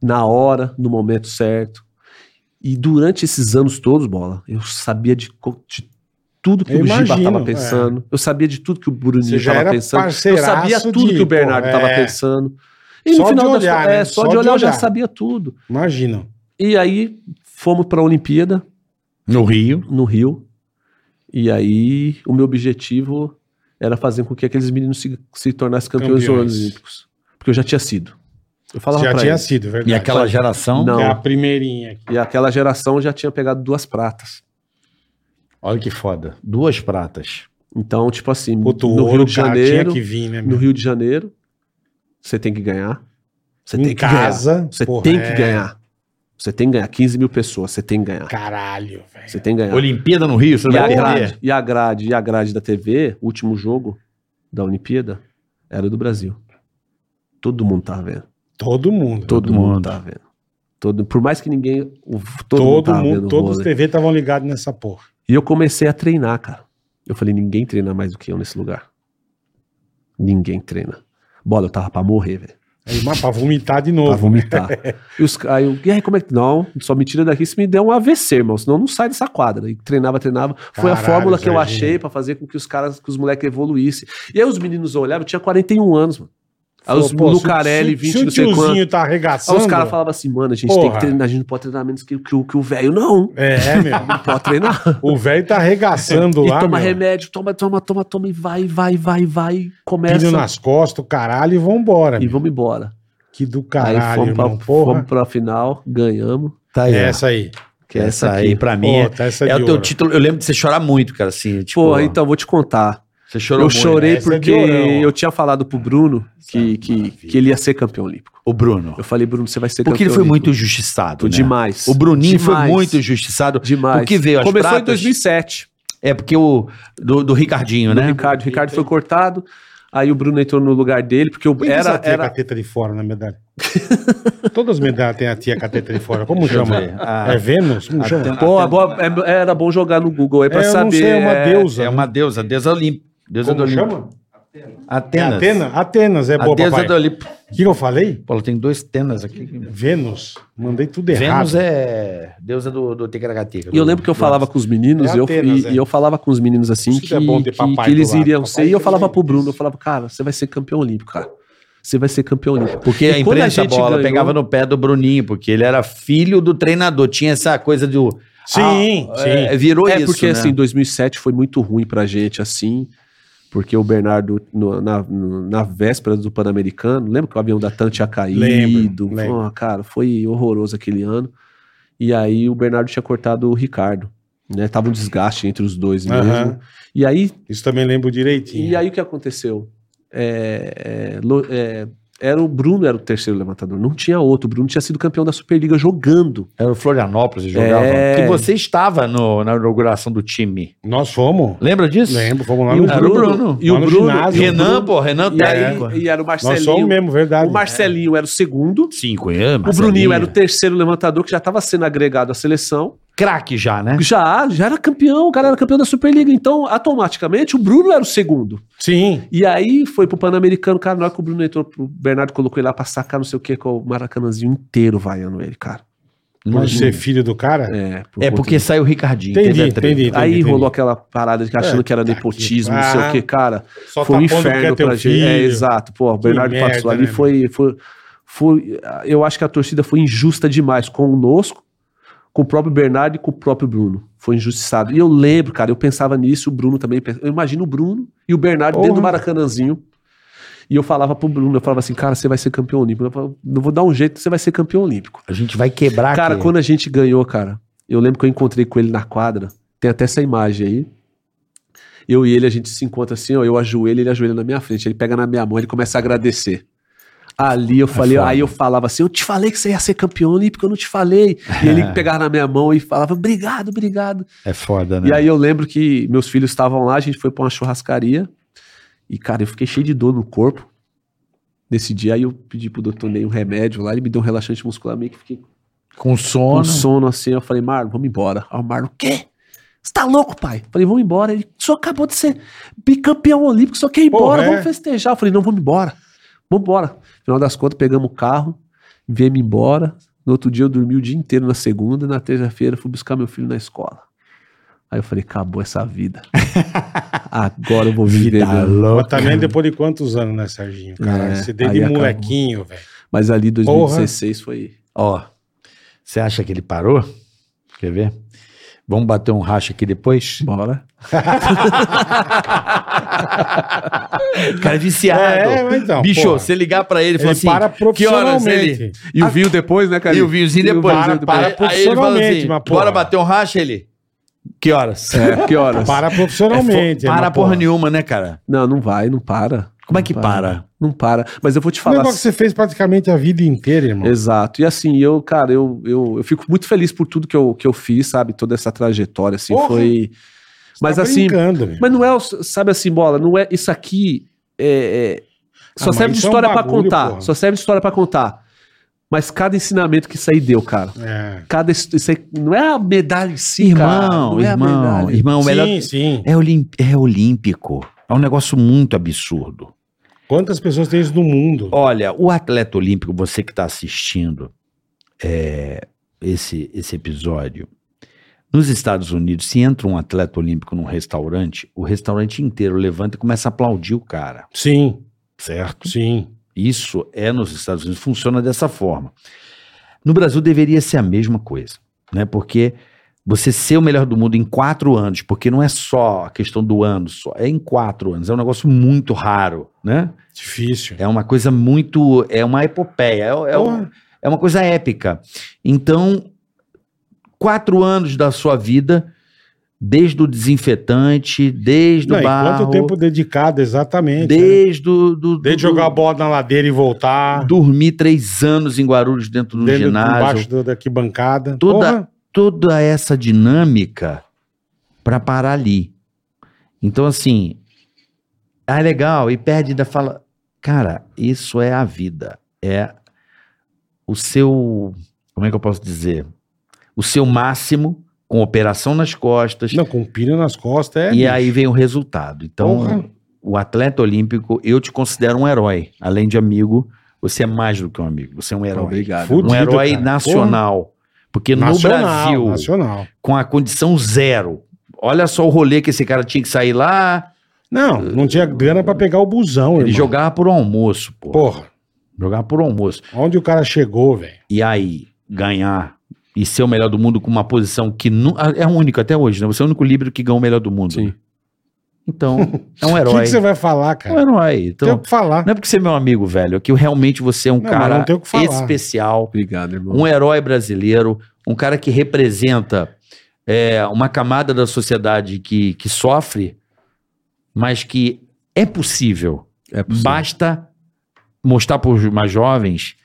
Speaker 1: na hora, no momento certo. E durante esses anos todos, bola, eu sabia de, co- de tudo que
Speaker 3: Eu
Speaker 1: o Giba
Speaker 3: imagino, é.
Speaker 1: estava pensando. Eu sabia de tudo que o
Speaker 3: Você
Speaker 1: Bruninho
Speaker 3: já
Speaker 1: estava
Speaker 3: era
Speaker 1: pensando. Eu
Speaker 3: parceiraço
Speaker 1: sabia tudo
Speaker 3: de,
Speaker 1: que o
Speaker 3: pô,
Speaker 1: Bernardo estava
Speaker 3: é.
Speaker 1: pensando. E
Speaker 3: Só
Speaker 1: no
Speaker 3: de
Speaker 1: final das
Speaker 3: olhar,
Speaker 1: contas,
Speaker 3: né?
Speaker 1: é, só,
Speaker 3: Só
Speaker 1: de
Speaker 3: de
Speaker 1: olhar eu já
Speaker 3: olhar.
Speaker 1: sabia tudo.
Speaker 3: Imagina.
Speaker 1: E aí Fomos para a Olimpíada,
Speaker 6: No Rio.
Speaker 1: no Rio. E aí, o meu objetivo era fazer com que aqueles meninos se, se tornassem campeões,
Speaker 3: Campeões.
Speaker 1: olímpicos. Porque eu já tinha sido. Eu falava
Speaker 3: Já
Speaker 1: pra
Speaker 3: tinha
Speaker 1: eles.
Speaker 3: sido, é verdade.
Speaker 6: E aquela geração.
Speaker 1: Não.
Speaker 3: É a primeirinha aqui.
Speaker 1: E aquela geração já tinha pegado duas pratas.
Speaker 6: Olha que foda. Duas pratas.
Speaker 1: Então, tipo assim,
Speaker 3: Puto,
Speaker 1: no
Speaker 3: ouro,
Speaker 1: Rio de
Speaker 3: cara,
Speaker 1: Janeiro,
Speaker 3: tinha que vir, né,
Speaker 1: no
Speaker 3: meu?
Speaker 1: Rio de Janeiro, você tem que ganhar. Você
Speaker 3: em
Speaker 1: tem que ganhar.
Speaker 3: casa.
Speaker 1: Você
Speaker 3: porra,
Speaker 1: tem que
Speaker 3: é,
Speaker 1: ganhar. Você tem que ganhar 15 mil pessoas. Você tem que ganhar.
Speaker 3: Caralho, velho.
Speaker 1: Você tem que ganhar.
Speaker 6: Olimpíada no Rio, você
Speaker 1: É. E a,
Speaker 6: vai perder.
Speaker 1: grade, e a grade, e a grade da TV, o último jogo da Olimpíada, era do Brasil. Todo mundo tava vendo.
Speaker 3: Todo mundo.
Speaker 1: Todo,
Speaker 6: Todo
Speaker 1: mundo,
Speaker 6: mundo.
Speaker 1: tava vendo. Todo, por mais que ninguém. o- todo, mundo
Speaker 3: Todo
Speaker 1: tava
Speaker 3: mundo,
Speaker 1: vendo o
Speaker 3: todos os
Speaker 1: vôlei.
Speaker 3: TV estavam ligados nessa porra.
Speaker 1: E eu comecei a treinar, cara. Eu falei, ninguém treina mais do que eu nesse lugar. Ninguém treina. Bola, eu tava pra morrer, velho.
Speaker 3: Aí, mas pra vomitar de
Speaker 1: Pra
Speaker 3: novo.
Speaker 1: vomitar. *laughs* e os ca- aí eu, e aí, como é que. Não, só me tira daqui se me der um AVC, irmão. Senão eu não sai dessa quadra. E treinava, treinava. Foi a
Speaker 3: Caralho,
Speaker 1: fórmula que eu
Speaker 3: Jorginho.
Speaker 1: achei pra fazer com que os caras, que os moleques evoluíssem. E aí os meninos olhavam, eu tinha 41 anos, mano. Aí os
Speaker 3: Pô, se-
Speaker 1: Lucarelli,
Speaker 3: se-
Speaker 1: 20,
Speaker 3: se o
Speaker 1: não sei quanto.
Speaker 3: tiozinho tá
Speaker 1: Aí
Speaker 3: arregaçando.
Speaker 1: os caras falavam assim, mano, a gente tem
Speaker 3: Porra.
Speaker 1: que treinar, a gente não pode treinar menos que, que, o- que o velho, não.
Speaker 3: É, meu.
Speaker 6: *laughs*
Speaker 1: Não pode
Speaker 3: *laughs*
Speaker 1: treinar.
Speaker 3: O velho tá arregaçando
Speaker 1: E
Speaker 3: lá.
Speaker 1: toma
Speaker 3: meu.
Speaker 1: remédio, toma, toma, toma, toma, e vai, vai, vai, vai, e começa.
Speaker 3: Pilho nas costas, o caralho, e vambora.
Speaker 1: E
Speaker 3: meu.
Speaker 1: vamos embora.
Speaker 3: Que do
Speaker 1: aí
Speaker 3: caralho,
Speaker 1: fomos,
Speaker 3: irmão.
Speaker 1: pra,
Speaker 3: porra.
Speaker 1: fomos pra final, ganhamos.
Speaker 6: Tá aí.
Speaker 3: É
Speaker 6: ó.
Speaker 3: essa aí.
Speaker 1: Que é essa,
Speaker 6: Essa
Speaker 1: aqui.
Speaker 6: aí, pra mim, é-
Speaker 3: Puta, essa
Speaker 6: é,
Speaker 3: Tá de
Speaker 6: o teu
Speaker 3: ouro.
Speaker 6: título. Eu lembro de você chorar muito, cara, assim. Tipo,
Speaker 1: Porra, então vou te contar.
Speaker 6: Você chorou
Speaker 1: eu
Speaker 6: muito.
Speaker 1: chorei
Speaker 3: Essa é de
Speaker 1: porque
Speaker 3: ourão.
Speaker 1: eu tinha falado pro Bruno
Speaker 6: é
Speaker 1: que, que, que ele ia ser campeão olímpico.
Speaker 6: O Bruno.
Speaker 1: Eu falei, Bruno, você vai ser
Speaker 6: Porque ele
Speaker 1: campeão
Speaker 6: foi muito
Speaker 1: olímpico.
Speaker 6: injustiçado. né?
Speaker 1: demais.
Speaker 6: O Bruninho foi
Speaker 1: Demais.
Speaker 6: muito injustiçado.
Speaker 1: demais.
Speaker 6: porque veio as
Speaker 1: Começou
Speaker 6: pratas,
Speaker 1: em 2007,
Speaker 6: É porque o. Do, do Ricardinho,
Speaker 1: né?
Speaker 6: né?
Speaker 1: Ricardo, o Ricardo foi cortado. Aí o Bruno entrou no lugar dele, porque eu
Speaker 3: Por que essa
Speaker 1: era,
Speaker 3: tia com a
Speaker 1: era
Speaker 3: teta de fora na
Speaker 6: *laughs*
Speaker 3: medalha? Todas as medalhas têm a tia com a teta de fora. Como chama?
Speaker 6: ver. Ah.
Speaker 3: é Vênus? Como chama?
Speaker 6: Atena-
Speaker 1: boa, boa, é- era bom jogar no Google aí pra
Speaker 3: É, eu
Speaker 1: saber.
Speaker 3: não sei, é uma
Speaker 1: é,
Speaker 3: deusa.
Speaker 6: É uma deusa, deusa Olimpo. Deusa do
Speaker 3: Como
Speaker 6: Olimpo.
Speaker 3: chama? É
Speaker 6: Atenas.
Speaker 3: Atenas? Atenas é
Speaker 6: A
Speaker 3: boa,
Speaker 6: deusa
Speaker 3: papai.
Speaker 6: do Olimpo.
Speaker 3: O que eu falei?
Speaker 6: Paulo, tem dois Tenas aqui.
Speaker 3: Vênus. Mandei tudo errado.
Speaker 6: Vênus é deusa do, do Ticaracatica.
Speaker 1: E eu lembro que eu falava com os meninos,
Speaker 3: É
Speaker 1: eu,
Speaker 3: Atenas,
Speaker 1: e,
Speaker 3: é.
Speaker 1: e eu falava com os meninos assim
Speaker 3: Isso
Speaker 1: que,
Speaker 3: que é bom ter
Speaker 1: que-
Speaker 3: papai
Speaker 1: que eles
Speaker 3: do lado.
Speaker 1: iriam
Speaker 3: Papai
Speaker 1: ser. E eu
Speaker 3: também
Speaker 1: falava pro
Speaker 3: é
Speaker 1: Bruno, eu
Speaker 3: isso.
Speaker 1: falava, cara, você vai ser campeão olímpico, cara. Você vai ser campeão olímpico.
Speaker 6: Porque
Speaker 1: E
Speaker 6: a
Speaker 1: quando
Speaker 6: imprensa
Speaker 1: gente
Speaker 6: bola
Speaker 1: ganhou-
Speaker 6: pegava no pé do Bruninho, porque ele era filho do treinador. Tinha essa coisa do.
Speaker 3: Sim,
Speaker 6: Ah,
Speaker 3: sim.
Speaker 6: é, virou
Speaker 1: É
Speaker 6: isso.
Speaker 1: porque
Speaker 6: né?
Speaker 1: assim, 2007 foi muito ruim pra gente, assim, porque o Bernardo, no- na, no- na véspera do Pan-Americano, lembra que o avião da TAN tinha caído?
Speaker 3: Lembro, lembro.
Speaker 1: Pô, cara, foi horroroso aquele ano. E aí o Bernardo tinha cortado o Ricardo. Né? Tava um desgaste entre os dois mesmo.
Speaker 3: Aham.
Speaker 1: E aí
Speaker 3: Isso também lembro direitinho.
Speaker 1: E aí o que aconteceu? É, é, lo- é, era o Bruno era o terceiro levantador, não tinha outro. O Bruno tinha sido campeão da Superliga jogando.
Speaker 6: Era o Florianópolis que jogava.
Speaker 1: É.
Speaker 6: Que você estava no- na inauguração do time.
Speaker 3: Nós fomos.
Speaker 6: Lembra disso?
Speaker 3: Lembro, fomos lá
Speaker 1: E o
Speaker 6: era o
Speaker 1: Bruno,
Speaker 6: Bruno.
Speaker 1: e
Speaker 3: Lá
Speaker 1: o
Speaker 3: no
Speaker 1: Bruno,
Speaker 3: ginásio.
Speaker 1: e o
Speaker 6: Renan,
Speaker 1: Bruno-
Speaker 6: pô, Renan tá
Speaker 1: e, aí-
Speaker 6: técnico.
Speaker 1: e era o
Speaker 3: Nós somos
Speaker 1: Marcelinho.
Speaker 3: mesmo, verdade.
Speaker 1: O Marcelinho era o segundo.
Speaker 6: Cinco anos.
Speaker 1: O Bruninho era o terceiro levantador que já estava sendo agregado à seleção.
Speaker 6: craque já, né?
Speaker 1: Já, já era campeão, o cara era campeão da Superliga. Então, automaticamente, o Bruno era o segundo.
Speaker 3: Sim.
Speaker 1: E aí foi pro Pan-Americano, cara. Na hora que o Bruno entrou, o Bernardo colocou ele lá pra sacar, não sei o que, com o Maracanãzinho inteiro vaiando ele, cara.
Speaker 3: Por
Speaker 6: Imagina.
Speaker 3: ser filho do cara?
Speaker 1: É, por
Speaker 6: É
Speaker 1: conta
Speaker 6: porque
Speaker 1: disso.
Speaker 6: saiu o Ricardinho.
Speaker 3: Entendi,
Speaker 6: teve a treta.
Speaker 3: entendi, entendi.
Speaker 1: Aí
Speaker 3: entendi.
Speaker 1: rolou aquela parada
Speaker 3: É,
Speaker 1: de achando que era nepotismo, não sei o que, cara.
Speaker 3: tá Só
Speaker 1: foi um
Speaker 3: tapando o que é
Speaker 1: inferno
Speaker 3: teu
Speaker 1: pra gente. É,
Speaker 3: filho.
Speaker 1: exato. Pô, o
Speaker 3: Que
Speaker 1: Bernardo
Speaker 3: merda,
Speaker 1: passou
Speaker 3: né,
Speaker 1: ali,
Speaker 3: meu?
Speaker 1: foi, foi, foi. Eu acho que a torcida foi injusta demais conosco, com o próprio Bernardo e com o próprio Bruno. Foi injustiçado. E eu lembro, cara, eu pensava nisso, o Bruno também. pensa- Eu imagino o Bruno e o Bernardo dentro do
Speaker 3: Porra.
Speaker 1: Maracanãzinho. E eu falava pro Bruno, eu falava assim, cara, você vai ser campeão olímpico. Eu falava, "Eu vou dar um jeito, você vai ser campeão olímpico.
Speaker 6: A gente vai quebrar
Speaker 1: Cara,
Speaker 6: aqui.
Speaker 1: quando a gente ganhou, cara, eu lembro que eu encontrei com ele na quadra. Tem até essa imagem aí. Eu e ele, a gente se encontra assim, ó. Eu ajoelho, ele ajoelha na minha frente. Ele pega na minha mão, ele começa a agradecer. Ali eu falei,
Speaker 6: É foda.
Speaker 1: aí eu falava assim: eu te falei que você ia ser campeão olímpico, eu não te falei. E
Speaker 6: *laughs*
Speaker 1: ele pegava na minha mão e falava: obrigado, obrigado.
Speaker 6: É foda,
Speaker 1: E aí eu lembro que meus filhos estavam lá, a gente foi pra uma churrascaria. E, cara, eu fiquei cheio de dor no corpo. Nesse dia, aí eu pedi pro doutor Ney um remédio lá, ele me deu um relaxante muscular, meio que fiquei
Speaker 6: Com sono.
Speaker 1: com sono assim. Eu falei, Marlon, vamos embora. Aí o Marlon, o quê? Você tá louco, pai? Falei, vamos embora. Ele, só acabou de ser bicampeão olímpico, só quer ir
Speaker 3: Porra,
Speaker 1: embora,
Speaker 3: é?
Speaker 1: vamos festejar. Eu falei, não, vamos embora. Vamos embora. Final das contas, pegamos o carro, viemos embora. No outro dia eu dormi o dia inteiro na segunda, na terça-feira fui buscar meu filho na escola. Aí eu falei, acabou essa *laughs* vida. Agora eu vou viver.
Speaker 6: Vida
Speaker 1: meu.
Speaker 3: Mas
Speaker 6: louca.
Speaker 3: também depois de quantos anos, né, Serginho? Cara,
Speaker 1: É,
Speaker 3: você desde
Speaker 1: aí acabou.
Speaker 3: molequinho, velho.
Speaker 1: Mas ali 2016 foi.
Speaker 6: Ó, você acha que ele parou? Quer ver? Vamos bater um racha aqui depois?
Speaker 1: Bora.
Speaker 6: O cara é viciado.
Speaker 3: É, mas então,
Speaker 6: Bicho,
Speaker 3: porra.
Speaker 6: você ligar pra ele e falar
Speaker 3: Ele
Speaker 6: assim,
Speaker 3: para
Speaker 6: que horas
Speaker 3: profissionalmente.
Speaker 6: ele...
Speaker 1: E o vinho depois, né, cara?
Speaker 6: E o vinhozinho depois.
Speaker 3: para-
Speaker 6: Aí-
Speaker 3: para
Speaker 6: aí ele fala
Speaker 3: profissionalmente,
Speaker 6: assim,
Speaker 3: mas, porra.
Speaker 6: bora bater um racha, ele? Que horas?
Speaker 1: É, que horas?
Speaker 3: Para profissionalmente.
Speaker 6: É, fo-
Speaker 3: é
Speaker 6: para
Speaker 3: uma
Speaker 6: porra, nenhuma, né, cara?
Speaker 1: Não, não vai, não para.
Speaker 6: Como é que
Speaker 1: Não
Speaker 6: para?
Speaker 1: Não para. Mas eu vou te
Speaker 3: Um
Speaker 1: falar.
Speaker 3: negócio que você fez praticamente a vida inteira, irmão.
Speaker 1: Exato. E assim, eu, cara, eu, eu, eu fico muito feliz por tudo que eu, que eu fiz, sabe? Toda essa trajetória, assim,
Speaker 3: Porra!
Speaker 1: foi.
Speaker 3: Você
Speaker 1: Mas
Speaker 3: tá
Speaker 1: assim,
Speaker 3: brincando, meu.
Speaker 1: mas não é, o- sabe assim, bola, não é isso aqui é, é-
Speaker 3: Ah,
Speaker 1: só
Speaker 3: mas
Speaker 1: serve de
Speaker 3: isso é um
Speaker 1: história pra
Speaker 3: bagulho,
Speaker 1: contar,
Speaker 3: porra.
Speaker 1: só serve de história pra contar. Mas cada ensinamento que isso aí deu, cara.
Speaker 3: É.
Speaker 1: Cada his- isso aí não é a medalha em si, cara.
Speaker 6: Irmão,
Speaker 1: Não é a
Speaker 6: irmão,
Speaker 1: medalha.
Speaker 6: irmão, o
Speaker 3: sim,
Speaker 6: melhor...
Speaker 3: sim.
Speaker 6: É, olim- é olímpico. É um negócio muito absurdo.
Speaker 3: Quantas pessoas tem isso no mundo?
Speaker 6: Olha, o atleta olímpico, você que está assistindo é, esse, esse episódio, nos Estados Unidos, se entra um atleta olímpico num restaurante, o restaurante inteiro levanta e começa a aplaudir o cara,
Speaker 3: Sim,
Speaker 6: certo?
Speaker 3: sim.
Speaker 6: Isso é nos Estados Unidos, funciona dessa forma. No Brasil deveria ser a mesma coisa, né? Porque você ser o melhor do mundo em quatro anos, porque não é só a questão do ano, só é em quatro anos, é um negócio muito raro, né?
Speaker 3: Difícil.
Speaker 6: É uma coisa muito. É uma epopeia. É, é um-
Speaker 3: Porra.
Speaker 6: é uma coisa épica. Então, quatro anos da sua vida, desde o desinfetante, desde
Speaker 3: Não,
Speaker 6: o
Speaker 3: e
Speaker 6: barro,
Speaker 3: quanto tempo dedicado, exatamente. né?
Speaker 6: desde o. Do,
Speaker 3: Desde
Speaker 6: do-
Speaker 3: jogar a bola na ladeira e voltar.
Speaker 6: Dormir três anos em Guarulhos dentro do
Speaker 3: dentro,
Speaker 6: ginásio.
Speaker 3: Embaixo da, da arquibancada.
Speaker 6: Toda-
Speaker 3: Porra,
Speaker 6: Toda essa dinâmica para parar ali. Então, assim. Ah, é legal. E perde ainda fala. Cara, isso é a vida. É o seu. Como é que eu posso dizer? O seu máximo com operação nas costas.
Speaker 3: Não, com um pino nas costas é.
Speaker 6: e aí vem o resultado. Então,
Speaker 3: Porra.
Speaker 6: o atleta olímpico, eu te considero um herói. Além de amigo, você é mais do que um amigo. Você é um herói.
Speaker 1: Obrigado.
Speaker 3: Fui-
Speaker 6: um herói
Speaker 3: cara.
Speaker 6: nacional. Porque
Speaker 3: nacional,
Speaker 6: no Brasil,
Speaker 3: Nacional.
Speaker 6: com a condição zero. Olha só o rolê que esse cara tinha que sair lá.
Speaker 3: Não, não tinha grana pra pegar o busão,
Speaker 6: Uh, Ele
Speaker 3: irmão.
Speaker 6: jogava por almoço, pô.
Speaker 3: Porra,
Speaker 6: Jogava por almoço.
Speaker 3: onde o cara chegou, velho?
Speaker 6: E aí, ganhar e ser o melhor do mundo com uma posição que nu- ah, é única até hoje, né? Você é o único livro que ganha o melhor do mundo.
Speaker 1: Sim.
Speaker 6: né?
Speaker 3: *laughs*
Speaker 6: Então, é um
Speaker 3: O que
Speaker 6: herói.
Speaker 3: que você vai falar,
Speaker 6: É um
Speaker 3: cara?
Speaker 6: herói.
Speaker 3: Não tem o
Speaker 6: Então,
Speaker 3: que falar.
Speaker 6: não é porque você é meu amigo, velho, é que realmente você é um
Speaker 3: Não, mas
Speaker 6: cara
Speaker 3: não tem o que falar.
Speaker 6: especial,
Speaker 1: Obrigado, irmão.
Speaker 6: um herói brasileiro, um cara que representa é, uma camada da sociedade que, que sofre, mas que é possível.
Speaker 1: É possível.
Speaker 6: Basta mostrar para os mais jovens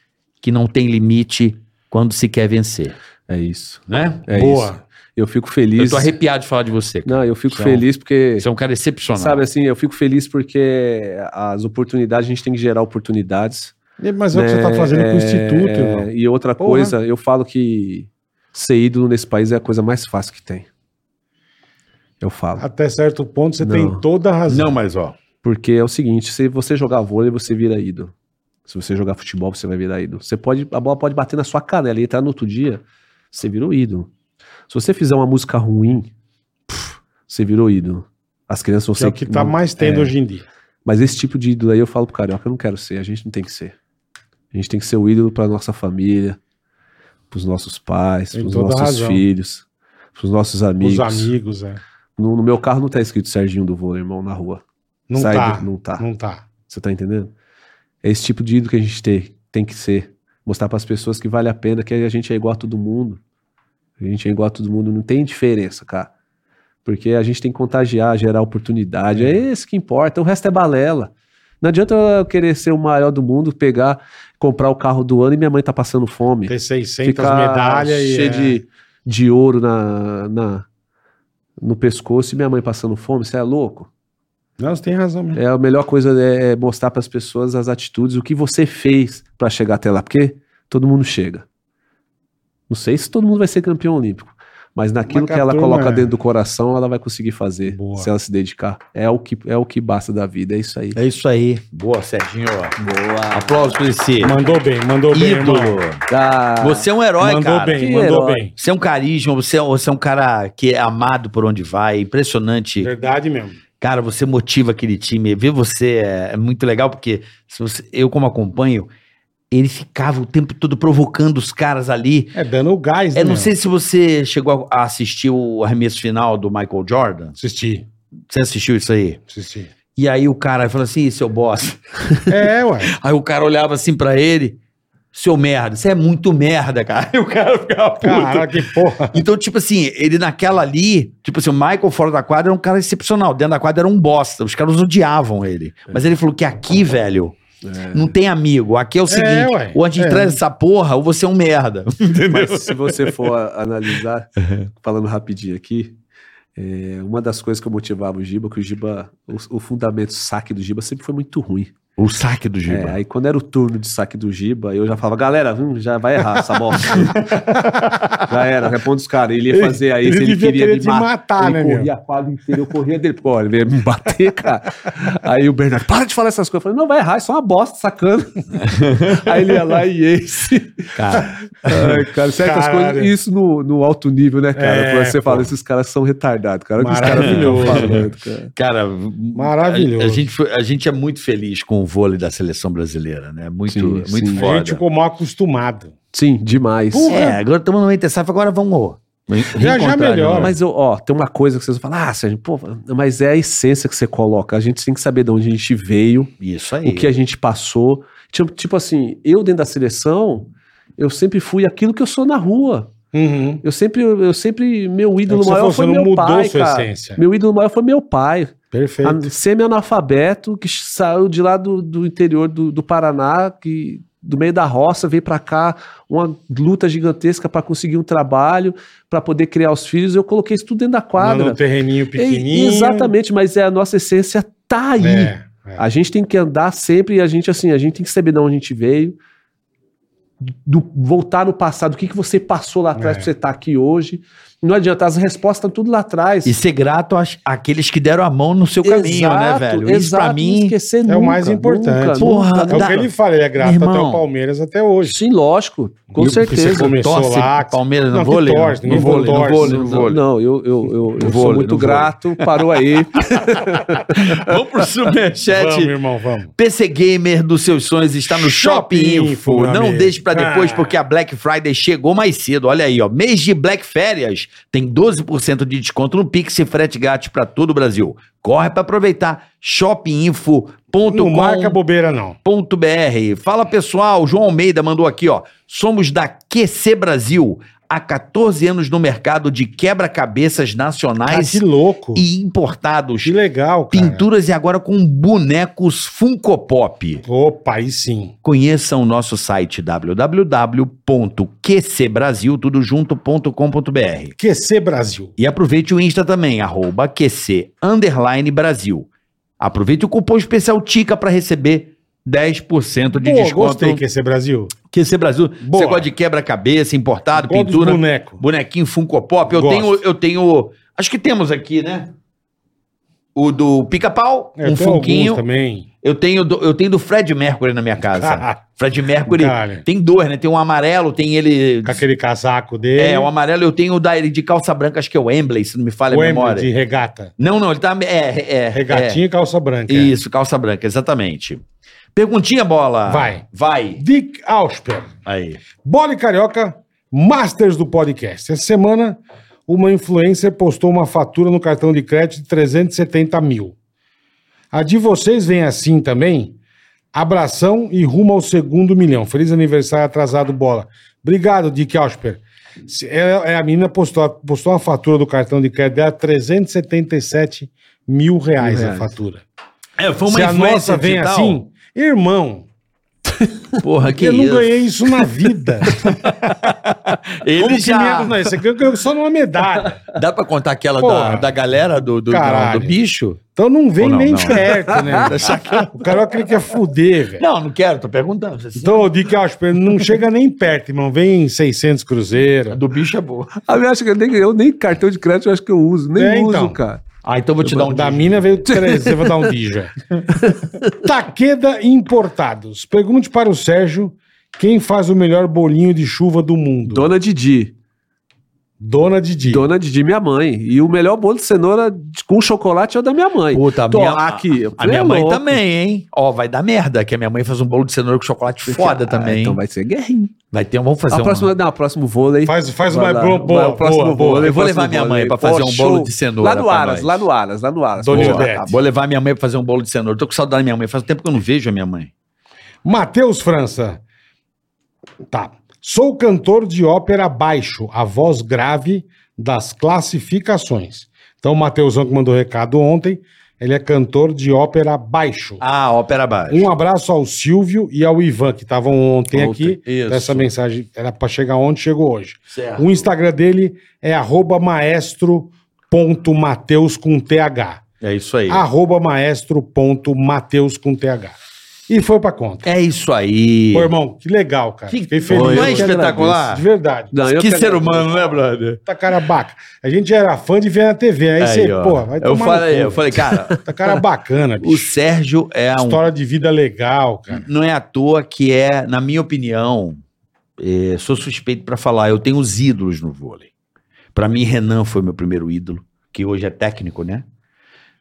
Speaker 6: que não tem limite quando se quer vencer,
Speaker 1: É isso.
Speaker 6: né?
Speaker 1: É isso.
Speaker 3: Boa.
Speaker 1: Eu fico feliz.
Speaker 6: Eu tô arrepiado de falar de você. cara.
Speaker 1: Não, eu fico
Speaker 6: Então,
Speaker 1: feliz porque
Speaker 6: Você é um cara excepcional.
Speaker 1: Sabe assim, eu fico feliz porque as oportunidades, a gente tem que gerar oportunidades.
Speaker 3: E- Mas é o que você tá
Speaker 1: né?
Speaker 3: fazendo com o
Speaker 1: É,
Speaker 3: Instituto, irmão.
Speaker 1: E outra
Speaker 3: Porra.
Speaker 1: coisa, eu falo que ser ídolo nesse país é a coisa mais fácil que tem. Eu falo.
Speaker 3: Até certo ponto você
Speaker 1: Não.
Speaker 3: tem toda a razão.
Speaker 4: Não, mas ó.
Speaker 1: Porque é o seguinte, se você jogar vôlei, você vira ídolo. Se você jogar futebol, você vai virar ídolo. Você pode, a bola pode bater na sua canela e entrar no outro dia, você virou ídolo. Se você fizer uma música ruim, pff, você virou ídolo. As crianças vão
Speaker 3: que é
Speaker 1: ser
Speaker 3: o que tá mais tendo hoje em dia.
Speaker 1: Mas esse tipo de ídolo aí eu falo pro carioca, eu não quero ser, a gente não tem que ser. A gente tem que ser o ídolo pra nossa família, pros nossos pais,
Speaker 3: Tem
Speaker 1: pros
Speaker 3: toda a
Speaker 1: nossos
Speaker 3: razão.
Speaker 1: filhos, pros nossos amigos.
Speaker 3: Os amigos, é.
Speaker 1: No, no meu carro não tá escrito Serginho do Vôlei, irmão, na rua.
Speaker 3: Não
Speaker 1: Sai
Speaker 3: tá.
Speaker 1: do- não tá.
Speaker 3: Não tá.
Speaker 1: Você tá entendendo? É esse tipo de ídolo que a gente tem, tem que ser. Mostrar pras pessoas que vale a pena, que a gente é igual a todo mundo. A gente é igual a todo mundo, não tem diferença, cara. Porque a gente tem que contagiar, gerar oportunidade. É esse que importa, o resto é balela. Não adianta eu querer ser o maior do mundo, pegar, comprar o carro do ano e minha mãe tá passando fome.
Speaker 3: Ter 600
Speaker 1: Ficar
Speaker 3: medalhas e.
Speaker 1: cheio
Speaker 3: é.
Speaker 1: de, de ouro na, na, no pescoço e minha mãe passando fome, você é louco?
Speaker 3: Não, você tem razão mesmo.
Speaker 1: É a melhor coisa é mostrar para as pessoas as atitudes, o que você fez para chegar até lá, porque todo mundo chega. Não sei se todo mundo vai ser campeão olímpico, mas naquilo
Speaker 3: Mas
Speaker 1: que
Speaker 3: que a
Speaker 1: ela
Speaker 3: turma
Speaker 1: coloca
Speaker 6: né?
Speaker 3: é.
Speaker 1: dentro do coração, ela vai conseguir fazer,
Speaker 3: Boa.
Speaker 1: se ela se dedicar. É o que é o que basta da vida, é isso aí.
Speaker 6: É isso aí. Boa, Serginho. Boa. Aplausos para esse
Speaker 3: Mandou bem, mandou bem,
Speaker 6: ídolo.
Speaker 3: irmão.
Speaker 1: Ah,
Speaker 6: Você é um herói,
Speaker 3: mandou
Speaker 6: cara.
Speaker 3: bem,
Speaker 1: que
Speaker 3: mandou
Speaker 1: herói.
Speaker 3: bem.
Speaker 6: Você é um carisma, você é, você é um cara que é amado por onde vai, impressionante.
Speaker 3: Verdade mesmo.
Speaker 6: Cara, você motiva aquele time. Ver você é, é muito legal, porque se você- eu, como acompanho, Ele ficava o tempo todo provocando os caras ali.
Speaker 3: É dando o gás,
Speaker 6: É, não
Speaker 3: meu?
Speaker 6: sei se você chegou a assistir o arremesso final do Michael Jordan.
Speaker 3: Assisti,
Speaker 6: Você assistiu isso aí?
Speaker 3: assisti.
Speaker 6: E aí o cara falou assim, "Ih, seu boss.
Speaker 3: É,
Speaker 1: *laughs*
Speaker 3: ué.
Speaker 6: Aí o cara olhava assim pra ele, seu merda, você é muito merda, cara. *laughs* E o cara ficava puto.
Speaker 3: Cara, que porra.
Speaker 6: Então, tipo assim, ele naquela ali, tipo assim, o Michael fora da quadra era um cara excepcional. Dentro da quadra era um bosta. Os caras odiavam ele. Mas ele falou que aqui, velho, não tem amigo. Aqui é o seguinte:
Speaker 3: ué.
Speaker 6: ou a gente
Speaker 3: É.
Speaker 6: traz essa porra, ou você é um merda.
Speaker 1: Mas se você for a-
Speaker 6: *laughs*
Speaker 1: analisar,
Speaker 6: Uhum.
Speaker 1: falando rapidinho aqui, é, uma das coisas que eu motivava o Giba, que o Giba, o, o fundamento saque do Giba sempre foi muito ruim.
Speaker 6: O saque do
Speaker 1: É, aí quando era o turno de saque do Giba, eu já falava, galera, hum, já vai errar essa bola.
Speaker 3: *laughs*
Speaker 1: já era, responde os caras. Ele ia fazer aí, se ele
Speaker 3: devia né,
Speaker 1: queria
Speaker 3: querer
Speaker 1: me matar.
Speaker 3: matar,
Speaker 1: ele corria a quadra inteira, eu corria dele. Pô, ele veio me bater, cara. Aí o Bernardo, para de falar essas coisas. Eu falei, não, vai errar, é só uma
Speaker 3: *laughs*
Speaker 1: bosta, sacana. aí ele ia lá e esse.
Speaker 6: Cara,
Speaker 1: Ai, cara, certas
Speaker 3: Caralho.
Speaker 1: coisas. Isso no, no alto nível, né, cara?
Speaker 3: É,
Speaker 1: Quando você
Speaker 3: pô.
Speaker 1: fala, esses caras são retardados, cara. Olha o que os caras ficam
Speaker 3: Maravilhoso.
Speaker 1: falando, cara.
Speaker 6: cara
Speaker 3: Maravilhoso.
Speaker 6: A, a gente foi- a gente é muito feliz com o vôlei da seleção brasileira, né? Muito,
Speaker 1: Sim,
Speaker 6: muito
Speaker 1: sim.
Speaker 3: A
Speaker 6: foda.
Speaker 3: gente ficou mal acostumado.
Speaker 1: Sim, demais.
Speaker 6: É, agora estamos no Intersafa, agora vamos.
Speaker 3: Já, já
Speaker 6: reencontrar,
Speaker 3: melhora.
Speaker 6: né?
Speaker 1: Ah, Mas eu, ó, tem uma coisa que vocês vão falar, ah, Sérgio, pô, mas é a essência que você coloca. A gente tem que saber de onde a gente veio,
Speaker 6: Isso aí.
Speaker 1: o que a gente passou. Tipo, tipo assim, eu dentro da seleção, eu sempre fui aquilo que eu sou na rua.
Speaker 3: Uhum.
Speaker 1: Eu sempre, eu sempre meu
Speaker 3: É o
Speaker 1: ídolo
Speaker 3: que você falou,
Speaker 1: maior
Speaker 3: você
Speaker 1: foi
Speaker 3: não
Speaker 1: meu
Speaker 3: mudou
Speaker 1: pai,
Speaker 3: sua
Speaker 1: cara.
Speaker 3: essência.
Speaker 1: Meu tá ídolo maior foi meu pai,
Speaker 3: Perfeito.
Speaker 1: a- semi-analfabeto, que saiu de lá do, do interior do, do Paraná, que do meio da roça veio pra cá, uma luta gigantesca pra conseguir um trabalho, pra poder criar os filhos. Eu coloquei isso tudo dentro da
Speaker 3: Lá
Speaker 1: quadra.
Speaker 3: No um terreninho pequenininho.
Speaker 1: É, Exatamente, mas é a nossa essência tá aí.
Speaker 3: É, é.
Speaker 1: A gente tem que andar sempre e a gente assim, a gente tem que saber de onde a gente veio, do, voltar no passado, o que, que você passou lá
Speaker 3: É.
Speaker 1: atrás pra você estar aqui hoje. Não adianta, as respostas estão tudo lá atrás.
Speaker 6: E ser grato às- àqueles que deram a mão no seu caminho, né,
Speaker 1: Exato,
Speaker 6: velho? Isso
Speaker 1: exato,
Speaker 6: pra
Speaker 1: não
Speaker 6: mim.
Speaker 1: esquecer
Speaker 3: É o mais importante.
Speaker 6: Porra, né?
Speaker 1: nunca,
Speaker 3: É o
Speaker 6: dá-
Speaker 1: nunca.
Speaker 3: que ele fala, ele é grato
Speaker 6: Irmão.
Speaker 3: até o Palmeiras até hoje.
Speaker 1: Sim, lógico, com
Speaker 3: E você
Speaker 1: certeza.
Speaker 3: come- Começou
Speaker 6: torce
Speaker 3: lá,
Speaker 6: Palmeiras
Speaker 3: não,
Speaker 6: no
Speaker 3: que
Speaker 6: vôlei.
Speaker 3: torce,
Speaker 6: não?
Speaker 3: ninguém
Speaker 6: No vôlei,
Speaker 3: torce,
Speaker 6: no vôlei, no
Speaker 1: Não,
Speaker 6: vôlei.
Speaker 1: Não, eu, eu, eu, eu
Speaker 6: vôlei,
Speaker 1: sou
Speaker 6: no
Speaker 1: muito
Speaker 6: vôlei.
Speaker 1: grato,
Speaker 3: *laughs*
Speaker 1: parou aí.
Speaker 6: Vamos *laughs* pro
Speaker 3: Vamos,
Speaker 6: superchat.
Speaker 3: irmão, vamos.
Speaker 6: PC Gamer dos seus sonhos está no Shopping,
Speaker 3: Shopping Info,
Speaker 6: Info.
Speaker 3: meu
Speaker 6: Não
Speaker 3: amigo.
Speaker 6: deixe pra depois,
Speaker 3: Ah.
Speaker 6: porque a Black Friday chegou mais cedo. Olha aí, ó. Mês de Black Férias tem 12% de desconto no Pix e frete grátis pra todo o Brasil. Corre pra aproveitar.
Speaker 3: Não marca
Speaker 6: shoppinginfo.com.br.
Speaker 3: bobeira, não.
Speaker 6: Fala pessoal, João Almeida mandou aqui, ó. Somos da QC Brasil, há 14 anos no mercado de quebra-cabeças
Speaker 3: Cara,
Speaker 6: nacionais
Speaker 3: Ah, que louco.
Speaker 6: e importados.
Speaker 3: Que legal, cara.
Speaker 6: Pinturas e agora com bonecos Funko Pop.
Speaker 3: Opa, aí sim.
Speaker 6: Conheça o nosso site www.qcbrasil.com.br
Speaker 3: QC Brasil.
Speaker 6: e aproveite o Insta também, arroba QC underline Brasil. Aproveite o cupom especial TICA para receber 10% de
Speaker 3: Pô,
Speaker 6: desconto.
Speaker 3: gostei QC Brasil.
Speaker 6: QC Brasil,
Speaker 3: Boa.
Speaker 6: você gosta de quebra-cabeça, importado,
Speaker 3: Gosto dos
Speaker 6: pintura,
Speaker 3: boneco.
Speaker 6: bonequinho Funko Pop. Eu
Speaker 3: Gosto.
Speaker 6: tenho, eu tenho, acho que temos aqui, né? O do Pica-Pau,
Speaker 3: É,
Speaker 6: um
Speaker 3: tem alguns
Speaker 6: funquinho. Ah,
Speaker 3: também.
Speaker 6: Eu tenho, do, eu tenho do Fred Mercury na minha casa. Fred Mercury
Speaker 3: Cara.
Speaker 6: tem dois, né? Tem um amarelo, tem ele.
Speaker 3: Com aquele casaco dele.
Speaker 6: É, o amarelo eu tenho o da, ele de calça branca, acho que é o Embley, se não me falha
Speaker 3: o
Speaker 6: a
Speaker 3: Emblem
Speaker 6: memória.
Speaker 3: de regata.
Speaker 6: Não, não, ele tá. É, é.
Speaker 3: Regatinha e calça branca.
Speaker 6: É,
Speaker 3: é.
Speaker 6: isso, calça branca, exatamente. Perguntinha, bola.
Speaker 3: Vai.
Speaker 6: Vai.
Speaker 3: Dick Ausper.
Speaker 6: Aí.
Speaker 3: Bola e Carioca, Masters do podcast. Essa semana, uma influencer postou uma fatura no cartão de crédito de 370 mil. A de vocês vem assim também? Abração e rumo ao segundo milhão. Feliz aniversário atrasado, Bola. Obrigado, Dick Ausper. Se- é- é, A menina postou, postou uma fatura do cartão de crédito dela, 377 mil reais a fatura.
Speaker 6: É, foi
Speaker 3: Se a nossa vem
Speaker 6: digital.
Speaker 3: assim, irmão,
Speaker 6: *laughs* Porra, que
Speaker 3: eu
Speaker 6: isso.
Speaker 3: não ganhei isso na
Speaker 6: *laughs*
Speaker 3: vida.
Speaker 6: Ele
Speaker 3: Como que
Speaker 6: já...
Speaker 3: menos não? é Isso aqui eu ganho só numa medalha.
Speaker 6: Dá pra contar aquela da,
Speaker 3: Porra.
Speaker 6: da galera do, do, do,
Speaker 3: Caralho.
Speaker 6: do bicho?
Speaker 3: Então não vem
Speaker 6: Ou não,
Speaker 3: nem
Speaker 6: não.
Speaker 3: perto, né? o cara que ele quer fuder, velho.
Speaker 6: Não, não quero, tô perguntando. Assim,
Speaker 3: Então, o Dick Ausper não chega nem perto, irmão. Vem 600
Speaker 6: a
Speaker 3: cruzeiro.
Speaker 6: Do bicho é boa.
Speaker 1: Ah, eu, acho que eu, nem, eu nem cartão de crédito eu acho que eu uso, nem
Speaker 3: É,
Speaker 1: uso,
Speaker 3: então.
Speaker 1: cara.
Speaker 6: Ah, então vou te dar um
Speaker 3: da
Speaker 6: dígito.
Speaker 3: mina veio 300. Você vai dar um dija. Taqueda Importados. Pergunte para o Sérgio quem faz o melhor bolinho de chuva do mundo.
Speaker 1: Dona Didi.
Speaker 3: Dona Didi.
Speaker 1: Dona de minha mãe. E o melhor bolo de cenoura de- com chocolate é o da minha mãe.
Speaker 6: Puta, a
Speaker 1: Tô,
Speaker 6: minha,
Speaker 1: aqui,
Speaker 6: a minha
Speaker 1: é
Speaker 6: mãe
Speaker 1: louco.
Speaker 6: também, hein? Ó, vai dar merda, que a minha mãe faz um bolo de cenoura com chocolate foda
Speaker 1: Ah,
Speaker 6: também.
Speaker 1: Então vai ser guerrinho.
Speaker 6: Vai ter um, vamos fazer
Speaker 1: A
Speaker 6: um...
Speaker 1: próxima, não, o próximo vôlei.
Speaker 3: Faz, faz
Speaker 1: Vai
Speaker 3: uma
Speaker 1: lá,
Speaker 3: boa,
Speaker 1: vai,
Speaker 3: boa,
Speaker 1: o próximo
Speaker 3: boa,
Speaker 1: vou
Speaker 3: boa.
Speaker 1: ler.
Speaker 6: Eu vou
Speaker 1: Próximo
Speaker 6: levar minha
Speaker 1: vôlei.
Speaker 6: mãe pra
Speaker 1: Pô,
Speaker 6: fazer um
Speaker 1: show.
Speaker 6: bolo de cenoura.
Speaker 1: Lá no
Speaker 6: pra
Speaker 1: Aras,
Speaker 6: nós.
Speaker 1: lá no Aras, lá no Aras.
Speaker 3: Dona
Speaker 1: Pô,
Speaker 6: Boa,
Speaker 3: Ivete.
Speaker 6: tá, vou levar minha mãe pra fazer um bolo de cenoura. Tô com saudade da minha mãe. Faz um tempo que eu não vejo a minha mãe.
Speaker 3: Matheus França. Tá. Sou cantor de ópera baixo, a voz grave das classificações. Então, o Matheusão que mandou recado ontem, ele é cantor de ópera baixo.
Speaker 6: Ah, ópera baixa.
Speaker 3: Um abraço ao Silvio e ao Ivan, que estavam ontem, aqui.
Speaker 5: Isso.
Speaker 3: Essa mensagem era para chegar ontem, chegou hoje.
Speaker 6: Um- Ah.
Speaker 5: Certo.
Speaker 3: O Instagram dele é arroba maestro.mateus com TH.
Speaker 6: É isso aí.
Speaker 3: Arroba maestro.mateus com TH. E foi pra conta.
Speaker 6: É isso aí.
Speaker 3: Pô, irmão, que legal, cara.
Speaker 6: Que-
Speaker 3: Fiquei feliz.
Speaker 6: Não é
Speaker 3: Eu que
Speaker 6: espetacular?
Speaker 3: agradeço, De verdade.
Speaker 1: Não, eu
Speaker 6: que
Speaker 1: quero-
Speaker 6: ser humano, né, brother?
Speaker 3: Tá cara baca. A gente era fã de ver na TV. Aí, você,
Speaker 6: ó.
Speaker 3: pô, vai
Speaker 6: eu
Speaker 3: tomar no
Speaker 6: falei,
Speaker 3: cu.
Speaker 6: eu falei, cara,
Speaker 3: Tá
Speaker 6: *laughs*
Speaker 3: cara bacana,
Speaker 6: o
Speaker 3: bicho.
Speaker 6: Sérgio é um
Speaker 3: História de vida legal, cara.
Speaker 6: não é à toa que é, na minha opinião, é, sou suspeito pra falar, eu tenho os ídolos no vôlei. Pra mim, Renan foi meu primeiro ídolo, que hoje é técnico, né?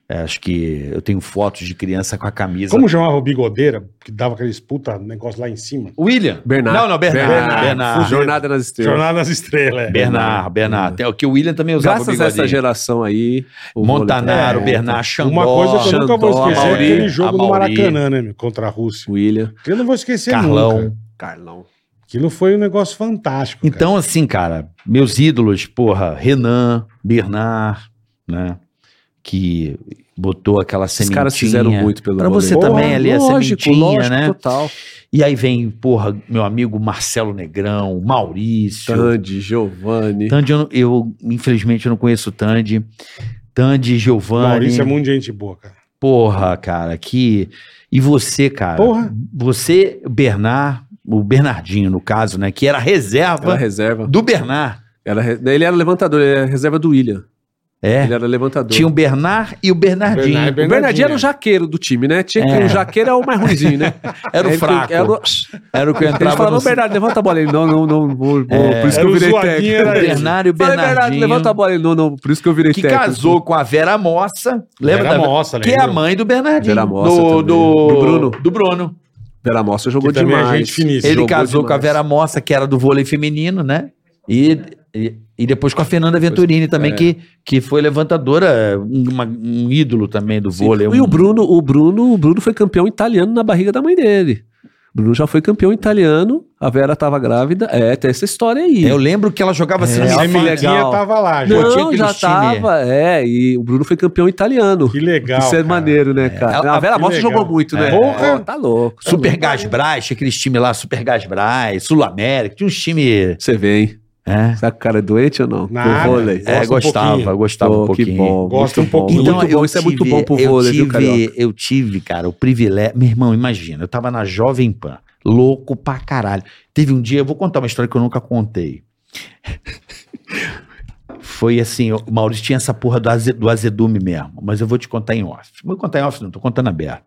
Speaker 6: É, acho que eu tenho fotos de criança com a camisa.
Speaker 3: Como chamava o Bigodeira, que dava aqueles puta negócio lá em cima?
Speaker 6: William?
Speaker 1: Bernardo.
Speaker 6: Não, não, Bernardo. Bernardo.
Speaker 1: Bernardo.
Speaker 6: Bernardo.
Speaker 3: Fugiu.
Speaker 1: é Jornada nas Estrelas.
Speaker 3: Jornada nas Estrelas. é.
Speaker 6: Bernardo, Tem- o que o William também usava
Speaker 1: Graças a
Speaker 6: bigodinho.
Speaker 1: essa geração aí. o vôlei-
Speaker 6: Montanaro,
Speaker 3: É,
Speaker 6: Bernardo, Xandó.
Speaker 3: Uma coisa que eu nunca vou
Speaker 1: Xandó,
Speaker 3: esquecer é
Speaker 1: Amauri,
Speaker 3: aquele jogo no
Speaker 6: Amauri.
Speaker 3: Maracanã, né, meu? Contra a Rússia.
Speaker 1: William.
Speaker 3: Eu não vou esquecer
Speaker 6: Carlão.
Speaker 3: nunca.
Speaker 1: Carlão.
Speaker 3: Aquilo foi um negócio fantástico. cara.
Speaker 6: Então, assim, cara, meus ídolos, porra, Renan, Bernard, né? Que botou aquela
Speaker 1: Esses
Speaker 6: sementinha.
Speaker 1: caras fizeram muito pelo
Speaker 6: Pra
Speaker 1: vôlei.
Speaker 6: você também ali, a sementinha, né?
Speaker 1: total.
Speaker 6: E aí vem, porra, meu amigo Marcelo Negrão, Maurício.
Speaker 1: Tandy, Giovanni.
Speaker 6: Tandy, eu, não- eu, infelizmente eu não conheço o Tandy. Tandy, Giovanni.
Speaker 3: Maurício é muito gente boa, cara.
Speaker 6: Porra, cara, que. E você, cara?
Speaker 3: Porra.
Speaker 6: Você, Bernard, o Bernardinho, no caso, né? Que era reserva
Speaker 1: Era é reserva.
Speaker 6: do Bernard.
Speaker 1: Era re- Ele era levantador, ele era reserva do William.
Speaker 6: É.
Speaker 1: Ele era levantador.
Speaker 6: Tinha o Bernard e o Bernardinho.
Speaker 3: Bernard-
Speaker 1: O Bernardinho era um o jaqueiro do time, né? Tinha que,
Speaker 6: É.
Speaker 1: O jaqueiro é o mais ruimzinho, né?
Speaker 6: *laughs* Era o
Speaker 1: Ele que-
Speaker 6: fraco.
Speaker 1: Era o...
Speaker 6: Era o que eu
Speaker 1: Eles
Speaker 6: entrava
Speaker 1: falavam,
Speaker 6: no... É.
Speaker 1: Bernardo, levanta a bola. Ele, não, não, não, vou, vou. por isso
Speaker 3: Era
Speaker 1: que eu
Speaker 3: o
Speaker 1: virei
Speaker 3: zoadinho,
Speaker 1: técnico.
Speaker 3: era
Speaker 6: O
Speaker 3: ele.
Speaker 6: Bernardo e o
Speaker 1: Falei,
Speaker 6: Bernardinho.
Speaker 1: Bernardo, levanta a bola. Ele, não, não, por isso que eu virei
Speaker 6: Que
Speaker 1: técnico.
Speaker 6: casou com a Vera Mossa. Lembra
Speaker 3: Era
Speaker 6: da
Speaker 3: moça,
Speaker 6: Que é a mãe do Bernardinho.
Speaker 1: Vera Mossa
Speaker 6: do,
Speaker 1: também.
Speaker 6: do,
Speaker 1: Do Bruno.
Speaker 6: Do Bruno.
Speaker 1: Vera Mossa jogou
Speaker 3: Que também é
Speaker 1: demais.
Speaker 3: gente finíssima.
Speaker 6: Ele
Speaker 1: Jogou
Speaker 6: casou
Speaker 1: demais.
Speaker 6: com a Vera Mossa, que era do vôlei feminino, né? E, e, e depois com a Fernanda Venturini também,
Speaker 1: é.
Speaker 6: que, que foi levantadora, uma- um ídolo também do
Speaker 1: Sim.
Speaker 3: é
Speaker 6: vôlei.
Speaker 1: E
Speaker 6: um-
Speaker 1: o Bruno, o Bruno, o Bruno foi campeão italiano na barriga da mãe dele. O Bruno já foi campeão italiano, a Vera tava grávida. É, tem essa história aí.
Speaker 6: Eu lembro que ela jogava assim.
Speaker 1: É,
Speaker 3: a
Speaker 1: olha que
Speaker 3: sementinha
Speaker 1: legal.
Speaker 3: tava lá, já.
Speaker 6: Pô, tinha
Speaker 1: não,
Speaker 6: aqueles
Speaker 1: já
Speaker 6: time-
Speaker 1: tava, é, e o Bruno foi campeão italiano.
Speaker 3: Que legal.
Speaker 1: Isso é
Speaker 3: cara.
Speaker 1: maneiro, né, cara?
Speaker 6: É,
Speaker 1: a Vera
Speaker 3: que
Speaker 1: Mossa
Speaker 3: legal.
Speaker 1: jogou muito, né?
Speaker 3: É. Porra!
Speaker 1: Ó, tá louco.
Speaker 6: Super Gasbras, tinha aqueles times lá, Super Gasbras, Sul América, tinha uns times.
Speaker 1: Você vê, hein?
Speaker 6: É,
Speaker 1: Será que o cara é doente ou não?
Speaker 3: Nada.
Speaker 1: Pro vôlei.
Speaker 3: Gosta
Speaker 6: é,
Speaker 3: um
Speaker 6: gostava,
Speaker 3: pouquinho.
Speaker 6: gostava um
Speaker 1: Pô, que
Speaker 6: pouquinho.
Speaker 1: bom.
Speaker 3: Gosta um
Speaker 1: muito bom,
Speaker 3: pouquinho.
Speaker 1: Muito
Speaker 6: Então,
Speaker 1: bom.
Speaker 6: eu
Speaker 1: Isso é
Speaker 6: tive-
Speaker 1: muito bom pro
Speaker 6: eu
Speaker 1: vôlei, viu,
Speaker 6: tive-
Speaker 1: Carioca?
Speaker 6: Eu tive, cara, o privilégio. Meu irmão, imagina, eu tava na Jovem Pan, louco pra caralho. Teve um dia, eu vou contar uma história que eu nunca contei. *laughs* Foi assim, o Maurício tinha essa porra do, aze- do azedume mesmo, mas eu vou te contar em off. Vou contar em off, não, tô contando aberto.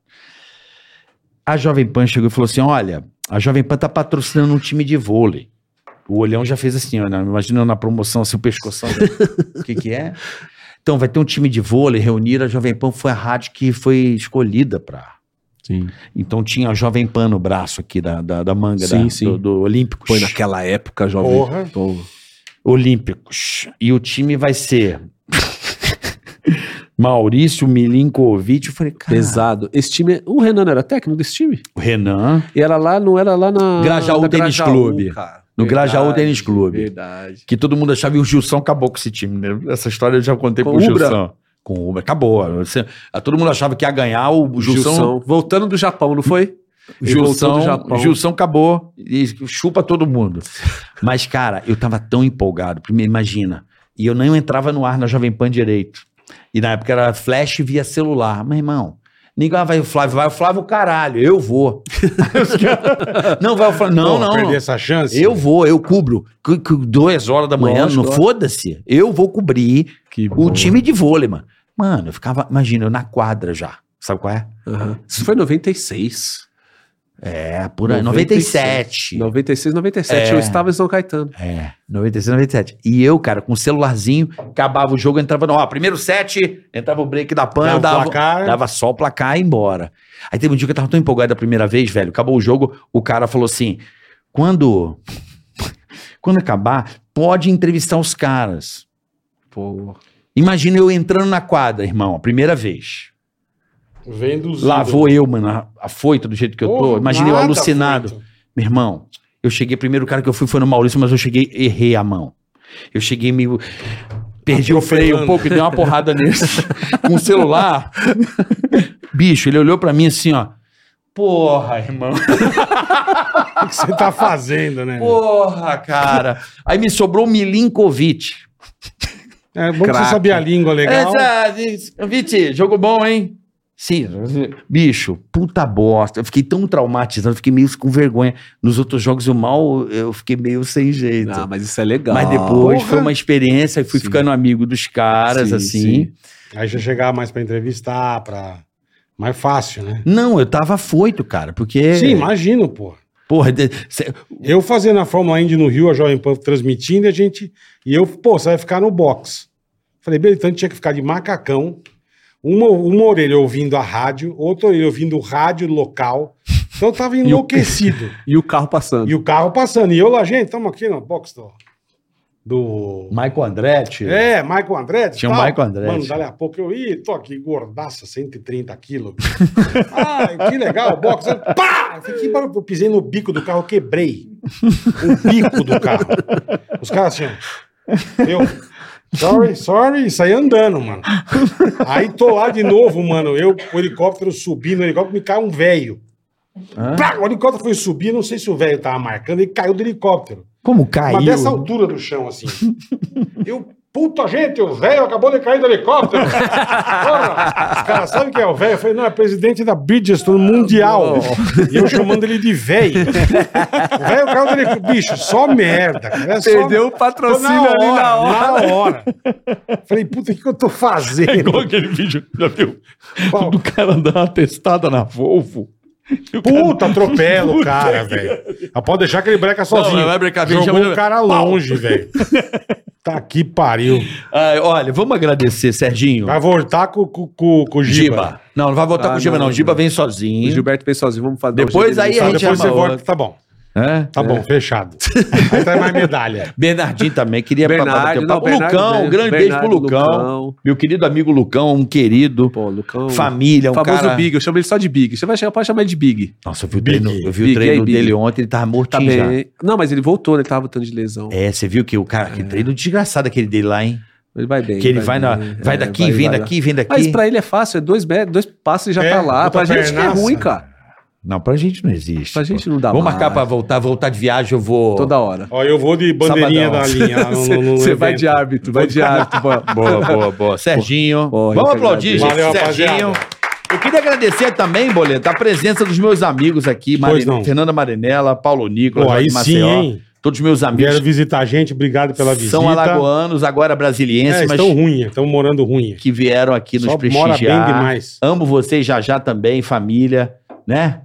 Speaker 6: A Jovem Pan chegou e falou assim: olha, a Jovem Pan tá patrocinando um time de vôlei. O olhão já fez assim, olha, imagina na promoção, assim, o pescoção. *laughs* O que que é? Então vai ter um time de vôlei, reunir a Jovem Pan foi a rádio que foi escolhida para.
Speaker 1: Sim.
Speaker 6: Então tinha a Jovem Pan no braço aqui da, da, da manga
Speaker 1: Sim,
Speaker 6: da-
Speaker 1: sim.
Speaker 6: Do, do Olímpicos.
Speaker 1: Foi naquela época, jovem.
Speaker 3: Porra.
Speaker 1: Pô,
Speaker 6: Olímpicos. E o time vai
Speaker 1: *laughs*
Speaker 6: ser Maurício Milinkovic. Eu falei, cara,
Speaker 1: pesado. Esse time. é- O Renan era técnico desse time?
Speaker 6: o Renan.
Speaker 1: E era lá, não era lá na.
Speaker 6: Grajaú
Speaker 1: na
Speaker 6: Tênis Clube.
Speaker 1: cara.
Speaker 6: No
Speaker 1: Verdade,
Speaker 6: Grajaú Tênis Clube.
Speaker 1: Verdade.
Speaker 6: Que todo mundo achava e o Gilson acabou com esse time. né? Essa história eu já contei
Speaker 1: Com
Speaker 6: pro
Speaker 1: o Ubra?
Speaker 6: Gilson. Com o Ubra, acabou. Você- todo mundo achava que ia ganhar o Gilson.
Speaker 1: Gilson. Voltando do Japão, não foi? Ele voltou do
Speaker 6: Gilson,
Speaker 1: Japão.
Speaker 6: Gilson acabou e chupa todo mundo. *laughs* Mas, cara, eu tava tão empolgado, primeiro, imagina. E eu não entrava no ar na Jovem Pan direito. E na época era flash via celular. Mas, irmão, ninguém ah, vai o Flávio, vai o Flávio, caralho, eu vou. *laughs* não vai o Flávio, não,
Speaker 3: Pô,
Speaker 6: não.
Speaker 3: Perder essa chance.
Speaker 6: Eu vou, eu cubro. Cu- cu- Duas horas da manhã,
Speaker 1: Lógico,
Speaker 6: não
Speaker 1: ó.
Speaker 6: foda-se. Eu vou cobrir
Speaker 1: Que
Speaker 6: o time de vôlei, mano. Mano, eu ficava, imagina, eu na quadra já. Sabe qual é?
Speaker 1: Aham. Isso foi em 96.
Speaker 5: É, por aí.
Speaker 1: 97.
Speaker 5: 97.
Speaker 1: 96,
Speaker 6: É.
Speaker 1: 97. Eu estava em São Caetano.
Speaker 5: É,
Speaker 6: 96, 97. E eu, cara, com o celularzinho, acabava o jogo, entrava no. Ó, primeiro set, entrava o break da PAN,
Speaker 3: Dava o
Speaker 6: dava,
Speaker 3: placar.
Speaker 6: dava só o placar e ia embora. Aí teve um dia que eu tava tão empolgado da primeira vez, velho. Acabou o jogo, o cara falou assim: quando. *laughs* Quando acabar, pode entrevistar os caras.
Speaker 1: Pô.
Speaker 6: Imagina eu entrando na quadra, irmão, a primeira vez.
Speaker 3: Vendo os.
Speaker 6: Lá vou eu, mano, a- afoito do jeito que eu tô.
Speaker 3: Porra,
Speaker 6: Imagina eu
Speaker 3: nada
Speaker 6: alucinado.
Speaker 3: feito.
Speaker 6: Meu irmão, eu cheguei, primeiro cara que eu fui foi no Maurício, mas eu cheguei, errei a mão. Eu cheguei meio. Perdi o freio um pouco e dei uma porrada nele *laughs* com o celular. Bicho, ele olhou pra mim assim, ó. Porra, irmão.
Speaker 3: O que você tá fazendo, né?
Speaker 6: Porra, cara. Aí me sobrou o Milinkovic.
Speaker 3: É bom que
Speaker 1: Craque.
Speaker 3: você sabia a língua legal.
Speaker 6: Essa- é Viti, jogo bom, hein? Sim. Bicho, puta bosta. Eu fiquei tão traumatizado, fiquei meio com vergonha. Nos outros jogos, o mal, eu fiquei meio sem jeito.
Speaker 1: Ah, mas isso é legal.
Speaker 6: então. Mas depois
Speaker 3: Porra.
Speaker 6: foi uma experiência e fui
Speaker 1: Sim.
Speaker 6: ficando amigo dos caras,
Speaker 1: Sim,
Speaker 6: assim.
Speaker 1: sim.
Speaker 3: Aí já chegava mais pra entrevistar, pra. Mais fácil, né?
Speaker 6: Não, eu tava afoito, cara, porque.
Speaker 3: Sim, imagino, pô.
Speaker 6: Porra, de- cê-
Speaker 3: Eu fazendo a Fórmula Indy no Rio, a Jovem Pan transmitindo, e a gente. E eu, pô, você vai ficar no box. Falei, beleza, então a gente tinha que ficar de macacão, uma, uma orelha ouvindo a rádio, outra orelha ouvindo o rádio local. Então eu tava enlouquecido.
Speaker 1: E o carro passando.
Speaker 3: E o carro passando. E eu lá, gente, estamos aqui no box do. Do.
Speaker 5: Michael Andretti.
Speaker 3: É, Michael Andretti.
Speaker 5: Tinha o
Speaker 3: tal.
Speaker 5: Michael Andretti.
Speaker 3: Mano, dali a pouco eu ih, tô aqui, gordaça, 130 quilos. *laughs* ah, que legal, box. Pá! Que barulho, eu pisei no bico do carro, eu quebrei o bico do carro. Os caras assim, ó. eu. Sorry, sorry, e saí andando, mano. Aí tô lá de novo, mano. Eu, com o helicóptero subindo, o helicóptero me cai um velho. Pá, O helicóptero foi subir, não sei se o velho tava marcando, ele caiu do helicóptero.
Speaker 5: Como caiu?
Speaker 3: Mas dessa altura do chão, assim. Eu, puta gente, o velho acabou de cair do helicóptero. Porra, os caras sabem quem é o velho? Eu falei, não, é presidente da Bridgestone Mundial. E eu chamando ele de velho. O velho caiu do helicóptero. Bicho, só merda. Cara. é só-
Speaker 1: Perdeu o
Speaker 3: Tô
Speaker 1: patrocínio ali na hora.
Speaker 3: Na hora. Falei, puta, o que, que eu tô
Speaker 13: É igual
Speaker 3: fazendo?
Speaker 13: aquele vídeo, já viu?
Speaker 3: Qual?
Speaker 13: Do cara dando uma testada na Volvo. E o cara-
Speaker 3: Puta, atropela o
Speaker 13: Puta
Speaker 3: cara,
Speaker 13: que-
Speaker 3: velho. Ah, Pode deixar que ele breca sozinho.
Speaker 6: vai brecar, vem,
Speaker 3: Jogou
Speaker 6: chama-
Speaker 3: o cara longe, velho. Tá que pariu.
Speaker 6: Ah, olha, vamos agradecer, Serginho.
Speaker 3: Vai voltar com, com, com, com o Giba. Tá,
Speaker 6: Giba. Não, não vai voltar
Speaker 1: Ah,
Speaker 6: com o Giba,
Speaker 1: não,
Speaker 6: não. O Giba
Speaker 1: não.
Speaker 6: vem
Speaker 1: O
Speaker 6: sozinho.
Speaker 1: Gilberto veio sozinho, vamos fazer
Speaker 6: Depois
Speaker 1: um jeito
Speaker 6: aí
Speaker 1: dele
Speaker 3: Tá,
Speaker 1: saber.
Speaker 6: a gente
Speaker 3: depois você
Speaker 6: ama o
Speaker 3: volta,
Speaker 6: outro. É.
Speaker 3: tá bom.
Speaker 6: Hã?
Speaker 3: Tá bom, fechado. Aí traz mais medalha.
Speaker 6: Bernardinho também, queria pra- pra
Speaker 1: Bernardo,
Speaker 6: bater
Speaker 1: não,
Speaker 6: papo.
Speaker 1: Bernardo
Speaker 6: Lucão,
Speaker 1: veio.
Speaker 6: um grande
Speaker 1: Bernardo,
Speaker 6: beijo pro Lucão.
Speaker 1: Lucão.
Speaker 6: Meu querido amigo Lucão, um querido.
Speaker 1: Pô, Lucão.
Speaker 6: Família, um
Speaker 1: famoso
Speaker 6: cara...
Speaker 1: Big, eu chamo ele só de Big. Você vai chegar, pode chamar ele de Big.
Speaker 6: Nossa, eu vi o
Speaker 3: Big.
Speaker 6: treino, eu vi o
Speaker 1: Big,
Speaker 6: treino
Speaker 1: aí, Big.
Speaker 6: dele ontem, ele tava
Speaker 1: Tá
Speaker 6: mortinho já.
Speaker 1: bem. Não, mas ele voltou, né? Ele tava voltando de lesão.
Speaker 6: É, você viu que o cara, que treino desgraçado aquele dele lá, hein?
Speaker 1: Ele vai bem.
Speaker 6: Que ele vai, na,
Speaker 1: bem.
Speaker 6: vai
Speaker 1: É,
Speaker 6: daqui,
Speaker 1: vai-
Speaker 6: vem
Speaker 1: vai lá.
Speaker 6: daqui, vem daqui.
Speaker 1: Mas pra ele é fácil, é dois, metros, dois passos e já
Speaker 3: É,
Speaker 1: tá lá.
Speaker 3: outra
Speaker 1: Pra gente que é
Speaker 3: pernaça. Tipo,
Speaker 1: ruim, cara.
Speaker 5: Não, pra gente não existe.
Speaker 1: Pra gente não dá
Speaker 6: Vou marcar pra
Speaker 1: mais.
Speaker 6: voltar, voltar de viagem, eu vou.
Speaker 1: Toda hora.
Speaker 3: Ó, eu vou de bandeirinha
Speaker 6: Sabadão.
Speaker 3: da
Speaker 1: *laughs*
Speaker 3: linha. lá no- no- no
Speaker 1: Você vai
Speaker 3: evento.
Speaker 1: de árbitro, vai de árbitro. boa.
Speaker 6: Boa, boa, boa. Serginho.
Speaker 1: Pô, eu
Speaker 6: Vamos
Speaker 1: que
Speaker 6: aplaudir, gente.
Speaker 1: agradeço.
Speaker 3: Valeu,
Speaker 6: Serginho.
Speaker 3: rapaziada.
Speaker 6: Eu queria agradecer também, Boleto, a presença dos meus amigos aqui, Marine-
Speaker 3: não.
Speaker 6: Fernanda Marinella, Paulo Nicolas,
Speaker 3: Pô, aí
Speaker 6: Jorge
Speaker 3: sim, hein?
Speaker 6: todos meus amigos
Speaker 3: Vieram visitar a gente, obrigado pela visita.
Speaker 6: são alagoanos, agora brasilienses,
Speaker 3: É,
Speaker 6: mas
Speaker 3: estão ruim, estão morando ruim.
Speaker 6: que vieram aqui nos
Speaker 3: Só mora bem
Speaker 6: prestigiar.
Speaker 3: demais.
Speaker 6: Amo vocês já já também, família, né?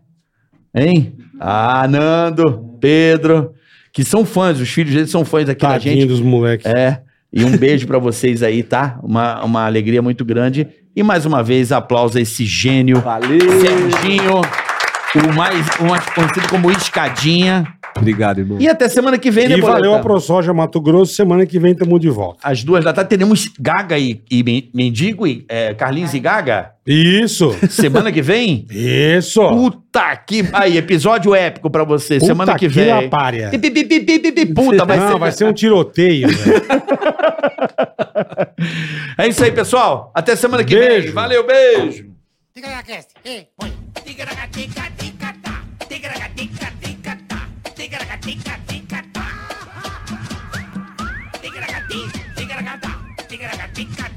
Speaker 6: Hein? Ah, Nando, Pedro, que são fãs, os filhos deles são fãs aqui da
Speaker 3: Tadinho
Speaker 6: gente.
Speaker 3: dos moleques.
Speaker 6: É. E um beijo pra vocês aí, tá? Uma, uma alegria muito grande. E mais uma vez, aplausa esse gênio,
Speaker 1: *laughs* Valeu.
Speaker 6: Serginho, o mais, o mais conhecido como Escadinha.
Speaker 1: Obrigado, irmão.
Speaker 6: E até semana que vem, né,
Speaker 3: E valeu a
Speaker 6: Boleta?
Speaker 3: ProSoja Mato Grosso, semana que vem tamo de volta.
Speaker 6: Às duas da tarde teremos Gaga e, e Men- Mendigo, e, é, Carlinhos e Gaga.
Speaker 3: Isso,
Speaker 6: *laughs* Semana que
Speaker 3: *laughs*
Speaker 6: vem?
Speaker 3: isso.
Speaker 6: Puta que. Aí, episódio épico pra você.
Speaker 3: Puta
Speaker 6: Semana que vem.
Speaker 3: lapária.
Speaker 6: Pi, pi, pi, pi, pi, pi, pi, Puta, vai
Speaker 3: Não,
Speaker 6: ser.
Speaker 3: vai ser um tiroteio. velho.
Speaker 6: *laughs* É isso aí, pessoal. Até semana que vem.
Speaker 3: Beijo.
Speaker 6: Valeu, beijo.
Speaker 2: Ticaracast, ei, põe. Ticaracatica, ticatá. Ticaracatica, ticatá. Ticaracatica, ticatá. Ticaracati, ticaracatá. Ticaracatica,